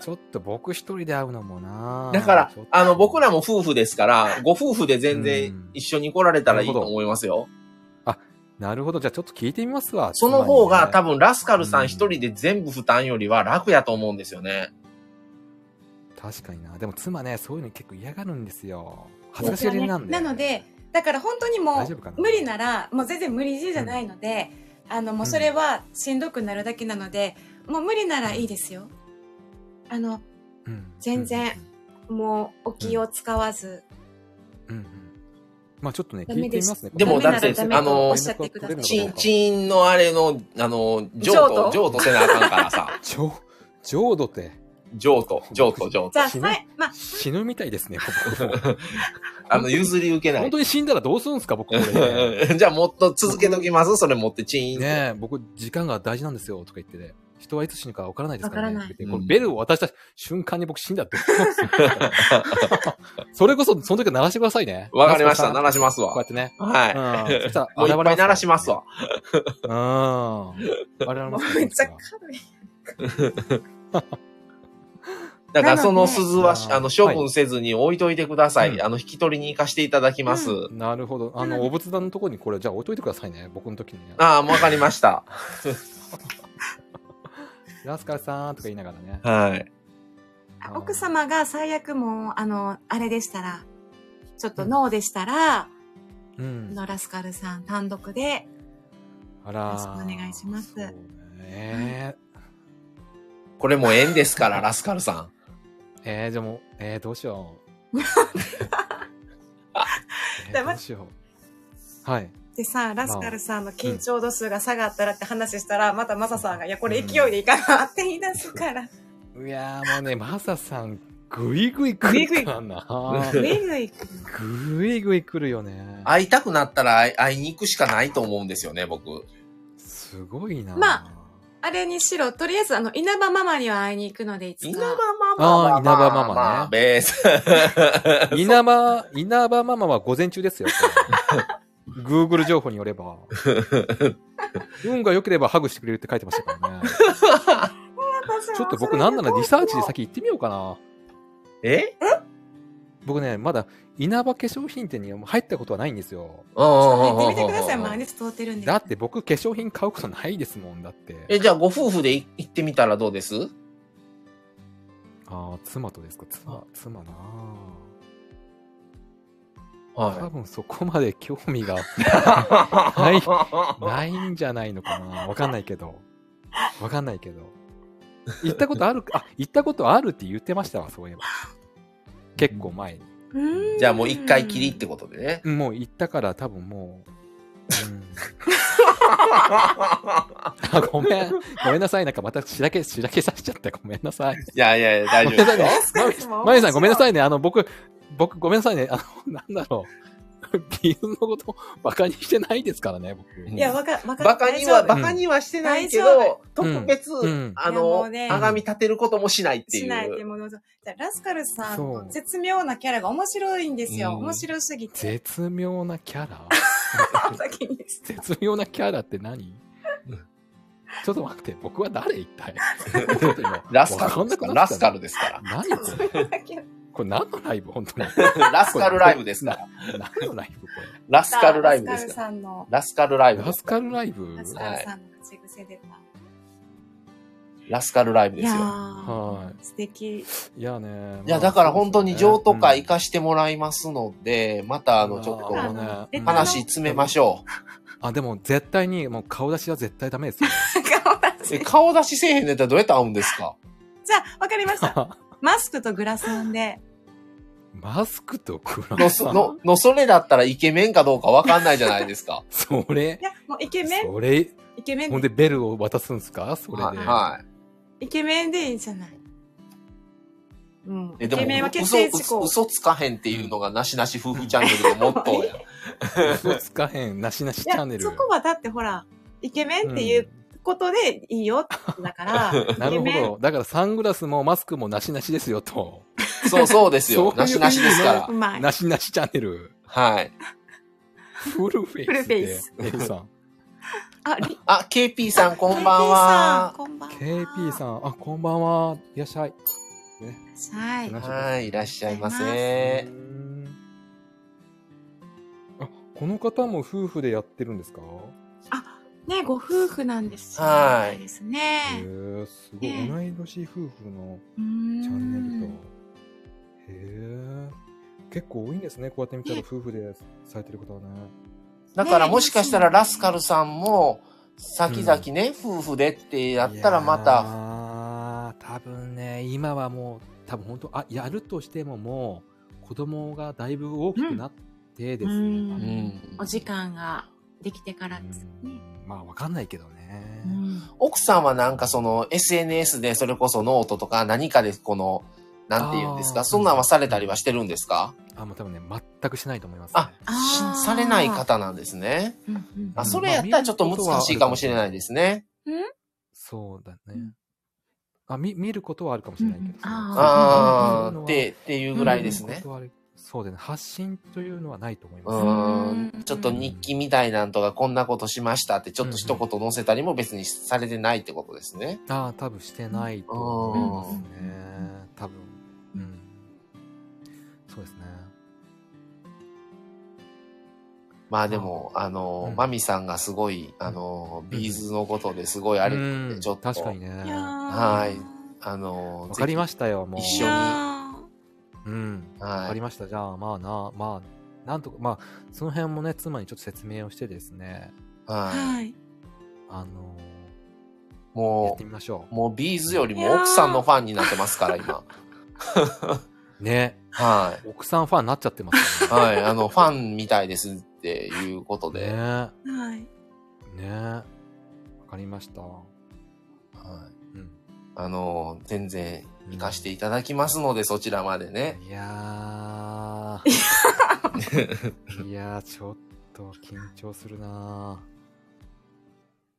S3: ちょっと僕一人で会うのもな
S2: だから
S3: ちょっ、と
S2: あの、僕らも夫婦ですから、ご夫婦で全然一緒に来られたらいいと思いますよ。
S3: なるほど、じゃあちょっと聞いてみますわ。
S2: その方が多
S3: 分。
S2: 分ラスカルさ
S3: うん
S2: ん一人で全部負担よりは楽やと思うんですよね。
S3: 確かにな。でも妻ね、そういうの結構嫌がるんですよ。恥ずかしがりなんで。
S1: なので、だから本当にも
S3: 大丈夫かな
S1: う無理なら、もう全然無理強いじゃないので、あの、もうそれはしんどくなるだけなので、もう無理ならいいですよ。あの、
S3: うん、
S1: 全然もうお気を使わず、
S3: うん。うんうんまあちょっとね、
S1: ダ
S3: 聞
S1: メ
S3: い
S1: で
S3: てみ
S1: す
S3: ますね。
S2: でもだって
S3: ダメな
S2: あ
S3: らダメと
S2: の
S3: おっしゃってください
S2: チンチンのあれの、あの、譲
S1: 譲
S2: 渡、
S1: 渡
S2: 譲渡せなあかんからさ。
S3: 浄浄土って
S2: 譲渡、譲渡、譲
S1: じ
S2: 渡。
S1: ゃあ、
S3: 死ぬ
S1: はい、まあ、
S3: 死ぬみたいですね、僕も
S2: (laughs)
S3: う
S2: あの、譲り受けな
S3: 本
S2: い。
S3: 当に死んだらどうするんですか、僕これね。
S2: じゃあもっと続けときますそれ持ってチン。
S3: ねえ、僕、時間が大事なんですよ、とか言ってね。人はいつ死ぬかわからないですからね。
S1: わからない
S3: って言ってこれベルを渡した瞬間に僕死んだって思
S2: (laughs)
S3: うんですよ。それこそ、その時は鳴らしてくださいね。
S2: わかりました。鳴
S3: し
S2: らします
S3: こうや
S2: わ
S3: っ。てね。うん。
S2: は
S3: そした
S2: い。もういっぱい鳴らしますわ。
S3: わ。うん。我々
S1: (laughs) も
S3: も
S1: うめっちゃ軽い。
S2: だからその
S1: なので
S2: 鈴はし、
S3: あー
S2: あの、処分せずに置いといてくださ
S3: はい
S2: い。あの、引き取りに行かせていただきます。
S3: なるほど。あの、お仏壇のところにこれ、じゃあ置いといてくださいね。僕の時にね。
S2: ああ、わかりました。
S3: ラスカルさんとか言いながらね。
S2: はい。
S1: あ奥様が最悪もう、あの、あれでしたら、ちょっとノーでしたら、
S3: うん。
S1: のラスカルさん単独で、
S3: あら。
S1: よろしくお願いします
S3: そうね。
S2: これも縁ですから、ラスカルさん。
S3: えー、じゃあもう、えー、どうしよ
S1: (laughs)
S3: う。えー、どうしよう。はい。
S1: でさ、ラスカルさんの緊張度数が下がったらって話したら、またマサさんが、いや、これ勢いでいいかなって言い出すから、
S3: いやーもうね、マサさん、ぐいぐい来るからな。
S1: ぐいぐい来る。
S3: ぐいぐい来るよね。
S2: 会いたくなったら会い会いに行くしかないと思うんですよね、僕。
S3: すごいな。
S1: まあれにしろ、とりあえず、あの、稲葉ママには会いに行くので、いつか。
S2: 稲葉ママは
S3: あー稲葉ママね
S2: まあ、ベース。
S3: (laughs) 稲葉、稲葉ママは午前中ですよ。Google 情報によれば。運が良ければハグしてくれるって書いてましたからね。ちょっと僕なんならリサーチで先行ってみようかな。
S2: え
S3: 僕ね、まだ稲葉化粧品店に入ったことはないんですよ。
S2: うんう
S1: そう。行
S2: んう
S1: っ
S2: んうんうん
S1: てみてください。毎日通ってるんで。
S3: だって僕化粧品買うことないですもんだって。
S2: え、じゃあご夫婦でい行ってみたらどうです
S3: ああ、妻とですか妻、妻なあ多
S2: は
S3: 分そこまで興味が
S2: い。
S3: ないんじゃないのかなわかんないけど。わかんないけど。行ったことあ (laughs) る、あ、行ったことあるって言ってましたわ、そういえば。結構前に。
S1: うーん
S2: じゃあもう一回きりって。ことでね。
S3: もう行ったから多分もう。 (laughs) うん、あごめん。ごめんなさい。なんかまたしらけ、しらけさせちゃった。ごめんなさ
S2: い
S3: い。
S2: やいやいや、大
S3: ご
S2: 丈
S3: めん
S2: (laughs) 夫
S3: な
S2: で
S3: さい
S2: すよ
S1: ラ
S3: ね。
S1: スカルも
S3: マユさんごめんなさ
S1: い。
S3: いね。あの、僕、僕ごめんなさいね。あの、 (laughs) なんだろう。ビーズのこと、バカにしてないですからね、僕。
S1: いや、わか、わか
S2: バカには、
S1: 大丈夫
S2: バカにはしてないけ
S1: 大丈
S2: ど、特別
S3: うん、
S2: あ
S1: いやも
S2: の、
S1: うね
S2: あがみ立てることもしないってい
S1: しないっていう
S2: う。
S1: ものじゃあラスカルさん
S3: そう
S1: の絶妙なキャラが面白いんですよ。
S2: うん
S1: 面白すぎて。
S3: 絶妙なキャラ
S1: (laughs) 先に
S3: 絶妙なキャラって何ちょっと待って、僕は誰一体
S2: (laughs) ラスカルですから。
S3: わかんなくな
S2: ラ
S3: っちゃ
S2: ス
S3: う
S2: カルですか
S3: 何これこれ何のライブ本当に。
S2: ら。 (laughs) ラスカルライブですから。
S3: 何のライブこ
S2: (laughs) ラスカルライブで
S1: ラ
S2: す
S1: ス
S2: か
S1: カル
S2: ら。
S1: さんの、
S2: ラスカルライ
S3: れ。
S2: ブ
S3: ラ
S2: です
S3: ス
S2: か
S3: カ
S2: ら。
S3: ルライブ
S1: ラスカルさんの口癖出た。
S2: ラスカルライブ
S1: い
S2: です
S1: やー
S2: よ。
S3: は、
S1: 素敵。
S3: いやね。
S2: いや、だから本当に譲渡会行
S3: か
S2: かしてもらいますので、またあの、ちょっ
S1: あの
S2: と
S3: ね
S1: うん
S2: 話詰めましょ
S3: あ、でも絶対に、もう顔出しは絶対ダメですよ。 (laughs)
S1: 顔出
S2: う。え、
S1: し。
S2: 顔出しせえへんねったらどうやって会うんですか
S1: じゃあ、わかりま
S2: (laughs)
S1: した。マスクとグラサンで。
S3: マスクとクラ
S2: の、
S3: ス。
S2: の、の、それだったらイケメンかどうかわかんないじゃないです (laughs) か
S3: それ
S1: い、や、もうイケメン、
S3: それ、
S1: イケメン
S3: ほんでベルを渡すんすかそれで。
S2: はい。
S1: イケメンでいいじゃない。うん。
S2: え、
S1: イ
S2: で
S1: ケメン
S2: も
S1: は、決
S2: 嘘
S1: 定事項。
S2: 嘘つかへんっていうのがなしなし夫婦チャンネルのモットーや。
S3: 嘘つかへん、なしなし
S1: い
S3: チ
S1: や
S3: ャンネ、ル。
S1: そこはだってほら、イケメンっていうことでいいよってだから、
S2: (laughs)
S3: うんな
S1: イ
S3: る
S1: ケメ
S3: ほど。だからサングラスもマスクもなしなしですよと。
S2: そうそうです
S3: そうい
S2: よ。
S3: う
S2: なしなしですから
S1: う。まい。
S3: なしなしチャンネル。
S2: はい。
S3: フルフェイスで。
S1: フルフェイス
S3: エリさん。
S1: あ、リ
S2: あ、KP さんこんばんは。
S1: こんばんは。
S3: KP さん、あ、こんばんは。いらっしゃい。
S1: ん。はい。
S3: ん
S2: はい、いらっしゃいませ。
S3: うーんあ、この方も夫婦でやってるんですか
S1: ね、ご夫婦なんです。
S2: はい
S1: です
S3: へえ
S1: ね。
S3: すご
S1: ね
S3: い。同い年夫婦の
S1: チャ
S3: チャンネルと。へえ。結構多いんですね。こうやって見たら
S1: ね
S3: 夫婦でされてる方はね。
S2: だからもしかしたらラスカルさんも、先々ね、夫婦でってやったらまた、
S3: た。多分ね、今はもう、多分本当、あ、やるとしてももう、子供がだいぶ大きくなってですね。
S1: うん
S3: 多
S2: う
S3: 分
S2: ん
S1: お時間ができてからですね。
S3: うんまあ、わかんないけどね。
S1: うん
S2: 奥さんはなんかその SNS でそれこそノートとか何かでこの、なんて言うんです
S3: あ
S2: か
S3: ー
S2: そんなんはされたりはしてるんですか
S3: あ、もう多分ね、全くしないと思います、ね。
S2: あし
S1: あー
S2: されない方なんですね。
S1: うんうん
S2: あ、それやったらちょっと難しいかもしれないですね。
S3: そうだね。
S1: うん
S3: あ、み、見ることはあるかもしれないけど。
S1: うんあ
S2: あー、って、っていうぐらいですね
S3: 見る。ことはあるそうだね。発信というのはないと思います。
S2: う
S1: うん
S2: ん。ちょっと日記みたいなんとか、こんなことしましたって、ちょっと一言載せたりも別にされてないってことですね。
S3: ああ、多分してないと思いますね。多分。うん。そうですね。
S2: まあでも、あの
S3: う
S2: ー、
S3: ん
S2: マミさんがすごい、あのー、
S3: うん
S2: ビーズのことですごいあれなんで、
S3: うん
S2: ちょっと、
S3: 確かにね。
S1: いやー
S3: わ
S2: はいあのー、
S3: かりま
S2: し
S3: したよ、もう。
S1: い
S2: 一緒に
S1: やー
S3: うん。
S2: た。
S3: わ
S2: は
S3: かり
S2: い。
S3: ました。じゃあ、まあな、まあ、なんとか、まあ、その辺もね、妻にちょっと説明をしてですね、
S2: は
S1: はい。
S3: あの
S2: い。
S3: ー、やっ
S2: も
S3: てみましょ
S2: う、もうビーズより
S1: いや
S2: も
S1: ー
S2: 奥さんのファンになってますから、今。
S3: う。ね。
S2: は
S3: 奥さんファンになっちゃってます
S2: い。はい。あの、ファンみたいですっていうこと
S3: ね。
S2: (laughs) で。
S3: ね。ね
S1: はい。
S3: わかりました。
S2: はい
S3: うん。
S2: あのー、全然、行かしていただきますので、そちらまで
S3: (laughs)
S2: ね。
S3: いや
S2: (laughs)
S3: ー。いやー、ちょっと緊張するな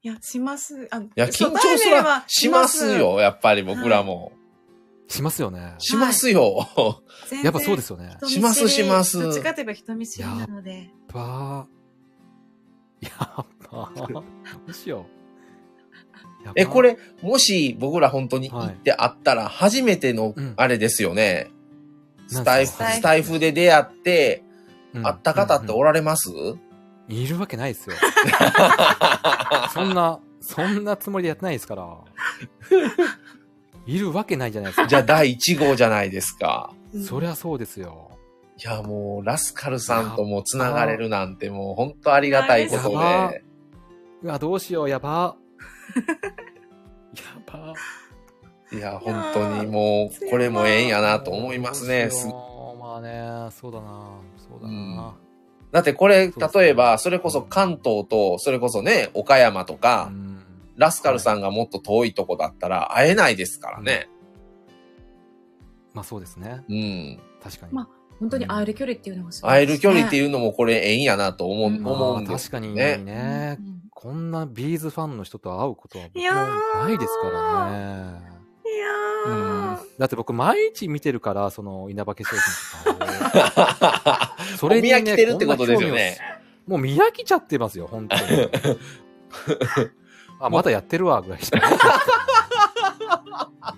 S3: い
S1: や、します。あの
S2: いや、
S1: そ
S2: 緊
S1: う
S2: 張す
S1: 対面
S2: ら
S1: は、
S2: します。よ、やっぱり僕らも。
S3: しますよね。
S2: しますよ。
S1: 全然
S3: やっぱそうですよね。
S1: 人見知り
S2: しますします
S1: どっちかといえば人見知りなので。
S3: ばー。やっばー。どうしよう。やばー
S2: (laughs) え、こ。れ、もし僕ら本当に行ってあったら、初めての
S3: うん、
S2: あれですよね。スタイフ、
S1: なんですか
S2: スタイフで出会って、
S3: うん
S2: 会った方っておられます、
S3: いるわけないですよ。そんな、そんなつもりでやってないですから。いるわけないじゃないですか。
S2: じゃあ、第1号じゃないですか。
S1: うん
S3: そりゃそうですよ。
S2: いや、もう、ラスカルさんともう繋がれるなんて、もう本当ありがたいこと
S3: やば
S2: で。
S3: うわ、どうしよう、やば。やば。
S2: いや、本当にもう、これもええんやなと思いますね。
S3: どうし
S2: す
S3: ようまあね、そうだな。そうだな。
S2: だってこれ、
S3: そうですね
S2: 例えば、それこそ関東と、それこそね、岡山と
S3: う
S2: か、
S3: ん。
S2: ラスカルさんがもっと遠いとこだったら、会えないですからね。
S3: まあそうですね。
S2: うん。
S3: 確かに。
S1: まあ本当に会える距離っていうのがすごい
S2: 会える距離って
S1: う。
S2: いうのもこれ縁やなと思う,、
S1: うん
S2: 思うん
S3: まあ
S2: です
S3: 確かに
S2: ね
S3: ね
S1: う。ん
S3: こんなビーズファンの人と会うことは僕
S1: いや
S3: も
S1: ー
S3: ないですからね。
S1: いやー
S3: だって僕毎日見てるから、その稲葉化粧品とか
S2: (laughs)
S3: を。それに、
S2: もう見飽きてるってことですよね
S3: こんな興味を。もう見飽きちゃってますよ、
S2: (laughs)
S3: 本当に。あ、まだやってるわ、ぐらい
S2: (laughs)
S3: しか。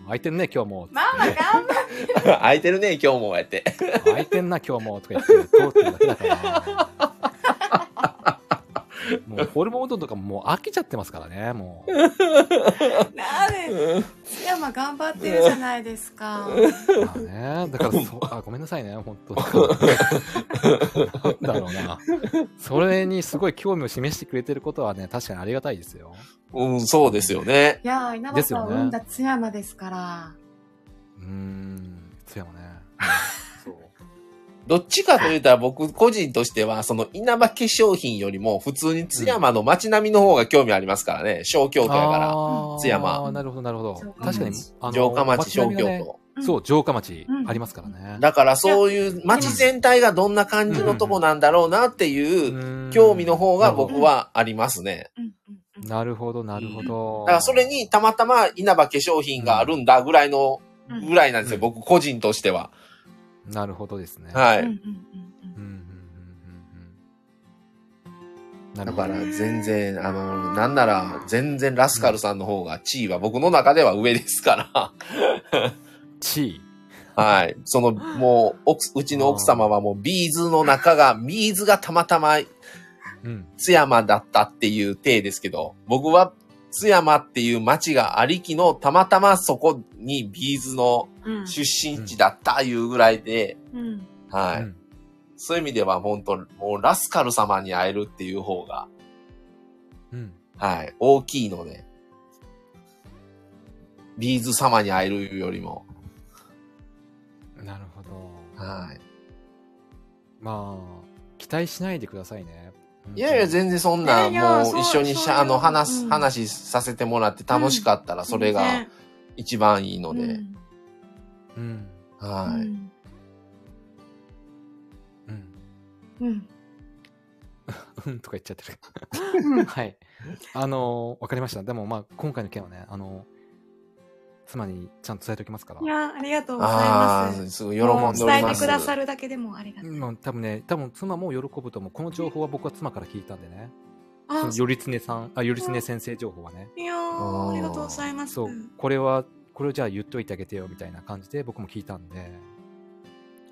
S3: 空いてんね、今日も。
S1: ママ頑張っ
S2: (laughs) 空いてるね今日もやって
S3: 空いてんな、今日も。とか言って、通ってるだけだから。もうホルモン丼とかもう飽きちゃってますからね、もう。
S1: てなんで津山頑張ってるじゃないですか。
S3: まあね、だから (laughs) そう、あ、ごめんなさいね、本当 (laughs) なんだろうな。それにすごい興味を示してくれてることはね、確かにありがたいですよ。
S2: うんそうですよね
S1: いやー、稲葉さんを産んだ津山ですから。
S3: うーん、そうやもね。そう。
S2: どっちかというと僕個人としては、その稲葉化粧品よりも普通に津山の街並みの方が興味ありますからね。小京都やから。
S3: あー
S2: 津山
S3: なるほど、なるほど
S1: 城。下
S3: 確かに
S1: 町、
S3: あの
S2: 城下町、小京。
S3: 並みがね
S2: 都。
S1: うん
S3: そう、城下町
S1: うん
S3: ありますからね。
S2: だからそういう街全体がどんな感じのとこなんだろうなっていう
S3: うん
S2: 興味の方が僕
S1: ん
S2: はありますね。
S1: うんうんうん
S3: なるほど、なるほど。
S2: だからそれにたまたま稲葉化粧品があるんだぐらいの、
S1: うん
S2: ぐらいなんですよ。
S3: うん
S2: 僕個人としては。
S3: なるほどですね。
S2: は
S1: うんうんう
S2: い。
S1: ん
S3: う
S1: うんん
S3: うんうんうんうんなる
S2: だ
S3: ほ
S2: か
S3: ど
S2: ら。全然、あの、なんなら全然ラスカルさんの方が地位は僕の中では上ですから。
S3: 地位。
S2: はい。その、もう、奥うちの奥様はもう、ビーズの中が、ビーズがたまたま
S3: うん。
S2: 津山だったっていう体ですけど、僕は津山っていう町がありきの、たまたまそこにビーズの
S1: うん
S2: 出身地だったいうぐらいで、
S1: うん
S2: はい。
S3: うん
S2: そういう意味では、本当もうラスカル様に会えるっていう方が、
S3: うん。
S2: はい、大きいので、ビーズ様に会えるよりも、
S3: なるほど。
S2: はい。
S3: まあ、期待しないでくださいね。
S2: いやいや、全然そんな、
S1: いやいや
S2: も
S1: そう
S2: う一緒にし
S1: そういう
S2: ゃ、あの、話
S1: う
S2: す、
S1: ん
S2: 話させてもらって楽しかったら、それが一番いいので、
S3: うん。
S1: は
S2: はいい。
S3: うん。
S1: うん
S3: うんとか言っちゃってる。
S2: (laughs)
S1: うん
S3: はい。あのー、わかりました。でもまあ、今回の件はね、あのー、妻にちゃんと伝えておきますから
S1: い。やありがとうござい
S2: あ
S1: ます
S2: あ、すごい喜んでおり
S3: もう
S1: 伝え
S2: ま
S1: て
S2: す。
S1: くださるだけでもありがとう
S3: まあ、多分ね、多分妻も喜ぶと思う。この情報は僕は妻から聞いたんでね。そ
S1: あ
S3: のよりつねさん、あ、よりつね先生情報はね。
S1: いやーありがとうございます
S3: そう、これは、これをじゃあ言っといてあげてよみたいな感じで僕も聞いたんで。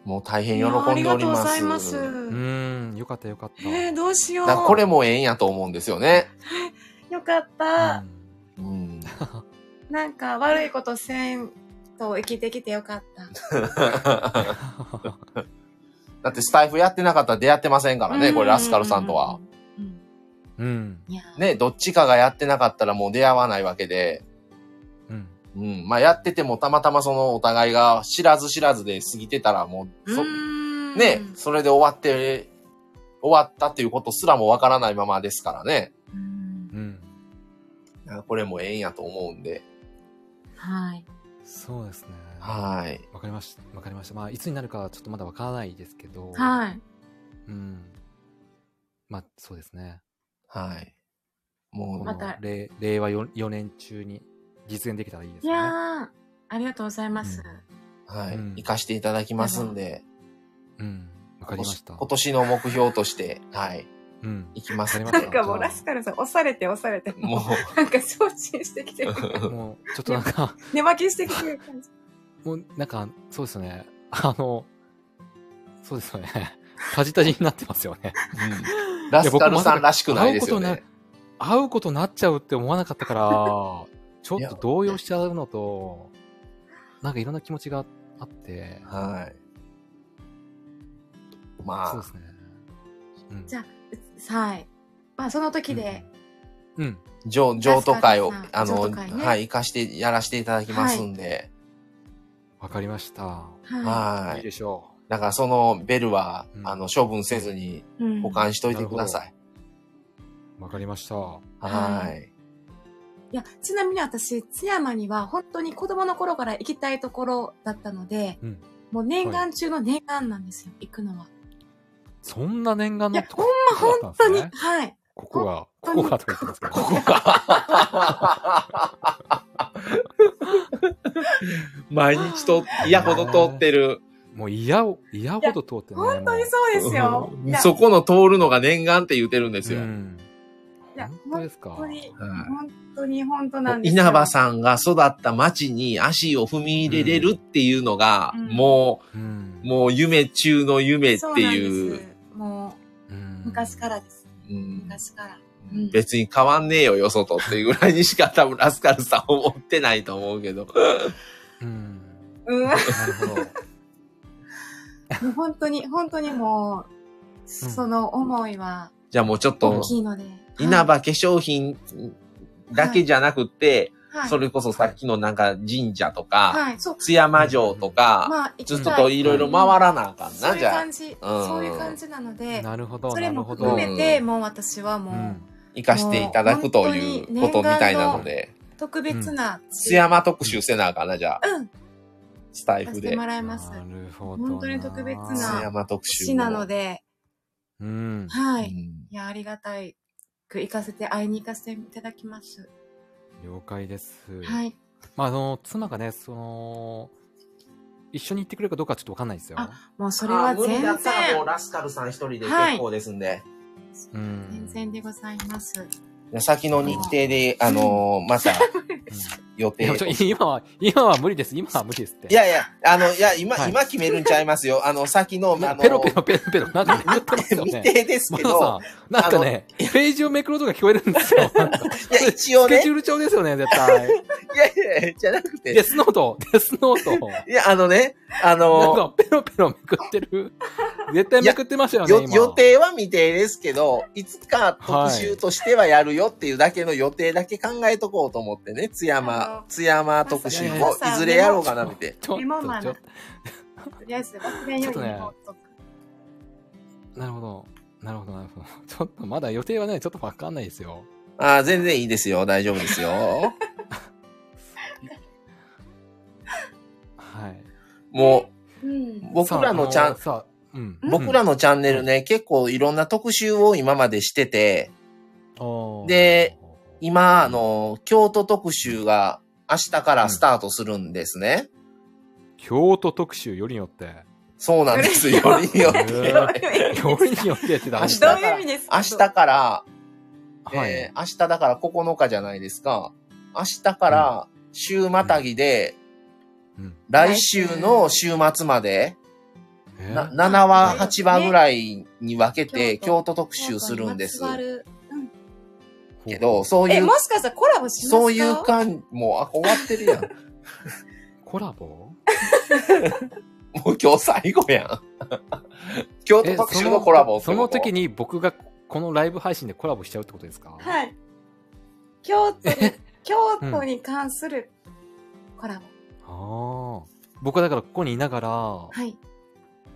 S2: もう大変
S1: いやー
S2: 喜
S1: あ
S2: ん
S1: り
S2: でお
S1: が
S2: り
S1: とうご
S2: ま
S1: ざい
S2: す。
S1: ます
S3: うーん、よかったよかった。
S1: えーどうしよう
S2: だからこれもええんやと思うんですよね。
S1: よかっ
S3: う
S1: た
S3: ん
S2: うん。
S1: なんか悪いことせんと生きてきてよかった
S2: だってスタイフやってなかったら出会ってませんからね、これラスカルさんと
S1: う
S2: は。。
S1: ん
S3: うん。
S1: いやー
S2: ね、どっちかがやってなかったらもう出会わないわけで、
S3: うん。
S2: うん。まあ、やっててもたまたまそのお互いが知らず知らずで過ぎてたらもう、そ
S1: うん
S2: ね、それで終わって、終わったっていうことすらもわからないままですからね。
S1: うん
S3: うん。
S2: これもええんやと思うんで。
S1: はい。
S3: そうですね。
S2: はい。
S3: わかりました。わかりました。まあ、いつになるかはちょっとまだわからないですけど。
S1: はい。
S3: うん。まあ、そうですね。
S2: はい。
S3: こ
S2: も
S1: ま
S3: の
S2: う、
S1: た
S3: 令令和 4, 4年中に実現できたらいいです
S1: い
S3: ね。
S1: やー、ありがとうございます。
S2: はい。
S3: うん
S2: 行かしていただきますんで、
S3: うん。わかりました。
S2: 今年の目標として、はい。
S3: うん。
S2: 行きますんで。
S3: わ
S1: な
S3: り
S1: ん
S3: ました
S1: かもうラスカルさん、押されて押されて、も
S2: も
S1: う、なんか昇進してきてる。
S2: う、
S3: もう、ちょっとなんか、 (laughs)
S1: 寝巻きしてきてる感じ。
S3: もう、なんか、そうですよね。あの、そうですよね。 (laughs) タジタジになってますよね。
S2: うんラスカルさんらしくないですよね。
S3: 会うことになっちゃうって思わな
S2: (laughs)
S3: かったから、ちょっと動揺しちゃうのと、なんかいろんな気持ちがあって、
S2: はい。
S3: そう
S2: ま
S3: ですね。うん
S1: じゃあ、はい。まあ、その時で、
S3: うん。うん。
S2: あ、譲譲渡会を
S1: ラス、カ
S2: あ
S1: ルさん
S2: の、
S1: 譲渡会ね
S2: はい、行かして、やらしていただきますんで、
S3: わかりました。
S1: は
S2: はい
S3: いい
S2: い。
S3: でしょ
S2: だからそのベルは
S3: う、ん
S2: あの、処分せずに
S1: いうん。
S2: 保管しといてください。
S3: う。わかりました。
S2: はい。
S1: いや、ちなみに私、津山には本当に子供の頃から行きたいところだったので、
S3: うん
S1: もう念願中の念願なんですよ、行くのは。
S3: そんな念願
S1: い
S3: の
S1: や、
S3: と
S1: ほ
S3: こ
S1: んま本
S3: とだっ
S1: 当
S3: たんで
S1: に、
S3: すね
S1: はい。
S3: ここが、
S1: 本
S3: こ
S1: 当に
S3: こがとか言ってますけど。
S2: ここか。毎日と、嫌ほど通ってる。
S3: もう嫌を、嫌ほど通ってね。
S1: 本当に
S3: う
S1: そうですよ。いや
S2: そこの通るのが念願って言ってるんで
S3: です
S2: よ。
S3: ん。
S1: いや
S3: 本当ですか。
S1: 本当に、
S2: はい
S1: 本当に本当なんですよ。
S2: 稲葉さんが育った町に足を踏み入れれるっていうのが、
S1: うん
S2: も
S3: うん
S2: う、。もう夢中の夢っ
S1: そう
S2: て
S1: なん
S2: い
S1: で
S2: う、
S1: す。も
S3: うん
S1: う、昔から。です。
S2: うん
S1: 昔から。うん
S2: 別に変わんねえよ、よそとっていうぐらいにしか多分ラスカルさん思ってないと思うけど。
S3: うん。
S2: (laughs)
S1: うん。も
S3: なるほど。
S1: う本当に、本当にもう、その思いは
S2: じゃあもうちょっ
S1: 大
S2: と、
S1: きいので。
S2: 稲
S1: はい
S2: 葉化粧品だけじゃなくて、
S1: はい。
S2: それこそさっきのなんか神社とか、
S1: はい、そう。
S2: 津山城とか、
S1: まあ、行き
S2: ず
S1: たい
S2: っとこういろいろ回らなあかん
S1: そう
S2: な、
S1: いう
S2: じゃあ
S1: 感。じ、
S2: うん
S1: そういう感じなので、
S3: なるほど。
S1: それも
S3: なる
S1: 含
S3: ほど
S1: めて、もう私はも
S3: う
S1: う、
S3: ん。
S2: 生かしていただくということみたいなので、
S1: 特別な、
S2: 津山特集せなあかんな、じゃあ。
S1: うん、
S2: スタイ
S1: さ
S2: フ
S1: せて
S2: で
S1: も。らいます。
S3: なるほど。
S1: 本当に特別
S2: 津
S1: な
S2: 山特集
S1: 市
S2: も。
S1: なので、
S3: うん。
S2: う
S1: はい。い
S2: ん。
S1: や、ありがたい。行かせて、会いに行かせていただきます。
S3: 了解です。
S1: はい。
S3: まあ、あの、妻がね、その、一緒に行ってくれるかどうかちょっとわかんないですよ。
S1: あもうそれは
S2: あ無
S1: 全
S2: 理だ
S1: 然
S2: っ、たらもうラスカルさん一人で
S1: はい
S2: 結構ですんで。
S3: うん。
S1: 全然でございます。
S2: 先の日程で、あのーまた、予
S3: い
S2: 定
S3: や
S2: を
S3: ちょ今は、今は無理です。今は無理ですって。
S2: いやいや、あの、いや、今、
S3: はい
S2: 今決めるんちゃいますよ。あの、先の、あ
S3: な
S2: の、
S3: んかペロペロペロペロ、なんかね言ってま
S2: (laughs)
S3: すよ
S2: 未
S3: ね。
S2: 定です
S3: ま
S2: け
S3: だ
S2: ど
S3: さ、、なんかね、ページをめくる音が聞こえるんですよ。
S2: (laughs) いや、一応
S3: スケ
S2: ね
S3: ジ、ュール帳ですよね、絶
S2: (laughs)
S3: 対。
S2: いやいやいや、じゃなくて、
S3: デスノート、デスノート。
S2: いや、あのね、あ
S3: なん
S2: の、
S3: かペロペロめくってる。
S2: (laughs)
S3: 絶対めくってましたよ
S2: よ
S3: ね、今。
S2: 予定は未定ですけど、いつか特集としてはやるよっていうだけの予定だけ考えとこうと思ってね、津
S1: あ
S2: 山
S1: の、
S2: 津山特集
S3: ま
S2: も
S1: さか
S2: いずれやろうかなって。
S3: ちょっ
S1: リモーマ
S3: と、
S1: ン
S3: ちょっ
S1: とりあえず、忘れんようにもうとく
S3: と、なるほど。なるほど、なるほど。 (laughs) ちょっとまだ予定はね、ちょっとわかんないですよ。
S2: ああ、全然いいですよ。大丈夫ですよ。
S3: はい。
S2: も
S1: うん
S2: う、。僕らのチャン、
S3: さあ、あのさあうん。
S2: 僕らのチャンネルね、結構いろんな特集を今までしてて、
S3: うん、
S2: で
S3: おー、
S2: 今、あの、京都特集が明日からスタートするんですね。
S3: 京都特集よりによって。
S2: そうなんですよ。よりによって
S3: へーよりによってって
S2: 明
S3: だ
S2: 日
S1: ど
S2: か、
S1: ういう意味ですから
S2: 明日から、
S3: はい。
S2: えー明日だから9日じゃないですか。明日から週またぎで、
S3: うん
S2: 来週の週末まで、
S3: えー
S2: な7話、
S1: ね
S2: 8話ぐらいに分けて
S1: 京
S2: 京都特集するんです
S1: まつわる
S2: けど、、そうい
S1: え、
S2: う
S1: も、しかしたらコラボしますか
S2: そういう感、もう、あ、終わってるやん。
S3: コラボ
S2: もう今日最後やん。京都特集のコラボ
S3: その時
S2: に。
S3: に僕がこのライブ配信でコラボしちゃうってことですかい。
S1: はい。京都に、京都に関するコラボ。
S3: ああ。僕はだからここにいながら、
S1: はい。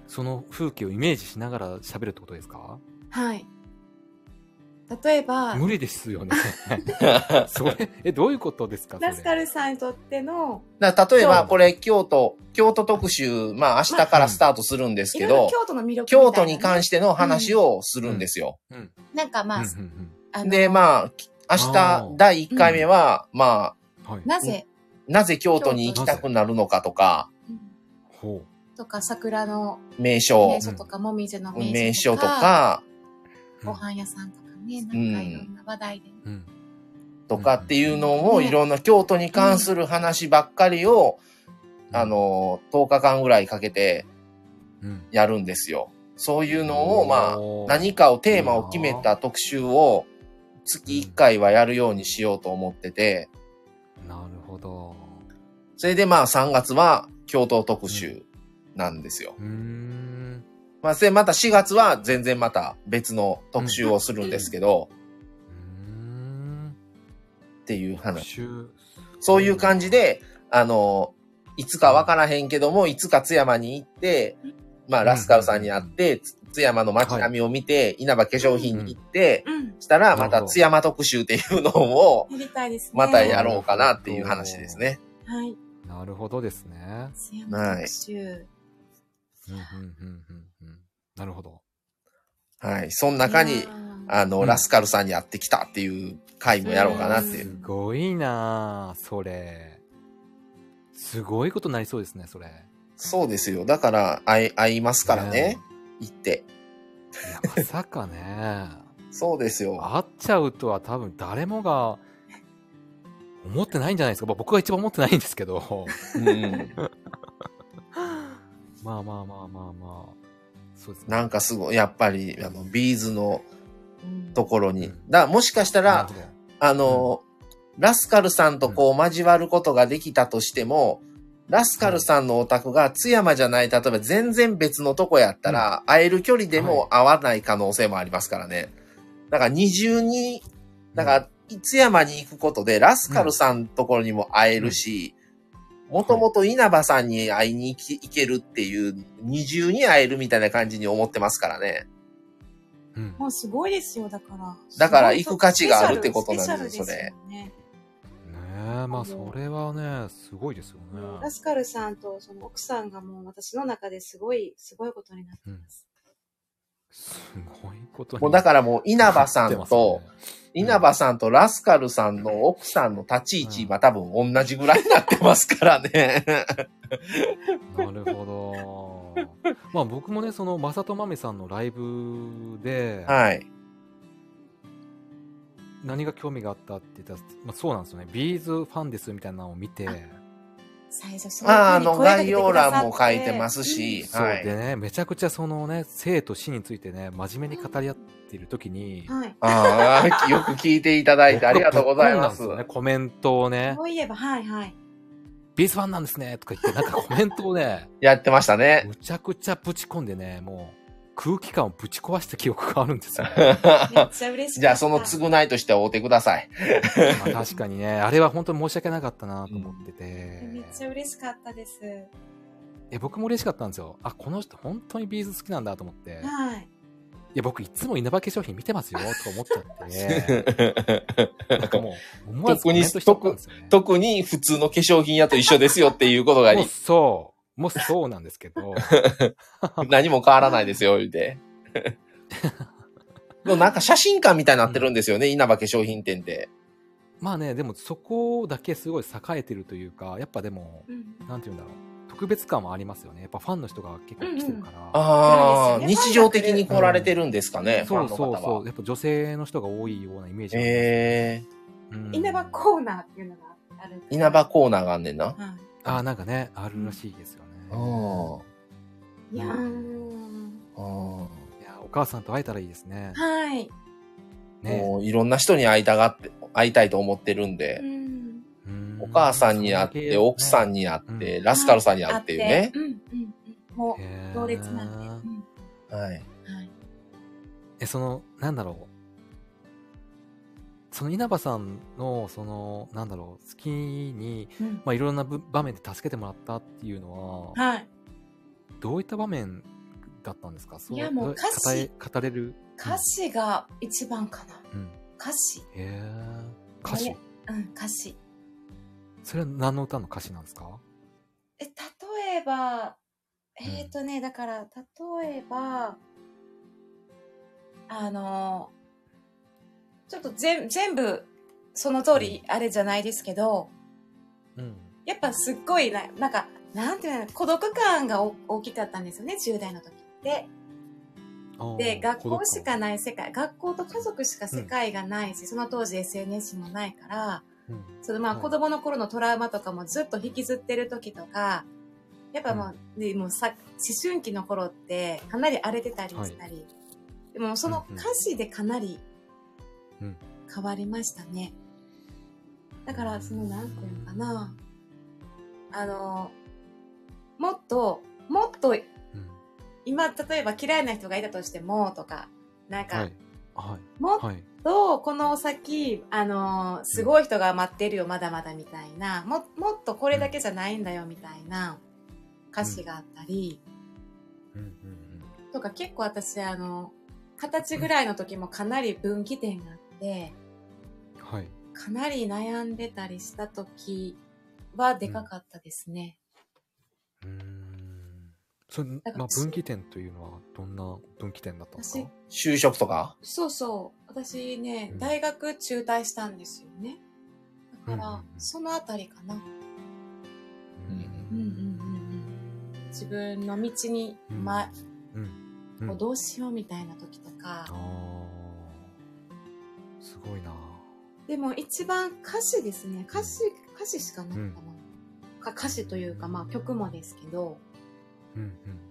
S3: その風景をイメージしながら喋るってことですか
S1: はい。例えば、
S3: 無理で
S2: (laughs)
S3: すよね。それ、え、どういうことですかそれ
S1: ラスカルさんにとっての、
S2: だから例え
S3: そ
S2: ば、
S3: う
S2: これ、京都、京都特集、まあ、明日からスタートするんです
S1: い
S2: け
S1: ろいろ
S2: ど、
S1: 京都の魅力みたいなね
S2: 京都に関しての話をするんですよ。
S3: うん。
S1: なんかまあ、
S3: うんうん
S1: あの
S2: で、まあ、明
S3: あ
S2: 日
S3: ー、
S2: 第1回目は、まあ、
S3: うんはい。
S1: なぜ、
S2: なぜ京都に行きたくなるのかとか、
S1: うん
S3: ほ
S1: とか桜の
S2: 名所
S1: 名、所とか、もみじの
S2: 名
S1: 名
S2: 所
S1: 所
S2: と、か、
S3: う。
S1: ご飯屋さんとかね、なんかいろんな話題で。
S3: うん。
S2: とかっていうのを、いろんな京都に関する話ばっかりを、あ、の、10日間ぐらいかけて
S3: うん。
S2: やるんですよ。そういうのを、まあ、
S3: おー
S2: 何かをテーマを決めた特集を月1回はやるようにしようと思ってて、
S3: なるほど。
S2: それでまあ3月は京都特集なんですよ。
S3: うーん。
S2: まあ、それまた4月は全然また別の特集をするんですけど、
S3: うーん。
S2: っていう
S3: 復
S2: 話。
S3: 習
S2: そういう感じで、あの、いつかわからへんけども、いつか津山に行って、まあ、ラスカルさんに会って、つ津山の街並みを見て、稲葉化粧品に行って、
S1: うん。
S2: したら、ま
S3: なる
S2: た
S3: ほど
S2: 津山特集っていうのを、
S1: やりたいですね。
S2: またやろうかなっていう話ですね。
S1: はい。
S3: なるほどですね。
S1: 津山特集。
S3: うんうんうんうんうんなるほど。
S2: はい。その中
S1: い
S2: に
S1: や、ー
S2: あの、
S3: うん
S2: ラスカルさんに会ってきたっていう回もやろうかなってい
S3: す
S2: う。
S3: ごいなあそれ。すごいことになりそうですね、それ。
S2: そうですよ。だから、会い、会いますからね。行って。
S3: いや、まさかね。
S2: (laughs) そうですよ。
S3: 会っちゃうとは多分誰もが思ってないんじゃないですか。まあ僕が一番思ってないんです
S2: (laughs)
S3: けど。
S2: うん。
S3: まあまあまあまあまあ。そうですね。
S2: なんかすごい、やっぱり、あの、ビーズの
S1: うん
S2: ところに
S3: う。ん
S2: だもしかした
S3: なる
S2: ら
S3: ほ、ど、
S2: あの、ラスカルさんとこう交わることができたとしても、ラスカルさんのお宅が津山じゃない、例えば全然別のとこやったら、会える距離でも会わない可能性もありますからね。だから二重に、だから津山に行くことで、ラスカルさんのところにも会えるし、もともと稲葉さんに会いに行き行けるっていう、二重に会えるみたいな感じに思ってますからね。
S3: うん
S1: もうすごいですよ、だから。
S2: だから行く価値があるってことなんですよね
S1: スペシャルですよね。
S3: ねえ、まあそれはね、すごいですよね。
S1: ラスカルさんとその奥さんがもう私の中ですごい、すごいことになってます。
S3: すごいことに。
S2: もうだからもう稲葉さ
S3: なっ
S2: ん
S3: て
S2: と、
S3: ますね、
S2: 稲葉さんとラスカルさんの奥さんの立ち位置、今多分同じぐらいになってますから
S3: (laughs)
S2: ね。
S3: なるほど。まあ僕もね、その、まさとまめさんのライブで、
S2: はい。
S3: 何が興味があったって言ったら、まあそうなんですよね。ビーズファンですみたいなのを見て、
S1: 最初そう。
S2: ああの、概要欄も書いてますすし、
S3: そう
S2: は
S3: で
S2: い。
S3: ね、めちゃくちゃそのね、生と死についてね、真面目に語り合っている時に、
S1: はい。
S2: ああ、よく聞いていただいてありがとうございます。
S3: 僕はぶっ込んだんでよね、コメントをね
S1: そ、ういえば、はいはい。
S3: ビーズファンなんですね、とか言って、なんかコメントをね、
S2: やってましたね。
S3: むちゃくちゃぶち込んでね、もう、空気感をぶち壊した記憶があるんで
S2: (laughs)
S3: すよね。
S1: めっちゃ嬉しい。
S2: じゃあ、その償いとしておうてください。
S3: まあ確かにね、あれは本当に申し訳なかったなと思ってて、
S1: めっちゃ嬉しかったです。
S3: え僕も嬉しかったんですよ。あ、この人本当にビーズ好きなんだと思って、い
S1: はい。
S3: や、僕いつも稲葉化粧品見てますよ、とか思っちゃ
S2: (laughs)
S3: って、なんかもう、思わずコメントしちゃったんですよね。
S2: 特に普通の化粧品屋と一緒ですよっていうことが
S3: もう
S2: に
S3: そう、もうそうなんですけど、 (laughs)
S2: 何も変わらないですよ、言うて。でもなんか写真館みたいになってるんですよね、稲葉化粧品店って。
S3: まあね、でもそこだけすごい栄えてるというか、やっぱでも、
S1: うん
S3: なんて言うんだろう、特別感はありますよね。やっぱファンの人が結構来てるから。
S2: ああ、
S1: そうですよね
S2: 日常的に来られてるんですかね、フ
S3: そ
S2: ァ
S3: う
S2: ンの
S3: そう
S2: 方
S3: そ
S2: は
S3: う。。やっぱ女性の人が多いようなイメージがあります
S2: え
S3: うん
S1: 稲葉コーナーっていうのがある。
S2: え稲葉コーナーがあんねんな。
S1: ー。は
S3: あーなんかね、あるらしいですよね。
S2: うん。
S1: い。いやー。
S2: うん
S3: いや、お母さんと会えたらいいですね。
S1: はい。
S3: ね。
S2: もういろんな人に会いたがって、会いたいと思ってるん
S1: う
S2: で、
S1: ん。
S3: うん
S2: お母さんに会って、奥さんに会って、ラスカルさんに会うっていうね。
S1: うんうんうん。もう、
S3: へー
S1: 同列なんで。うん
S2: はい。
S1: はい。
S3: え、その、なんだろう。その稲葉さんの、その、なんだろう、好きに、
S1: うん
S3: まあ、いろんなぶ場面で助けてもらったっていうのは、
S1: はい。
S3: どういった場面だったんですかそ
S1: いやもう歌詞
S3: 語れ語れる。
S1: 歌詞が一番かな。
S3: うん。うん
S1: 歌詞。
S3: へえ。歌詞
S1: ねうん、歌詞。
S3: それは何の歌の歌詞なんですか
S1: え、例えば、えっ、ー、とね、だから、例えば、あの、ちょっと全全部、その通り、あれじゃないですけど、
S3: うん。
S1: やっぱすっごいな、なんか、なんていうの、孤独感がお大きかったんですよね、10代の時って。
S3: あー
S1: で、学校しか
S3: 孤独
S1: ない世界、学校と家族しか世界がないし、その当時 SNS もないから、
S3: うん
S1: そのまあ
S3: はい
S1: 子供の頃のトラウマとかもずっと引きずってる時とか、やっぱもう、ねもうさ、思春期の頃ってかなり荒れてたりしたり、でもその
S3: うんうん
S1: 歌詞でかなり
S3: うん
S1: 変わりましたね。だから、そのなんていうのかな、あの、もっと、もっと
S3: うん
S1: 今、例えば嫌いな人がいたとしてもとか、なんか、
S3: はい。はい。
S1: もっ
S3: はい。
S1: とこの先、あのーすごい人が待ってるよ、まだまだみたいな、も、もっとこれだけじゃないんだよみたいな歌詞があったり、
S3: うんうん
S1: とか結構私、あの、二十歳ぐらいの時もかなり分岐点があって、
S3: うん。はい。
S1: かなり悩んでたりした時はでかかったですね。
S3: うーん。それ、
S1: から
S3: まあ、分岐点というのはどんな分岐点だったんですか
S2: 就職とか
S1: そうそう。私ね
S3: う、ん
S1: 大学中退したんですよね。だから、
S3: うんうんうん
S1: そのあたりかな。
S3: う
S1: うんうん自分の道に、ま、
S3: うん。うん
S1: もうどうしようみたいな時とか、
S3: あーすごいな
S1: でも一番歌詞ですね歌詞歌詞しかないかな、
S3: うん
S1: か歌詞というかまあ曲もですけど
S3: うんうん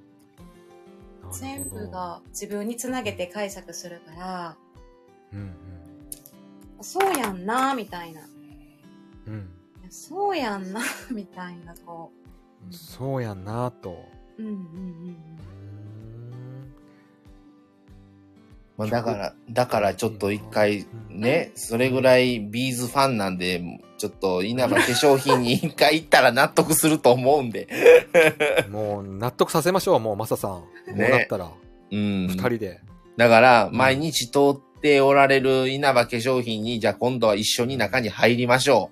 S3: なるほど
S1: 全部が自分につなげて解釈するから
S3: うん
S1: そうやんなみたいな
S3: うん
S1: そうやんな (laughs) みたいなこ
S3: うんそうやんなと
S1: ううんうんうん
S3: うーん
S2: まあ、だから、だからちょっと一回ね、それぐらいビーズファンなんで、ちょっと稲葉化粧品に一回行ったら納得すると思うんで。
S3: もう納得させましょう、もうマサさん。もう
S2: ね
S3: だったら、
S2: うん
S3: 二。人で。
S2: だから、毎日通っておられる稲葉化粧品に、じゃあ今度は一緒に中に入りましょ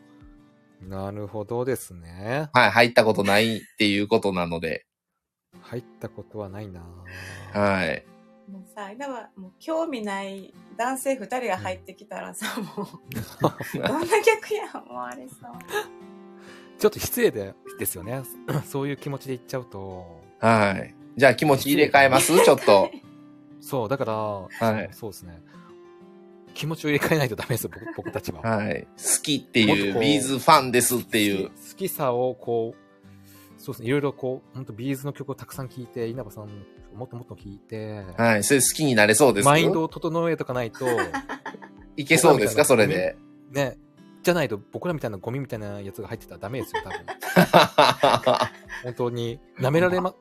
S3: なるほどですね。
S2: う。はい、入ったことないっていうことなので。
S3: 入ったことはないなぁ
S2: はい。
S1: もうさ、稲葉、もう興味ない男性二人が入ってきたらさ、もう、 (laughs) どんな客やん、思われそう。
S3: ちょっと失礼でですよね。 (clears throat) そういう気持ちで言っちゃうと。
S2: はい。じゃあ気持ち入れ替えますちょっ
S1: (laughs)
S2: と。
S3: そう、だから、
S2: はい
S3: そうですね。気持ちを入れ替えないとダメです、僕僕たちは。
S2: はい。好きって
S3: もっと
S2: いう、
S3: こう
S2: ビーズファンですっていう
S3: 好。き好きさをこう、そうですね、いろいろこう、本当ビーズの曲をたくさん聴いて、稲葉さんの曲をもっともっと聴いて、
S2: はい。それ好きになれそうです
S3: マインドを整えとかないと、
S2: いけそうですかそれで。
S3: ね、じゃないと僕らみたいなゴミみたいなやつが入ってたらダメですよ、多分。本当に、舐められま、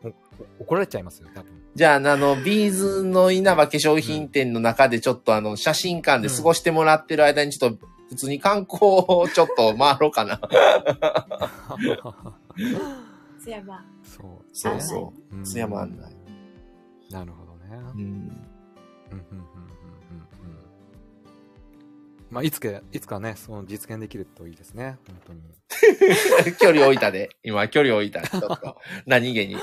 S3: お怒られちゃいますよ、多分。
S2: (laughs) じゃあ、あの、ビーズの稲葉化粧品店の中でちょっとあの、写真館で過ごしてもらってる間にちょっと、普通に観光をちょっと回ろうかな。
S1: 津山。
S3: そう、
S2: そう
S3: ね
S2: そうう。
S3: ん
S2: 津山案内。
S3: なるほどね。
S2: うん。
S3: うんうんうんうんうんうんまあ、いつか、いつかね、その実現できるといいですね、本当に。
S2: (laughs) 距離置いたで。今、距離置い
S3: (laughs)
S2: た。ちょっと、何気に。
S3: い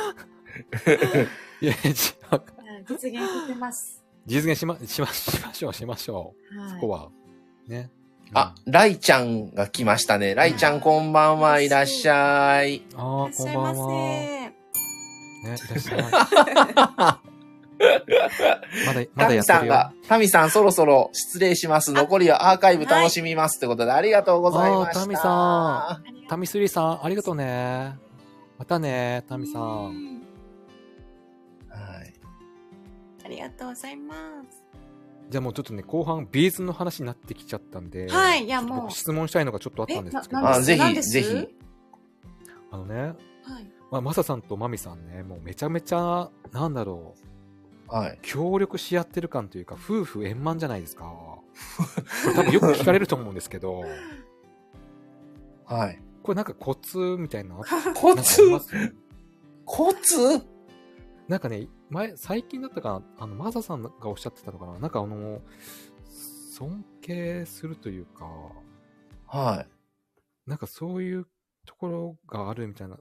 S3: や、し
S1: はい実現してます。
S3: 実現しま、しま、しましょう、しましょう。
S1: はい。
S3: そこは。ね。
S2: あ、ライちゃんが来ましたね。ライちゃんこんばんはいらっしゃい。
S3: う
S1: い
S3: ん、ああ
S1: らっ
S3: ー、こ
S1: しゃ
S3: ん
S1: い
S3: ば
S1: ま
S3: んは。ね、
S1: せ。
S3: いらっしゃい。
S2: (laughs)
S3: まだ、ま
S2: タ
S3: だや
S2: ミ
S3: って
S2: さ
S3: る
S2: ん
S3: よ。
S2: が、タミさんそろそろ失礼します。残りはアーカイブ楽しみます。ってことで、ありがとうございました。
S3: あータミさ
S1: ありがと
S3: タミスリーさん、ありがとうね。またね、タミさ。
S1: うんん。
S2: はい。
S1: ありがとうございます。
S3: じゃあもうちょっとね、後半、ビーズの話になってきちゃったんで。
S1: はいいや
S3: ちょっと僕
S1: もう
S3: 質問したいのがちょっとあったんですけ
S1: え
S3: ど。
S1: なな
S2: あ
S1: んで
S2: ー、
S1: す
S2: ぜ
S1: なん
S2: ひ、
S1: です
S2: ぜひ。
S3: あのね、
S1: はい。
S3: まあ、マサさんとマミさんね、もうめちゃめちゃ、なんだろう、
S2: はい。
S3: 協力し合ってる感というか、夫婦円満じゃない
S1: (laughs)
S3: ですか。これ多分よく聞かれると思うんですけど、
S2: はい。
S3: これなんかコツみたいなのあった
S2: コ
S3: なんか
S2: ツ
S3: あります
S2: コツ
S3: なんかね、前、最近だったかな、あの、マサさんがおっしゃってたのかな、なんかあの、尊敬するというか、
S2: は。
S3: なんかそういうところがあるみたいな、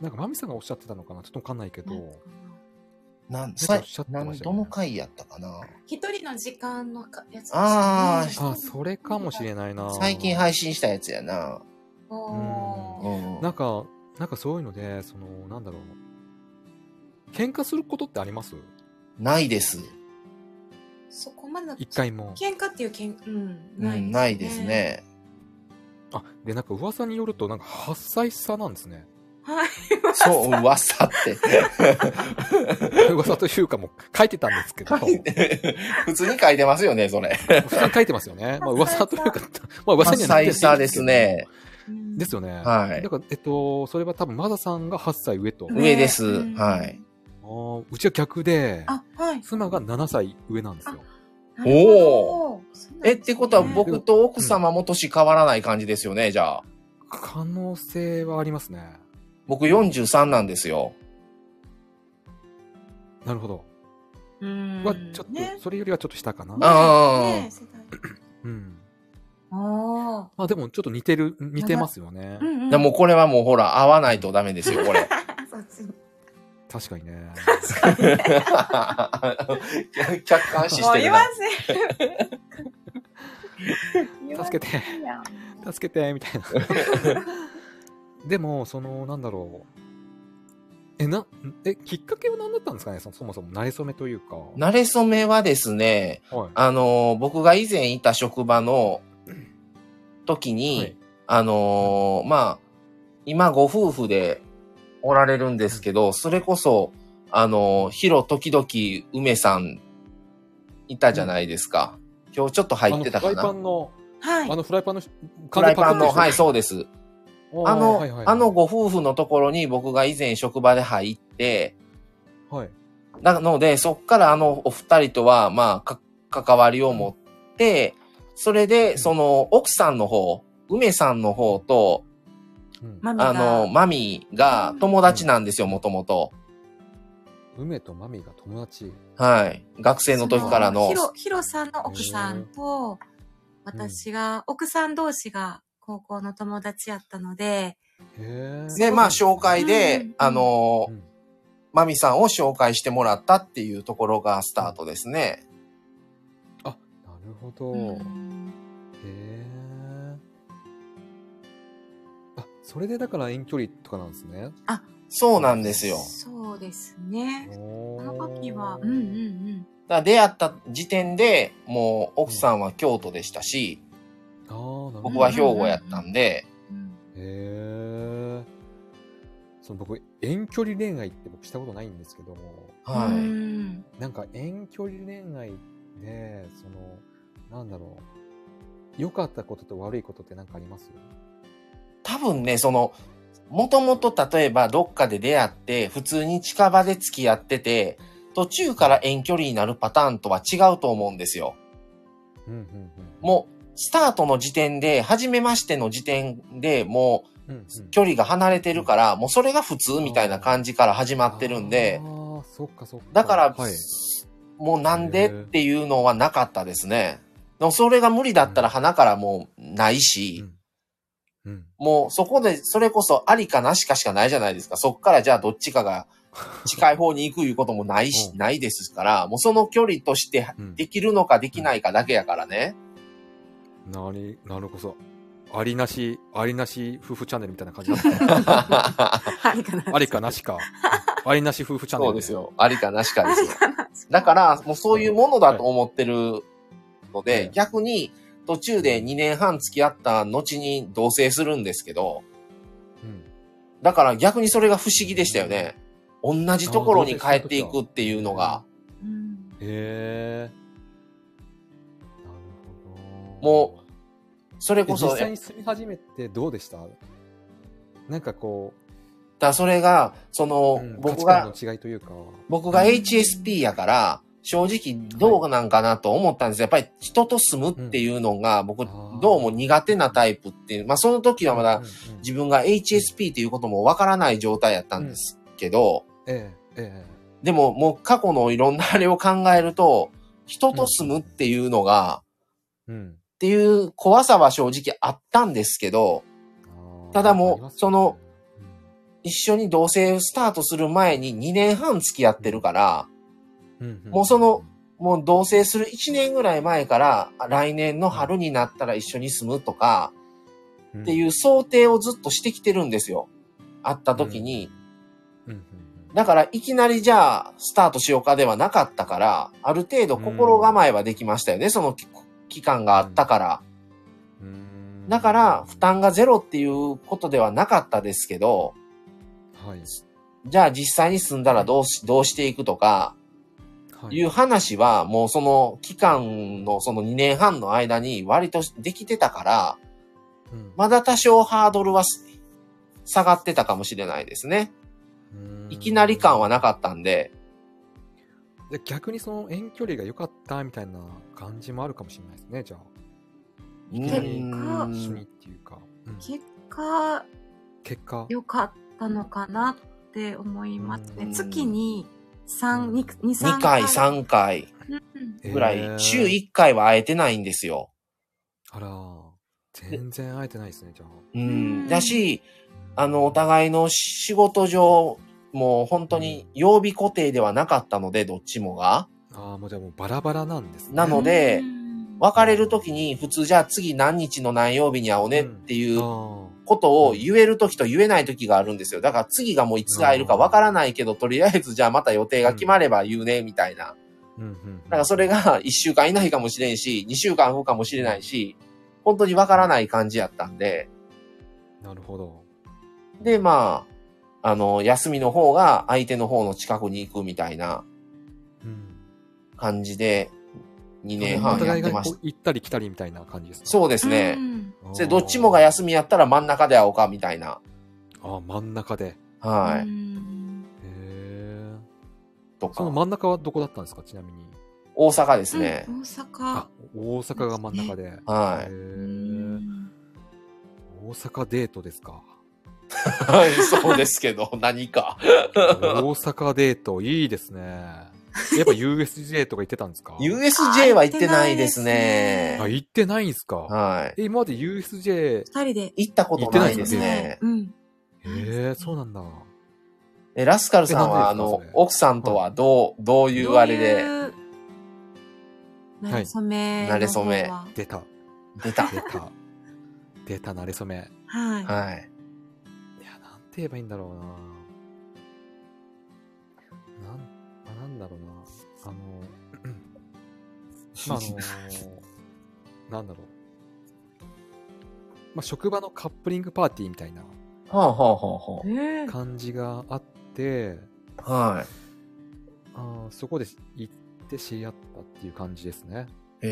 S3: なんかマミさんがおっしゃってたのかな、ちょっとわかんないけ
S1: なん
S3: ど
S1: か、ない
S2: なん、
S3: ちょっとおっしゃ
S2: さ
S3: ってましたよね
S2: なんどの回やったかな
S1: 一人の時間のかやつですかね
S2: あー
S3: あ、それかもしれないな。
S2: 最近配信したやつやな。
S1: お
S2: う
S1: ー
S2: ん。
S3: なんか、なんかそういうので、その、なんだろう。喧嘩することってあります
S2: ないです。
S1: そこまでの
S3: 一回も。
S1: 喧嘩っていう喧うん
S2: うん、ないです。ね。
S3: あ、で、なんか噂によると、なんか8歳差なんですね。 (laughs)
S1: はい。
S2: そう、噂って。
S3: 噂というかもう書いてたんですけど、
S2: 書いて (laughs) 普通に書いてますよね、それ。
S3: 普通に書いてますよね。まあ噂というか、 (laughs) まあ噂にはなって
S2: 8歳差ですね。
S1: うん
S3: ですよね。
S2: はい
S3: だから、えっと、それは多分マザさんが8歳上と。あ
S1: ね
S2: 上です
S1: うん
S2: はい
S3: ーうちは逆で、
S1: あ、はい。
S3: 妻が7歳上なんですよ。
S2: お
S1: お。そうなんですね
S2: え、ってことは僕と奥様も年変わらない感じですよね、じゃあ。
S3: 可能性はありますね。
S2: 僕43なんですよ。
S3: なるほど。
S1: うん
S3: は、ちょっ
S1: ね
S3: と、それよりはちょっと下かな。
S2: あー
S1: ね世代
S3: うん。
S1: おー
S3: まあでもちょっと似てる、似てますよね
S1: う。んうん
S2: でもうこれはもうほら、合わないとダメですよ、これ。 (laughs)
S1: そっちに
S3: 確か
S1: (laughs)
S3: にね。
S2: 客観視
S1: も
S2: し
S1: う
S2: てる
S1: 言わ
S2: な。
S3: (laughs)
S1: せる。言わせ
S3: 助けて、
S1: るやん
S3: 助けて、みたいな。
S1: (laughs)
S3: でも、その、なんだろう。え、な、え、きっかけは何だったんですかねそそもそも、馴れ初めというか。
S2: 慣れ初めはですね、
S3: はい。
S2: あのー、僕が以前いた職場の時に、
S3: はい
S2: あのーまあ、今ご夫婦でおられるんですけど、それこそ、あのー、ヒロ時々梅さんいたじゃないですか。今日ちょっと入ってた
S3: あ
S2: か
S3: のフライ
S2: な。
S3: パンの、
S1: はい
S3: あ。のフライパンの、
S2: フライパンの、はい、
S3: 完全パクって
S2: そうです。
S3: る人
S2: あの、
S3: はいはいはい
S2: あのご夫婦のところに僕が以前職場で入って、
S3: はい。
S2: なので、そっからあの、お二人とは、まあ、か、関わりを持って、それで、その、奥さんの方、梅さんの方と、
S3: うん
S1: マミが
S2: あの、マミーが友達なんですよ、もともと。
S3: 梅とマミが友達。
S2: はい。学生の時からの
S1: ヒ。ロ、ヒロさんの奥さんと、私が、奥さん同士が高校の友達やったので、
S3: へえ。
S2: で、まあ、紹介
S1: う
S2: で
S1: ん、
S2: あの
S3: う、ん
S2: マミさんを紹介してもらったっていうところがスタートですね。
S3: あ、なるほど。
S1: うん
S3: へえ。あ、それでだから遠距離とかなんですね。
S2: そうなんですよ。
S1: そうですね。そ
S3: おー
S1: の時は、うんうんうん。
S2: だから出会った時点で、もう奥さんは京都でしたし、
S3: あーなるほど
S2: 僕は兵庫やったんで、
S1: うん
S3: へえ。その僕、遠距離恋愛って僕したことないんですけども、
S2: は
S1: う
S2: い。
S1: ん
S3: なんか遠距離恋愛で、その、なんだろう。良かったことと悪いことって何かあります
S2: 多分ね、その、もともと例えばどっかで出会って、普通に近場で付き合ってて、途中から遠距離になるパターンとは違うと思うんですよ。
S3: うんうんうん。
S2: もう、スタートの時点で、初めましての時点でも
S3: うんうん、
S2: う距離が離れてるから、もうそれが普通みたいな感じから始まってるんで
S3: あ、ーそっかそっか。
S2: だから、
S3: はい。
S2: もうなんでっていうのはなかったですね。でもそれが無理だったら花からもうないし、
S3: うん。うん。
S2: もうそこでそれこそありかなしかしかないじゃないですか。そっからじゃあどっちか
S3: (laughs)
S2: が近い方に行くいうこともないし、
S3: うん
S2: ないですから、もうその距離として
S3: うん
S2: できるのかできないかだけやから
S3: (laughs)
S2: ね。
S3: なに、なるこそ。ありなし、ありなし夫婦チャンネルみたいな感じ
S2: (laughs)
S3: だった。
S1: ありかな。
S3: ありかなしか。ありなし夫婦チャンネ
S2: そ
S3: ル。
S2: うです。よ。ありかなしか
S1: あ
S2: です
S1: り
S2: よ。
S1: かな。
S2: だから、もうそういうものだと思ってるので、
S3: はい
S2: 逆に途中で2年半付き合った後に同棲するんですけど、
S3: うん。
S2: だから逆にそれが不思議でしたよね。同じところに帰っていくっていうのが、
S1: うん
S3: へえ。なるほど。
S2: もそれ
S3: え
S2: こそ、
S3: 実
S2: だ
S3: 際
S2: か
S3: に住み始めてどうでしたなんかこ
S2: らそれが、その
S3: う、、うん価値
S2: 僕
S3: 観
S2: が、
S3: の違いというか。
S2: 僕が HSP やから、正直どうなんかなと思ったんですやっぱり人と住むっていうのが僕
S3: あー
S2: どうも苦手なタイプっていう、まあその時はまだ
S3: うんうんうん
S2: 自分が HSP ということもわからない状態やったんですけど、
S3: ええ、え
S2: でももう過去のいろんなあれを考えると、人と住むっていうのが、
S3: え。うん
S2: っていう怖さは正直あったんですけど、
S3: あー
S2: ただもう
S3: ありますね
S2: その、一緒に同棲をスタートする前に2年半付き合ってるから、
S3: うんんん
S2: もうその、もう同棲する1年ぐらい前から、あ来年の春になったら一緒に住むとか、
S3: っ
S2: っていう想定をずっとしてきてるんですよ。会った時に。
S3: うん。うん
S2: だから、いきなりじゃあ、スタートしようかではなかったから、ある程度心構えはできましたよね、その期期間があったから。
S3: うんうんうん
S2: だから、負担がゼロっていうことではなかったですけど、
S3: はい。
S2: じゃあ実際に住んだらどうし、どうしていくとか、
S3: は
S2: いう話は、もうその期間のその2年半の間に割とできてたから、
S3: うん
S2: まだ多少ハードルはす下がってたかもしれないですね。
S3: うん
S2: いきなり感はなかったんで、
S3: で逆にその遠距離が良かったみたいな感じもあるかもしれないですね、じゃあ。
S2: う
S3: きなり
S2: ー
S3: 一緒に
S2: ん
S3: っていうか。うん
S1: 結果、
S3: 結果。
S1: 良かったのかなって思います
S3: う
S1: ね。
S3: ん
S1: 月に3、2、2
S2: 2
S1: 3
S2: 回、3回
S1: うん
S2: ぐら
S3: へー
S2: い、週1回は会えてないんですよ。
S3: あら、全然会えてないですね、じゃあ。
S2: う
S1: うん
S2: ん。だし、あの、お互いの仕事上、もう本当に曜日固定ではなかったので、どっちもが。
S3: ああ、もうじゃあもうバラバラなんですね。
S2: なので
S1: うん
S2: 別れる時に普通じゃあ次何日の何曜日に会おうねっていう
S3: あ
S2: ことを言える時と言えない時があるんですよ。だから次がもういつ会えるかわからないけど、とりあえずじゃあまた予定が決まれば言うね、みたいな。
S3: ーうんうんうん
S2: だからそれが (laughs) 1週間以内かもしれんし、2週間後かもしれないし、本当にわからない感じやったんで。
S3: なるほど。
S2: で、まあ、あの、休みの方が相手の方の近くに行くみたいな
S3: うん。
S2: 感じで、2年
S3: お
S2: 半や
S3: 互い
S2: って
S3: が
S2: まし
S3: こ
S2: た
S3: う。行ったり来たりみたいな感じですか
S2: そうですね
S1: う。ん
S3: う
S2: で、どっちもが休みやったら真ん中で会おうか、みたいな。
S3: ああ、真ん中で。へ
S2: はい。
S1: うん
S3: え。
S2: と
S3: その
S2: か、
S3: 真ん中はどこだったんですかちなみに。
S2: 大阪ですね
S1: う。ん大阪
S3: あ。、大阪が真ん中で。へ
S2: は
S3: え
S1: う
S2: い。
S1: ん
S3: 大阪デートです
S2: (laughs)
S3: か。
S2: はい、 (laughs) そうですけど、何か。
S3: 大阪デート、いいですね。やっぱ USJ とか行ってたんです
S2: (laughs)
S3: か
S2: USJ は行ってないですね。
S3: あ、行ってないんですか、
S2: はい。
S3: え、今まで USJ、
S1: 二人で。
S2: 行ったことないです
S3: 行って
S2: ね。
S1: うん。
S3: えー、そうなんだ。
S2: え、ラスカルさんは、
S3: え
S2: あ
S3: なんでです
S2: の
S3: かそれ、
S2: 奥さんとはどう、どういうあれで、
S1: なれそめ。
S2: はい馴れ初め
S1: は
S3: 出た、
S2: 出た。
S3: 出た。出た、なれそめ。い
S1: はい。
S2: はい。
S3: や、なんて言えばいいんだろうな。なん、あ、なんだろうな。あの、まあ、あの
S2: (laughs)
S3: なんだろう。まあ、職場のカップリングパーティーみたいな
S2: はあ、はあは
S1: えー
S3: 感じがあって、
S2: あはあ、はい。
S3: あーそこで行って知り合ったっていう感じですね。
S2: へ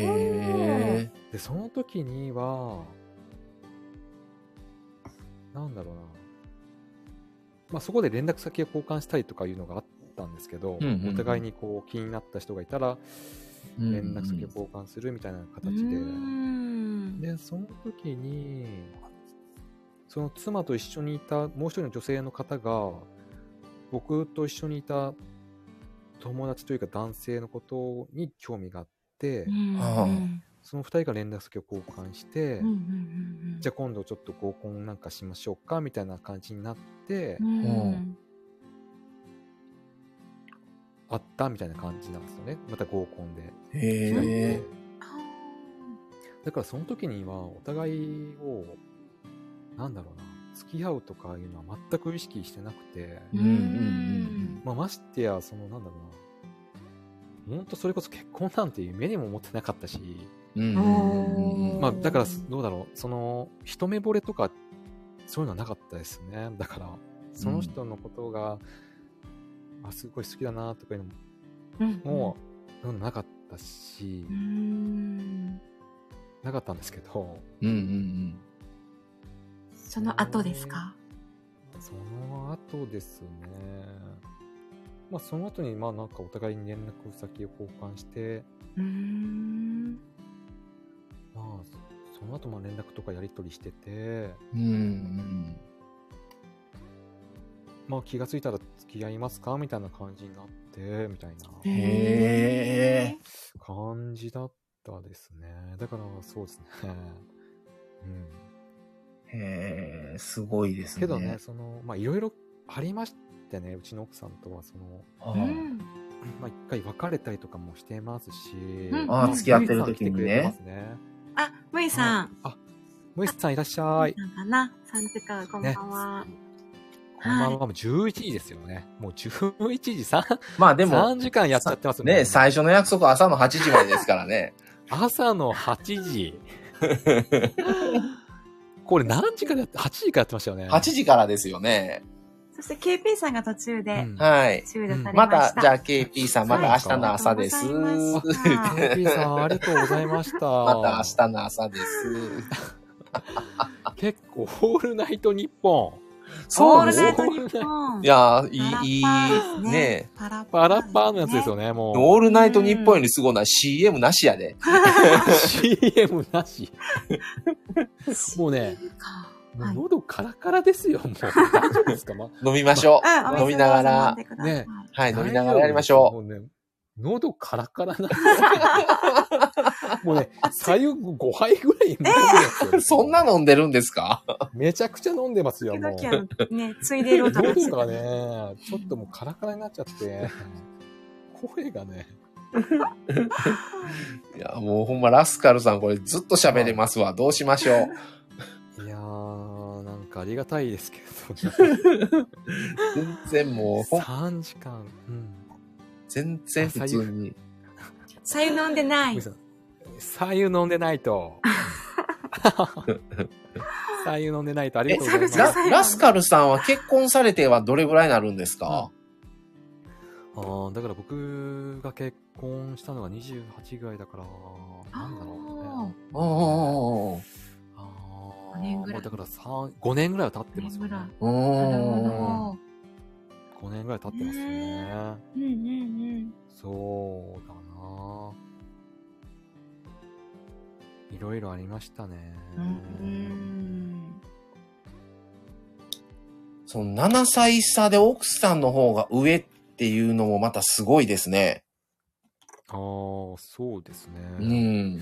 S2: え。
S3: で、その時には、なんだろうな。まあ、そこで連絡先を交換したりとかいうのがあったんですけど、
S2: うんうんうん
S3: お互いにこう気になった人がいたら、
S2: うん
S3: 連絡先を交換するみたいな
S1: う
S3: 形で。
S1: ん
S3: で、その時に、その妻と一緒にいたもう一人の女性の方が、僕と一緒にいた友達というか男性のことに興味があって、
S1: うん
S2: ああ
S1: うん
S3: その二人が連絡先を交換して、
S1: うんうんうんうん
S3: じゃあ今度ちょっと合コンなんかしましょうかみたいな感じになって、
S1: うん
S3: あったみたいな感じなんですよね。また合コンで開いて。
S2: へえ。
S3: だからその時にはお互いを、なんだろうな、付き合うとかいうのは全く意識してなくて、
S2: うんうんうん
S3: まあ、ましてや、そのなんだろうな、ほんとそれこそ結婚なんて夢にも思ってなかったし、
S2: うん。うんうんうん
S3: まあだから
S1: うん
S3: どうだろう、その一目惚れとかそういうのはなかったですね。だからその人のことが、あすごい好きだなとかいうの
S1: うん
S3: ももう、うんなかったし
S1: う、ん
S3: なかったんですけど、
S2: うんうん
S1: その後ですか
S3: その後ですね、まあその後にまあなんかお互いに連絡先を交換して、
S1: うん
S3: まあそその後まあ連絡とかやり取りしてて、
S2: うん。うん
S3: まあ気がついたら付き合いますかみたいな感じになって、みたいな。
S2: うん。へえ。
S3: 感じだったですね。だから、そうですね。 (laughs) うん。
S2: へえ、すごいですね。
S3: けどね、その、まあ、いろいろありましてね、うちの奥さんとは、その、
S2: は
S1: う
S2: い。
S1: ん
S3: まあ、一回別れたりとかもしてますし、
S1: ん
S2: あー付き合ってる時にね
S3: むいさん来てくれてますね。
S1: あむいさん
S3: あ、むいさんいらっしゃい。
S1: なんかなさんてかこんばんは
S3: こんばんは、もう11時ですよね。もう11時3、
S2: まあでも
S3: 3、時間やっちゃってますね。
S2: ね、最初の約束は朝の8時までですからね。
S3: 朝の8時。
S2: (laughs)
S3: これ何時からやって、8時からやってましたよね。
S2: 8時からですよね。
S1: そして KP さんが途中で
S3: うん
S2: はい。
S1: 中断され
S2: ま、
S1: ました
S2: じゃあ KP さん、また明日の朝です。
S1: ありがとうございました
S3: ハッピーさん、ありがとうございました。
S2: また明日の朝です。
S3: 結構、オールナイトニッポ
S1: オ
S2: そ
S1: ー
S2: うで
S1: ル
S2: す
S1: ナイトニッポン
S2: いやー、いい、い
S1: い
S2: い、ね
S1: パラ
S3: ン。
S1: パ
S3: パ
S1: ー
S3: ラッパーのやつですよね、も
S2: オールナイト日本よりすごいな、CM なしやで。
S3: う。CM なし。もうね、
S1: か
S3: も
S1: は
S3: う
S1: い
S3: 喉カラカラですよ、もう。大丈夫ですか、ま
S2: 飲みましょ
S1: あ
S2: う。飲みながら、
S3: ね
S2: はい、飲みながらやりましょ
S3: う。もうね、喉カラカラなんですよもうね、左右5杯ぐらい飲んでますよ
S2: う。 (laughs) そんな飲んでるんですか
S3: めちゃくちゃ飲んでますよ、
S1: 時
S3: もう。
S1: 々あのね、
S3: (laughs)
S1: ついでる音が
S3: 喉がね、ちょっともうカラカラになっちゃって、声がね、
S2: いや、もうほんまラスカルさんこれずっと喋れますわ。どうしましょ (laughs) う。
S3: いやー、なんかありがたいですけど、 (laughs) ね、
S2: 全然もうほん、
S3: 3時間、うん。
S2: 全然普通に。
S1: さゆ飲んでない
S3: むさん左右飲んでない (laughs) と。左右飲んでないとありがとうございま
S1: え
S3: す。
S1: さ
S2: ラ
S1: ぐさ
S2: ラスカルさんは結婚されてはどれぐらいになるんですか、
S3: あーだから僕が結婚したのが28ぐらいだから、なんだろうね。
S2: うん、おー
S3: あ
S1: 五年ぐらい
S3: もうだから三5年ぐらいは経ってますよね。
S1: 五年
S2: おーおー
S1: なるほど
S3: 5年ぐらい経ってますよね。
S1: うんうんうん
S3: いろありましたね。
S1: うん。
S2: その7歳差で奥さんの方が上っていうのもまたすごいですね。
S3: ああ、そうですね。
S2: うん。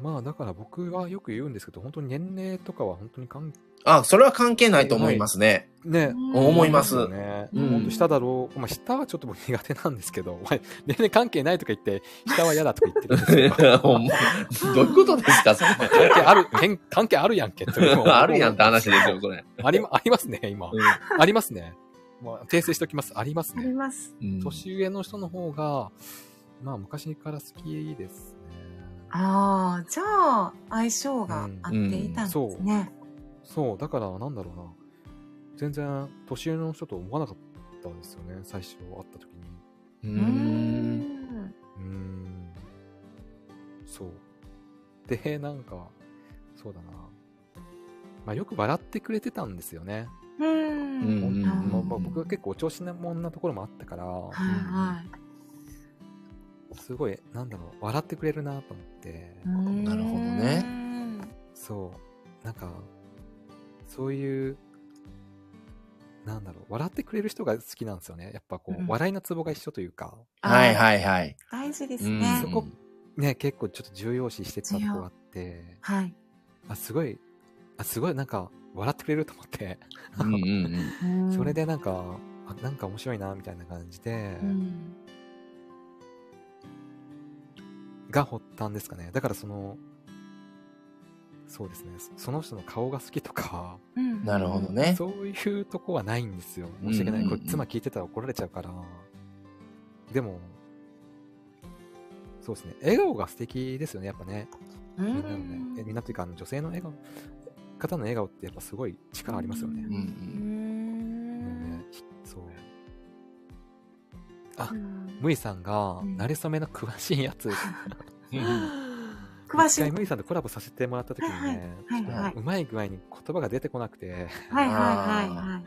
S3: まあだから僕はよく言うんですけど、本当に年齢とかは本当に関
S2: あ、それは関係ないと思いますね。
S3: ね、
S1: うん
S2: 思います
S3: よね。
S2: うん
S3: 本当下だろう。まあ下はちょっと僕苦手なんですけど、 (laughs) お前年齢関係ないとか言って、下は嫌だとか言ってるんです
S2: (laughs)
S3: けど
S2: ほんまどういうことですか、それ。
S3: 関係ある、けん関係あるやんけって僕
S2: (laughs)
S3: も
S2: あるやんって話ですよ、これ。
S3: ありまありますね、今。ありますね。まあ、訂正しておきます。あります
S1: あり
S3: ね。
S1: ます。
S2: うん
S3: 年上の人の方が、まあ、昔から好きですね。
S1: ああ、じゃあ、相性が合っていたんですね。
S3: そう、だから、なんだろうな。全然、年上の人と思わなかったんですよね、最初会った時に。
S1: う
S2: う
S1: ー
S2: ん。
S1: ん。
S3: うーん。そう。で、なんか、そうだな。まあ、よく笑ってくれてたんですよね。
S1: う。
S2: うんん
S3: まあ
S1: うん
S3: まあ、僕は結構お調子なもんなところもあったから、
S1: はいは
S3: すごい、なんだろう、笑ってくれるなと思って。
S1: い。うん
S2: なるほどね。
S3: そう。なんか、そういう、なんだろう、笑ってくれる人が好きなんですよね。やっぱこう、
S1: うん
S3: 笑いのツボが一緒というか、
S2: はい
S1: い。
S2: はいはい。
S1: 大事です
S2: うん
S1: ね
S3: そ。こ、ね、結構ちょっと重要視してたとこがあって、
S1: はい。
S3: あ、すごい、あ、すごいなんか、笑ってくれると思って、
S2: うんうんうん。
S1: うん
S3: それ。でなんか、あ、なんか面白いな、みたいな感じで、
S1: うん。
S3: が発端ですかね。だからその、そうですね、その人の顔が好きとか、
S1: うん
S2: なるほど。ね。
S3: そういうとこはないんですよ。申し訳ない。
S2: うんうん
S3: こ
S2: うん
S3: れ妻聞いてたら怒られちゃうから。でも、そうですね。笑顔が素敵ですよね、やっぱね。
S1: う
S3: みんなのね。え
S1: ん。
S3: みんなというか、あの女性の笑顔、方の笑顔ってやっぱすごい力ありますよね。
S2: うんう
S1: うん
S3: もうんねそう。むいさんが、
S1: うん
S3: 慣れ初めの詳しいやつ。
S2: (laughs)
S1: 詳し
S3: 一回
S1: い。
S3: むいさんとコラボさせてもらった時にね、
S1: はいはいはいはい
S3: ちょっとうまい具合に言葉が出てこなくて、
S1: はいはいはいはい。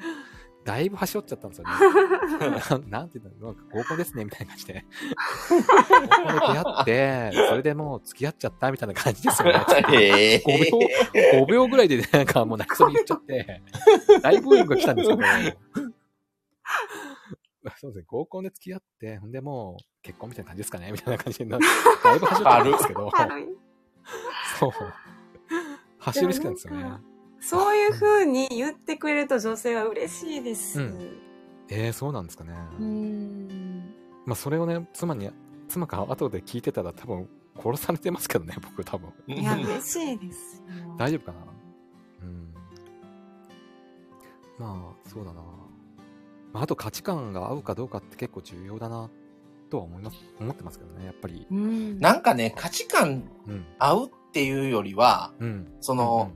S3: だいぶ端折っちゃったんで
S1: (laughs)
S3: すよね。ななんて言うんだろう、なんか合コンですね、みたいな感じで。
S1: (laughs)
S3: 合コンで出会って、それでもう付き合っちゃったみたいな感じです
S1: (laughs)
S3: よね。
S2: へえ
S3: 5秒、5秒ぐらいでなんかもう泣きそうに言っち
S1: (laughs)
S3: ゃって、大ブーイングが来たんですけど。そうですね、合コンで付き合って、ほんでもう結婚みたいな感じですかねみたいな感じになって、だいぶ走ったんですけど、
S1: 軽い。 (laughs)
S3: そう。走り好きなんですよ
S1: でも
S3: ね
S1: な。んそういう風に言ってくれると女性は嬉しいです。
S3: う
S1: うん
S3: ん。えー、そうなんですかね。
S1: うん
S3: まあそれをね、妻に、妻から後で聞いてたら多分殺されてますけどね、 (laughs) 僕多分。
S1: いや、嬉しいですよ。
S3: 大丈夫かなうん。まあ、そうだな。まあ、あと価値観が合うかどうかって結構重要だな、とは思います、思ってますけどね、やっぱり。
S1: うん。
S2: なんかね、価値観
S3: うん。
S2: 合うっていうよりは、
S3: うん。
S2: その、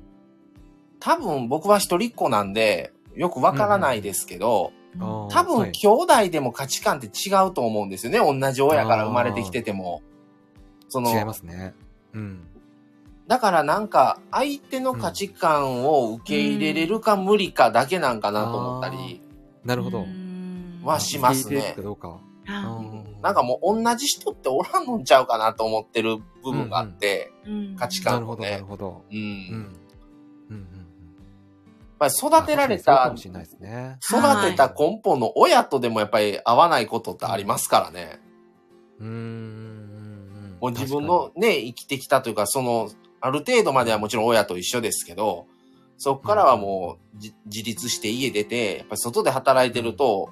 S2: 多分僕は一人っ子なんで、よくわからないですけど、
S3: うんうん、
S2: 多
S3: あーは
S2: 分
S3: い
S2: 兄弟でも価値観って違うと思うんですよね。同じ親から生まれてきてても。そ
S3: 違いま
S2: の、
S3: すね。うん。
S2: だからなんか相手の価値観を受け入れれるか無理かだけなんかなと思ったり
S3: なるほど。
S1: うん
S2: はしますね
S3: 聞いてるかどうか。
S1: あ
S3: うん
S2: なんかもう同じ人っておらんのんちゃうかなと思ってる部分があって、
S1: うん
S2: 価値観
S3: なるほど、
S2: ね
S3: なるほど。
S2: うん。
S3: うん。うん
S2: やっ、
S3: うん、うん。
S2: ぱり育てられ
S3: あ
S2: た
S3: 確かにそうかもしれないですね。
S2: 育てた根本の親とでもやっぱり合わないことってありますからね。
S3: うーんうん。
S2: もう自分のね、生きてきたというか、その、ある程度まではもちろん親と一緒ですけど、そこからはもうじ自立して家出て、やっぱり外で働いてると、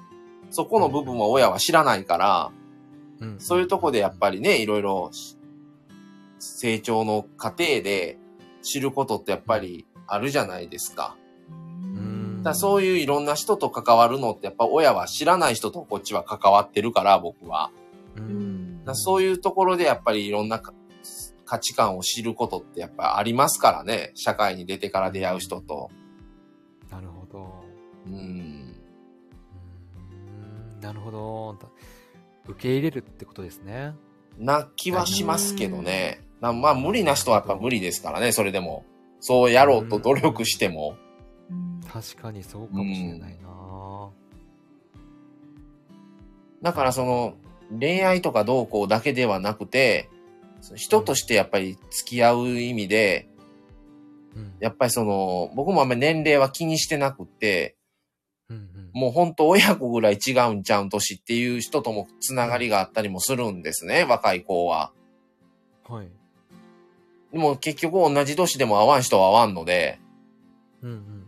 S2: そこの部分は親は知らないから、
S3: 確かに、
S2: そういうとこでやっ
S3: り。
S2: ぱりね、いろいろし成長の過程で知ることってやっぱりあるじゃないですか。
S3: ん
S2: だから
S1: だ
S2: そういういろんな人と関わるのって、やっぱ親は知らない人とこっちは関わってるから、僕は。
S3: う。
S1: うんん
S2: だからそういうところでやっぱりいろんなか価値観を知ることってやっぱありますからね。社会に出てから出会う人と。
S3: なるほど。
S2: うん。
S3: うーんなるほど。だ受け入れるってことですね。
S2: な気はしますけどね。なまあ無理な人はやっぱ無理ですからね、それでも。そうやろうと努力しても。
S1: うん
S3: 確かにそうかもしれないな、
S2: だからその恋愛とかどうこうだけではなくて、その人としてやっぱり付き合う意味で、
S3: うん
S2: やっぱりその、僕もあんまり年齢は気にしてなくて、
S3: うんうん
S2: もうほんと親子ぐらい違うんちゃうん年っていう人ともつながりがあったりもするんですね、若い子は。
S3: はい。
S2: でも結局同じ年でも合わん人は合わんので、
S3: うんうん
S2: うん。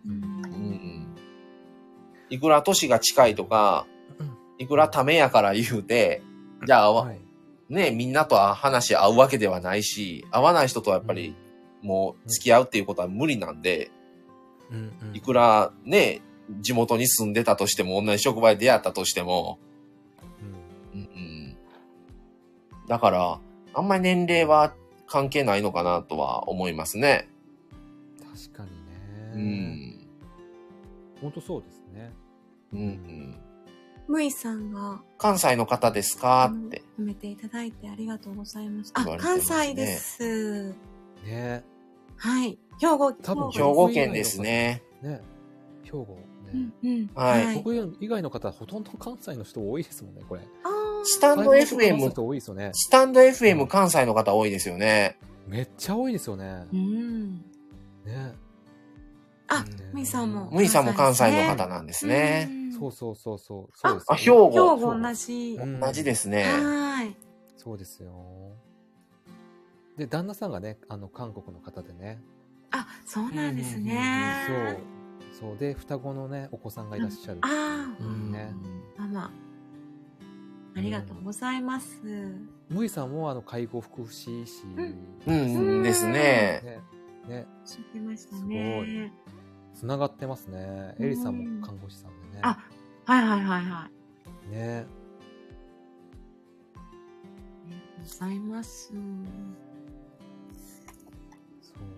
S2: いくら年が近いとか、
S3: うん
S2: いくらためやから言うて、じゃあ、わ
S3: はい
S2: ね、みんなとは話合うわけではないし、合わない人とはやっぱりもう付き合うっていうことは無理なんで、
S3: うんうん
S2: いくらね、地元に住んでたとしても、同じ職場で出会ったとしても、
S3: うん
S2: うんうん、だから、あんまり年齢は関係ないのかなとは思いますね。
S3: 確か
S2: う
S3: にね。
S2: ん。
S3: 本当そうですね。
S2: うんうん、
S1: むいさんが、
S2: 関西の方です
S1: あ
S2: か
S1: の
S2: って。
S1: 褒めていただいてありがとうございます。あ、
S2: 言われて
S1: 関
S2: ますね
S1: 西です。
S3: ね
S1: はい。兵庫、
S3: 多分
S2: 兵庫県ですね。
S3: ね兵庫
S1: う
S3: ね
S1: ん。、うん。
S2: はい
S3: 兵庫以外の方はほとんど関西の人多いですもんね、これ。
S1: あー
S2: スタンド
S3: だいぶ関西の
S2: FM、
S3: 人多いですよね。
S2: スタンド FM 関西の方多いですよね。
S3: めっちゃ多いですよね。
S1: うん。
S3: ね。
S1: あ
S3: ね
S1: むいさんも
S2: むいさんも関西の
S3: 関西ですね
S2: 方なんですね。
S1: うん
S3: そうそうそうそう。そうです
S2: あ、
S3: よ
S2: 兵
S1: 兵庫
S2: 庫。
S1: 同じ。
S3: うん
S2: 同じですね。
S1: はーい。
S3: そうですよ。で、旦那さんがね、あの、韓国の方でね。
S1: あ、そうなんです
S3: うんうんうん
S1: ね。
S3: そう。そうで、双子のね、お子さんがいらっしゃる。
S1: あ
S2: う
S1: あ、
S2: ん
S3: ね
S1: ママ。ありがとうございます。
S3: むいさんも、あの、介護福祉士。
S2: う
S3: ね。
S2: ん、ですね。
S3: ね。
S1: 知ってました
S3: すご
S1: ね。
S3: つながってますね。
S1: うん
S3: エリさんも看護師さんでね。
S1: あ、はいはいはいはい。あ
S3: ね。
S1: りがとうございます。
S3: そう。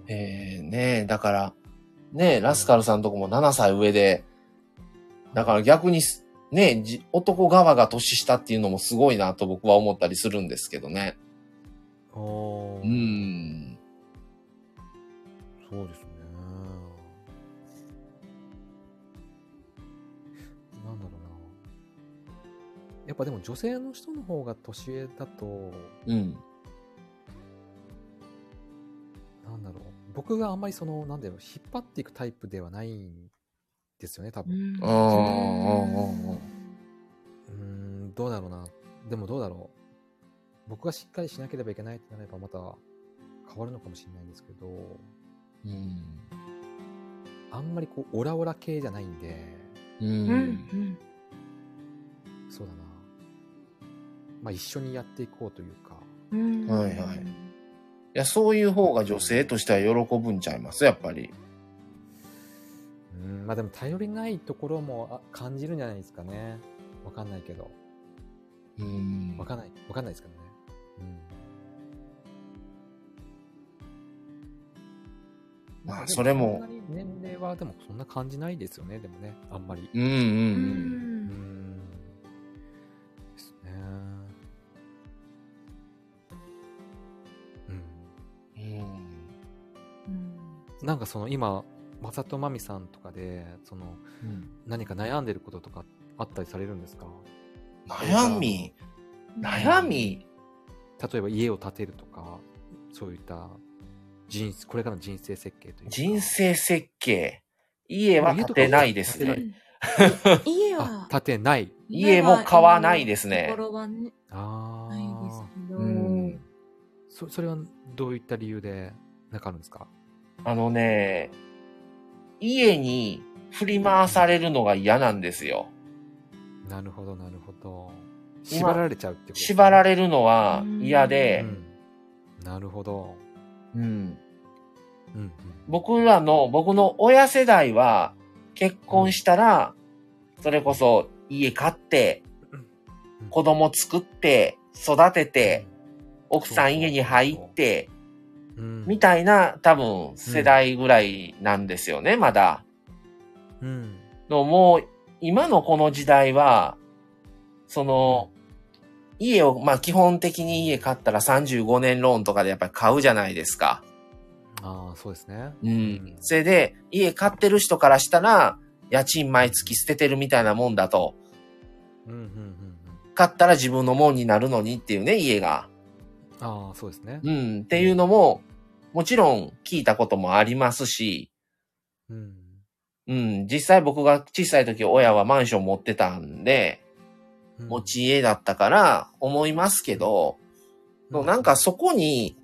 S2: えー、ねえ、だから、ねえ、ラスカルさんとこも7歳上で、だから逆にす、ねえ、じ男側が年下っていうのもすごいなと僕は思ったりするんですけどね。
S3: おー
S2: うん。
S3: そうですね。なんだろうな。やっぱでも女性の人の方が年上だと、
S2: うん。
S3: なんだろう。僕があんまりその、なんだろう、引っ張っていくタイプではないんですよね、多
S1: う
S3: 分。
S1: ん
S2: あーあーあーあー
S3: うーん、どうだろうな。でもどうだろう。僕がしっかりしなければいけないってなればまた変わるのかもしれないんですけど、
S2: うん。
S3: あんまりこう、オラオラ系じゃないんで、
S2: う。
S1: うんんうん。
S3: そうだな。まあ一緒にやっていこうというか、
S1: うん
S2: はいはいいや、そういう方が女性としては喜ぶんちゃいます、やっぱり。
S3: うん、まあでも頼りないところもあ感じるんじゃないですかね。わかんないけど。
S2: うん
S3: わかんない。わかんないですけどね。うん。
S2: まあ
S3: で
S2: それも
S3: そんなに年齢はでもそんな感じないですよね、でもね、あんまり。
S2: うんうん
S1: う。
S2: うん。
S3: うんん。ですね。うん。
S2: うん
S1: うん
S3: なんかその今、まさとまみさんとかで、その何か悩んでることとかあったりされるんですか
S2: 悩み、悩み、
S3: 例えば家を建てるとか、そういった人生、これからの人生設計というか。
S2: 人生設計。家は建てないです
S3: 家とかは建
S2: ね
S3: てない。
S1: 家
S3: あ
S1: は、
S3: 建てない。
S2: 家も買わないですね
S1: ところはね、
S3: あ
S1: ないです
S3: あ。
S1: けど。
S2: うん
S3: そそれはどういった理由で、なんかあるんですか
S2: あのね、家に振り回されるのが嫌なんですよ。
S3: なるほど、なるほど。
S2: 今
S3: 縛られちゃうってこと、
S2: 縛ら
S3: れ
S2: れるのは嫌で、
S3: なるほど。
S2: うん
S3: うんうん。
S2: 僕らの、僕の親世代は結婚したら、それこそ家買って
S3: うん、
S2: 子供作って、育てて、奥さ
S3: そ
S2: ん
S3: う
S2: 家に入って、
S3: うん、
S2: みたいな多分世代ぐらいなんですよね、まだ。
S3: うん。
S2: のもう、今のこの時代は、その、家を、まあ基本的に家買ったら35年ローンとかでやっぱり買うじゃないですか。
S3: ああ、そうですね。
S2: うん。それで、家買ってる人からしたら、家賃毎月捨ててるみたいなもんだと、
S3: うんうんうんうん。
S2: 買ったら自分のもんになるのにっていうね、家が。
S3: ああ、そうですね。
S2: うん、っていうのも、もちろん聞いたこともありますし、
S3: うん。
S2: うん、実際僕が小さい時親はマンション持ってたんで、
S3: うん
S2: 持ち家だったから思いますけど、なんか、そこに、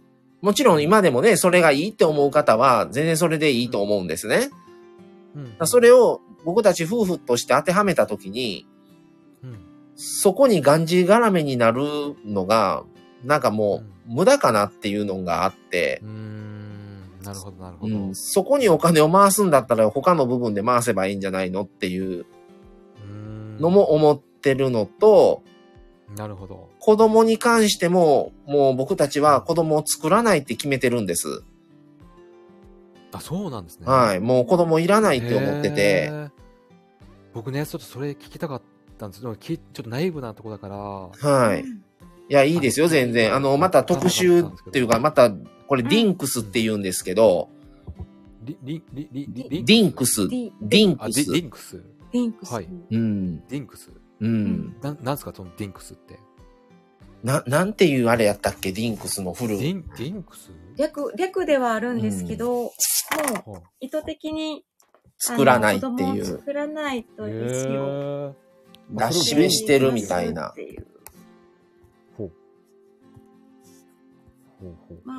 S2: もちろん今でもね、それがいいって思う方は、全然それでいいと思うんですね。だか
S3: うん
S2: らそ、れを僕たち夫婦として当てはめた時に、
S3: うん
S2: そこにがんじがらめになるのが、なんかもう無駄かなっていうのがあって
S3: う、ーん。なるほど、なるほ
S2: う
S3: ど。
S2: ん、そこにお金を回すんだったら他の部分で回せばいいんじゃないのっていうの
S3: の
S2: も思ってるのと、
S3: なるほど。
S2: 子供に関しても、もう僕たちは子供を作らないって決めてるんです。
S3: あ、そうなんですね。。
S2: はいい。もう子供いらないって思ってて。。
S3: 僕ね、ちょっとそれ聞きたかったんですけど、きちょっとナイーブなとこだから、
S2: はい。いや、いいですよ、
S3: あ
S2: 全然。あの、また特集っていうか、また、これ、ディンクスって言うんですけど、
S3: リ、リ、リ、リ、
S2: デ
S3: リ
S2: ィンクス、デ
S1: リ
S2: ィン
S3: あ、
S2: ク
S3: ディ
S2: ス
S3: デ。ィンクス。
S1: リンクス。
S3: はい
S2: うん、
S3: ディンクス。
S2: うん。
S3: なん、なんですか、そのディンクスって。
S2: な、なんていうあれやったっけ、ディンクスのフ
S3: デ
S2: ル。
S3: ィン、ディンクス
S1: 略、略ではあるんですけど、もう
S3: はあ
S1: 意図的に
S2: 作らないって
S1: あの子
S2: い
S1: 供を
S2: う、
S1: 作らないと
S3: へ
S1: ですよ。
S3: ー
S2: 出し目してるみたいな
S1: っ。ていう
S3: ほうほうほう
S1: ま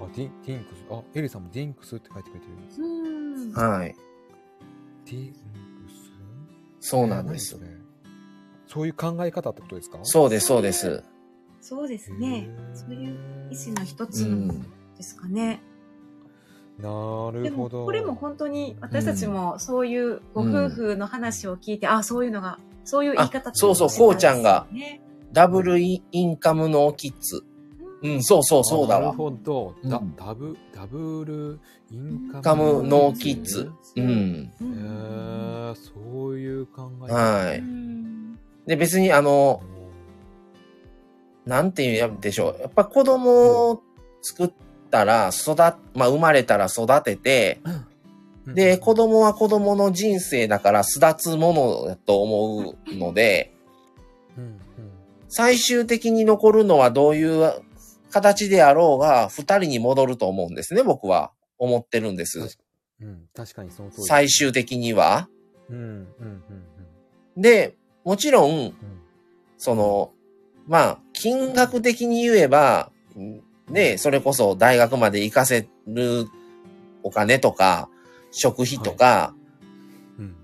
S1: あ、
S3: あ、ディン、ディンクス。あ、エリさんもディンクスって書いてくれてる。
S1: うん。
S2: はい。
S3: ディンクス
S2: そうなんです
S3: えー。何それそういう考え方ってことですか
S2: そうです、そうです。
S1: そうですね。そういう意思の一
S2: う
S1: つ
S2: ん。
S1: ですかね。
S3: の。な
S1: で
S3: る
S1: も、
S3: ほど。
S1: これも本当に私たちもそういうご夫婦の話を聞いて、あ、そういうのが、そういう言い方
S2: あそうそうこうちゃんが
S1: ね。
S2: ダブルインカムのキッズ。うん、そうそう、そうだ
S3: なる
S2: わ。
S3: ほど。ダ
S2: うん
S3: ダブ、ダブルインカム。
S2: カムノーキッズ。う
S3: へ
S2: ん。
S1: う
S3: え
S1: ん。
S3: ー、そういう考え方。
S2: は
S1: う
S2: い。
S1: ん
S2: で、別にあの、なんていうんでしょう。やっぱ子供を作ったら、育、まあ生まれたら育てて、
S3: うん
S2: で、子。供は子供の人生だから巣立つものだと思うので、
S3: うん
S2: 最終的に残るのはどういう形であろうが、二人に戻ると思うんですね、僕は。思ってるんで
S3: 確
S2: す。
S3: うん。うん、確かにその通り。
S2: 最。終的には。
S3: うん、うん、うん、
S2: で、もちろん、
S3: うん。
S2: その、まあ、金額的に言えば、ね、それこそ大学まで行かせるお金とか、食費とか、
S3: うん。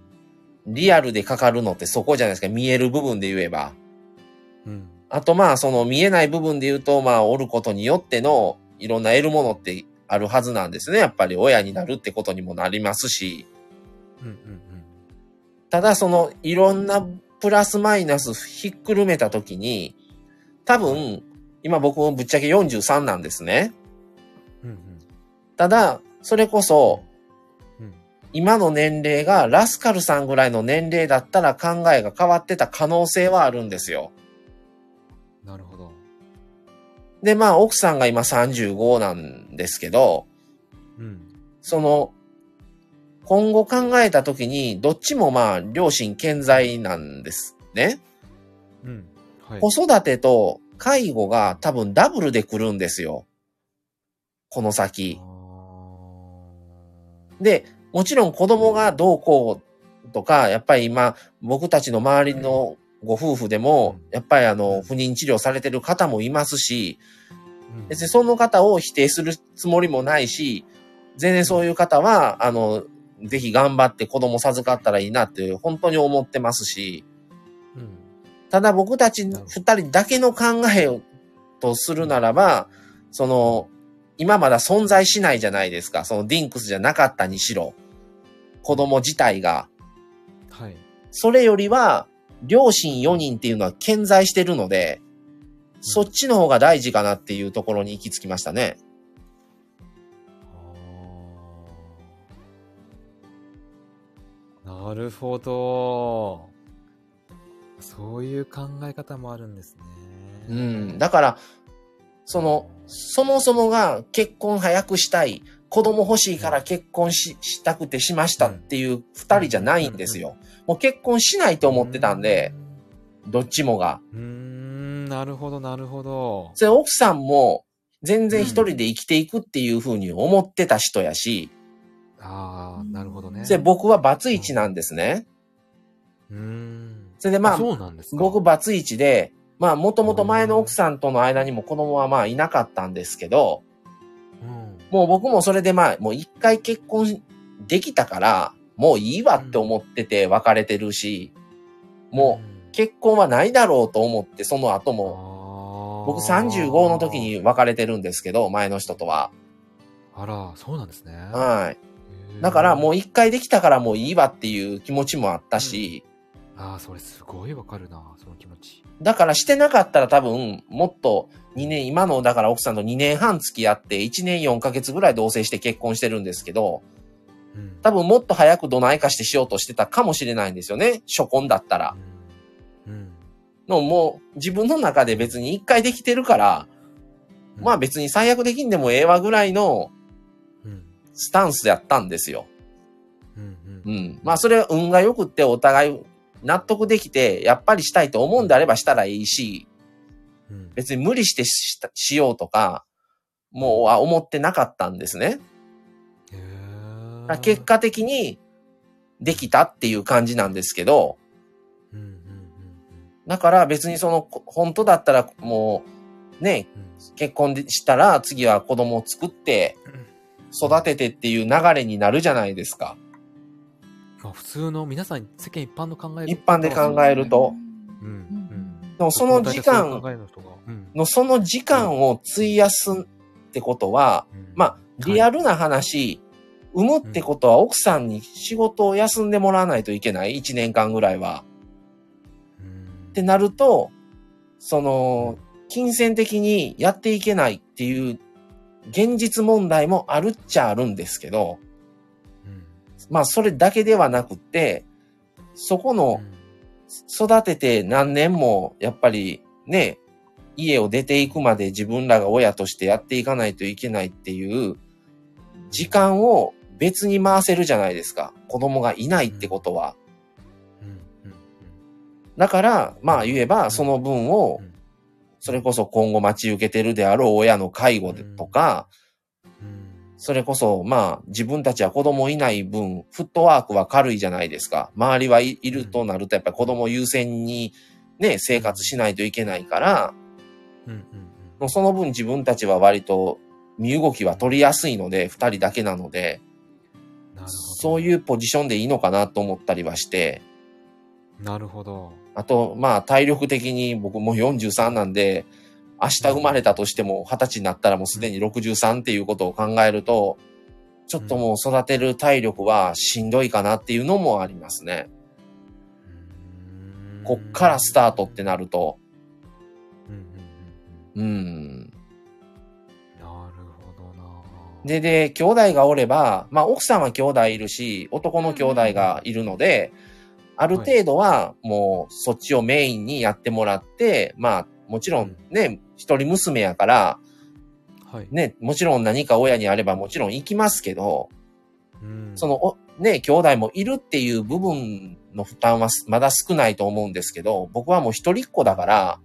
S2: リアルでかかるのってそこじゃないですか。見える部分で言えば。
S3: うん。
S2: あとまあ、その見えない部分で言うと、まあ、おることによっての、いろんな得るものってあるはずなんですね。やっぱり親になるってことにもなりますし。
S3: うん、うん、
S2: ただそのいろんなプラスマイナスひっくるめたときに、多分、今僕もぶっちゃけ43なんですね。
S3: うん。うん、
S2: ただ、それこそ、
S3: うん。うん。
S2: 今の年齢がラスカルさんぐらいの年齢だったら考えが変わってた可能性はあるんですよ。
S3: なるほど。
S2: で、まあ奥さんが今35なんですけど、
S3: うん。
S2: その、今後考えたときに、どっちもまあ両親健在なんですね。
S3: うん。はい。
S2: 子育てと介護が多分ダブルで来るんですよ。この先
S3: あ。ー
S2: で、もちろん子供がどうこうとか、やっぱり今、僕たちの周りのご夫婦でも
S3: う、ん
S2: やっぱりあの、不妊治療されてる方もいますし、
S3: うん
S2: 別にその方を否定するつもりもないし、全然そういう方は、あの、ぜひ頑張って子供授かったらいいなって、本当に思ってますし、
S3: うん。
S2: ただ僕たち
S3: なるほど
S2: 二人だけの考えをとするならば、その、今まだ存在しないじゃないですか。そのディンクスじゃなかったにしろ。子供自体が。
S3: はい。
S2: それよりは、両親4人っていうのは健在してるので、そっちの方が大事かなっていうところに行き着きましたね。
S3: あーなるほど。そういう考え方もあるんですね。
S2: うん。だから、その、そもそもが結婚早くしたい、子供欲しいから結婚ししたくてしましたっていう二人じゃないんですよ。もう結婚しないと思ってたんで、どっちもが。
S3: うーん。
S4: なるほど、なるほど。
S2: それ奥さんも全然一人で生きていくっていうふうに思ってた人やし、
S4: ああ、なるほどね。
S2: それ僕はバツイチなんですね。
S4: うーん。
S2: それでまあ、
S4: そうなんですか。
S2: 僕、バツイチで、まあもともと前の奥さんとの間にも子供はまあいなかったんですけど、
S4: うん。
S2: もう僕もそれでまあもう一回結婚できたから、もういいわって思ってて別れてるし、もう結婚はないだろうと思ってその後
S4: うん、
S2: も、
S4: あー
S2: 僕35の時に。別れてるんですけど、前の人とは。
S4: あら、そうなんですね。
S2: はい。
S4: へー
S2: だからもう一回できたからもういいわっていう気持ちもあったし、
S4: ああ、それすごいわかるな、その気持ち。
S2: だからしてなかったら多分もっと2年、今のだから奥さんと2年半付き合って1年4ヶ月ぐらい同棲して結婚してるんですけど、
S4: うん。
S2: 多分もっと早くどないかしてしようとしてたかもしれないんですよね。初婚だったら。
S4: うん。うん。
S2: のもう自分の中で別に一回できてるから、
S4: うん
S2: まあ別に最悪できんでもええわぐらいの
S4: うん。
S2: スタンスやったんですよ。
S4: うん。
S2: う
S4: うん。
S2: ん。まあそれは運が良くってお互い納得できて、やっぱりしたいと思うんであればしたらいいし、
S4: うん。
S2: 別に無理してしたしようとか、もうは思ってなかったんですね。だ
S4: へー
S2: から結。果的にできたっていう感じなんですけど、
S4: うん。うん。うん
S2: だから別にその、こ本当だったらもう、ね、結婚でしたら次は子供を作って
S4: うん、
S2: 育ててっていう流れになるじゃないですか。
S4: うん。まあ普通の皆さん世間一般の考え
S2: 一般で考えると。
S4: うんうん
S2: でもその時
S4: そういう
S2: 間
S4: 考えの人がうん
S2: の、その時間を費やすってことは、
S4: うん
S2: まあ、リアルな話、産むってことは奥さんに仕事を休んでもらわないといけない一年間ぐらいは。
S4: うん
S2: ってなると、その、金銭的にやっていけないっていう現実問題もあるっちゃあるんですけど、
S4: うん
S2: まあそれだけではなくて、そこの育てて何年もやっぱりね、家を出ていくまで自分らが親としてやっていかないといけないっていう時間を別に回せるじゃないですか。子供がいないってことは。
S4: うんうん
S2: だから、まあ言えばその分を
S4: うんうん
S2: それこそ今後待ち受けてるであろう親の介護でとか、
S4: うん
S2: それこそまあ自分たちは子供いない分、フットワークは軽いじゃないですか。周りはいいるとなるとやっぱり子供優先にね、生活しないといけないから、
S4: うんうん
S2: もうその分自分たちは割と身動きは取りやすいので、二人だけなので、
S4: うんなるほど
S2: そういうポジションでいいのかなと思ったりはして、
S4: なるほど
S2: あとまあ体力的に僕もう43なんで、明日生まれたとしても20歳になったらもうすでに63っていうことを考えると、ちょっともう育てる体力はしんどいかなっていうのもありますね。
S4: うん
S2: こっからスタートってなると、
S4: うんう
S2: う
S4: ん
S2: ん。
S4: うんなるほどな
S2: で、で、兄弟がおれば、まあ奥さんは兄弟いるし、男の兄弟がいるので、ある程度はもうそっちをメインにやってもらって、まあもちろんね、一人娘やから、
S4: はい
S2: ね、もちろん何か親にあればもちろん行きますけど、
S4: うん
S2: その、おね、兄弟もいるっていう部分の負担はまだ少ないと思うんですけど、僕はもう一人っ子だから、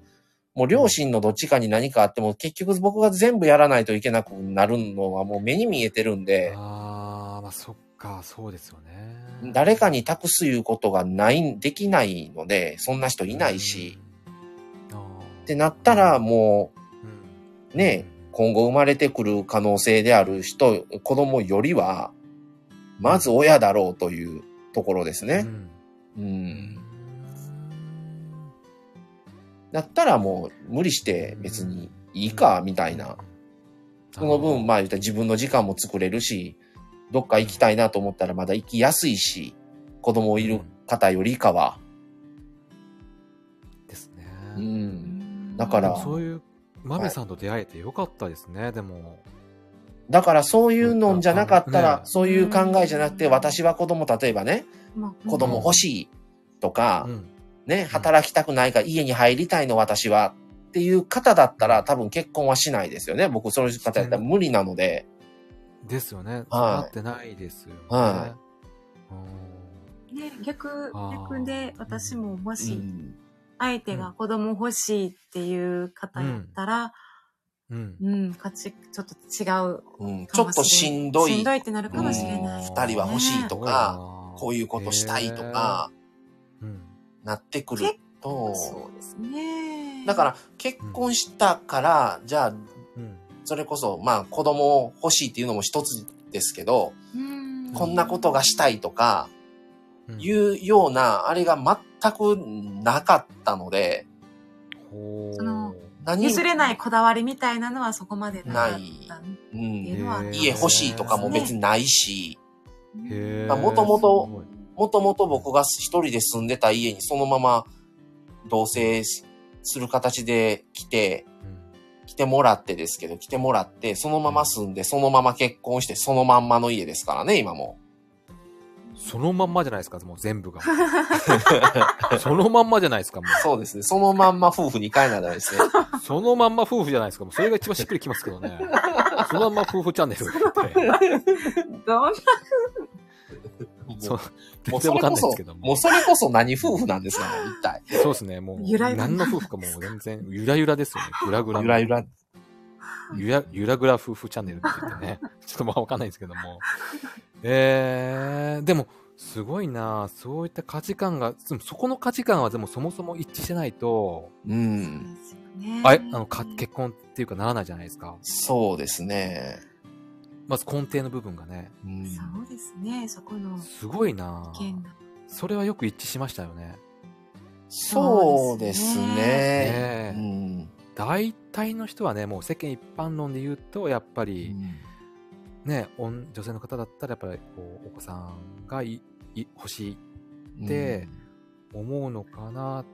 S2: もう両親のどっちかに何かあっても結局僕が全部やらないといけなくなるのはもう目に見えてるんで、
S4: ああまあそっかそうですよね
S2: 誰かに託すいうことがない、できないので、そんな人いないし、
S4: うんあー
S2: ってなったらも
S4: うん
S2: うね、今後生まれてくる可能性である人、子供よりは、まず親だろうというところです
S4: う
S2: ね。
S4: ん
S2: うんだったらもう無理して別にいいか、みたいな。その分、まあ言ったら自分の時間も作れるし、どっか行きたいなと思ったらまだ行きやすいし、子供いる方よりかは。
S4: ですね、
S2: うん。だか
S4: で
S2: ら
S4: もそういうマメさんと出会えてよかったですね、でも
S2: だからそういうのんじゃなかった
S4: う
S2: ら、
S4: ん
S2: そういう考えじゃなくて、私は子供、例えばね、子供欲しいとか
S4: う、ん
S2: ね、働きたくないから家に入りたいの私はっていう方だったら多分結婚はしないですよね。僕その方やったら無理なので。
S4: ですよね、そう
S2: はい
S4: なってないですよね、
S2: は
S4: うん
S1: ね、逆
S4: あー
S1: 逆で私ももし、
S2: うん
S1: 相手が子供欲しいっていう方やったら、
S3: うん。
S1: うん、価値、ちょっと違う
S2: うん、ち
S1: か
S2: ょ
S1: もれん
S2: っとしんど
S1: しん
S2: い
S1: ど。いってなるかもしれない。
S3: うん
S2: 二人は欲しいとか、こう
S3: い
S2: いうことしたいとか、
S3: う。うん。
S2: なってくると。
S1: そうですね。
S2: だから、結婚したから、じゃあ、
S3: うん。
S2: それこそ、まあ、子供欲しいっていうのも一つですけど、
S1: うん、
S2: こんなことがしたいとか、
S3: うん
S2: いうような、あれが全くなかったので、
S3: ほう
S1: その
S2: 何
S1: 譲れないこだわりみたいなのはそこまでなかったん
S2: う
S1: ってい
S2: ん。
S1: うのは、
S3: うん
S2: 家欲しいとかも別にないし、
S3: へ
S2: まあ元々
S3: 々
S2: もともと僕が一人で住んでた家にそのまま同棲する形で来て、来てもらってですけど、来てもらって、そのまま住んで、そのまま結婚して、そのまんまの家ですからね、今も。
S3: そのまんまじゃないですか、もう
S2: (laughs)
S3: 全部が。そのまんまじゃないですか、も
S2: そうですね。そのまんま夫婦2回なんじゃないですね。
S3: う。そのまんま夫婦じゃないですか、もう。それが一番しっくりきますけどね。そのまんま夫婦チャンネルって。
S1: (laughs) どん
S3: (laughs) そう。
S2: (laughs) もうそれ
S3: 全然わかん
S2: こ
S3: ないで
S2: そ
S3: すけど、
S2: もう
S3: も。
S2: それこそ何夫婦なんですかね、一体。
S3: そうですね、もう。
S1: ゆらゆら
S3: 何の夫婦かもう全然、ゆらゆらですよね。ゆらぐら。
S2: ゆらゆら。
S3: ゆら、ゆらぐら夫婦チャンネルって言ってね。 (laughs) ちょっとまあわかんないですけども。えー、でも、すごいなそういった価値観が、でもそこの価値観はでもそもそも一致してないと、
S2: うん。
S3: あれ、あの、か、結婚っていうかならないじゃないですか。
S2: そうですね。
S3: まず根底の部分がね。
S2: うん
S1: そうですね、そこの
S3: すごいな
S1: 意見が。
S3: それはよく一致しましたよね。
S2: そうですね。う
S3: ねえ
S2: ん
S3: 大体の人はね、もう世間一般論で言うと、やっぱり、ね、おん女性の方だったら、やっぱりこう、お子さんがいい欲しいで、思うのかな。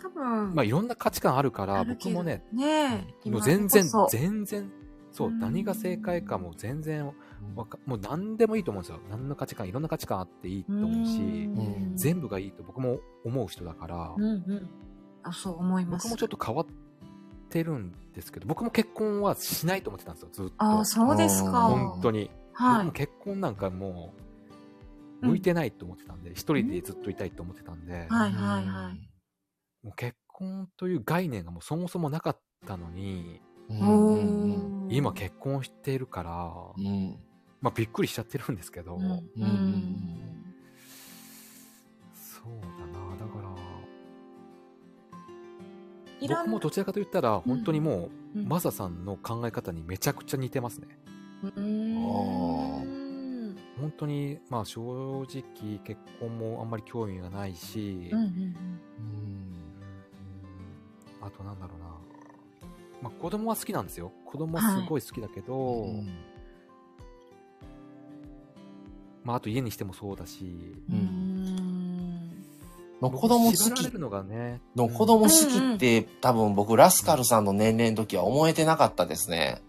S1: 多分、
S3: まあ、いろんな価値観あるから、
S1: ある
S3: 僕
S1: けど
S3: もね、、
S1: ねえ
S3: もう全然
S1: 今でこそ、
S3: 全然、そう、
S1: うん
S3: 何が正解かも全然わか、もう何でもいいと思うんですよ。何の価値観、いろんな価値観あっていいと思うし、
S1: うん
S3: 全部がいいと僕も思う人だから、
S1: うんうん。あ、そう思います。
S3: 僕もちょっと変わってるんですけど、僕も結婚はしないと思ってたんですよ、ずっと。
S1: あ、そうですか。
S2: うん
S3: 本当に。
S1: は
S3: 僕も
S1: い。
S3: 結婚なんかもう、向いてないと思ってたんで、一、人でずっといたいと思ってたんで、
S1: うんはいはいはい
S3: もう結婚という概念がもうそもそもなかったのに、
S2: うん
S1: おー
S3: 今結婚してるから、
S2: うん
S3: まあびっくりしちゃってるんですけど、
S1: うんうん
S2: うんうん
S3: そうだな、だから、
S1: いろ
S3: 僕
S1: ん
S3: も
S1: な
S3: どちらかと言ったら、本当にもう、
S1: うん
S3: マサさんの考え方にめちゃくちゃ似てますね。
S1: うーん
S3: 本当に、まあ正直結婚もあんまり興味がないし、
S1: うんうん
S3: うんあとなんだろうな。まあ子供は好きなんですよ。子供はすごい好きだけど、まああと家にしてもそうだし、
S1: うんうん
S2: の
S3: 僕
S2: 子供好
S3: 縛られ
S2: き
S3: るのがね。
S2: の子供好きって多分僕ラスカルさんの年齢の時は思えてなかったですね。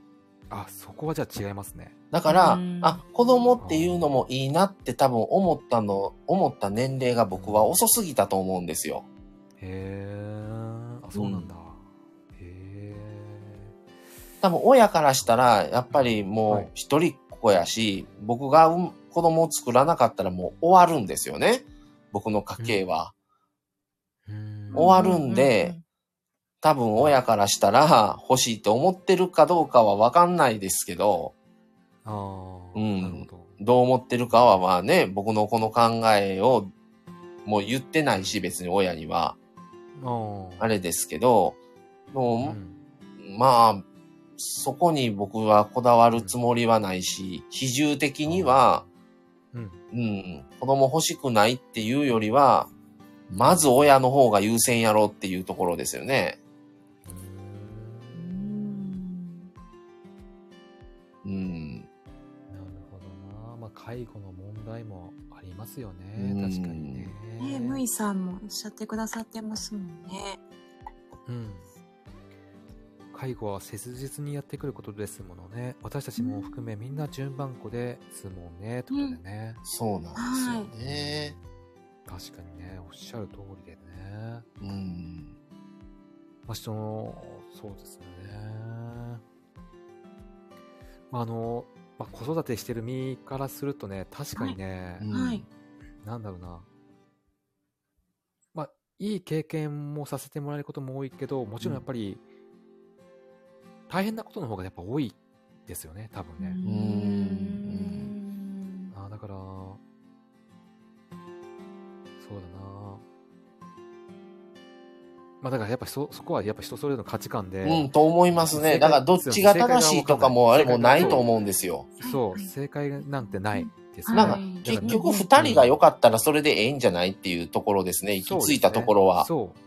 S3: あ、そこはじゃあ違いますね。
S2: だから、
S1: うん
S2: あ、子供っていうのもいいなって多分思ったの、思った年齢が僕は遅すぎたと思うんですよ。
S3: へー。あ、そうなんだ。へ
S2: 多分親からしたら、やっぱり
S3: は
S2: もう
S3: い
S2: 一人っ子やし、僕がうん子供を作らなかったらもう終わるんですよね。僕の家系は。
S3: ーうん。
S2: 終わるんで
S1: うう
S2: 多分親からしたら欲しいと思ってるかどうかはわかんないですけど、
S3: あー
S2: うん
S3: なるほど。
S2: どう思ってるかはまあね、僕のこの考えをもう言ってないし、別に親には、
S3: あ
S2: あ
S3: れ、
S2: れですけど、
S3: う
S2: も
S3: ん
S2: う、まあ、そこに僕はこだわるつもりはないし、比重的には、
S3: うん。
S2: うん、子供欲しくないっていうよりは、まず親の方が優先やろうっていうところですよね。
S1: うん
S2: うん。
S3: なるほどな。まあ、介護の問題もありますよ
S2: う
S3: ね。
S2: ん
S3: 確かにね。
S1: ねえむいさんもおっしゃってくださってますもんね。
S3: うん。介護は切実にやってくることですものね。私たちも含めみんな順番子ですもんね。ということでね。
S2: そうなんですよね。
S3: 確かにね、おっしゃる通りでね。
S2: うん。
S3: まあ、その、そうですよね。まあ、あの、まあ、子育てしてる身からするとね、確かにね、
S2: うん
S1: はい。
S3: なんだろうな。まあ、いい経験もさせてもらえることも多いけど、もちろんやっぱり、大変なことの方がやっぱ多いですよね、多分ね。
S1: うん。
S3: ああ、だから、そうだな。まあだからやっぱそ、そこはやっぱ人それぞれの価値観で、
S2: うん、と思いますね。だから、どっちが正しいとかも、あれもないと思うんですよ。
S3: そ
S1: は
S3: う、
S1: いはい
S3: 正解なんてないですよ
S2: な
S3: ね。
S2: んか
S1: はい、
S2: 結局、二人が良かったらそれでええんじゃないっていうところですね。行き着いたところは。
S3: そう,、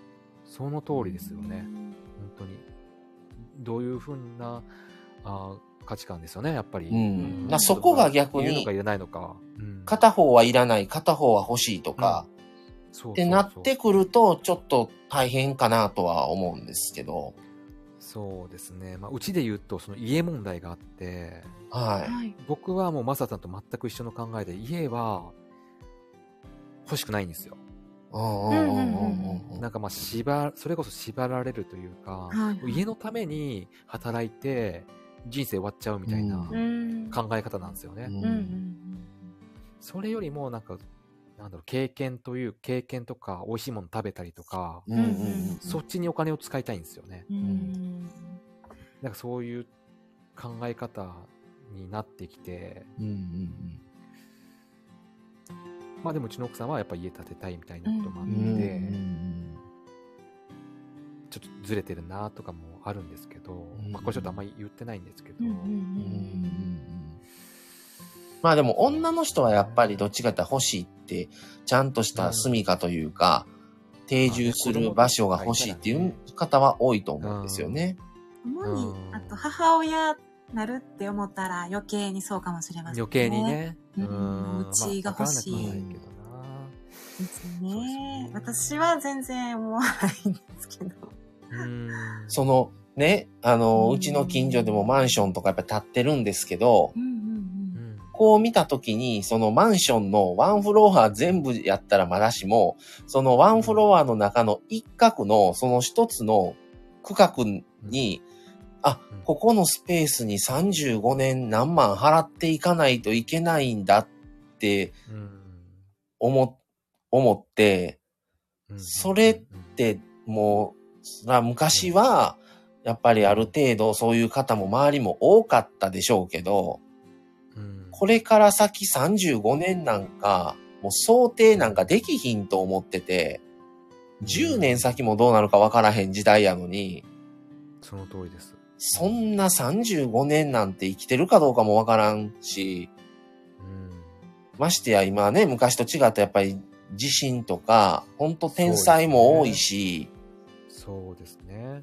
S3: そう。その通りですよね。本当に。どういうふうなあー価値観ですよね、やっぱり。
S2: うん
S1: な
S2: そこが逆に
S3: いるのかいらないのか。うん
S2: 片方はいらない、片方は欲しいとか、
S3: そうそうそう
S2: ってなってくると、ちょっと大変かなとは思うんですけど。
S3: そうですね。まあ、うちで言うと、その家問題があって、
S2: は
S1: はい。
S3: 僕はもうマサさんと全く一緒の考えで、家は欲しくないんですよ。
S2: い。うんうんうんうんう。
S3: なんんかまあ縛、それこそ縛られるというか、
S1: はい
S3: 家のために働いて人生終わっちゃうみたいな
S2: う
S1: うん。
S3: 考え方なんですよね。
S2: うん
S1: うん。
S3: それよりもなんか、なんだろう、経験という、経験とか、美味しいもの食べたりとか、
S2: うんうんうん
S3: そっちにお金を使いたいんですよね。
S1: うん。
S3: なんかそういう考え方になってきて、
S2: うんうん
S3: まあでもうちの奥さんはやっぱ家建てたいみたいなこともあっ
S2: うん
S3: て、
S2: うんうん
S3: ちょっとずれてるなとかもあるんですけど、
S2: ん
S3: まあこれちょっとあんまり言ってないんですけど、
S1: うん。う
S2: うんうんうん
S1: ん。
S2: まあでも女の人はやっぱりどっちかって欲しいって、ちゃんとした住処というか、定住する場所が欲しいっていう方は多いと思うんですよね。
S1: 主に、あと母親なるって思ったら余計にそうかもしれませんね。
S3: 余計に。ね。
S1: うん
S3: ん
S1: うちが欲しい
S3: まあわからなくもないけどな
S1: です
S3: そうです
S1: ね
S3: ね。
S1: 私は全然思わないんですけど。
S3: うん
S2: そのね、あの、
S1: うん
S2: うちの近所でもマンションとかやっぱ建ってるんですけど
S1: う、ん
S3: う
S1: うん
S3: ん
S2: こう見た時に、そのマンションのワンフロア全部やったらまだしも、そのワンフロアの中の一角の、その一つの区画に、あ、ここのスペースに35年何万払っていかないといけないんだって
S3: うん
S2: 思、思って、
S3: うん
S2: それで、もう、そら昔は、やっぱりある程度そういう方も周りも多かったでしょうけど、
S3: うん
S2: これから先35年なんか、もう想定なんかできひんと思ってて、10年先もどうなるかわからへん時代やのに、
S3: その通りです。
S2: そんな35年なんて生きてるかどうかもわからんし、
S3: うん
S2: ましてや今ね、昔と違ってやっぱり地震とか、ほんと天才も多いし、
S3: そうですね。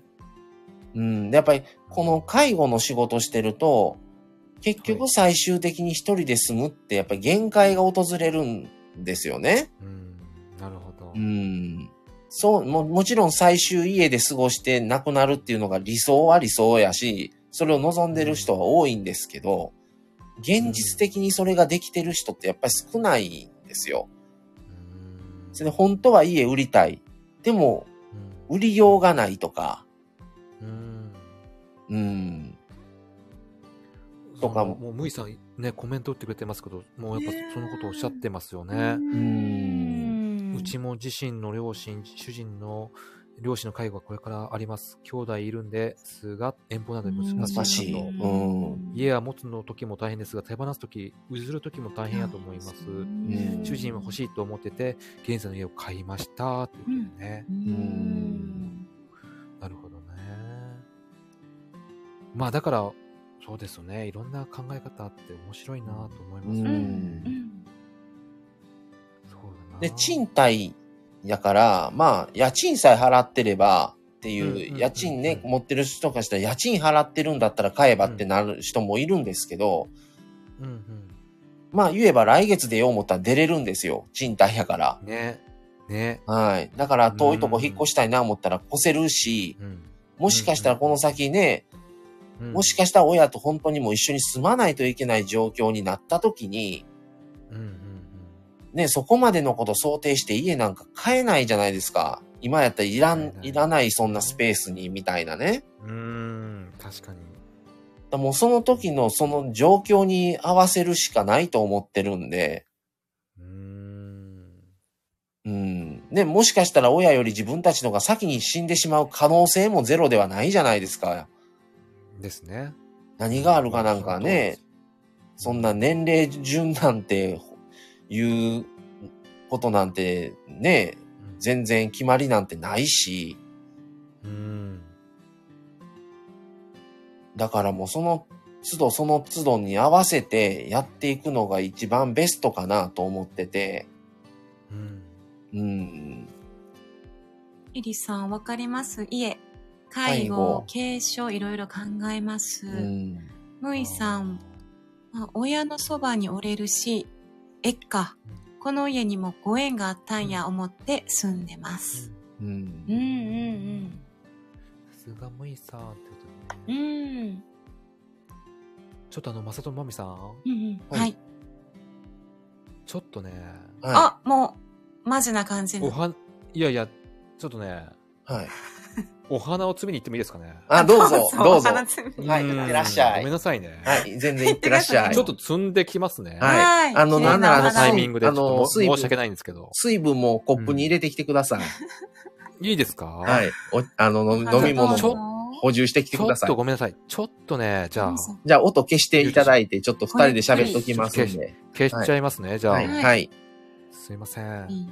S2: うん、やっぱりこの介護の仕事してると、結
S3: は
S2: 局
S3: い
S2: 最終的に一人で住むってやっぱり限界が訪れるんですよね。
S3: うん、なるほど。
S2: うん。そう、も、もちろん最終家で過ごして亡くなるっていうのが理想は理想やし、それを望んでる人は多いんですけど、現実的にそれができてる人ってやっぱり少ないんですよ。
S3: うん
S2: それで本当は家売りたい。でも、
S3: うん
S2: 売りようがないとか、
S3: うん
S2: うん。とかも
S3: もう、むいさん、ね、コメント打ってくれてますけど、もうやっ
S1: ねえ
S3: ぱそのことをおっしゃってますよ
S1: う
S3: ね。
S1: ん。
S3: うちも自身の両親、主人の両親の介護がこれからあります。兄弟いるんですが、遠方などで難しい
S2: 難しい
S3: なと
S2: うん
S3: 家は持つの時も大変ですが、手放す時、譲る時も大変やと思います。
S2: ん
S3: 主人は欲
S1: い。
S3: しいと思ってて、現在の家を買いました。っていうことでね。
S1: うん。
S3: なるほどね。まあだから、そうですよね。いろんな考え方あって面白いなと思います
S2: う
S1: うん
S3: ね。
S1: ん。
S3: そうだな。
S2: で、賃貸やから、まあ、家賃さえ払ってればって
S3: うんうんうんう
S2: いう、
S3: ん
S2: 家賃ね、持ってる人からしたら、家賃払ってるんだったら買えばってなる人もいるんですけど、
S3: うん
S2: まあ、言えば来月でよう思ったら出れるんですよ。賃貸やから
S3: う。ん。ね。ね。
S2: はい。だから、遠いとこ引っ越したいな思ったら越せるし、
S3: うん。
S2: もしかしたらこの先ね、
S3: うん
S2: もし、かしたら親と本当にもう一緒に住まないといけない状況になった時に、
S3: うんうん
S2: ね、そこまでのこと想定して家なんか買えないじゃないですか。今やったらいらん
S3: 買え、ない
S2: いらないそんなスペースに、みたいなね。
S3: うん。うーん、確かに。
S2: だからもうその時のその状況に合わせるしかないと思ってるんで、
S3: うーん。
S2: うん。ね、もしかしたら親より自分たちのが先に死んでしまう可能性もゼロではないじゃないですか。
S4: ですね。
S2: 何があるかなんかね、そんな年齢順なんていうことなんてね、
S4: うん
S2: 全然決まりなんてないし、
S4: うん。
S2: だからもうその都度その都度に合わせてやっていくのが一番ベストかなと思ってて、
S4: うん。
S2: うん、
S1: エリさん、わかりますいえ、介護、継承、いろいろ考えま
S2: う
S1: す。
S2: ん、
S1: むいさん、まあ、親のそばにおれるし、えっか
S4: う、
S1: この家にもご縁があったんや思って住んでます。
S2: う
S1: うん
S2: ん、
S1: うん
S4: すがむいさんってこ
S1: う
S4: と
S1: ん。う
S4: でね。
S1: ん。
S4: ちょっとあの、まさとまみさん、
S1: うんうん。
S2: は
S1: はいい。
S4: ちょっとね、
S2: は
S1: あ、もう、マジな感じ
S4: お
S1: の。
S4: は、いやいや、ちょっとね、
S2: い、はい。
S4: お花を摘みに行ってもいいですかね。
S2: あ、 (laughs) どうぞ、どうぞ。
S1: 話す
S2: はい
S4: うん
S2: いってらっしゃい
S4: ごめんなさいね。
S2: はい、全然いってらっし (laughs) ゃい。
S4: ちょっと摘んできますね。
S2: はい
S1: はい。
S2: あの
S1: 綺麗
S2: なんなら
S1: お
S2: あの
S1: 花
S4: タイミングで、ちょっ
S2: あ
S4: と
S2: の
S4: も
S2: 水分
S4: 申し訳ないんですけど。
S2: 水分もコップに入れてきてください。
S4: いいですか。
S2: はいい。おあの、飲み飲み物
S4: ちょっ
S2: も補充してきて
S4: ち
S2: く
S4: ょ
S2: だ
S4: っ
S2: さい
S4: と。ごめんなさい。ちょっとね、じゃあ、
S2: じゃあ、音消していただいて、ちょっと二人で喋っときますんで。
S4: 消しちゃいますね、じゃあ。
S2: はい。はい。
S4: すいません。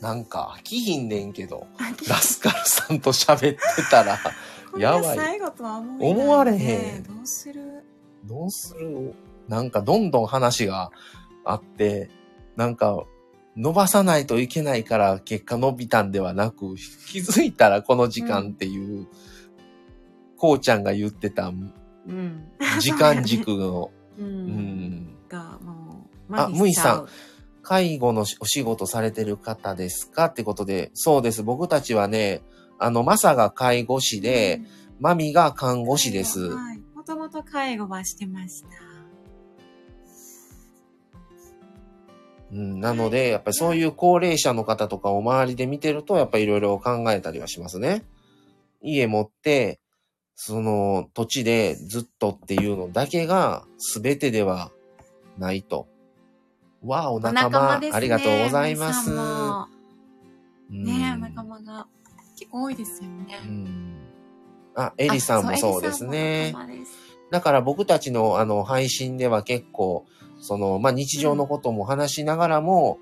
S2: なんか、飽きひんねんけど、ラスカルさんと喋ってたら、やばい
S1: 最後とは思えない
S2: 思われへん
S1: どうする
S2: どうするなんか、どんどん話があって、なんか、伸ばさないといけないから結果伸びたんではなく、気づいたらこの時間っていう、こうちゃんが言ってた
S1: うん。
S2: 時間軸の、
S1: (laughs) う。
S2: うんん、
S1: が、もう、
S2: あ
S1: 麻痺しちゃう
S2: む。介護のしお仕事されてる方ですかってことで、そうです。僕たちはね、あの、マサが介護士で、マミが看護師です。
S1: はい。もともと介護はしてました。
S2: うん、なので、やっぱりそういう高齢者の方とかを周りで見てると、やっぱりいろいろ考えたりはしますね。家持って、その土地でずっとっていうのだけが全てではないと。わあ、お仲間、ありがとうございま
S1: 皆さ
S2: す。
S1: んも
S2: うん
S1: ねえ、仲間が結構多いですよね
S2: う。んあ、エリさんもそうですね。
S1: あそうエリさんも仲間です
S2: だから僕たちのあの配信では結構、その、まあ、日常のことも話しながらも、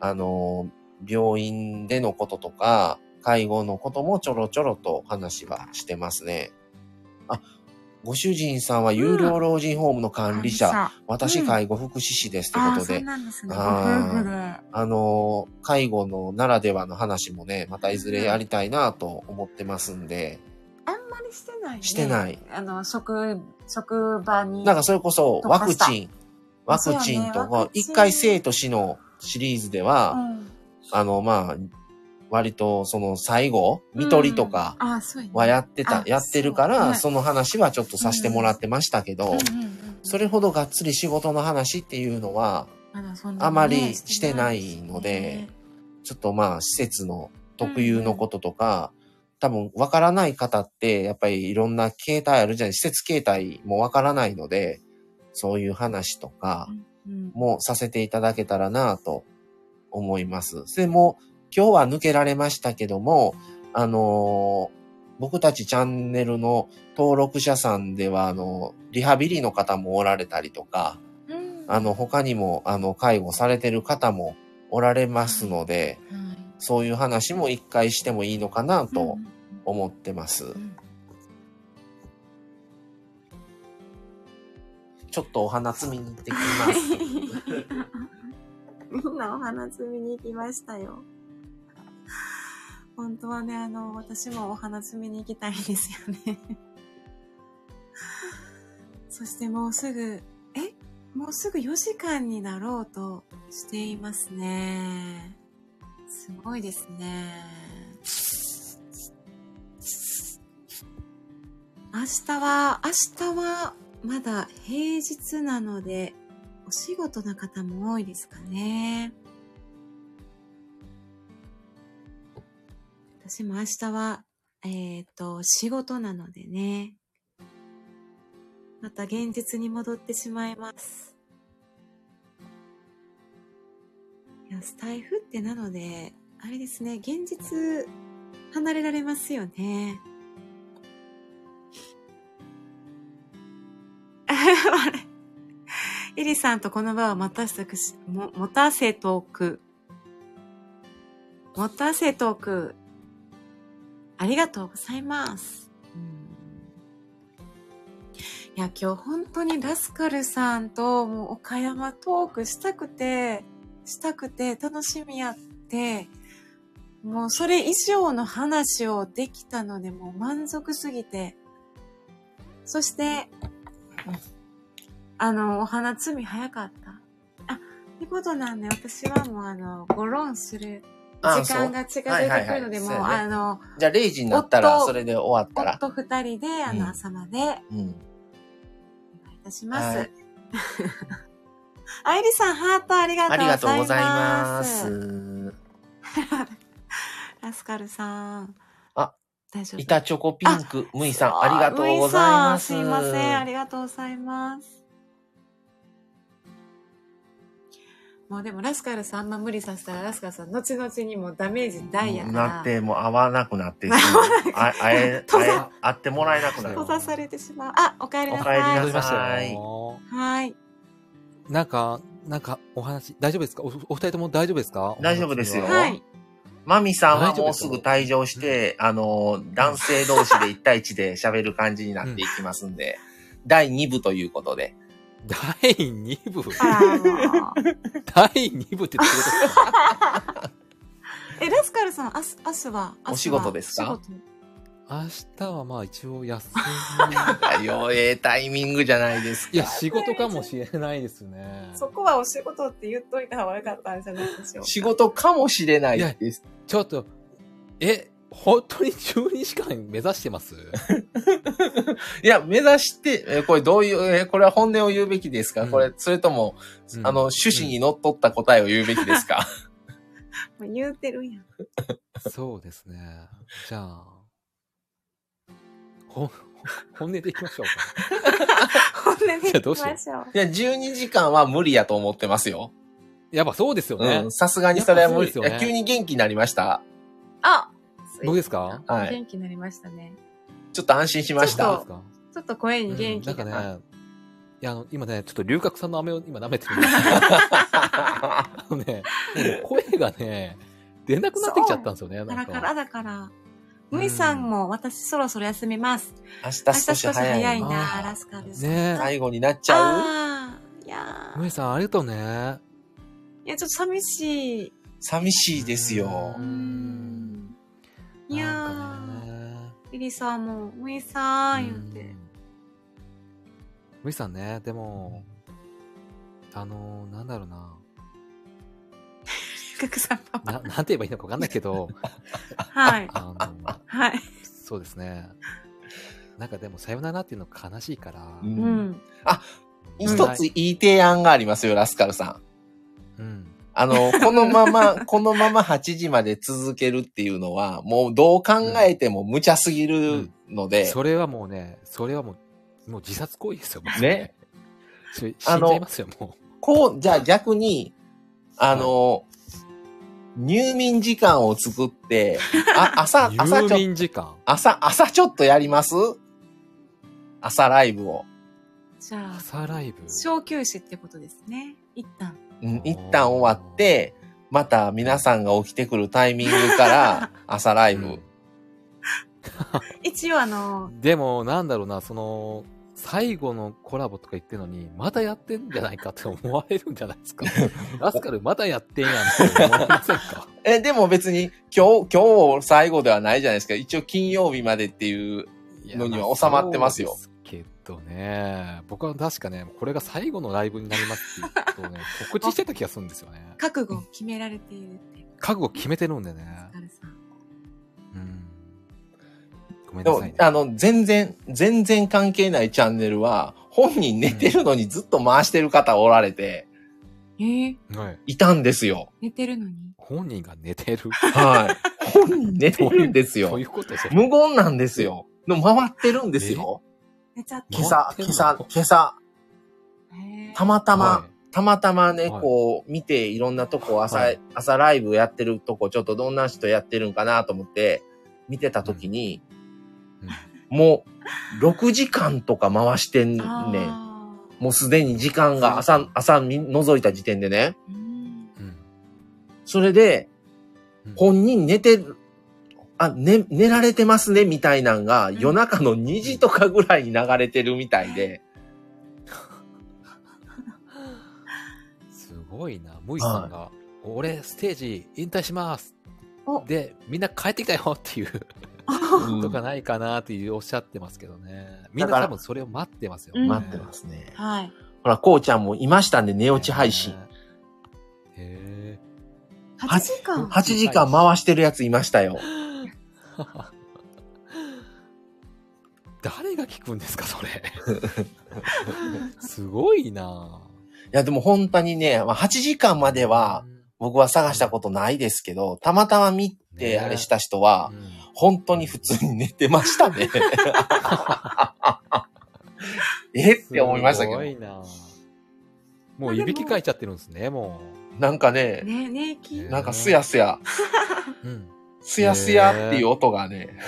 S2: あの、病院でのこととか、介護のこともちょろちょろと話はしてますね。あ、ご主人さんは有料老人ホームの管理者。
S1: あ
S2: 私
S1: うん
S2: 介護福祉士ですという
S1: あ
S2: こ
S1: ー、
S2: と
S1: そう
S2: で、
S1: なんですね。ご
S2: あー
S1: 夫婦で。
S2: あの、介護のならではの話もね、またいずれやりたいなと思ってますんで、
S1: あんまりしてないね。
S2: してない。
S1: あの、職、職場に。
S2: なんかそれこそワクチン、ワ
S1: そう
S2: ク
S1: やね
S2: チンと
S1: ワ
S2: か
S1: ク、チン
S2: 一回生と死のシリーズでは、
S1: ん、
S2: あの、まあ、割とその最後、見取りとか
S1: うんあそうやね
S2: はやってた
S1: あ、
S2: やってるか
S1: そう
S2: ら、
S1: ね
S2: その話はちょっとさせてもらってましたけ
S1: う
S2: ど、
S1: んうんうん
S2: それほどがっつり仕事の話っていうのは、
S1: まだそんなにね
S2: あまりしてないので、ちょっとまあ、施設の特有のこととか、多分わからない方って、やっぱりいろんな形態あるじゃない、施設形態もわからないので、そういう話とか
S1: うん
S2: もさせていただけたらなと思います。でも、今日は抜けられましたけども、あのー僕たちチャンネルの登録者さんでは、あの、リハビリの方もおられたりとか、
S1: うん
S2: あの、他にも、あの、介護されてる方もおられますので、
S1: はい
S2: そういう話も一回してもいいのかなと
S1: うん
S2: 思ってます
S1: う。ん
S2: ちょっとお花摘みに行ってき
S1: (laughs)
S2: ます。
S1: みんなお花摘みに行きましたよ。本当はね、あの、私もお花摘みに行きたいですよね。 (laughs) そしてもうすぐ、えもうすぐ4時間になろうとしていますね。すごいですね。明日は、明日はまだ平日なので、お仕事の方も多いですかね。私も明日は、えっ、と、仕事なのでね。また現実に戻ってしまいます。いやスタイフってなのであれですね現実離れられますよねあれエリさんとこの場を持たせとくし、も持たせておく。持たせておく。ありがとうございます。うんいや、今日本当にラスカルさんともう岡山トークしたくて、したくて楽しみやって、もうそれ以上の話をできたので、もう満足すぎて。そして、あの、お花摘み早かった。あ、ってことなんで、私はもうあの、ご論する
S2: あ
S1: 時間が近づいてくるので、
S2: は
S1: も
S2: いはいはいそう
S1: う、
S2: やね
S1: あの、
S2: じゃあ0時になったら、
S1: 夫
S2: それで終わったら。
S1: 夫二人で、あ
S2: うん
S1: の、朝までお願
S2: うん。
S1: いいたしま
S2: は
S1: す
S2: い。
S1: あゆりさん、ハートありがと
S2: あ
S1: うござ
S2: り
S1: いま
S2: が
S1: す。
S2: とうございます。。
S1: ラスカルさん。
S2: あ、
S1: 大丈夫。
S2: 板チョコピンク、むいさん、ありがとうございます。
S1: むいさんすいません、ありがとうございます。もうでも、ラスカルさん、あんま無理させたら、ラスカルさん、後々にもうダメージ大やから。
S2: なって、もう会わなくなって、
S1: 会わなく
S2: あ会 (laughs) え、
S1: 閉
S2: 会
S1: ざ
S2: え、会ってもらえなくなる
S1: 閉。ざされてしまう。あ、お帰りなさい。
S2: お帰りなさ
S3: 戻りました
S2: はい
S3: よ。
S1: はい。
S3: なんか、なんかお話、大丈夫ですかおお二人とも大丈夫ですか
S2: 大丈夫ですよ
S1: はい。
S2: マミさんはもうすぐ退場して、あの、男性同士で1対1で喋る感じになっていきますんで、第2部ということ (laughs) で。
S3: 第2部
S1: あ
S4: (laughs)
S1: らもう
S3: 第2部ってどういうことですか
S1: え、ラスカルさん、明日、明日は、明日は
S2: お仕事ですか
S1: お仕事
S3: 明日はまあ一応休
S2: あよええタイミングじゃないです
S3: み。いや、
S2: か。
S3: 仕事かもしれないですね。
S1: そこはお仕事って言っといた方がよかったんじゃないでしょうか。
S2: 仕事かもしれないです。
S3: ちょっと、え、本当に12時間目指してます
S1: (laughs)
S2: いや、目指して、えこれどういう、えこれは本音を言うべきですか、
S3: うん
S2: これ、それとも、
S3: うん
S2: あの、趣旨にのっとった答えを言うべきですか、
S1: もう言うてるやん。
S3: そうですね。じゃあ、ほ、ほ本音でいきましょう
S1: 本音で言
S3: じゃあ
S1: い
S3: ど
S1: ま
S3: うし
S1: し
S3: よう
S1: ょう。
S2: (laughs) いや、12時間は無理やと思ってますよ。
S3: か。やっぱそうですよね。
S2: うん。さすがにそれは無理。
S3: やっぱそうですよね
S2: いや急に元気になりました。
S1: あ
S3: 僕ですか
S2: はい
S1: 元気になりましたね。
S2: ちょっと安心しまし
S1: ちょ
S2: た
S1: っ。
S3: ですか
S1: ちょっと声に元気
S3: なん
S1: が。
S3: か
S1: う
S3: ね、いや、あの、今ね、ちょっと龍角さんの飴を
S1: (laughs)
S3: 今舐めてるんですけどあのね、声がね、出なくなってきちゃったんですよね。
S1: だ
S3: なん
S1: から、
S3: か。
S1: だから。むいさんも、私そろそろ休みます。
S2: (laughs) 明
S1: 明
S2: 日
S1: 日
S2: 少
S1: 少
S2: し
S1: し
S2: 早
S1: 早
S2: い
S1: い
S2: な。
S1: な、ラスカルさん。
S3: ね
S2: 最後になっちゃう
S1: あーいやー
S3: むえさん、ありがとうね。
S1: いや、ちょっと寂しい。
S2: 寂しいですよ
S1: う。
S3: うんん。
S1: いや
S3: なんか
S1: ー、
S3: ね
S1: エリさんも、むいさん言って。
S3: むいさんね、でも、あのー、なんだろうな。
S1: くくさんパパ。
S3: な、 (laughs) なんて言えばいいのかわかんないけど、
S1: はい。
S3: あのー、
S1: はい。
S3: そうですね。なんかでも、さよならっていうの悲しいから、
S2: うん
S1: うん。
S3: うん
S2: 一ついい提案がありますよ、ラスカルさん。
S3: うん。
S2: あの、このま
S3: (laughs)
S2: ま、このまま8時まで続けるっていうのは、もうどう考えても無茶すぎるので、
S3: それはもうね、それはもう、もう自殺行為ですよ、もう
S2: ね。
S3: し死んじ
S2: あの
S3: ゃいますよ、も
S2: こう、じゃあ逆に、あの、入眠時間を作って、
S3: (laughs)
S2: あ、朝
S3: う。、
S2: 朝
S3: 入
S2: ちょ、
S3: 眠時間。
S2: 朝、朝ちょっとやります朝ライブを。
S1: じゃあ、
S3: 朝ライブ。
S1: 小休止ってことですね。一旦。
S2: うん、一旦終わって、また皆さんが起きてくるタイミングから、朝ライ
S3: う
S2: ブ
S3: ん。
S1: 一応、あの、
S3: でも、なんだろうな、その、最後のコラボとか言ってんのに、まだやってんじゃないかって思われるんじゃないです
S2: (laughs)
S3: か。ラスカルまだやってんやんって思いませんか
S2: え、でも別に、今日、今日最後ではないじゃないですか。一応金曜日までっていう、
S3: い
S2: (laughs)
S3: や
S2: のには収まってますよ。
S3: あそうですけどね、僕は確かね、これが最後のライブになりますっていうこ
S2: (laughs)
S3: とをね、告知してた気がするんですよね。
S1: 覚悟を決められているって、
S3: 覚悟決めてるんでね
S1: ラス。カルさん。
S3: うん。ごめん
S2: で
S3: な
S2: も
S3: さい、ね。
S2: あの、全然、全然関係ないチャンネルは、本人寝てるのにずっと回してる方おられて、
S1: えー、
S3: はい、
S2: いたんですよ。
S1: 寝てるのに
S3: 本人が寝
S2: (laughs)
S3: てる。
S2: はい。
S3: (laughs)
S2: 本人寝てるんです
S3: そう
S2: よ
S3: い。うことですよ。
S2: 無言なんですよ。でも回ってるんですよ。
S1: 寝ちゃった
S2: 今。朝、
S3: 回ってん
S2: 今
S3: の
S2: 朝、今朝、
S1: へー
S2: たまたま
S3: は、
S2: たまたまね、
S3: はい
S2: こう、見て、いろんなとこ朝、
S3: はい
S2: 朝ライブやってるとこ、ちょっとどんな人やってるんかなと思って、見てたときに、もう、6時間とか回してんねん。
S1: あー
S2: もうすでに時間が朝、朝見覗いた時点でね。
S1: うん
S3: うん
S2: それで
S3: うん、
S2: 本人寝て、あ、寝、寝られてますね、みたいなんが、
S1: ん
S2: 夜中の2時とかぐらいに流れてるみたいで、
S3: すごいな。ムイさんが、俺、ステージ引退します
S1: お
S3: で、みんな帰ってきたよっていう、とかないかなっていうおっしゃってますけどね。み
S2: だ
S3: ん
S2: か
S3: な
S2: ら
S3: 多分それを待ってますよ
S1: う
S3: ね。
S1: ん
S2: 待ってますね。
S1: はい。
S2: ほら、こうちゃんもいましたんで、寝
S3: 寝
S2: 落ち配信。。
S3: へ
S1: 8時間。
S2: 8時間回してるやついましたよ。
S3: え。誰が聞くんですか、それ。 (laughs) すごいない
S2: や、でも本当にね、まあ8時間までは、僕は探したことないですけど、たまたま見
S3: ねえ
S2: てあれした人は
S3: う、ん
S2: 本当に普通に寝てました
S3: (laughs)
S2: ね。えって思いましたけ
S3: すご
S2: ど。
S3: いなもういびきかいちゃってるんですね、も
S2: なんかね、
S1: ね、ね、き、
S3: ね
S2: なんかすやすや、
S3: う。うん。
S2: すやすやっていう音がね、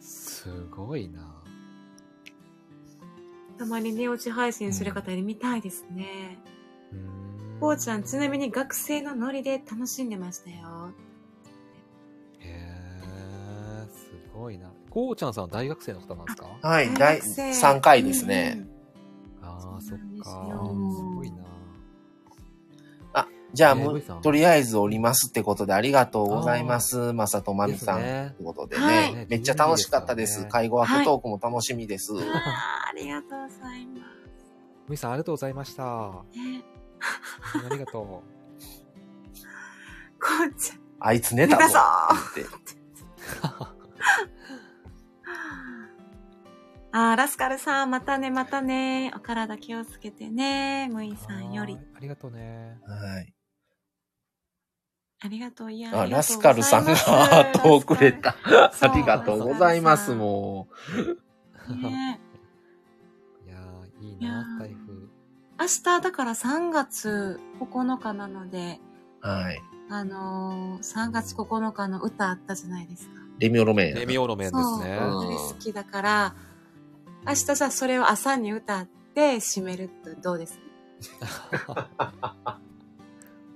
S3: すごいな
S1: たまに寝落ち配信する方いるみたいですね。
S3: うーん
S1: こうちゃん、ちなみに学生のノリで楽しんでましたよ。
S3: へーすごいな。こうちゃんさんは大学生の方なんですか
S2: はい、
S1: 大
S2: 第
S1: 学生
S2: 3回ですね。。
S3: ああ、そ
S1: そう
S3: っか。す
S1: なんですよ
S3: ごいな
S2: じゃあ、
S3: ねえ
S2: もう
S3: 上さん
S2: とりあえず降りますってことでありがとうございます。まさとまみさん。
S3: ですね
S2: ということでね、
S1: はい
S2: めっちゃ楽しかったです。
S3: ね
S2: 介護アフトークも楽しみです。
S1: うんあーありがとうございま
S3: むいさん、ありがとうございました。あ
S1: す。ね、
S3: りがと
S1: こうちゃん。
S2: あいつ寝たぞ
S1: 寝たぞ
S2: って言って
S1: あーラスカルさん、またね、またね。お体気をつけてね。 (laughs) ムイ
S3: う。
S1: さんより
S3: は。ーい。ありがとうね。
S2: はい。
S1: ありがとう、いや。
S2: あ、
S1: ありが
S2: ラ
S1: とう
S2: ス
S1: ござ
S2: カ
S1: いま
S2: ル
S1: す
S2: さんが (laughs) 後遅れ。
S1: (laughs)
S2: た。
S1: ラスカ
S2: あ
S1: ル
S2: りがとうございます、
S1: そう
S2: も
S1: ね
S3: いやーいい
S1: いや
S3: な
S1: ー
S3: 台風。
S1: 明日、だから3月9日なので、
S2: う。はい。
S1: あのー、3月9日の歌あったじゃないですか。
S2: レミオロメン。
S3: レミオロメンですね。
S1: そう
S2: うん
S1: 大好きだから、明日じゃあそれを朝に歌って締めるってどうです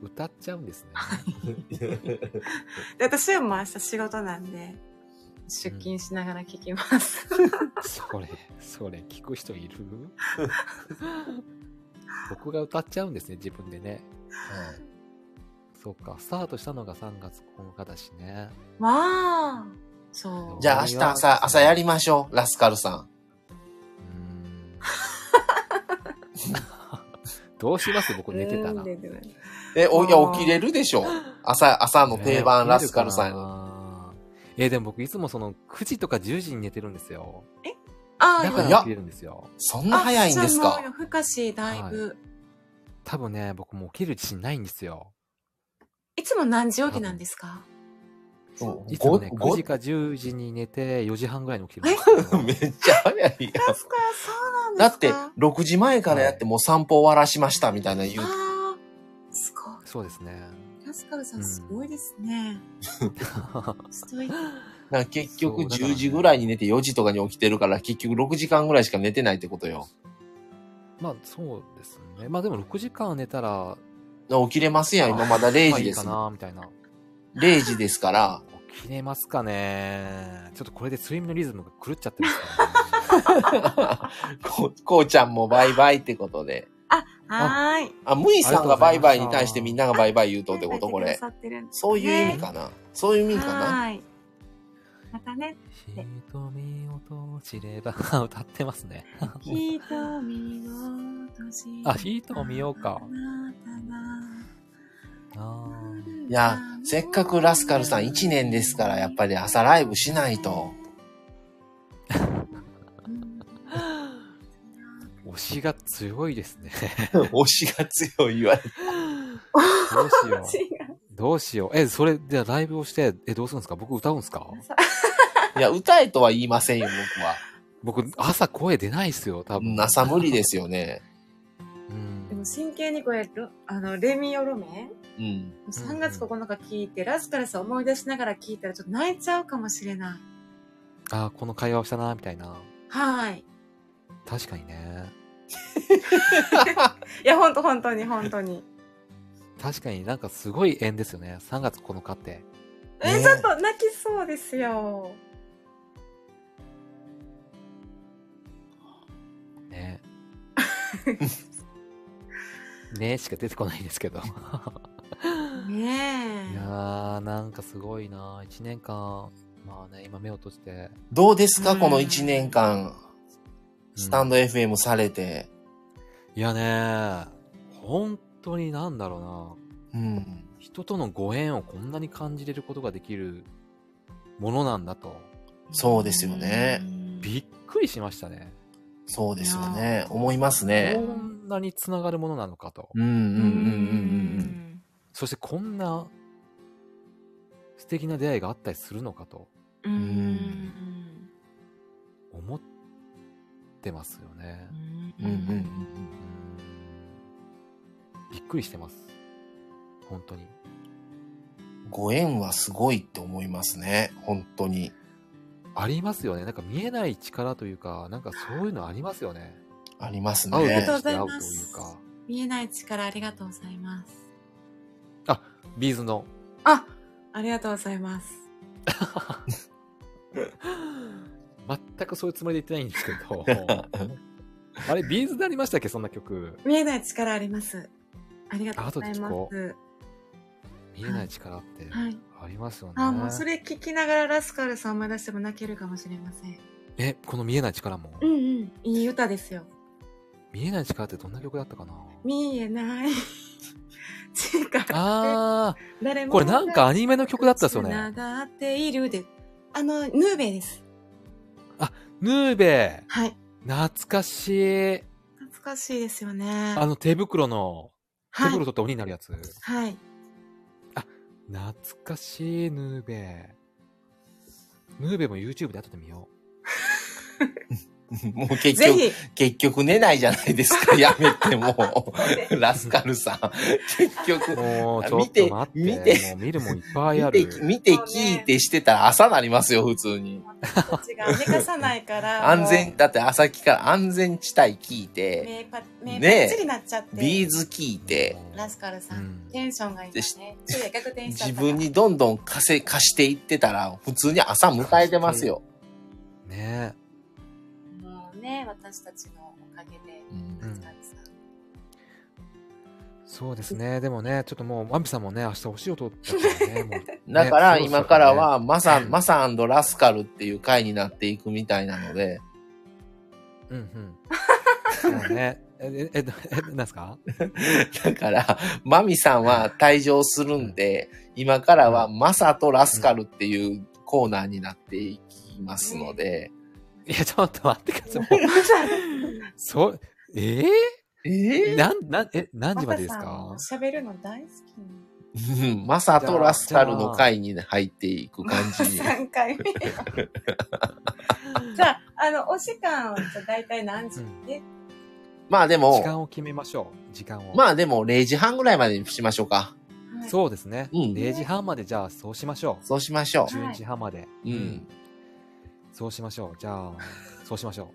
S3: 歌っちゃうんです
S1: (laughs)
S3: ね。
S1: で私はもう明日仕事なんで、出勤しながら聞きます。
S3: それ、それ、聞く人いる僕が歌っちゃうんですね、自分でね。そうか、スタートしたのが3月9日だしね。
S1: (laughs) まあ、そ
S2: じゃあ明日朝、朝やりましょう、ラスカルさん。
S3: うーん。どうします僕
S1: う。
S3: 寝てたら。
S1: うん寝てたら
S2: え、お、いや
S1: あ、ー
S2: 起きれるでしょ朝、朝の定番、ラスカルさん。
S3: ん。えーでも僕いつもその9時とか10時に寝てるんですよ。
S1: あ
S3: だ
S1: あ、
S3: から起きれるんですよ。
S2: そんな早いんです
S1: あじゃあも
S2: か
S1: う夜更かし、だいぶ、
S3: 多分ね、僕もう起きる自信ないんですよ。
S1: い。つも何時起きなんですか
S2: うん
S3: いつもね、
S2: ごご
S3: 9時か10時に寝て4時半ぐらいに起きるんですけ
S2: (laughs)
S3: ど
S2: めっちゃ早いやん
S1: ラスカルそう
S2: だ
S1: なんです
S2: って
S1: か、
S2: 6時前からやってもう散歩終わらしましたみたいな言う。
S1: ああ、すご
S3: そうですね。
S1: い。ラスカルさんすごいです
S2: (laughs)
S1: ね。ストイック。
S2: なんか結局
S3: そうだから
S2: 10時ぐらいに寝て4時とかに起きてるから、結局6時間ぐらいしか寝てないってことよ。
S3: まあそうですね。まあでも6時間寝たら、
S2: 起きれますやん、今まだ0時です
S3: まあいいか。なみたいな。
S2: 0時ですから。 (laughs)
S3: 起きれますかねちょっとこれで睡眠のリズムが狂っちゃってますから、ね。
S2: ここうちゃんもバイバイってことで。
S1: はーい。
S2: あ、むいさんがバイバイに対してみんながバイバイ言うとってこと
S1: 書
S2: こ
S1: いて
S2: れ
S1: く。ださってるんですね
S2: そういう意味かな。そういう意味かな。
S1: はい。また
S2: (laughs)
S1: ね、
S3: 瞳を閉じれば (laughs) 歌ってますね。
S1: 瞳を閉じ
S3: あ瞳をか
S1: あなたが
S3: あー
S2: いや、せっかくラスカルさん1年ですから、やっぱり朝ライブしないと。
S1: うん
S2: (laughs)
S3: 推しが強いです (laughs) ね。
S2: 推しが強い言われて。
S3: どうし (laughs) よう。
S1: 違う
S3: どうしよう。え、それ、じゃあライブをして、え、どうするんですか僕歌うんですか
S2: いや、歌えとは言いませんよ、僕は。
S3: 僕、朝声出ないっすよ、多
S2: う
S3: 分。
S2: ん朝無理ですよね。
S3: うん。
S1: での真剣にこれ、ロあの、レミオロメン
S2: うん。
S1: 3月9日聞いて、ラスカルさん思い出しながら聞いたらちょっと泣いちゃうかもしれない。
S3: ああ、この会話をしたな、みたいな。
S1: はい。
S3: 確かにね。
S1: いや、ほんと本当に本当に。
S3: 確かになんかすごい縁ですよね。3月9日って。
S1: (laughs) え、
S3: ね
S1: ちょっと泣きそうですよ。
S3: (laughs) ね。ねしか出てこないですけど。
S1: ね
S3: い
S1: え
S3: や。ー、なんかすごいな。1年間、まあね、今目を閉じて。うん
S2: どうですか
S1: うん
S2: この1年間、スタンド FM されて。
S3: いやね、本当になんだろうな。
S2: うん。
S3: 人とのご縁をこんなに感じれることができるものなんだと。
S2: そうですよね。
S3: びっくりしましたね。
S2: そうですよ
S1: い
S2: ね。思います
S3: こ
S2: ね。
S3: んなに繋がるものなのかと。
S2: うんうん
S1: う
S2: うんうん
S1: ん
S3: そしてこんな素敵な出会いがあったりするのかと
S1: うんうんうん
S3: 思ってますよね。
S2: うん。うんうんうん
S3: うーんびっくりしてます。本当に。
S2: うん。ご縁はすごいって思いますね。本当に。
S3: ありますよね。なんか見えない力というか、なんかそういうのありますよね。
S2: あります
S3: 会うべ
S2: ね
S3: き
S1: と。うご
S3: し
S1: ざ
S3: て
S1: い
S3: 会う
S1: ま
S3: と
S1: す
S3: いうか。
S1: 見えない力ありがとうございます。
S3: あ、ビーズの。
S1: あ、ありがとうございます。
S3: 全くそういうつもりで言ってないんですけ
S1: (laughs)
S3: ど。あれ、ビーズでありましたっけそんな曲。
S1: 見えない力あります。ありがとうござい
S3: 後で聞
S1: ま
S3: こ
S1: す。
S3: 見えない力って
S1: はい
S3: ありますよね。
S1: あ、もうそれ聞きながらラスカルさん思い出しても泣けるかもしれません。
S3: え、この見えない力も。
S1: うんうん。いい歌ですよ。
S3: 見えない力ってどんな曲だったかな
S1: 見え
S3: (laughs)
S1: ない。力。
S3: あ
S1: 誰
S3: あ、
S1: も。
S3: これなんかアニメの曲だったっすよ
S1: 繋
S3: ね。
S1: がっているで。あの、ヌーベです。
S3: ヌーベ
S1: はい。
S3: 懐かしい。
S1: 懐かしいですよね。
S3: あの手袋の、手
S1: は
S3: 袋
S1: い。
S3: 取って鬼になるやつ。
S1: はい。
S3: 懐かしい、ヌーベヌーベも YouTube で後で見よ
S2: (laughs) もう結
S1: ぜ
S2: 局、
S3: (laughs)
S1: ひ、
S2: 結局寝ないじゃないですか。やめてもう。ラスカルさん。結
S3: う。
S2: 局。
S3: もう、
S2: あ
S3: ちょっ
S2: 見て
S3: と待って。
S2: 見て
S3: もう見るもんいっぱいあ
S2: 見て
S3: る。、
S2: 見て聞いてしてたら朝なりますよ、普通に。
S1: 私たちが寝かさないから。
S3: (laughs)
S2: 安全、
S1: も。
S2: だって朝きから安全地帯聞いうて、
S1: 目パ目
S2: ねえ
S1: パッチリなっちゃって。
S2: ビーズ聞いて、
S1: ラスカルさ
S3: うんん、
S1: テンションが今ね、昼夜逆転しちゃっ
S2: 自
S1: たから
S2: 分にどんどん貸せ、貸していってたら、普通に朝迎えてますよ。
S3: ね
S1: もうね、私たちのおかげで、
S2: うん
S1: ラスカルさん。
S3: そうですね。でもね、ちょっともう、ワンピさんもね、明日お仕事だからね。もうね
S2: (laughs) だから
S3: そろそろね
S2: 今からは、マサ、
S3: うん
S2: マサラスカルっていう回になっていくみたいなので、 (laughs)
S3: うんうん。そうね。え、え、え、えなんすか
S2: だから、マミさんは退場するんで、今からはマサとラスカルっていうコーナーになっていきますので、
S3: いや、ちょっと待ってくだ
S2: (laughs)
S3: さい。もう
S1: まさ
S3: そう、え
S2: え
S3: ー、なん、なん、え、何時までです
S1: マ
S3: か
S1: サさん喋るの大好
S2: ーマサとラスカルの回に入っていく感じ
S1: き
S2: に。
S1: な3回目。じゃあ、あの、お時間はじゃあ大体何時
S3: うん
S1: で、
S2: (laughs) まあで
S3: 時
S2: も、
S3: 間を決めましょう。時間を。
S2: まあでも0時半ぐらいまでにしましょうか。
S1: はい
S3: そうですね。
S2: うん
S3: 0時半まで、じゃあ、そうしましょう。
S2: そうしましょ
S1: はい
S3: 12時半まで。
S2: う。うん。。
S3: そうしましょう。じ
S2: (laughs)
S3: ゃあ、そうしましょう。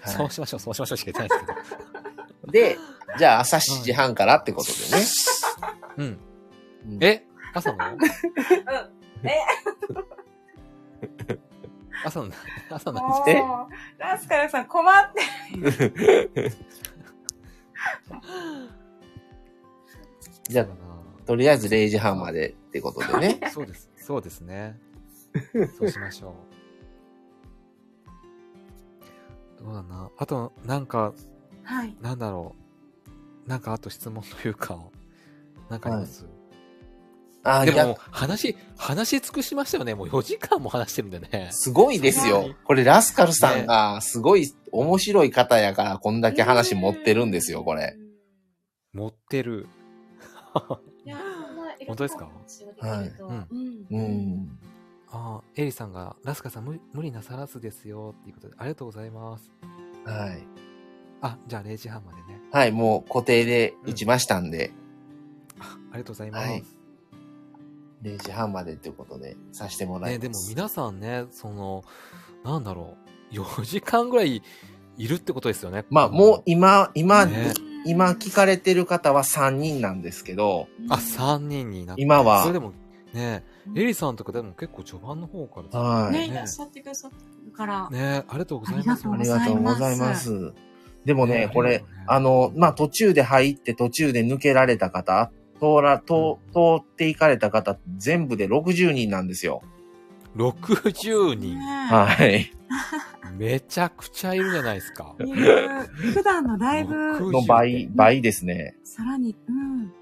S2: はい
S3: そうしましょう。そうしましょうしか言ってないです (laughs)
S2: で、じゃあ朝7時半からってことでね。 (laughs)
S3: けど。うん。
S2: うん
S3: え朝の朝の、朝
S1: うん。
S3: の
S1: も
S3: 何
S1: う
S2: え、
S1: ラスカルさん困って。
S2: じゃ
S3: 時かな
S2: とりあえず0時半までってことでね。
S3: (laughs) そうです。そうですね。そうしましょう。どうだな。あと、なんか、
S1: はい。
S3: なんだろう。なんかあと質問というか、なんかあります、
S2: ああ、
S3: でもも
S2: 逆
S3: う話、話し尽くしましたよね。もう4時間も話してるんでね。
S2: すごいです
S3: そ
S2: よ
S3: う。
S2: これラスカルさんがすごい面白い方やから、こんだけ話持ってるんですよ、これ。
S3: 持って (laughs) る。
S1: いやーまあいろんな
S3: 本当ですか
S1: 話をできると
S3: はい
S1: うん
S2: う
S1: うん
S2: ん。
S3: ああ、エリさんが、ラスカさん無無理なさらずですよっていうことで、ありがとうございます。
S2: はい。
S3: あ、じゃあ0時半まで (laughs) ね。
S2: はい、もう固定で打ちましたんで、
S3: あありがとうございます。
S2: はい0時半までってことでさせてもらい
S3: ね、
S2: ます。
S3: でも皆さんね、その、なんだろう、4時間ぐらいいるってことですよね。
S2: まあ、もう今、今、
S3: ね
S2: 今聞かれてる方は3人なんですけど、
S3: あ、3人になって。
S2: 今は
S3: それでも、ね、エリさんとかでも結構序盤の方からです
S2: はい
S1: ね、いらっしゃってくださってるから。
S3: ね、ありがとうございます。
S1: あ
S2: あ
S1: り
S2: り
S1: がと
S2: がと
S1: う
S2: う
S1: ご
S2: ご
S1: ざ
S2: ざ
S1: い
S2: い
S1: ま
S2: ますす。でもね、
S3: ね
S2: こ
S3: あり
S2: れ
S3: がとうね、
S2: あの、まあ、途中で入って途中で抜けられた方、通ら、通、通っていかれた方、全部で60人なんですよ。
S3: 60人。
S2: はい。
S3: めちゃくちゃいるじゃないですか。
S1: いる普段のライブ、
S2: の倍、倍ですね。
S1: さらに、うん。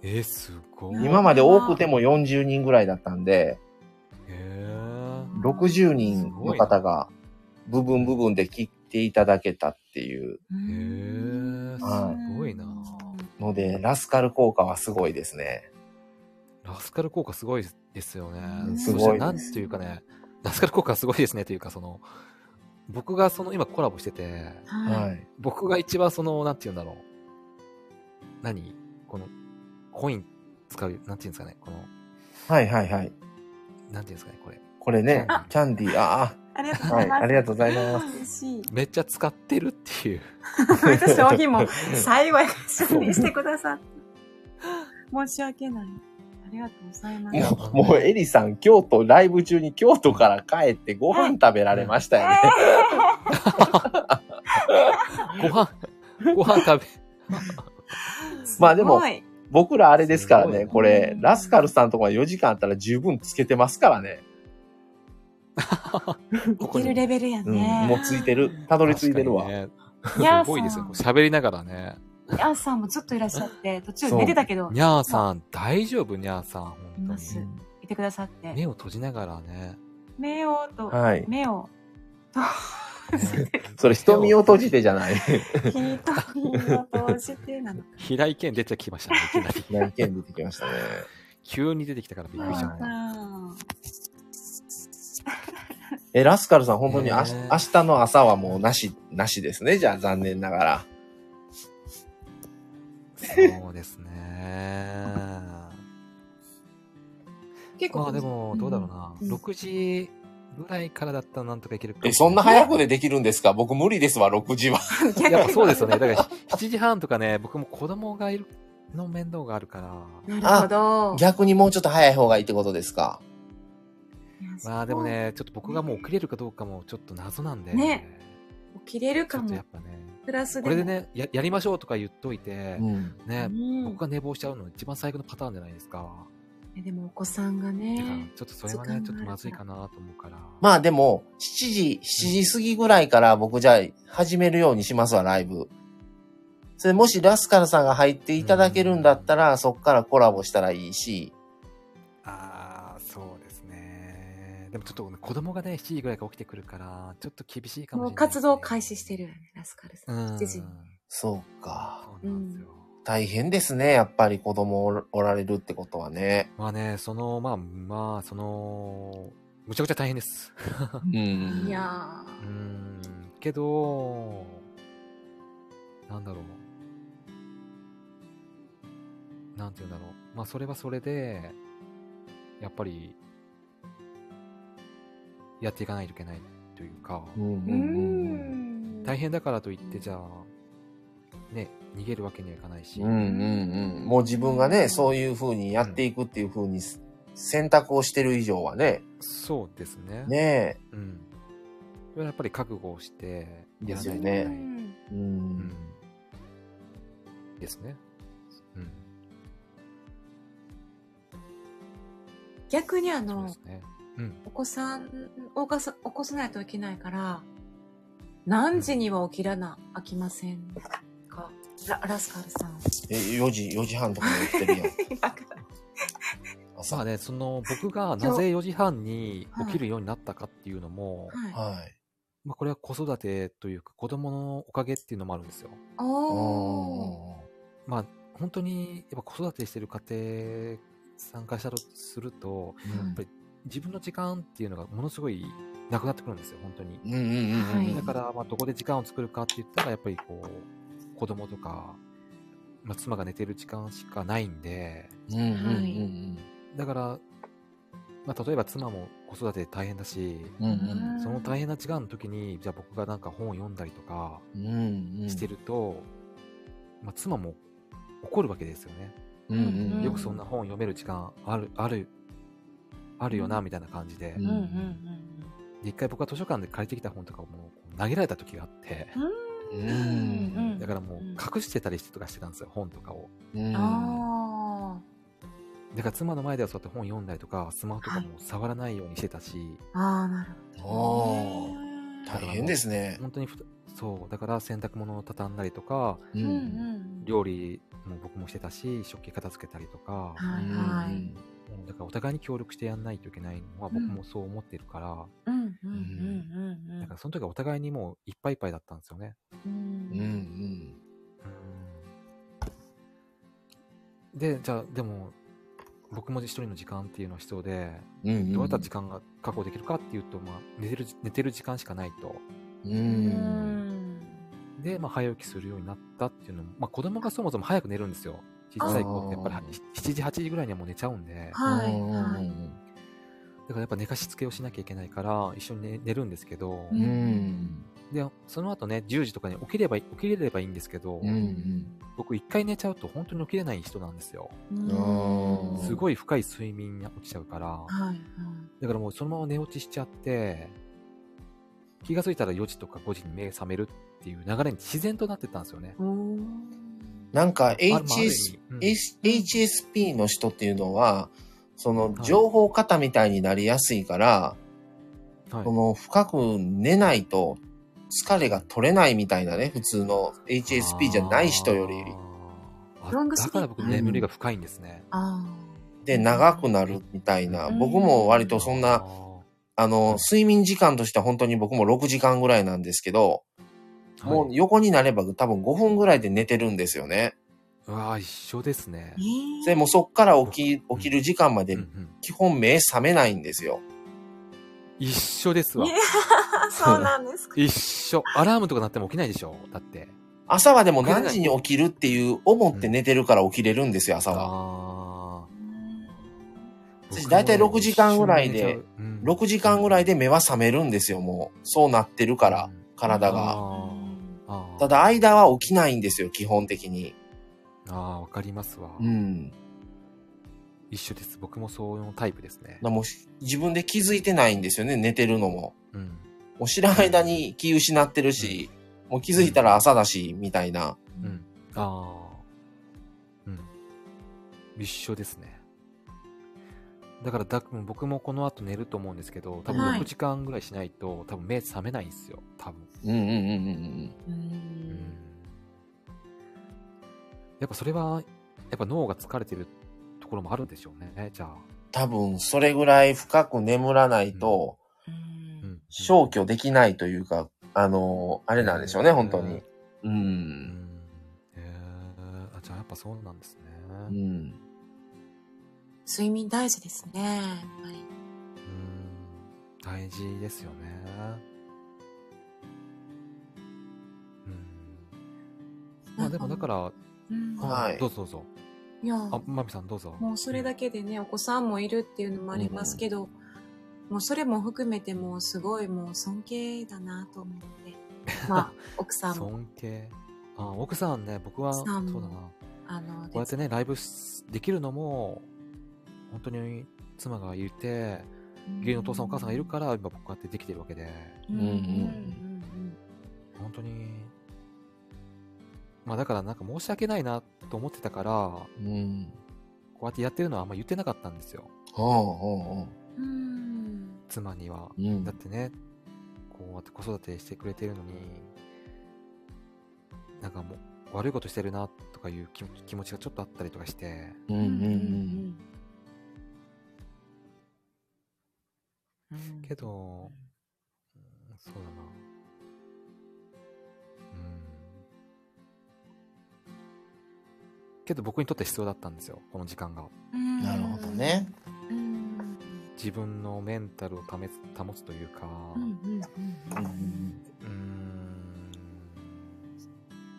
S3: えー、すごい。
S1: うん
S3: へ
S2: 今まで多くても40人ぐらいだったんで、
S3: え。
S2: 60人の方が部分部分で切っていただけたっていう
S3: へ
S1: うん
S3: え、
S2: は
S3: すごいな。
S2: ので、ラスカル効果はすごいですね。
S3: ラスカル効果すごいですよね。
S1: す
S2: ごい
S3: そしてなんていうかね、ラスカル効果すごいですねというか、その、僕がその、今コラボしてて、
S1: は。
S2: はいい。
S3: 僕が一番その、なんて言うんだろう。何この、コイン使う、なんて言うんですかね、この、
S2: はいはいはい。
S3: なんて言うんですかね、これ。
S2: これね
S3: あ、
S2: キャンディー、あ
S1: ありがとうご
S2: あ、
S1: ざ
S2: はいい、
S1: ます。
S2: ありがとうございます。
S1: 嬉しい。
S3: めっちゃ使ってるっ
S2: (laughs)
S3: ていう。
S1: こういった商品も幸い商品してくださって。申し訳ない。ありがとうございます。
S3: いや
S2: もう、もうエリさん、京都、ライブ中に京都から帰ってご飯食べられましたよね。
S3: ご飯、ご飯
S2: (laughs)
S3: 食べ、
S2: まあで
S1: す
S2: も
S1: ごい
S2: 僕らあれですから
S3: すごい
S2: ね、
S3: な
S2: これ、ラスカルさんとか4時間あったら十分つけてますからね。
S3: ここ
S1: いける
S3: に。
S1: レベルや
S2: うん、
S1: ね。
S2: もうついてる。たどり着いてるわ。
S3: 確かにね
S1: やーさん
S3: すごいですよ。喋りながらね。
S1: ヤンさんもずっといらっしゃって、途中寝てたけど、
S3: にゃーさん、大丈夫にゃーさん。
S1: いま
S3: 本
S1: す
S3: 当
S1: う
S3: に。
S1: いてくださって。
S3: 目を閉じながらね。
S1: 目をと、
S2: はい。
S1: 目をと、
S2: それ、瞳を閉じてじゃない。。
S1: ひとひを閉じてなの。
S3: 平井健出てきましたね、いきなり
S2: 内
S3: (laughs)
S2: 見出てきましたね。
S3: 急に出てきたからびっくりしちゃっ
S2: は
S3: た。
S2: え、ラスカルさん、本当にあ、
S3: ね
S2: 明日の朝はもうなし、なしですね。じゃあ、残念ながら。
S3: そうですね。
S1: 結
S3: ま
S1: 構、
S3: あでも、どうだろうな。
S1: うん
S3: 6時ぐらいからだったらなんとかいけるかも
S2: え、そんな早くでできるんですか僕無理ですわ、6時は。
S1: 逆に
S3: やっぱそうですよね。だから7時半とかね、僕も子供がいるの面倒があるから。
S1: なるほど。
S2: 逆にもうちょっと早い方がいいってことですか
S3: まあでも。ね、ちょっと僕がもう起きれるかどうかもちょっと謎なんで。
S1: ね起きれる
S3: ち
S1: か
S3: ょっとや
S1: も
S3: っ。ぱね。
S1: プラスでも。
S3: これでね、ややりましょうとか言っといて、
S2: ん。
S1: う
S3: ね、
S1: ん。
S3: 僕が寝坊しちゃうの一番最悪のパターンじゃないですか。
S1: えでもお子さんが
S3: だから
S1: ね、
S3: ちょっとそれは
S1: 時間がある、
S3: ね
S1: か
S3: ちょっ
S1: ら
S3: とまずいかなと思うから。
S2: まあでも、7時、7時過ぎぐらいから僕じゃあ始めるようにしますわ、ライブ。それもしラスカルさんが入っていただけるんだったら、そっからコラボしたらいいし、
S3: ああ、そうですね。でもちょっとね子供がね、7時ぐらいから起きてくるから、ちょっと厳しいかもし
S1: もう
S3: れない、
S1: 活動開始してるよね、ラスカル
S3: う
S1: さん。
S3: ん。
S1: 7時に。
S2: そうか。
S3: そうなんですよ。
S2: 大変ですね、やっぱり子供おらおられるってことはね。
S3: まあね、その、まあ、まあ、その、むちゃくちゃ大変です。
S2: うん
S1: いや
S3: うーん、けど、なんだろう。なんて言うんだろう。まあ、それはそれで、やっぱり、やっていかないといけないというか、
S2: うん
S1: ー。
S2: う
S1: うんん。
S3: 大変だからといって、じゃあ、ね、逃げるわけにはいかないし、
S2: うんうんうんもう自分がね、そういう風にやっていくっていう風に選択をしてる以上はね、
S3: そうですね。
S2: ね
S3: うん。それはやっぱり覚悟をして、やらないといけない
S2: ですよ
S1: う
S2: ね
S1: ん
S2: え。う
S3: うんん。ですね。うん。
S1: 逆にあ
S3: そうで
S1: の
S3: す、ね。うん。
S1: お子さんを起こさ起こさないといけないから、何時には起きらな、飽きませんかララスカルさん。
S2: え、4時、4時半とかに起き (laughs) てるやん。朝。
S3: まあ
S2: は
S3: ね、その僕がなぜ4時半に起きるようになったかっていうのも、
S1: はい。
S2: い。
S3: まあ、これは子育てというか子供のおかげっていうのもあるんですよ。
S1: おー。
S2: お
S3: まあ本当にやっぱ子育てしてる家庭参加したとすると、
S2: ー
S3: 自分の時間っていうのがものすごいなくなってくるんですよ、本当に。
S2: うんうんうんうん。
S1: はい
S3: だから、まあ、どこで時間を作るかって言ったら、やっぱりこう、子供とか、まあ、妻が寝てる時間しかないんで、
S2: うんうんうん
S3: だから、まあ、例えば妻も子育てで大変だし、
S2: うん。うんうん
S3: その大変な時間の時に、じゃあ僕がなんか本を読んだりとか
S2: うんうん。
S3: してると、まあ、妻も怒るわけですよね。
S2: うんうんうん。
S3: よくそんな本読める時間ある、ある、あるよな、みたいな感じで。
S2: う
S1: うんんうん
S3: で、一回僕は図書館で借りてきた本とかをもう投げられた時があって、
S2: う
S1: うんうんうんうん
S2: ん。
S3: だからもう
S1: うん
S3: 隠してたりしてとかしてたんですよ、本とかを。
S2: うん。
S1: あ
S3: だから妻の前ではそうやって本読んだりとか、スマホとかも触らないようにしてたし、
S1: あ、ああ、なる
S2: お
S1: ほ
S2: ー。
S1: ど。
S2: 大変ですね。
S3: 本当にふたそう、だから洗濯物を畳んだりとか、
S2: う
S1: うんうん。
S3: 料理も僕もしてたし、食器片付けたりとか、
S1: はいはい。
S3: もうだからお互いに協力してやんないといけないのは僕もそう思ってるから、
S1: うんうんうんうんうん
S3: だからその時はお互いにもういっぱいいっぱいだったんですよね。
S1: う
S2: うんうんん。
S3: うんで、じゃあでも、僕も一人の時間っていうのは必要で、
S2: うんうん。
S3: どうやったら時間が確保できるかっていうと、まあ、寝てる時、寝てる時間しかないと。
S2: う。
S1: うんん
S3: で、まあ、早起きするようになったっていうのも、まあ、子供がそもそも早く寝るんですよ。小さい子ってやっぱり
S2: あー
S3: 7時、8時ぐらいにはもう寝ちゃうんで、だか
S1: はい
S2: うんうん
S1: はい
S3: らやっぱ寝かしつけをしなきゃいけないから、一緒に寝寝るんですけど、
S1: う
S2: うん。うん。
S3: で、その後ね、10時とかに起きれば、起きれればいいんですけど、
S2: うんうん。
S3: 僕一回寝ちゃうと本当に起きれない人なんですよ。
S2: うん
S3: すごい深い睡眠に落ちちゃうから、
S1: はいはい。
S3: だからもうそのまま寝落ちしちゃって、気がついたら4時とか5時に目覚めるっていう流れに自然となってったんですよね。
S1: おお。
S2: なんか
S3: あるまあある
S2: HS
S3: 意味うん
S2: H- HSP の人っていうのは、その情報型みたいになりやすいから、
S3: はい
S2: その深く寝ないと疲れが取れないみたいなね、普通の HSP じゃない人より。
S3: あー
S1: ロングスリー
S3: だ
S1: プ
S3: から僕眠りが深いんですね。
S1: あ
S2: で、長くなるみたいな。
S1: うん
S2: 僕も割とそん
S3: あ
S2: な、あの、睡眠時間としては本当に僕も6時間ぐらいなんですけど、
S3: ー、
S2: もう
S3: はい
S2: 横になれば多分5分ぐらいで寝てるんですよね。
S3: うわー一緒ですね
S1: あ。。え
S2: で、もうそっから起き、起きる時間ま
S3: う
S2: で
S3: んうん
S2: 基本目覚めないんですよ。
S3: 一緒ですわ
S1: い。や (laughs) そうなんですか。
S3: 一緒。アラームとか鳴っても起きないでしょだって。
S2: 朝はでも何時に起きるっていう思って寝てるから起きれるんですよ、朝は。
S3: あー
S2: 私大体6時間ぐらいで、
S3: 6
S2: 6時間ぐらいで目は覚めるんですよ、もう。そうなってるから、体が。
S3: あーあー
S2: ただ、間は起きないんですよ、基本的に。
S3: ああ、わかりますわ。
S2: うん。
S3: 一緒です。僕もそういうタイプですね。
S2: でも自分で気づいてないんですよね、寝てるのも。
S3: うん。
S2: もう知らん間に気失ってるし、もう気づいたら朝だし、みたいな。
S3: うん。ああ。うん。一緒ですね。だからだ、僕もこの後寝ると思うんですけど、多分
S1: はい
S3: 6時間ぐらいしないと、多分目覚めないんですよ。多分。
S2: うんうんうんうん
S1: う
S3: うん
S1: ん。
S3: やっぱそれは、やっぱ脳が疲れてるところもあるんでしょうね。じゃあ。
S2: 多分、それぐらい深く眠らないと、
S1: うん
S3: うん。
S2: 消去できないというか、あの、あれなんでしょうね、本当に。う。
S3: うんん。へえあ、じゃあやっぱそうなんですね。
S2: うん。
S1: 睡眠大事ですね。やっぱり
S3: うん大事ですよね。うん。まあでもだから、
S1: うん
S2: はい
S3: あどうぞどうぞ。
S1: いや、
S3: あ、まみさんどうぞ。
S1: もうそれだけでね、お子さんもいるっていうのもありますけど、もうそれも含めてもうすごいもう尊敬だなと思 (laughs) って。まあ、奥さんも、
S3: 尊敬。あ、奥さんね、僕は、そう
S1: 奥
S3: だ
S1: さん
S3: な。
S1: も
S3: こ
S1: あの、、
S3: うやってね、ライブすできるのも、本当に妻がいて、義理のお父さんお母さんがいるからら、今こうやってできてるわけで、
S1: うんうんうんうん
S3: 本当に、まあだからなんか申し訳ないなと思ってたから、
S2: うん。
S3: こうやってやってるのはあんま言ってなかったんですよ。
S2: ほうほうほ
S1: うん
S3: 妻には。
S2: う。うん
S3: だっ。てね、こうやって子育てしてくれてるのに、なんかもう悪いことしてるなとかいう気気持ちがちょっとあったりとかして、
S2: うん
S1: う
S2: うん
S1: うんうんんうん
S3: けど、うんそうだな。うん。けど僕にとって必要だったんですよ、この時間が。
S1: うん
S2: なるほどね。
S1: うん
S3: 自自分のメンタルを保つ保つというか、うーん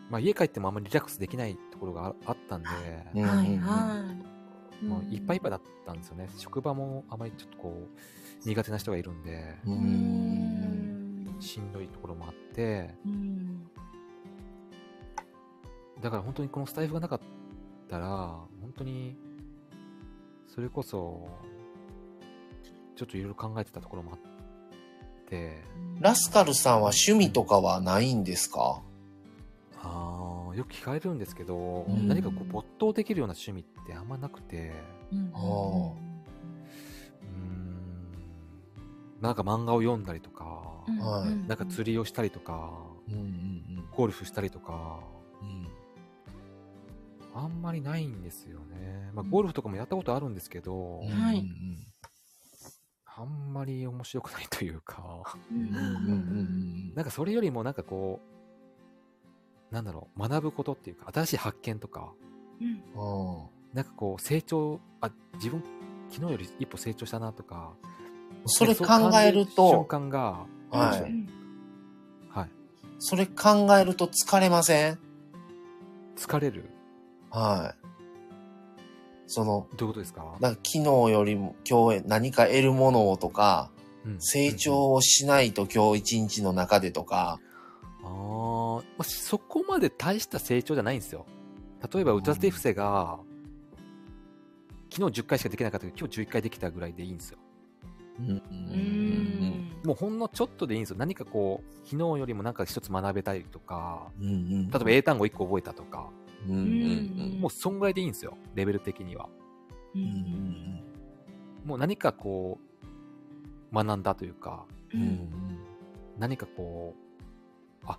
S3: まあ、家帰ってもあんまりリラックスできないところがああったんで、
S2: うん
S1: はいはい。
S3: もういっぱいいっぱいだったんですよね職場もあまりちょっとこう苦手な人がいるんで
S2: う。
S1: うんん
S3: しんどいところもあって
S1: うん
S3: だから本当にこのスタイフがなかったら本当にそれこそちょっといろいろ考えてたところもあって
S2: ラスカルさんは趣味とかはないんですか
S3: あーよく聞かれるんですけど、
S2: うん
S3: 何かこう没頭できるような趣味ってあんまなくて
S1: うん
S2: あ
S3: うーんなんか漫画を読んだりとか、
S1: うん
S2: はい
S1: うん
S3: なんか釣りをしたりとか
S2: うんうん
S3: ゴルフしたりとか
S2: うん。
S3: あんまりないんですよね、まあ、ゴルフとかもやったことあるんですけど、
S2: うん。
S1: はい
S2: うん
S3: あんまり面白くないというか
S1: う
S2: うんんうん
S3: なんかそれよりもなんかこうなんだろう学ぶことっていうか新しい発見とか
S1: うん
S2: うんうん。
S3: なんかこう成長あ自分昨日より一歩成長したなとか
S2: それ
S3: う
S2: 考
S3: 感
S2: え
S3: じ
S2: る
S3: 瞬
S2: と、
S3: 間が
S2: は
S1: う
S2: い。
S1: ん
S3: はい
S2: それ考えると疲れません
S3: 疲れる
S2: はい。その、
S3: どういうことですか
S2: なんか昨日よりも今日何か得るものをとか、
S3: うん
S2: 成長をしないと今日一日の中でとか、
S3: あーまあ、そこまで大した成長じゃないんですよ。例えば、歌手伏せが、昨日10回しかできなかったけど、今日11回できたぐらいでいいんですよ。
S2: うんうん
S1: うん
S3: もうほんのちょっとでいいんですよ。何かこう、昨日よりもなんか一つ学べたりとか、
S2: うんうん
S3: 例えば英単語1個覚えたとか、
S2: うんうんうん
S3: もうそんぐらいでいいんですよ。レベル的には。
S1: う
S2: うん
S1: ん
S3: もう何かこう、学んだというか、
S2: うんうん
S1: うん
S3: 何かこう、あ、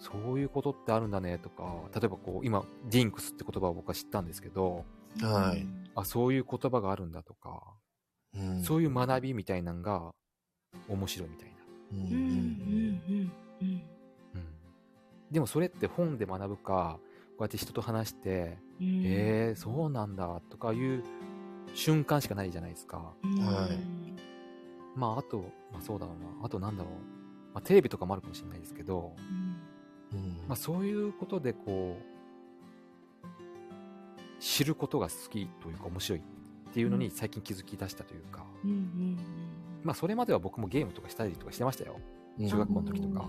S3: そういうことってあるんだねとか、例えばこう、今、ディンクスって言葉を僕は知ったんですけど、
S2: うんはい。
S3: あ、そういう言葉があるんだとか、
S2: うん
S3: そういう学びみたいなのが面白いみたいな。
S2: うん
S1: うんうんうんうん
S3: うん、でもそれって本で学ぶか、こうやって人と話して、
S1: うん
S3: えー、そうなんだとかいう瞬間しかないじゃないですか。
S1: うん
S2: はい
S3: まあ、あと、まあそうだろうな。あとなんだろう。まあテレビとかもあるかもしれないですけど、
S2: うん
S3: まあそういうことでこう、知ることが好きというか面白いっていうのに最近気づき出したというか、
S1: うんうん
S3: まあそれまでは僕もゲームとかしたりとかしてましたよ。
S2: うん
S3: 中学校の時とか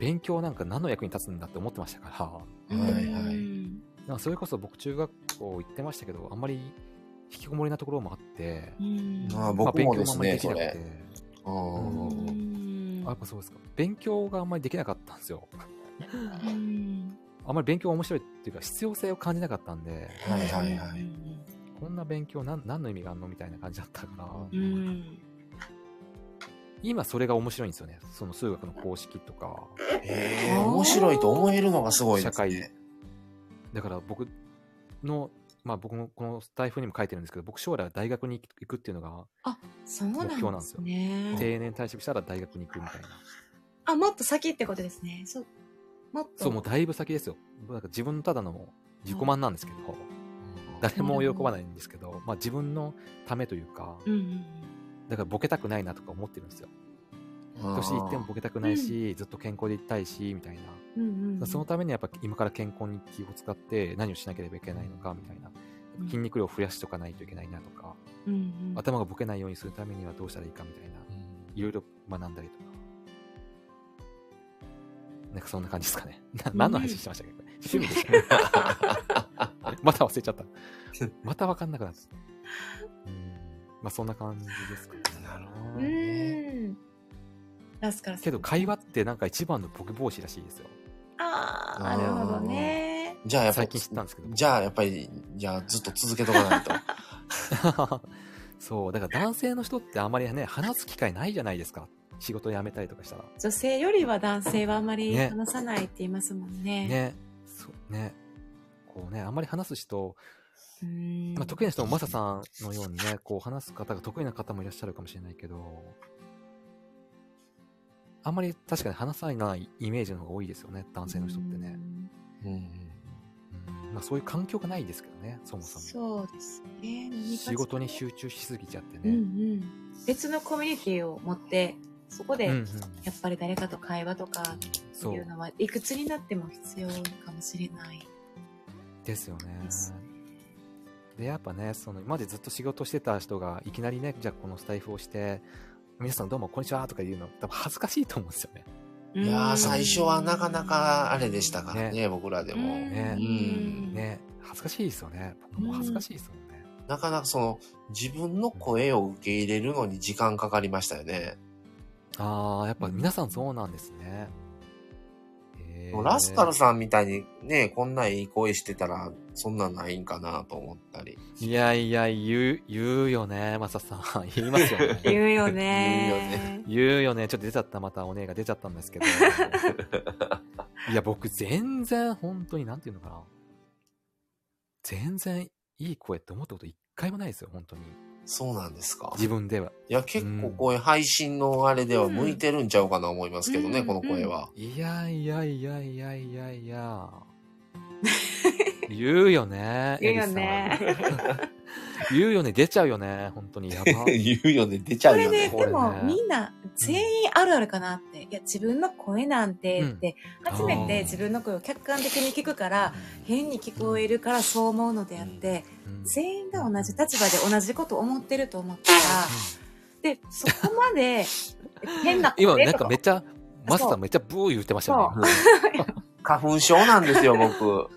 S3: 勉強なんか何の役に立つんだって思ってましたから、
S1: うん
S2: はいはい
S1: うん
S3: なんかそれこそ僕中学校行ってましたけど、あんまり引きこもりなところもあって、
S1: うん
S2: あ
S3: まあ
S2: 僕もですね
S3: 勉強もあんまりできなくて、
S2: うん
S3: うあやっぱそうですか。勉強があんまりできなかったんですよ。
S1: うん
S3: あんまり勉強が面白いっていうか必要性を感じなかったんで、
S2: はいはいは
S1: う
S2: い。
S1: ん
S3: こんな勉強なん何の意味があんのみたいな感じだったから、
S1: うん
S3: 今それが面白いんですよね。その数学の公式とか。
S2: へえ、面白いと思えるのがすごいですね。
S3: だから僕の、まあ僕もこのスタイフにも書いてるんですけど、僕将来は大学に行くっていうのが、
S1: そうなんですね。
S3: 定年退職したら大学に行くみたいな。
S1: あ、もっと先ってことですね。そう。もっと。
S3: そう、もうだいぶ先ですよ。なんか自分のただの自己満なんですけど、誰も喜ばないんですけど、まあ自分のためというか、
S1: うんうん
S3: だからボケたくないなとか思ってるんですよ。
S2: うん
S3: 年いってもボケたくないし、ずっと健康でいたいし、みたいな。
S1: うん。うんうん。
S3: そのためにやっぱ今から健康に気を使って何をしなければいけないのかみたいな
S1: うん
S3: 筋肉量を増やしとかないといけないなとか、
S1: うんうん。
S3: 頭がボケないようにするためにはどうしたらいいかみたいな
S2: うん
S3: いろいろ学んだりとかなんかそんな感じですかね (laughs) な
S1: うん
S3: 何の話してましたっけど趣味でしたね
S2: (laughs)
S3: また忘れちゃったまた分かんなくなったうんまあそんな感じですかね
S2: なる
S1: う
S2: ほどね。
S1: ーん。ラスカルさん
S3: けど会話ってなんか一番のボケ防止らしいですよ
S1: ああ、なるほどね。
S2: じゃあやっぱ
S3: 最
S2: り
S3: 近、知ったんですけど
S2: じゃあやっぱり、じゃあずっと続けとかない
S3: (laughs)
S2: と。
S3: そう、だから男性の人ってあんまりね、話す機会ないじゃないですか。仕事辞めたりとかしたら。
S1: 女性よりは男性はあんまり
S3: ね
S1: 話さないって言いますもんね。
S3: ね。そう、ね。こうね、あんまり話す人、
S1: うーん。
S3: まあ、得意な人もマサさんのようにね、こう話す方が得意な方もいらっしゃるかもしれないけど、あんまり確かに話さないイメージの方が多いですよね、男性の人ってね。
S1: うん
S2: うん
S3: うんまあ、そういう環境がないですけどね、そもそも。
S1: そうですね。何かしら
S3: 仕事に集中しすぎちゃって
S1: うんう
S3: ね。
S1: ん。別のコミュニティを持って、そこで、
S3: うんう
S1: や
S3: ん
S1: っぱり誰かと会話とかって
S3: そ
S1: いう
S3: う
S1: のは、いくつになっても必要かもしれない
S3: ですよね
S1: で。すね。
S3: で、やっぱね、その今までずっと仕事してた人が、いきなりね、じゃあこのスタイフをして、皆さんどうもこんにちはとか言うの、多分恥ずかしいと思うんですよね。
S2: いやー、最初はなかなかあれでした
S1: か
S2: からね、僕らでも。
S3: ね
S2: うん
S3: ね、恥ずかしいですよね。僕も恥ずかしいですもんね。
S2: なかなかその、自分の声を受け入れるのに時間かかりましたよね。
S3: ああ、やっぱ皆さんそうなんですね。へー
S2: ラスカルさんみたいにね、こんないい声してたら、そんなんないんかなと思ったり。
S3: いやいや、言う、言うよね、マサさん。 (laughs) 言いますよ
S2: (laughs)
S3: ね。
S1: 言うよ
S2: ね
S1: ね。
S3: 言うよね。ちょっと出ちゃった、またお姉が出ちゃった
S1: (laughs)
S3: んですけど。いや、僕、全然、本当に、なんていうのかな。全然、いい声って思ったこと一回もないですよ、本当に。
S2: そうなんですか。
S3: 自分では。
S2: いや、結構こういう配信のあれでは向いてるんちゃうかな思いますけどね、
S1: うん
S2: この声は。
S3: いやいやいやいやいやいや。言う
S1: (laughs)
S3: よね。
S1: 言うよね
S3: エリさん。 (laughs) 言うよね、出ちゃうよね、本当に。
S1: (laughs)
S3: やば。
S2: (laughs) 言うよね、出ちゃ
S1: こ
S2: う
S1: れ
S2: よ
S1: ね、
S2: ね。
S3: これ
S1: で
S3: ね
S1: もみんな全員あるあるかなって。いや、自分の声なんてって、
S3: うん
S1: 初め
S3: あー
S1: て自分の声を客観的に聞くから、変に聞こえるからそう思うのであって、
S3: うん
S1: 全員が同じ立場で同じこと思ってると思ったら、で、そこま
S3: (laughs)
S1: で変な声
S3: 今、
S1: と
S3: なんかめっちゃ、マス
S1: そ
S3: さ
S1: うん
S3: めっちゃブー言ってましたよね。
S2: 花粉症なんですよ、 (laughs) 僕。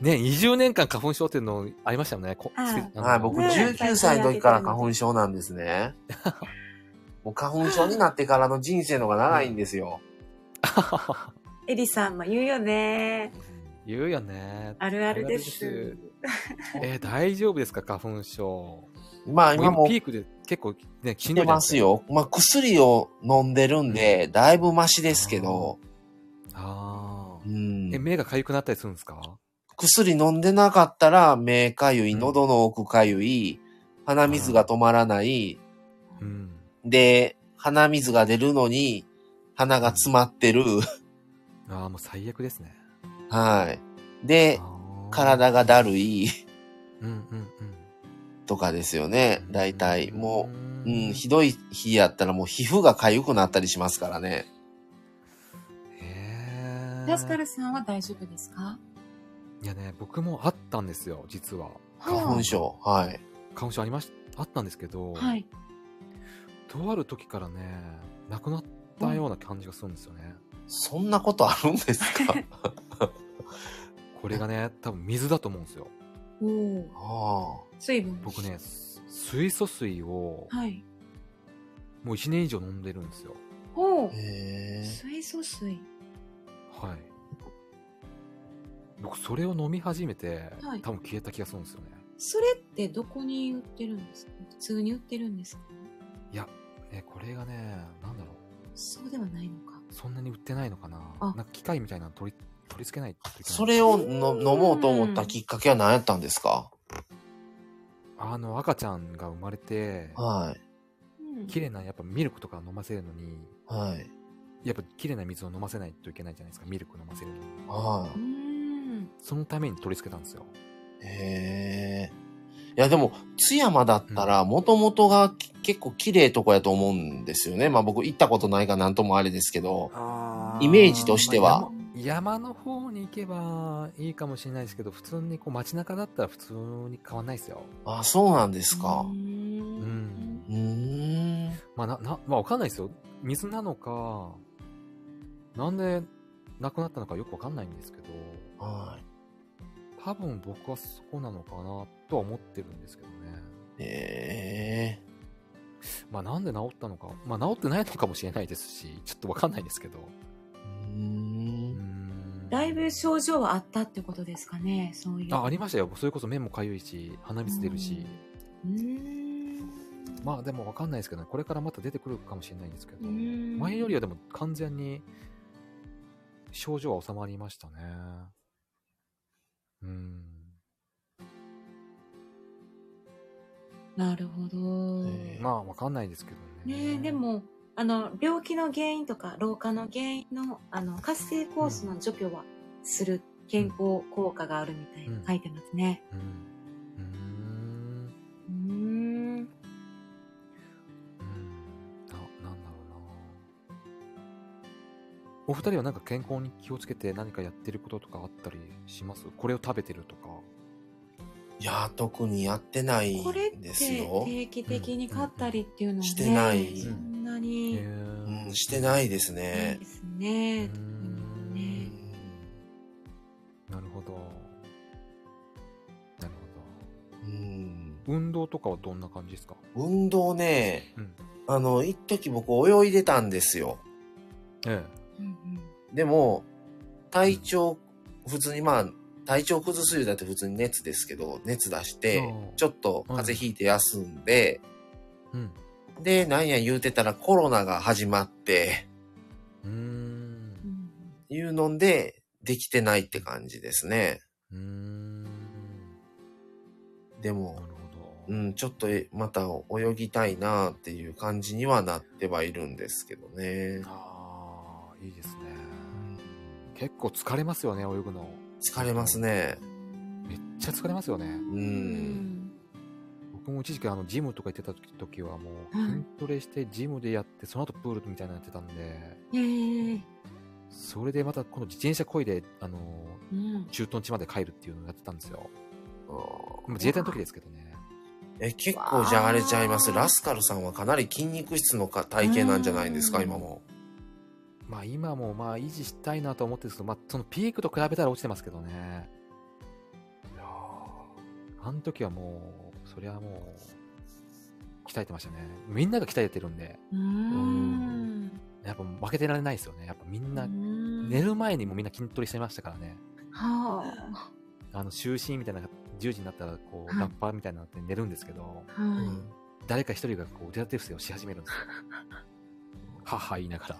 S3: ね、20年間花粉症っていうのありましたよね。こ
S1: ああ
S3: つけ
S2: はい、僕
S1: ね
S2: 19歳の時から花粉症なんですね。もう花粉症になってからの人生の方が長いんですよ。
S1: エリさんも言うよね。
S3: 言うよね。
S1: あるあるです。
S3: あるあるえー大丈夫ですか花粉症。
S2: まあ今
S3: もう
S2: も来
S3: ピークで結構ね、気に
S2: てます。よ。まあ薬を飲んでるんで、だいぶマシですけど、
S3: ああ
S2: う。
S3: え、
S2: ん、
S3: 目が痒くなったりするんですか
S2: 薬飲んでなかったら目かゆい、喉の奥かゆい、鼻水が止まらない、
S3: うん。
S2: で、鼻水が出るのに鼻が詰まってる。 (laughs)
S3: ああ、もう最悪ですね。
S2: はい。で、
S3: あー。
S2: 体がだるい。
S3: うんうん
S2: とかですよね
S3: う。ん。
S2: 大体。もう、うん、ひ
S3: ひ
S2: どい日やったらもう皮膚が痒くなったりしますからね。
S3: へー
S1: ラスカルさんは大丈夫ですか
S3: いやね、僕もあったんですよ、実は。
S1: はい
S2: 花粉症。はい。
S3: 花粉症ありまし、あったんですけど。
S1: はい。
S3: とある時からね、なくなったような感じがするんですよね。
S2: そんなことあるんですか
S3: これがね、多分水だと思うんですよ。
S1: おー
S2: あ
S1: 水分。
S3: 僕ね、す水素水を
S1: はい。
S3: もう1年以上飲んでるんですよ。
S1: お
S2: あ。
S1: ー
S2: へえ。
S1: 水素水。
S3: はい。僕、それを飲み始めて、
S1: はい
S3: 多分消えた気がするんですよね。
S1: それってどこに売ってるんですか普通に売ってるんですか
S3: ね、これがね、なんだろう。
S1: そうではないのか。
S3: そんなに売ってないのかな
S1: あ
S3: なんか機械みたいなの取り、取り付けないといけない。
S2: それをの飲もうと思ったきっかけは何やったんですか
S3: あの、赤ちゃんが生まれて、
S2: はい。
S1: うん
S3: 綺麗な、やっぱミルクとか飲ませるのに、
S2: はい。
S3: やっぱ綺麗な水を飲ませないといけないじゃないですか、ミルク飲ませるのに。
S2: は
S1: うーん。
S3: そのために取り付けたんですよ。
S2: い。へえ。いやでも、津山だったら、もともとがき結構綺麗とこやと思うんですよね。まあ僕行ったことないかなんともあれですけど。
S1: あ
S2: ーイメージとしては
S3: まあ山山の方に行けばいいかもしれないですけど、普通にこう街中だったら普通に変わんないですよ。
S2: あ、そうなんですか
S1: うー。
S3: うんん。
S2: うーん。
S3: まあ、な、な、まあわかんないですよ。水なのか、なんでなくなったのかよくわかんないんですけど、
S2: はい。
S3: 多分僕はそこなのかなとは思ってるんですけどね。
S2: ええ
S3: まあなんで治ったのか、まあ治ってないのかもしれないですし、ちょっとわかんないですけど。うーん
S1: だいぶ症状はあったってことですかねそういう。
S3: あ、ありましたよ。それこそ目もかゆいし、鼻水出るし。
S1: うーん。
S3: まあでもわかんないですけどね、これからまた出てくるかもしれないんですけど、
S1: うん
S3: 前よりはでも完全に症状は収まりましたね。うん。
S1: なるほど。
S2: え
S3: まあわかんないですけどね。
S1: ねえで、もあの病気の原因とか老化の原因のあの活性酵素の除去はするっ健康効果があるみたいに書いてますね。
S3: うん
S1: うーん。
S3: うんななんだろうなお二人はなんか健康に気をつけて何かやってることとかあったりしますこれを食べてるとか
S2: いやー、特にやってない
S1: これっ
S2: ん
S1: て
S2: ですよ。
S1: 定期的に買ったりっていうのはね、
S2: してない
S1: そんな
S3: へ
S1: に
S3: ー
S2: うん、してないです
S1: ない
S2: ね
S1: で。すね。
S3: う
S1: 特
S3: ん
S1: にね。
S3: なるほどなる
S2: うんうん
S3: ほど運動とかはどんな感じですか
S2: 運動ね、
S3: うん
S2: あの、一時僕泳いでたんですよ。
S3: え
S1: うんうん
S2: でも、体調、普通にまあ、体調崩すよりだって普通に熱ですけど、熱出して
S3: そう、
S2: ちょっと風邪ひいて休んで、
S3: えうん
S2: で、なんや言うてたらコロナが始まって、
S3: うー
S1: う
S3: ん
S1: ん
S2: いうので、できてないって感じですね。
S3: うーん
S2: で
S3: な
S2: も
S3: る、ほ
S2: う
S3: ど、
S2: ん、ちょっとえまた泳ぎたいなっていう感じにはなってはいるんですけどね。
S3: ああいいですね結構疲れますよね泳ぐの
S2: 疲れますね。
S3: めっちゃ疲れますよね
S2: う。
S1: うんん
S3: 僕も一時期あのジムとか行ってた時時はもう
S1: はい
S3: 筋トレしてジムでやってその後プールみたいなのやってたんで
S1: ええ
S3: それでまたこの自転車こいであの
S1: うん
S3: 駐屯地まで帰るっていうのをやってたんですよ
S2: あー
S3: でも自衛隊の時ですけどね
S2: え、結構じゃあれちゃいます。ラスカルさんはかなり筋肉質のか体型なんじゃないんですか、
S1: うん
S2: 今も。
S3: まあ今もまあ維持したいなとは思ってるんですけどまあそのピークと比べたら落ちてますけどねあの時はもうそりゃもう鍛えてましたねみんなが鍛えてるんで
S1: うーん
S3: やっぱ負けてられないですよねやっぱみんな寝
S1: 寝
S3: る前にもみんな筋トレしてましたからね
S1: は
S3: あの就寝みたいな10時になったらこう、
S1: はい
S3: ラッパーみたいになって寝るんですけど
S1: あは
S2: う
S1: い
S2: ん
S3: 誰か一人がこう腕立て伏せをし始める
S1: (laughs)
S3: んですよはっは言いながら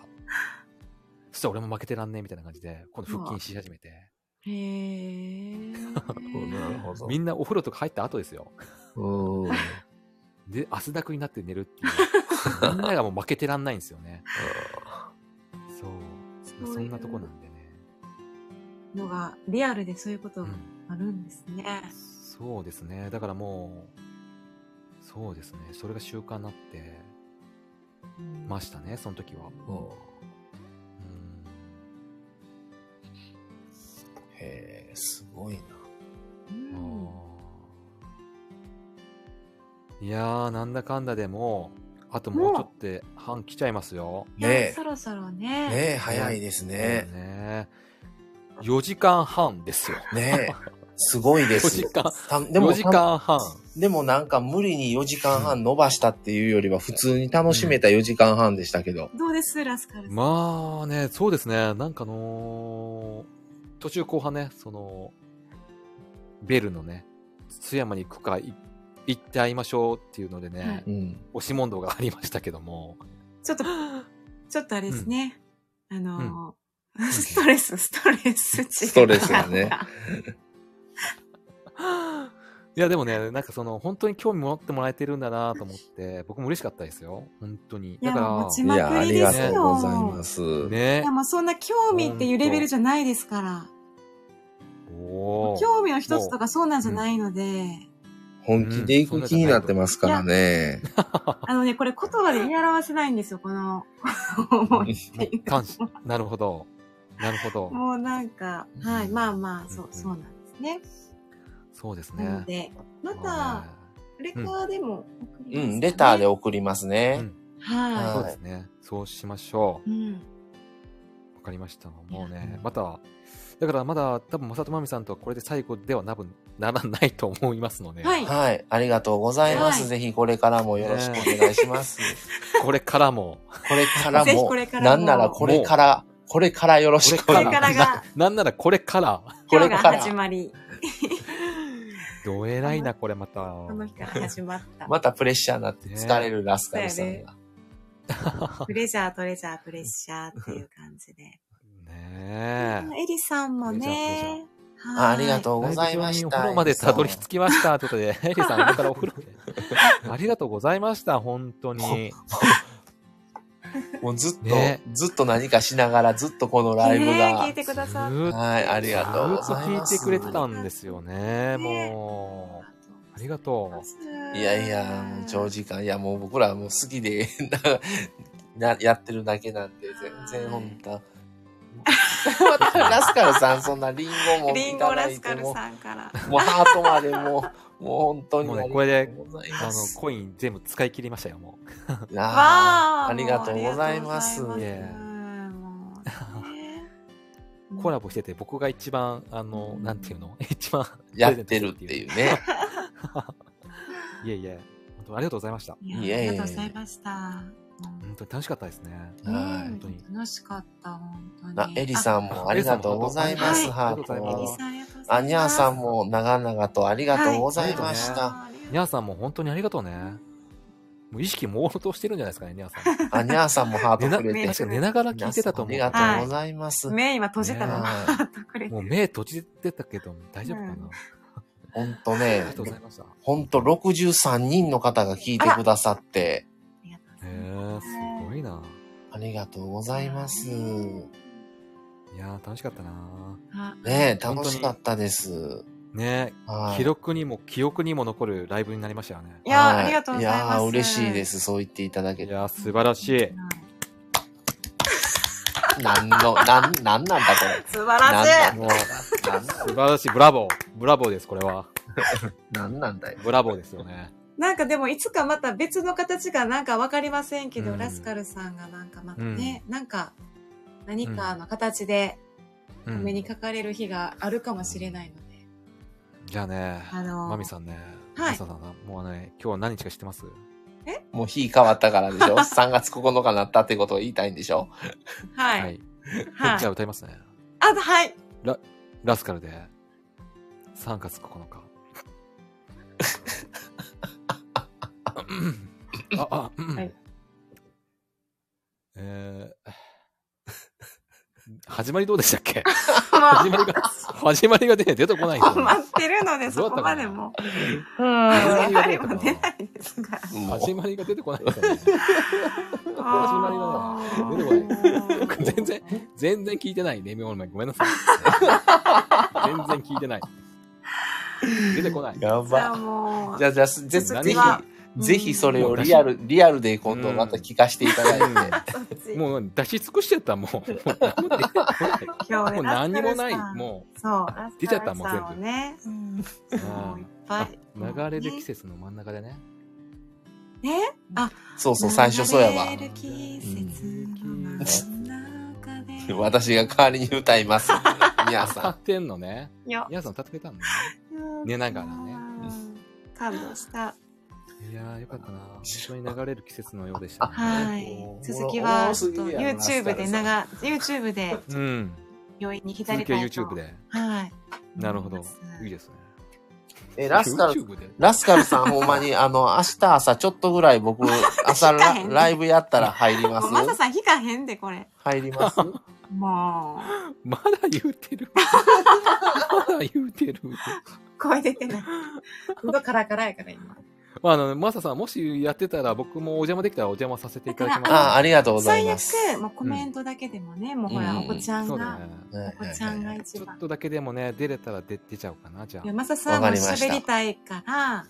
S3: そしたら俺も負けてらんねえみたいな感じで今度腹筋し始めて
S1: へえ。
S2: (laughs) なるほど。
S3: みんなお風呂とか入った後ですよ
S2: うん。
S3: で汗だくになって寝るっていうみんながもう負けてらんないんですよねそうまあそんなとこなんでね、
S1: のがリアルでそういうこと
S3: う
S1: が
S3: ん、
S1: あるんですね。
S3: そうですね。だからもう、そうですね。それが習慣になってましたね、その時は。うん。
S2: へえ、すごいな。
S1: うん
S3: あーいやー、なんだかんだでもう、あともうちょっとで半来ちゃいますよ。
S1: いや
S2: ね
S1: そろそろ
S2: え、
S1: ね。
S2: ねえ、早いですね。
S3: ね4時間半ですよ。
S2: ねえ、すごいで
S3: 4
S2: す
S3: 時。間、
S2: たで
S3: 4
S2: も
S3: 時間半。
S2: でもなんか無理に4時間半伸ばしたっていうよりは普通に楽しめた4時間半でしたけど。
S1: どうですラスカルさん。
S3: まあね、そうですね。なんかあのー途中後半ね、その、ベルのね、津山に行くか、い行って会いましょうっていうのでね、
S2: うん。
S3: 押し問答がありましたけども、 (laughs)
S1: ちょっと、ちょっとあれですね。あのー、 (laughs) ストレス、ストレス値が。
S2: ストレスがね
S3: いやでもね、なんかその、本当に興味持ってもらえてるんだなと思って、僕も嬉しかったですよ。本当に。
S1: いや、
S3: だ
S1: もう持
S3: か
S1: ち
S2: い
S1: ま
S2: や、
S1: く
S2: あ
S1: り
S2: り
S1: で
S2: が
S1: す
S2: と
S1: よ。
S2: うございます。
S3: ら、ね
S1: いや、、もうそんな興味っていうレベルじゃないですから。
S3: おー
S1: 興味の一つとかそうなんじゃないので、
S2: 本気で行く気になってますからね。
S1: あのね、これ言葉で言い表せないんですよ、この思いっていう
S3: 感謝。なるほど。なる
S1: (laughs)
S3: ほど。
S1: (laughs) もうなんか、はい、
S3: うん
S1: まあまあ、そう
S3: う、ん
S1: そうなんですね。
S3: そうですね。
S1: なので、ま
S3: もう
S1: た、レターでも送りますか
S2: う
S1: ね
S2: ん、レターで。送りますね。
S3: ね、
S1: は
S3: そうですね。そうしましょう。
S1: い。うん。
S3: わかりました。もう
S2: う
S3: ね
S2: ん、
S3: また、だからまだ多分、まさとまみさんとはこれで最後ではなぶならないと思いますので、
S1: はい
S2: はい。ありがとうございます。
S1: はい
S2: ぜひこれからもよろしくお願いします。
S3: これか
S1: (laughs)
S3: らも、
S2: これから
S1: ぜひ
S2: も
S1: これ、からも
S2: なんならこれから、これからよろしくお
S1: こ
S2: 願い
S1: れ
S2: し
S1: か
S2: ます。
S1: らが、
S3: なんならこれから、
S2: (laughs) こ
S1: 今日
S2: れか
S1: が
S2: ら
S1: 始まり、
S3: どえらいな、これまた。
S1: この日から始まった。
S2: またプレッシャーになって疲れるラスカルさ
S1: ね
S2: んが。
S1: プレジャー、トレジャー、プレッシャーっていう感じで。
S3: ねえ。
S1: エリさんもね、
S2: あありが
S1: う。
S2: とうございまし
S3: お
S2: た。
S3: 風呂までたどり着きま
S2: (laughs)
S3: した。ということで、エ
S1: (laughs)
S3: リさん、これからお風呂で。ありがとうございました、本当に。
S2: もうずっと、
S3: ね
S2: ずっと何かしながら、ずっとこのライブ
S1: ねえ
S2: が
S1: 聞い。てくださっ
S3: ずーっと
S2: はい、ありがとうご
S3: ず
S2: ざいま
S3: ーっと聞いて
S2: す。
S3: くれてたんですよ
S1: ね
S3: ね。もう、
S1: た。
S3: ありがとう。
S2: いやいや、もう長時間、いやもう僕らもう好きで (laughs) な、やってるだけなんで、全然本当。またラスカルさん、そんなリンゴも
S1: リン
S2: い
S1: ゴ
S2: ただ
S1: ラス
S2: い
S1: カ
S2: て
S1: ル
S2: も、
S1: さんから。
S2: もうハートまでもう、もう本当に
S3: もう
S2: あ
S3: ね
S2: り
S3: こ
S2: が
S3: れで
S2: とうござい
S3: あの
S2: ま、す。
S3: コイン全部使い切りましたよ、もう。
S2: いやー
S1: わあ
S2: ありがとうございます。
S1: もうあり
S3: い
S1: がとうござい
S3: え
S1: ますもう
S2: (laughs)
S1: ね
S3: コラボしてて、僕が一番、あの、なんていうの (laughs) 一番。
S2: やってるっていううね。
S3: いえいえ、本当ありがとうございました。
S1: いや
S2: いやいや
S1: あ
S2: い
S1: り
S2: や
S1: がとうございました。
S3: 本当に楽しかったですね。
S1: うん
S2: は
S3: 本当に
S1: 楽しかった、本当に。
S2: な、エリさんもありがとうございます、
S3: あ
S2: ハ
S3: エ
S2: ー
S3: リさ
S1: あエ
S3: んも
S1: リ
S2: ト。
S1: さんありがとうございます。
S2: アニャーさんも長々とありがとうございました。
S1: はい。
S3: ニャーさんも本当にありがとうね。もう意識朦朧としてるんじゃないですかね、ニャーさ
S2: (laughs)
S3: ん。
S2: アニャーさんもハート
S3: 寝な
S2: くれ
S3: 確
S2: て。
S3: か寝ながら聞いてたと思
S2: あ
S3: う。
S2: りがとうございます。
S1: 目今閉じたの。
S2: ね
S1: ハートくれて
S3: もう目閉じてたけど、大丈夫か
S1: う
S3: な、
S1: ん
S2: ほんと
S3: あり
S2: ね
S3: が、とうございました。
S2: ほんと63人の方が聞いてくださって、
S1: ありがとうご
S3: へ
S1: ざい
S3: え
S1: ま
S3: ー、
S1: す
S3: すごいな。
S2: ありがとうございます。
S3: いやー、楽しかったな。
S1: あ
S2: ねえ、楽しかったです。
S3: ね
S2: はい
S3: 記録にも記憶にも残るライブになりましたよね。
S1: いやー
S2: は
S1: ありがとうございます
S2: いやー嬉しいです。そう言っていただけ
S3: い
S2: て。
S3: やー、素晴らしい。
S2: なんの、なん、なんなんだこれ。
S1: 素晴らし
S2: なん
S1: い。
S3: もう、
S2: なんだ
S3: 素晴らしい。ブラボー。ブラボーです、これは。
S2: なんなんだよ。
S3: ブラボーですよね。
S1: なんかでもいつかまた別の形がなんかわかりませんけど、
S3: うん
S1: ラスカルさんがなんかまたね、なんか何かの形で
S3: う
S1: お目に
S3: ん。
S1: かかれる日があるかもしれないので、
S3: じゃあね、
S1: あのー
S3: マミさんね、
S1: はい
S3: マミさんさんもうね、今日は何日か知ってます
S2: もう日変わったからでしょ (laughs) ?3 月9日になったってことを言いたいんでしょ
S1: はい。
S3: は
S1: はい。
S3: い。じゃあ歌いますね。
S1: あと、
S3: (laughs)
S1: はい。
S3: ラスカルで、3月9日。
S1: (laughs)
S3: あ、あ、うん
S1: はい
S3: えー、 (laughs) 始まりどうでしたっ
S1: (laughs)
S3: け
S1: も
S3: 始まりが、始まりがね、出てこないんです
S1: う、 (laughs)
S3: よね
S1: 困ってるので、
S3: どう
S1: そ
S3: だ
S1: こ
S3: ったか
S1: ま
S3: な
S1: でも。
S3: 始
S1: や
S3: ま
S1: は
S3: り
S1: り
S3: がど
S1: も
S3: う
S1: 出
S3: だ
S1: な
S3: ったか
S1: いですが。
S2: もう
S3: 始まりが出てこないですよね。
S1: あ
S3: 始まりがね
S1: ー
S3: 僕全然、全然聞いてないね、今の前ごめんなさい。全然聞いてない。出てこない。
S2: や
S1: じゃあ
S2: ば。
S1: もう
S2: じ、ゃあ、じゃあ、ぜぜ
S1: 続
S3: き
S2: ひ
S1: は、
S2: ぜひそれをリアル、リアルで今度また聞かせていただいて。
S1: そっち
S3: もう出し尽くしちゃった、もう。もう何
S1: 今日ね
S3: も出てこないもう何にもない。
S1: ラスカルさん
S3: も
S1: そう、ラス
S3: 出ちゃ
S1: カ
S3: った
S1: ル
S3: もん
S1: さんをね、うん、も
S3: う。
S1: ういっ
S3: う
S1: ぱい。
S3: ん流れる季
S1: ね
S3: 節の真ん中でね。
S1: ね
S2: そうそう、最初そうやわ
S1: 流。れる季節の真ん中で。
S2: 私が代わりに歌い (laughs) ます。皆
S3: 歌
S2: さ
S3: ってんのね。
S1: よ、
S3: 皆さん歌ってくれたのね。
S1: 寝
S3: 寝ながらね。
S1: 感動した。
S3: いやー、よかったな。一緒に流れる季節のようでしたね。
S1: はい
S3: こ。う
S1: 続きは、
S2: 多
S1: ちょ
S2: す
S1: っと
S2: ぎやろラスカ
S1: YouTube
S2: ル
S1: で
S2: さん
S1: 長、YouTube で
S3: うん。
S1: 病院に浸
S3: 続
S1: り
S3: き
S1: た
S3: はい
S1: と。
S3: YouTube で。
S1: はい。
S3: なるほど
S1: 思いま。す
S3: いいです
S2: ん。
S3: ね。
S2: え、ラスカル、
S3: YouTube で。
S2: ラスカルさんほんまに、あの、明日朝ちょっとぐらい (laughs) 僕、朝
S1: 聞か
S2: ラ
S1: へん
S2: ライブやったら入りま
S1: も
S2: す
S1: うマサさん引かへんで、これ。
S2: 入ります
S1: も
S3: まだ言うてる。まだ言うてる。
S1: う、声出てない。喉カラカラやから今。
S3: まあ、あの、マサさん、もしやってたら僕もお邪魔できたらお邪魔させていただきます。
S2: ああ、ありがとうござい
S1: 最
S2: ます。
S1: 悪、もうコメントだけでもね、もうほら、
S2: うん
S1: お子ちゃん
S3: そうだ
S1: が、
S3: ね。
S2: はい
S1: お子ちゃんが一
S3: ちょ
S1: 番
S3: っ。とだけでもね、出れたら出出ちゃおうかな、じゃあ
S1: いや。マサさんも
S2: わかりました
S1: 喋りたいから、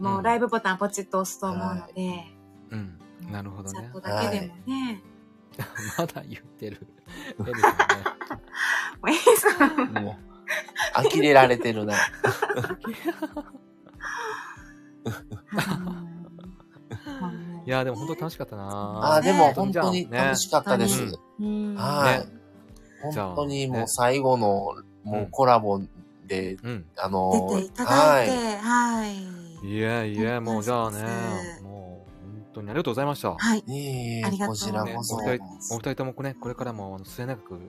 S3: うん
S1: もうライブボタンポチッと押すと思うので、
S3: うん。なるほど
S1: チャ
S3: ね
S1: ット。だけでもね、
S3: まだ言ってる。エリさんね。
S1: もういいさん、
S2: もう、呆れられてるな。
S1: うん
S3: (laughs) いや、でも本当楽しかったな
S2: (laughs) ああ、でも
S3: ほん
S2: 本
S3: と
S2: 当に楽しかったです。
S3: ね
S1: うん
S2: はい、
S3: ねじゃあ
S2: 本当にもう最後の、もうコラボで、
S3: うん。
S2: あ
S1: 出
S2: の
S1: ていただいて
S2: は、
S1: はい。
S3: いやいや、もうじゃあね
S1: 楽しかったです、
S3: もう本当にありがとうございました。
S1: はい。
S2: い。いえい
S1: ありが
S2: え、
S1: とう
S2: こちら
S1: ね
S2: こそ
S3: お。二人お二人ともね、これからもあの末永く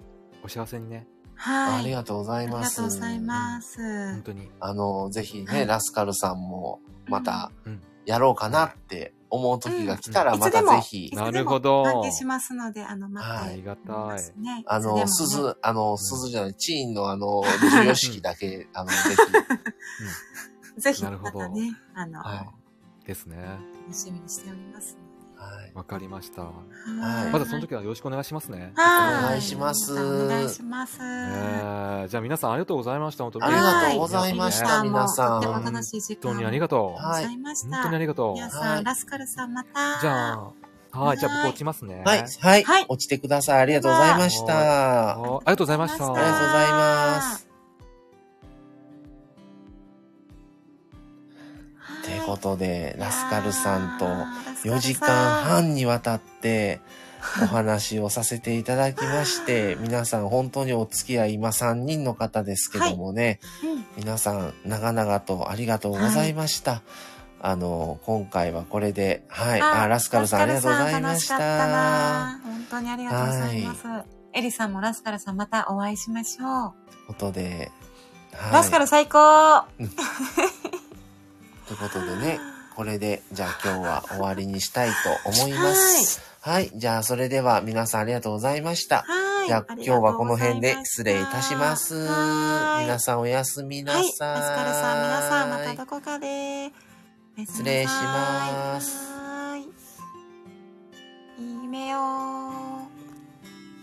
S3: お幸せにね、
S1: はい。
S2: ありがとうござ
S1: あ
S2: い
S1: り
S2: ま
S1: が
S2: す。
S1: とうございます。
S3: 本当に。
S2: あの、ぜひね、
S1: はい
S2: ラスカルさんも、また
S3: うん、
S2: やろうかなって思う時が来たら、
S1: うん
S2: また
S1: いつで
S2: ぜ
S1: も
S2: ひ、
S3: なるほど
S1: 関係しますので、あの、待
S2: は
S1: っ
S3: あ
S1: て
S3: りが
S1: おり
S3: た
S1: ま
S3: い
S1: す。ね。
S2: あ
S1: いつでも
S2: の、
S1: ね
S2: 鈴、あの、鈴じゃない、チーンのあの、授与式だ
S1: (laughs)
S2: け、あの、ぜ
S1: ぜひ、
S3: な
S1: ま
S3: るほど
S1: たね、あの、
S2: は
S1: 楽
S2: い
S3: ですね。
S1: しみにしておりますので。
S4: わかりました。
S2: はい
S4: まだその時はよろしくお願いしますね。
S1: はい
S2: お願いします
S1: お願いします。
S4: えーじゃあ皆さんありがとうございました。本当に。
S2: ありがとうございまし
S1: 皆さん
S2: た
S1: も
S2: 皆さん
S1: とっても楽しい時間。
S4: 本当にありがとう。
S1: ございました。
S4: 本当にありがと
S1: 皆
S4: う。
S1: さん、
S2: はい
S1: ラスカルさんまた。
S4: じゃあ、はい、じゃあ僕落ちますね。
S2: はい
S4: は、
S2: はい、
S1: はい
S2: 落ちてください。ありがとうございました。あ
S4: いありがとうございました。
S1: あり
S2: りがとうございます。
S1: はい、
S2: ってことで、ラスカルさんと
S1: いやーラスカルさん
S2: 4時間半にわたってお話をさせていただきま
S1: (laughs)
S2: して、皆さん本当にお付き合い今3人の方ですけどもね、
S1: うん
S2: 皆さん長々とありがとうございました。あの、今回はこれで、はい、あ、ラスカルさんありがとうございまし
S1: ラスカ
S2: た。
S1: ルさん楽しかったな本当にありがとうございます。エリさんもラスカルさんまたお会いしましょう。
S2: ということで、はい
S1: ラスカル最高
S2: ということでね、これで、じゃあ今日は終わりにしたいと思います。はい、じゃあそれでは皆さんありがとうございました。
S1: はい。
S2: じゃあ
S1: り
S2: 今
S1: がと
S2: 日は
S1: う
S2: こ
S1: ご
S2: の
S1: ざ
S2: 辺で
S1: ま
S2: 失礼いたします。
S1: はい
S2: 皆さんおやすみな
S1: はい、ラ
S2: さい。
S1: スカルさん、皆さんまたどこかで。おやすみなさい
S2: 失礼します